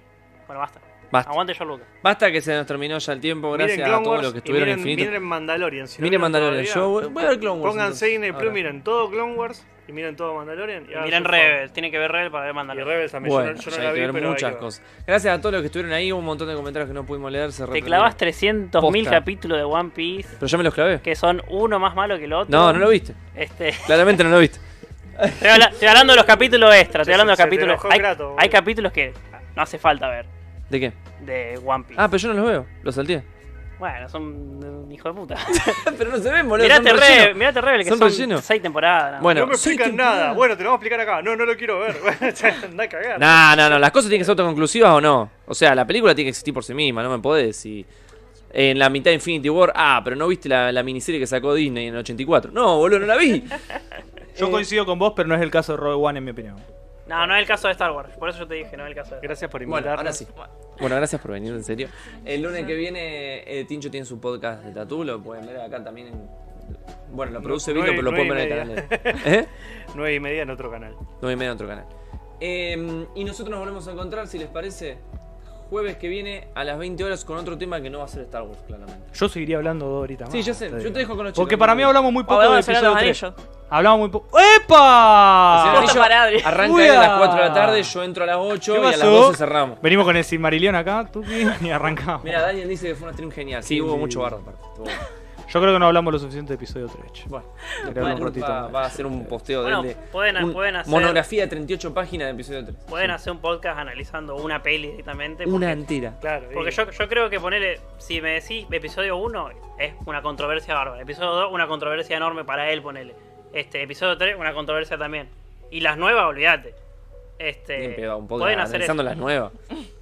S7: bueno, basta.
S2: Basta.
S7: Aguante yo Luca.
S2: Basta que se nos terminó ya el tiempo, gracias
S6: miren
S2: a
S6: Clone
S2: todos
S6: Wars
S2: los que
S6: y
S2: estuvieron
S6: miren,
S2: infinitos.
S6: miren Mandalorian. si no
S2: Miren
S6: vieron
S2: Mandalorian,
S6: todavía,
S2: yo voy voy a ver Clone Wars.
S6: Pónganse ahí en el
S2: entonces,
S6: Plus,
S2: ahora.
S6: miren todo Clone Wars y miren todo Mandalorian. Y
S7: Y
S6: hagan
S7: miren
S6: su favor.
S7: Rebel, tiene que ver Rebel para ver
S6: Y
S7: Mandalorian.
S6: Rebels también. yo
S2: Bueno,
S6: no- yo no,
S2: ya hay que
S6: la vi,
S2: ver
S6: pero hay
S2: muchas
S6: que ver.
S2: cosas. Gracias a todos los que estuvieron ahí, hubo un montón de comentarios que no pudimos leer. se
S7: Te
S2: reprimieron.
S7: clavas 300.000
S2: Posta.
S7: capítulos de One Piece,
S2: Pero yo me los clavé.
S7: que son uno más malo que el otro.
S2: No, no lo viste.
S7: Este, estoy,
S2: Claramente no lo viste.
S7: habla- estoy hablando de los capítulos extra, estoy
S6: Se-
S7: hablando de los
S6: se te
S7: capítulos.
S6: enojó
S7: Hay,
S6: Kratos, boludo.
S7: hay capítulos que no hace falta ver
S2: ¿De qué?
S7: de One Piece.
S2: Ah, pero yo no los veo. Los salté.
S7: Bueno, son un hijo de puta.
S2: pero no se ven, boludo. son
S7: mirate,
S2: relleno.
S7: Rebel, mirate Rebel, que
S2: Son
S7: son,
S2: relleno.
S7: seis temporadas. ¿no?
S2: Bueno,
S6: No me
S2: soy
S6: explican
S2: temporada.
S6: nada. Bueno, te lo voy a explicar acá. No, no lo quiero ver. Anda a cagar.
S2: No, no, no. Las cosas tienen que ser autoconclusivas o no. O sea, la película tiene que existir por sí misma. No me podés decir. En la mitad de Infinity War, ah, pero no viste la, la miniserie que sacó Disney en el 84. No, boludo, no la vi.
S1: Yo coincido con vos, pero no es el caso de Rogue One, en mi opinión.
S7: No, no es el caso de Star Wars. Por eso yo te dije, no es el caso de Star Wars.
S6: Gracias por
S2: Bueno,
S6: invitarme.
S2: ahora sí. Bueno, gracias por venir, en serio. El lunes que viene, eh, Tincho tiene su podcast de Tatú. Lo pueden ver acá también. en- Bueno, lo produce
S6: No-
S2: Vito,
S6: nueve-
S2: pero lo pueden ver
S6: nueve
S2: en
S6: y
S2: el canal. de- ¿Eh?
S6: 9 y media en otro canal.
S2: No hay medio en otro canal. Eh, y nosotros nos volvemos a encontrar, si les parece, jueves que viene a las 20 horas con otro tema que no va a ser Star Wars, claramente.
S1: Yo seguiría hablando dos horitas
S2: Sí,
S1: más,
S2: yo sé. Yo
S1: digo.
S2: te dejo con los chicos.
S1: Porque para mí hablamos muy poco de
S3: Volvemos a hablar de
S1: episodio
S3: los
S1: 3.
S3: anillos.
S1: Hablamos muy poco. ¡Epa!
S7: Ah.
S2: Anillo
S3: Voto para Adri.
S2: Arranca
S1: Uy,
S2: él a las
S1: ah.
S2: 4 de la tarde, yo entro a las 8
S1: ¿Qué
S2: y a las
S1: pasó?
S2: 12 cerramos.
S1: Venimos con el Silmarillion acá, Tuki, y arrancamos.
S2: Mira, Daniel dice que fue una stream genial. Sí,
S1: Sí,
S2: hubo
S1: sí.
S2: mucho barro aparte. Estuvo bueno.
S1: Yo creo que no hablamos lo suficiente de episodio 3.
S2: Bueno,
S1: Pero
S2: después
S1: un ratito.
S2: va, va a hacer un posteo de él
S7: Bueno,
S2: de
S7: pueden-
S2: un-
S7: pueden hacer-
S2: monografía de 38 páginas de episodio 3.
S7: Pueden hacer un podcast analizando una peli directamente.
S2: Una
S7: Porque,
S2: entera.
S6: Claro.
S7: porque
S6: y-
S7: yo, yo creo que ponerle, si me decís episodio 1, es una controversia bárbara. Episodio 2, una controversia enorme para él, ponele. Este, episodio 3, una controversia también. Y las nuevas, olvídate.
S2: Bien
S7: Este,
S2: pegado, un podcast
S7: pueden hacer
S2: analizando
S7: eso.
S2: las nuevas.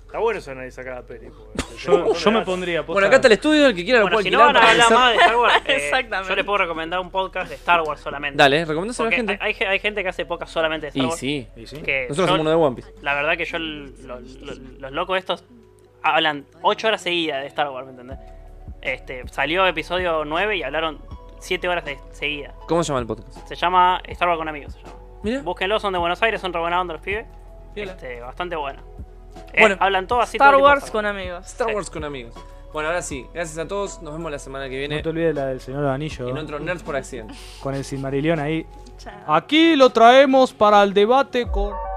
S6: Está bueno eso analizar cada peli. porque-
S1: Yo, yo me pondría. posta.
S2: Bueno, acá está el estudio, el que quiera lo
S7: Bueno,
S2: puede
S7: si no
S2: alquilar
S7: van a
S2: para
S7: hablar
S2: hacer-
S7: más de Star Wars, eh,
S3: Exactamente.
S7: yo le puedo recomendar un podcast de Star Wars solamente.
S2: Dale, recomendáselo a la
S7: Porque
S2: gente.
S7: hay, hay ge- hay gente que hace podcast solamente de Star
S2: Y
S7: Wars. Eh,
S2: sí.
S1: Y sí.
S7: que
S2: Nosotros
S7: yo-
S2: hacemos uno de One Piece.
S7: La verdad que yo, el- lo- lo- los locos estos hablan 8 horas seguidas de Star Wars, ¿me entendés? Este, salió episodio 9 y hablaron 7 horas de seguida.
S2: ¿Cómo se llama el podcast?
S7: Se llama Star Wars con amigos, se llama.
S2: Mira.
S7: Búsquenlo, son de Buenos Aires, son re buena onda los pibes.
S2: Piola.
S7: Este, bastante bueno. Eh,
S2: Bueno.
S7: hablan todo así.
S3: Star
S7: todo tipo de
S3: Wars con amigos.
S2: Star Wars con amigos. Bueno, ahora sí. Gracias a todos. Nos vemos la semana que viene
S1: No te olvides la del señor Anillo.
S2: en otro Nerds por Accidente.
S1: Con el Silmarillion ahí.
S3: Chao.
S1: Aquí lo traemos para el debate con.